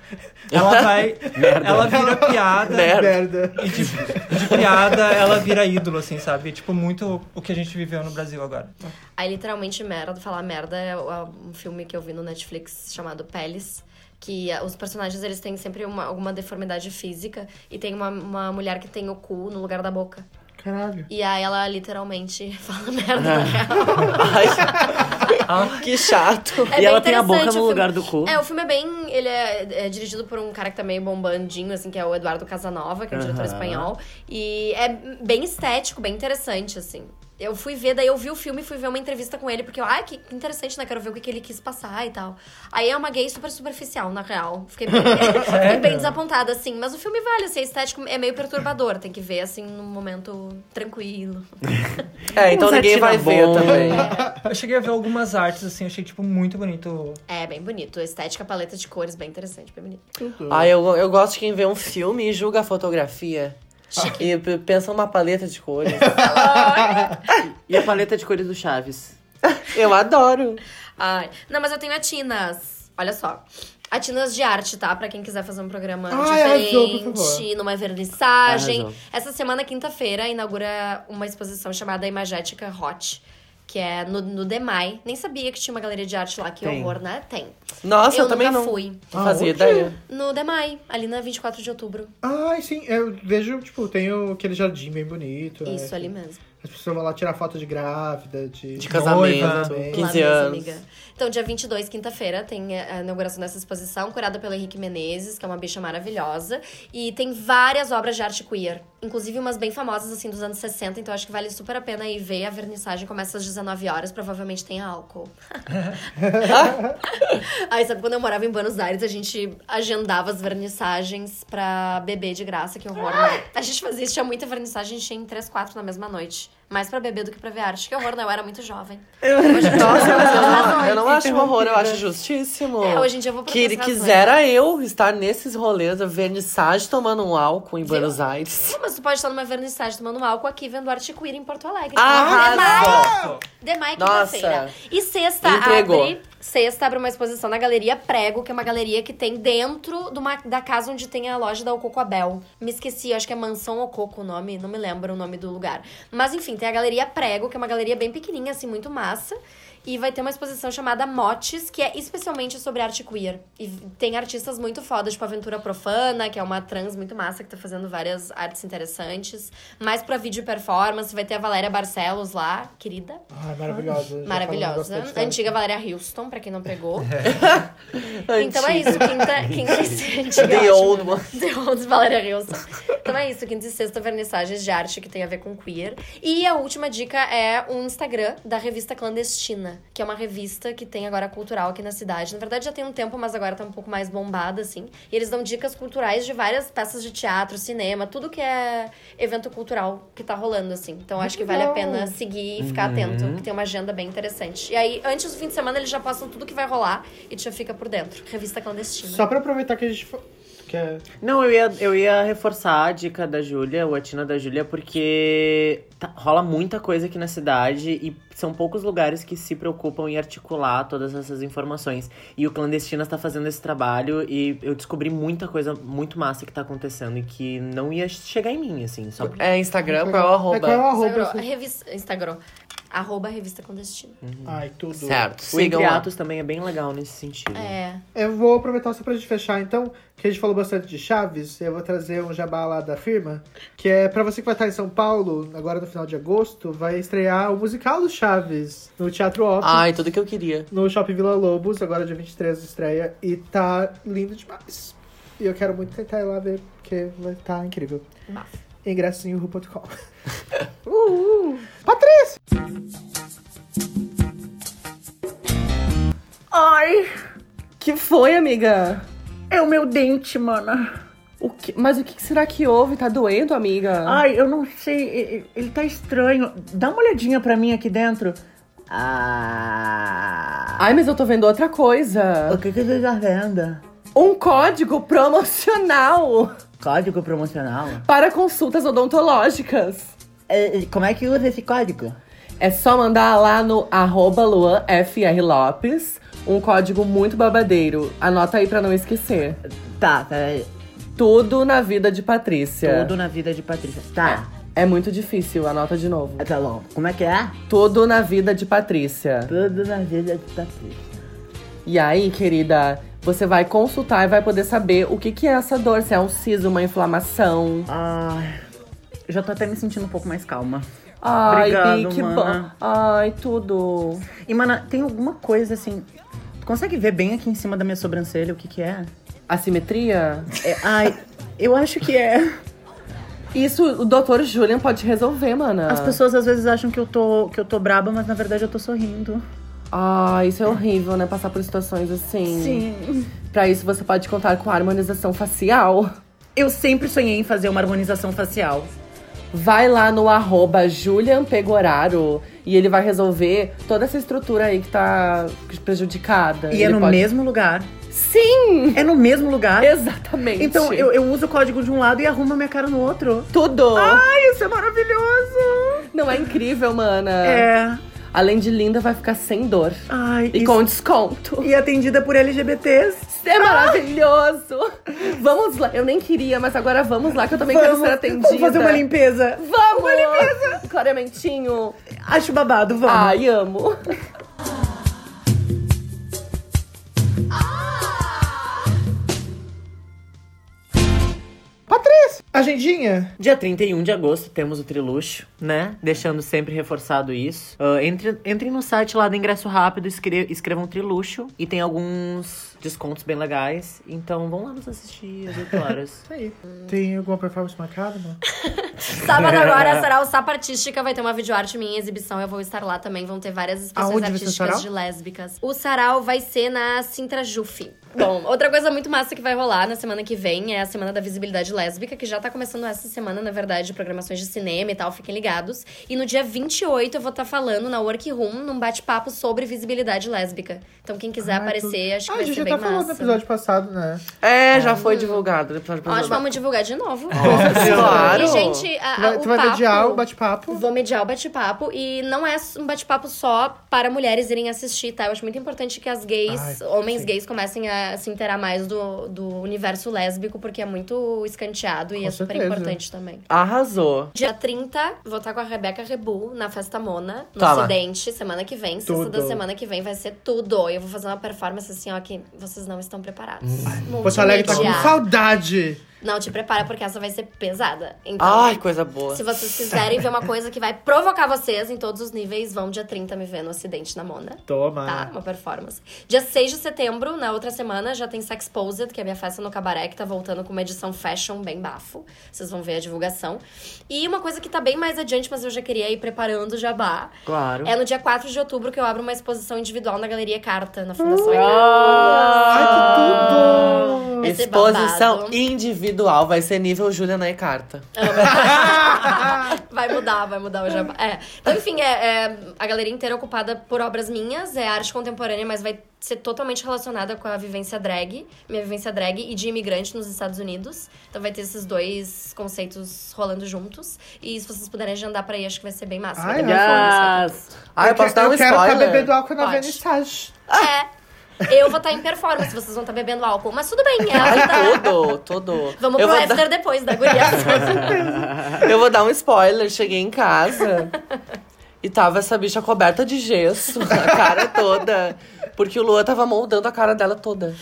[SPEAKER 3] Ela vai... ela vira piada.
[SPEAKER 4] Merda.
[SPEAKER 3] E de, de piada, ela vira ídolo, assim, sabe? Tipo, muito o que a gente viveu no Brasil agora.
[SPEAKER 5] Aí literalmente merda, falar merda merda é o- a- um filme que eu vi no Netflix chamado Peles. Que ah, os personagens, eles têm sempre uma, alguma deformidade física. E tem uma, uma mulher que tem o cu no lugar da boca.
[SPEAKER 4] Caralho.
[SPEAKER 5] E aí ela literalmente fala merda na real.
[SPEAKER 1] É. que chato.
[SPEAKER 5] É
[SPEAKER 2] e
[SPEAKER 5] bem
[SPEAKER 2] ela tem a
[SPEAKER 5] interessante
[SPEAKER 2] boca
[SPEAKER 5] o
[SPEAKER 2] no
[SPEAKER 5] filme.
[SPEAKER 2] lugar do cu.
[SPEAKER 5] É, o filme é bem. Ele é, é dirigido por um cara que tá meio bombandinho, assim, que é o Eduardo Casanova, que é um diretor espanhol. E é bem estético, bem interessante, assim. Eu fui ver, daí eu vi o filme e fui ver uma entrevista com ele, porque eu, ah, que que interessante, né? Quero ver o que, que ele quis passar e tal. Aí é uma gay super superficial, na real. Fiquei bem, fiquei
[SPEAKER 2] É.
[SPEAKER 5] bem desapontada, assim. Mas o filme vale, assim, é estético, é meio perturbador. Tem que ver, assim, num momento tranquilo.
[SPEAKER 1] É, então
[SPEAKER 2] Uns
[SPEAKER 1] ninguém vai ver
[SPEAKER 2] atirabom.
[SPEAKER 1] também.
[SPEAKER 3] Eu cheguei a ver algumas artes, assim, achei, tipo, muito bonito.
[SPEAKER 5] É, bem bonito. Estética, paleta de cores, bem interessante, bem bonito.
[SPEAKER 1] Ah, eu, eu gosto de quem vê um filme e julga a fotografia. E p- pensa numa paleta de cores.
[SPEAKER 2] E a paleta de cores do Chaves.
[SPEAKER 1] eu adoro.
[SPEAKER 5] Ai. Não, mas eu tenho a Tinas. Olha só. A Tinas de arte, tá? Pra quem quiser fazer um programa
[SPEAKER 4] Ai, arrasou, por
[SPEAKER 5] diferente,
[SPEAKER 4] favor.
[SPEAKER 5] numa vernissagem.
[SPEAKER 2] Arrasou.
[SPEAKER 5] Essa semana, quinta-feira, inaugura uma exposição chamada Imagética Hot. Que é no, no Demai. Nem sabia que tinha uma galeria de arte lá. Que
[SPEAKER 1] Tem.
[SPEAKER 5] horror, né? Tem.
[SPEAKER 1] Nossa, eu,
[SPEAKER 5] eu
[SPEAKER 1] também
[SPEAKER 5] nunca
[SPEAKER 1] não.
[SPEAKER 5] fui.
[SPEAKER 1] Não fazia ideia.
[SPEAKER 5] No Demai, ali na 24 de outubro.
[SPEAKER 4] Ai, sim, eu vejo, tipo, tem o- aquele jardim bem bonito. né?
[SPEAKER 5] Isso, ali mesmo.
[SPEAKER 4] As pessoas vão lá tirar foto de grávida, de,
[SPEAKER 1] De casamento,
[SPEAKER 4] noiva.
[SPEAKER 1] 15
[SPEAKER 5] Lá mesmo,
[SPEAKER 1] anos.
[SPEAKER 5] amiga. Então, dia 22, quinta-feira, tem a a inauguração dessa exposição, curada pelo Henrique Menezes, que é uma bicha maravilhosa. E tem várias obras de arte queer, inclusive umas bem famosas, assim, dos anos 60. Então, acho que vale super a pena ir ver. A vernissagem começa às 19 horas, provavelmente tem álcool. Aí, sabe, quando eu morava em Buenos Aires, a gente agendava as vernissagens pra beber de graça, que horror, né? A gente fazia isso, tinha muita vernissagem, a gente tinha em 3, 4 na mesma noite. Mais pra beber do que pra ver arte. Que horror, né? Eu era muito jovem.
[SPEAKER 1] Nossa, eu não, eu não acho um horror, eu acho justíssimo.
[SPEAKER 5] É, hoje em dia eu vou pra
[SPEAKER 1] Que
[SPEAKER 5] outras razões.
[SPEAKER 1] quisera eu estar nesses rolês, a vernissagem tomando um álcool em Buenos Aires.
[SPEAKER 5] Não, mas tu pode estar numa vernissagem tomando um álcool aqui vendo arte queer em Porto Alegre. é
[SPEAKER 1] Arrasou!
[SPEAKER 5] Demai
[SPEAKER 1] Nossa.
[SPEAKER 5] quinta-feira. E sexta
[SPEAKER 1] Entregou.
[SPEAKER 5] abre. Sexta abre uma exposição na Galeria Prego, que é uma galeria que tem dentro de uma- da casa onde tem a loja da Ococo Abel. Me esqueci, acho que é Mansão Ococo o nome, não me lembro o nome do lugar. Mas enfim, tem a Galeria Prego, que é uma galeria bem pequenininha, assim, muito massa. E vai ter uma exposição chamada Motes, que é especialmente sobre arte queer. E tem artistas muito fodas, tipo Aventura Profana, que é uma trans muito massa, que tá fazendo várias artes interessantes. Mais pra vídeo e performance, vai ter a Valéria Barcelos lá, querida.
[SPEAKER 4] Ai, maravilhosa. Já falamos
[SPEAKER 5] Maravilhosa.
[SPEAKER 4] bastante tá? É. dela.
[SPEAKER 5] Antiga Valéria Houston, pra quem não pegou. então é isso, quinta, quinta e sexta.
[SPEAKER 1] The
[SPEAKER 5] ótimo,
[SPEAKER 1] old
[SPEAKER 5] né? The old Valéria Houston. Então é isso, quinta e sexta, vernissagens de arte que tem a ver com queer. E a última dica é um Instagram da revista Clandestina, que é uma revista que tem agora cultural aqui na cidade. Na verdade já tem um tempo, mas agora tá um pouco mais bombada, assim. E eles dão dicas culturais de várias peças de teatro, cinema, tudo que é evento cultural que tá rolando, assim. Então acho que vale a pena seguir e ficar atento, que tem uma agenda bem interessante. E aí, antes do fim de semana, eles já postam tudo que vai rolar e tu já fica por dentro. Revista clandestina.
[SPEAKER 4] Só pra aproveitar que a gente... fa- Que é...
[SPEAKER 2] Não, eu ia, eu ia reforçar a dica da Júlia, o Atina da Júlia, porque tá- rola muita coisa aqui na cidade e são poucos lugares que se preocupam em articular todas essas informações. E o Clandestinas tá fazendo esse trabalho e eu descobri muita coisa muito massa que tá acontecendo e que não ia chegar em mim, assim, só porque...
[SPEAKER 1] É Instagram, qual é o
[SPEAKER 4] É, qual é o
[SPEAKER 1] arroba?
[SPEAKER 4] arroba?
[SPEAKER 5] Instagram,
[SPEAKER 4] assim?
[SPEAKER 5] revista, Instagram. Arroba revista clandestina.
[SPEAKER 4] Ai, tudo.
[SPEAKER 1] Certo,
[SPEAKER 2] O Entre
[SPEAKER 1] sigam lá.
[SPEAKER 2] Atos também é bem legal nesse sentido.
[SPEAKER 5] É.
[SPEAKER 4] Eu vou aproveitar só pra gente fechar, então, que a gente falou bastante de Chaves, eu vou trazer um jabá lá da firma, que é pra você que vai estar em São Paulo, agora no final de agosto, vai estrear o musical do Chaves, no Teatro Op,
[SPEAKER 1] Ai, tudo que eu
[SPEAKER 5] Ah.
[SPEAKER 1] queria.
[SPEAKER 4] no Shopping Vila Lobos, agora dia 23 estreia, e tá lindo demais. E eu quero muito tentar ir lá ver, porque vai tá incrível. Ingressos em uhu.com.
[SPEAKER 6] Ai,
[SPEAKER 1] Que foi, amiga?
[SPEAKER 6] é o meu dente, mana.
[SPEAKER 1] O que- Mas o que que será que houve? Tá doendo, amiga?
[SPEAKER 6] Ai, eu não sei. e- e- Ele tá estranho. Dá uma olhadinha pra mim aqui dentro. Ah.
[SPEAKER 1] Ai, mas eu tô vendo outra coisa.
[SPEAKER 6] O que que você tá vendo?
[SPEAKER 1] Um código promocional
[SPEAKER 6] Código promocional?
[SPEAKER 1] para consultas odontológicas.
[SPEAKER 6] É, é, Como é que usa esse código?
[SPEAKER 1] É só mandar lá no arroba luanfrlopes, um código muito babadeiro. Anota aí pra não esquecer.
[SPEAKER 6] Tá, peraí.
[SPEAKER 1] Tudo na vida de Patrícia.
[SPEAKER 6] Tudo na vida de Patrícia. Tá.
[SPEAKER 1] É muito difícil, anota de novo.
[SPEAKER 2] Tá bom. Como é que é?
[SPEAKER 1] Tudo na vida de Patrícia.
[SPEAKER 2] Tudo na vida de Patrícia.
[SPEAKER 1] E aí, querida, você vai consultar e vai poder saber o que, que é essa dor, se é um siso, uma inflamação.
[SPEAKER 6] Ai, já tô até me sentindo um pouco mais calma.
[SPEAKER 1] Ai,
[SPEAKER 6] Obrigado,
[SPEAKER 1] Bi, que bom.
[SPEAKER 6] mana.
[SPEAKER 1] Ai, tudo.
[SPEAKER 6] E, mana, tem alguma coisa assim. Tu consegue ver bem aqui em cima da minha sobrancelha o que que é?
[SPEAKER 1] Assimetria?
[SPEAKER 6] É, ai, eu acho que é.
[SPEAKER 1] Isso o Dr. Julian pode resolver, mana.
[SPEAKER 6] As pessoas às vezes acham que eu tô que eu tô braba, mas na verdade eu tô sorrindo.
[SPEAKER 1] Ah, isso é horrível, né? Passar por situações assim. Pra isso você pode contar com a harmonização facial.
[SPEAKER 6] Eu sempre sonhei em fazer uma harmonização facial.
[SPEAKER 1] Vai lá no arroba Julian Pegoraro e ele vai resolver toda essa estrutura aí que tá prejudicada. Ele
[SPEAKER 6] E é no
[SPEAKER 1] pode-
[SPEAKER 6] mesmo lugar.
[SPEAKER 1] Sim!
[SPEAKER 6] É no mesmo lugar.
[SPEAKER 1] Exatamente.
[SPEAKER 6] Então eu, eu uso o código de um lado e arrumo a minha cara no outro.
[SPEAKER 1] Tudo!
[SPEAKER 6] Ai, isso é maravilhoso!
[SPEAKER 1] Ah! Não é incrível, mana?
[SPEAKER 6] É.
[SPEAKER 1] Além de linda, vai ficar sem dor.
[SPEAKER 6] Ai,
[SPEAKER 1] E
[SPEAKER 6] isso-
[SPEAKER 1] com desconto.
[SPEAKER 6] e atendida por LGBTs.
[SPEAKER 7] Ah!
[SPEAKER 1] É maravilhoso! Vamos lá. Eu nem queria, mas agora vamos lá, que eu também quero ser atendida.
[SPEAKER 6] Vamos fazer uma limpeza.
[SPEAKER 1] Vamos! Uma limpeza! Clementinho.
[SPEAKER 6] Acho babado,
[SPEAKER 7] Tá
[SPEAKER 6] vamos.
[SPEAKER 1] Ai, amo.
[SPEAKER 4] Agendinha?
[SPEAKER 10] Dia 31 de agosto temos o Triluxo, né? Deixando sempre reforçado isso. Ah, entre, entrem no site lá do Ingresso Rápido, escre, escrevam Triluxo. E tem alguns descontos bem legais. Então vão lá nos assistir às 8 horas.
[SPEAKER 4] Tem alguma performance marcada? Não?
[SPEAKER 5] Sábado agora será o Sapa Artística, vai ter uma videoarte minha em exibição, eu vou estar lá também, vão ter várias expressões
[SPEAKER 4] Aonde vai ser o
[SPEAKER 5] artísticas
[SPEAKER 4] sarau?
[SPEAKER 5] de lésbicas. O sarau vai ser na Sintra Jufi. Bom, outra coisa muito massa que vai rolar na semana que vem é a Semana da Visibilidade Lésbica, que já tá começando essa semana, na verdade, programações de cinema e tal, fiquem ligados. E no dia 28 eu vou estar falando na Workroom, num bate-papo sobre visibilidade lésbica. Então quem quiser aparecer, acho que
[SPEAKER 4] Ah, a
[SPEAKER 5] vai
[SPEAKER 4] gente
[SPEAKER 5] ser
[SPEAKER 4] já
[SPEAKER 5] bem
[SPEAKER 4] tá falando no
[SPEAKER 5] massa.
[SPEAKER 4] episódio passado, né?
[SPEAKER 7] É, já foi divulgado. no episódio
[SPEAKER 5] Ó, Nós
[SPEAKER 7] passado.
[SPEAKER 5] vamos divulgar de novo.
[SPEAKER 7] Claro.
[SPEAKER 5] E, gente,
[SPEAKER 4] Tu
[SPEAKER 5] a, a,
[SPEAKER 4] vai,
[SPEAKER 5] Ah, o
[SPEAKER 4] tu vai
[SPEAKER 5] papo...
[SPEAKER 4] mediar o bate-papo.
[SPEAKER 5] Vou mediar o bate-papo e não é um bate-papo só para mulheres irem assistir, tá? Eu acho muito importante que as gays, homens gays, comecem a se inteirar mais do, do universo lésbico, porque é muito escanteado e
[SPEAKER 4] Com
[SPEAKER 5] é super
[SPEAKER 4] certeza.
[SPEAKER 5] importante também.
[SPEAKER 7] Arrasou.
[SPEAKER 5] Dia 30, vou estar com a Rebeca Rebu na Festa Mona,
[SPEAKER 4] Tá
[SPEAKER 5] no
[SPEAKER 7] Toma.
[SPEAKER 5] Ocidente, semana que vem. Sexta da semana que vem vai ser tudo. E eu vou fazer uma performance assim, ó, que vocês não estão preparados.
[SPEAKER 4] Porto Alegre tá com
[SPEAKER 5] Multimedial.
[SPEAKER 4] saudade.
[SPEAKER 5] Não, te prepara, porque essa vai ser pesada. Então,
[SPEAKER 7] Ai, coisa boa.
[SPEAKER 5] se vocês quiserem ver uma coisa que vai provocar vocês em todos os níveis, vão dia 30 me ver no acidente na Mona.
[SPEAKER 4] Toma.
[SPEAKER 5] Tá? Uma performance. Dia 6 de setembro, na outra semana, já tem Sex Posed, que é a minha festa no cabaré, que tá voltando com uma edição fashion bem bafo. Vocês vão ver a divulgação. E uma coisa que tá bem mais adiante, mas eu já queria ir preparando o jabá.
[SPEAKER 10] Claro.
[SPEAKER 5] É no dia 4 de outubro que eu abro uma exposição individual na Galeria Carta, na Fundação uh!
[SPEAKER 4] Ai, que tudo!
[SPEAKER 5] Vai ser
[SPEAKER 7] Exposição
[SPEAKER 5] babado.
[SPEAKER 7] individual vai ser nível Juliana e Carta.
[SPEAKER 5] Vai mudar, vai mudar o jabá. É. Então, enfim, é, é a galeria inteira ocupada por obras minhas, é arte contemporânea, mas vai ser totalmente relacionada com a vivência drag, minha vivência drag e de imigrante nos Estados Unidos. Então vai ter esses dois conceitos rolando juntos. E se vocês puderem agendar pra ir, acho que vai ser bem massa.
[SPEAKER 4] Ai,
[SPEAKER 5] Vai ter performance, vai ter tudo.
[SPEAKER 7] Ah, eu,
[SPEAKER 4] que-
[SPEAKER 7] posso dar um
[SPEAKER 4] eu quero
[SPEAKER 7] spoiler?
[SPEAKER 4] tá bebendo álcool na
[SPEAKER 5] Pode.
[SPEAKER 4] vernissage.
[SPEAKER 5] É. Eu vou estar em performance, vocês vão estar bebendo álcool. Mas tudo bem, é a
[SPEAKER 7] Ai,
[SPEAKER 5] vida.
[SPEAKER 7] todo, todo.
[SPEAKER 5] Vamos
[SPEAKER 7] eu
[SPEAKER 5] pro
[SPEAKER 7] vou
[SPEAKER 5] after
[SPEAKER 7] dar,
[SPEAKER 5] depois da guria.
[SPEAKER 7] Eu vou dar um spoiler. Cheguei em casa e tava essa bicha coberta de gesso, a cara toda. Porque o Luan tava moldando a cara dela toda.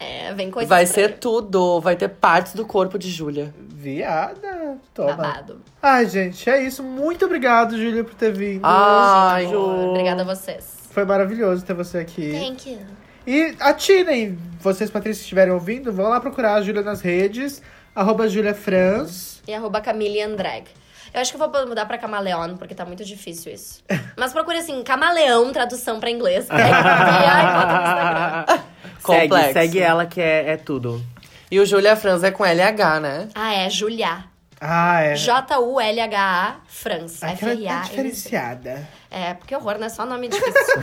[SPEAKER 5] É, vem coisa.
[SPEAKER 7] vai ser tudo. Vai ter partes do corpo de Júlia.
[SPEAKER 4] Viada. Toma.
[SPEAKER 5] babado.
[SPEAKER 4] Ai, gente, é isso. Muito obrigado, Júlia, por ter vindo.
[SPEAKER 7] Ai,
[SPEAKER 5] Gente, amor, Obrigada a vocês.
[SPEAKER 4] Foi maravilhoso ter você aqui.
[SPEAKER 5] Thank you.
[SPEAKER 4] E atinem. Vocês, Patrícia, que estiverem ouvindo, vão lá procurar a Júlia nas redes. Arroba Júlia Franz.
[SPEAKER 5] E arroba Camilian Drag. Eu acho que eu vou mudar pra camaleon, porque tá muito difícil isso. Mas procure assim, camaleão, tradução pra inglês. E aí, bota no Instagram.
[SPEAKER 7] Complexo.
[SPEAKER 10] Segue, segue ela que é, é tudo.
[SPEAKER 7] E o Júlia Franz é com LH, né?
[SPEAKER 5] ah, é, Julia.
[SPEAKER 4] Ah, é.
[SPEAKER 5] J-U-L-H-A, França.
[SPEAKER 4] Aquela é
[SPEAKER 5] F-R-A-N-C.
[SPEAKER 4] diferenciada.
[SPEAKER 5] É, porque horror, né? Só nome difícil.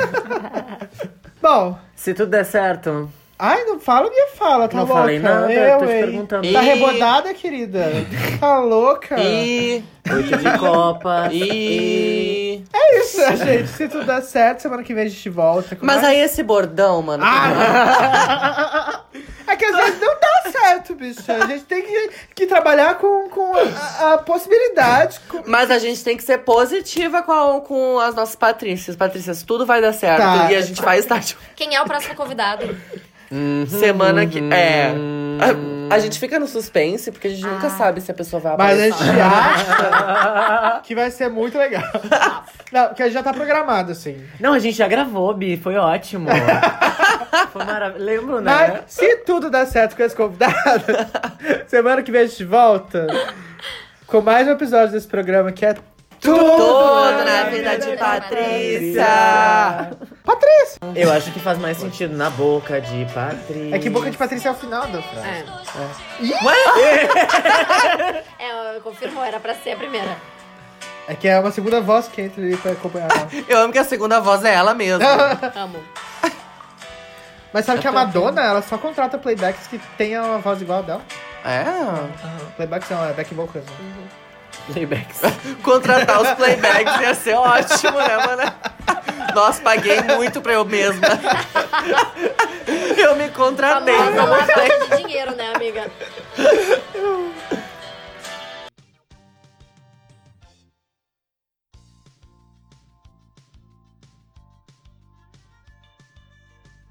[SPEAKER 4] Bom,
[SPEAKER 10] Se tudo der certo.
[SPEAKER 4] ai, não fala minha fala, tá
[SPEAKER 10] Não
[SPEAKER 4] louca?
[SPEAKER 10] falei nada,
[SPEAKER 4] eu,
[SPEAKER 10] tô te
[SPEAKER 4] hein?
[SPEAKER 10] perguntando.
[SPEAKER 4] Tá
[SPEAKER 7] Ih.
[SPEAKER 4] rebodada, querida? Tá louca?
[SPEAKER 7] E.
[SPEAKER 10] Oito de Copa.
[SPEAKER 7] E.
[SPEAKER 4] É isso, né, gente. Se tudo der certo, semana que vem a gente volta. é? com
[SPEAKER 7] Mas
[SPEAKER 4] mais-
[SPEAKER 7] aí esse bordão, mano.
[SPEAKER 4] Ah, não. É que às vezes não dá certo, bicha. A gente tem que, que trabalhar com, com a, a possibilidade. com-
[SPEAKER 1] Mas a gente tem que ser positiva com, a- com as nossas Patrícias. Patrícias, tudo vai dar certo.
[SPEAKER 4] Tá.
[SPEAKER 1] E a gente vai estar de
[SPEAKER 5] Quem é o próximo convidado?
[SPEAKER 1] Uhum. semana que. É. A, a gente fica no suspense, porque a gente nunca sabe se a pessoa vai
[SPEAKER 4] Ah. Mas a
[SPEAKER 1] aparecer.
[SPEAKER 4] gente acha que vai ser muito legal. Não, porque já tá programado, assim.
[SPEAKER 10] Não, a gente já gravou, Bi, foi ótimo. foi maravilhoso. Lembro, né?
[SPEAKER 4] Mas se tudo dá certo com esse convidado, semana que vem a gente volta com mais um episódio desse programa que é
[SPEAKER 1] Tudo na vida de Patrícia!
[SPEAKER 4] Patrícia!
[SPEAKER 10] Eu acho que faz mais sentido na boca de Patrícia.
[SPEAKER 4] É que boca de Patrícia é o final da frase.
[SPEAKER 5] É, eu confirmo, era pra ser a primeira.
[SPEAKER 4] É que é uma segunda voz que entra ali pra acompanhar. ela.
[SPEAKER 1] Eu amo que a segunda voz é ela mesma.
[SPEAKER 5] Amo.
[SPEAKER 4] Mas sabe que a Madonna, ela só contrata playbacks que tenham uma voz igual a dela?
[SPEAKER 1] É.
[SPEAKER 4] Playbacks não, é back vocals. né?
[SPEAKER 10] Playbacks.
[SPEAKER 1] Contratar os playbacks ia ser ótimo, né, mano? Nossa, paguei muito pra eu mesma. Eu me contratei. Tá
[SPEAKER 5] Famosa lavagem de dinheiro, né, amiga?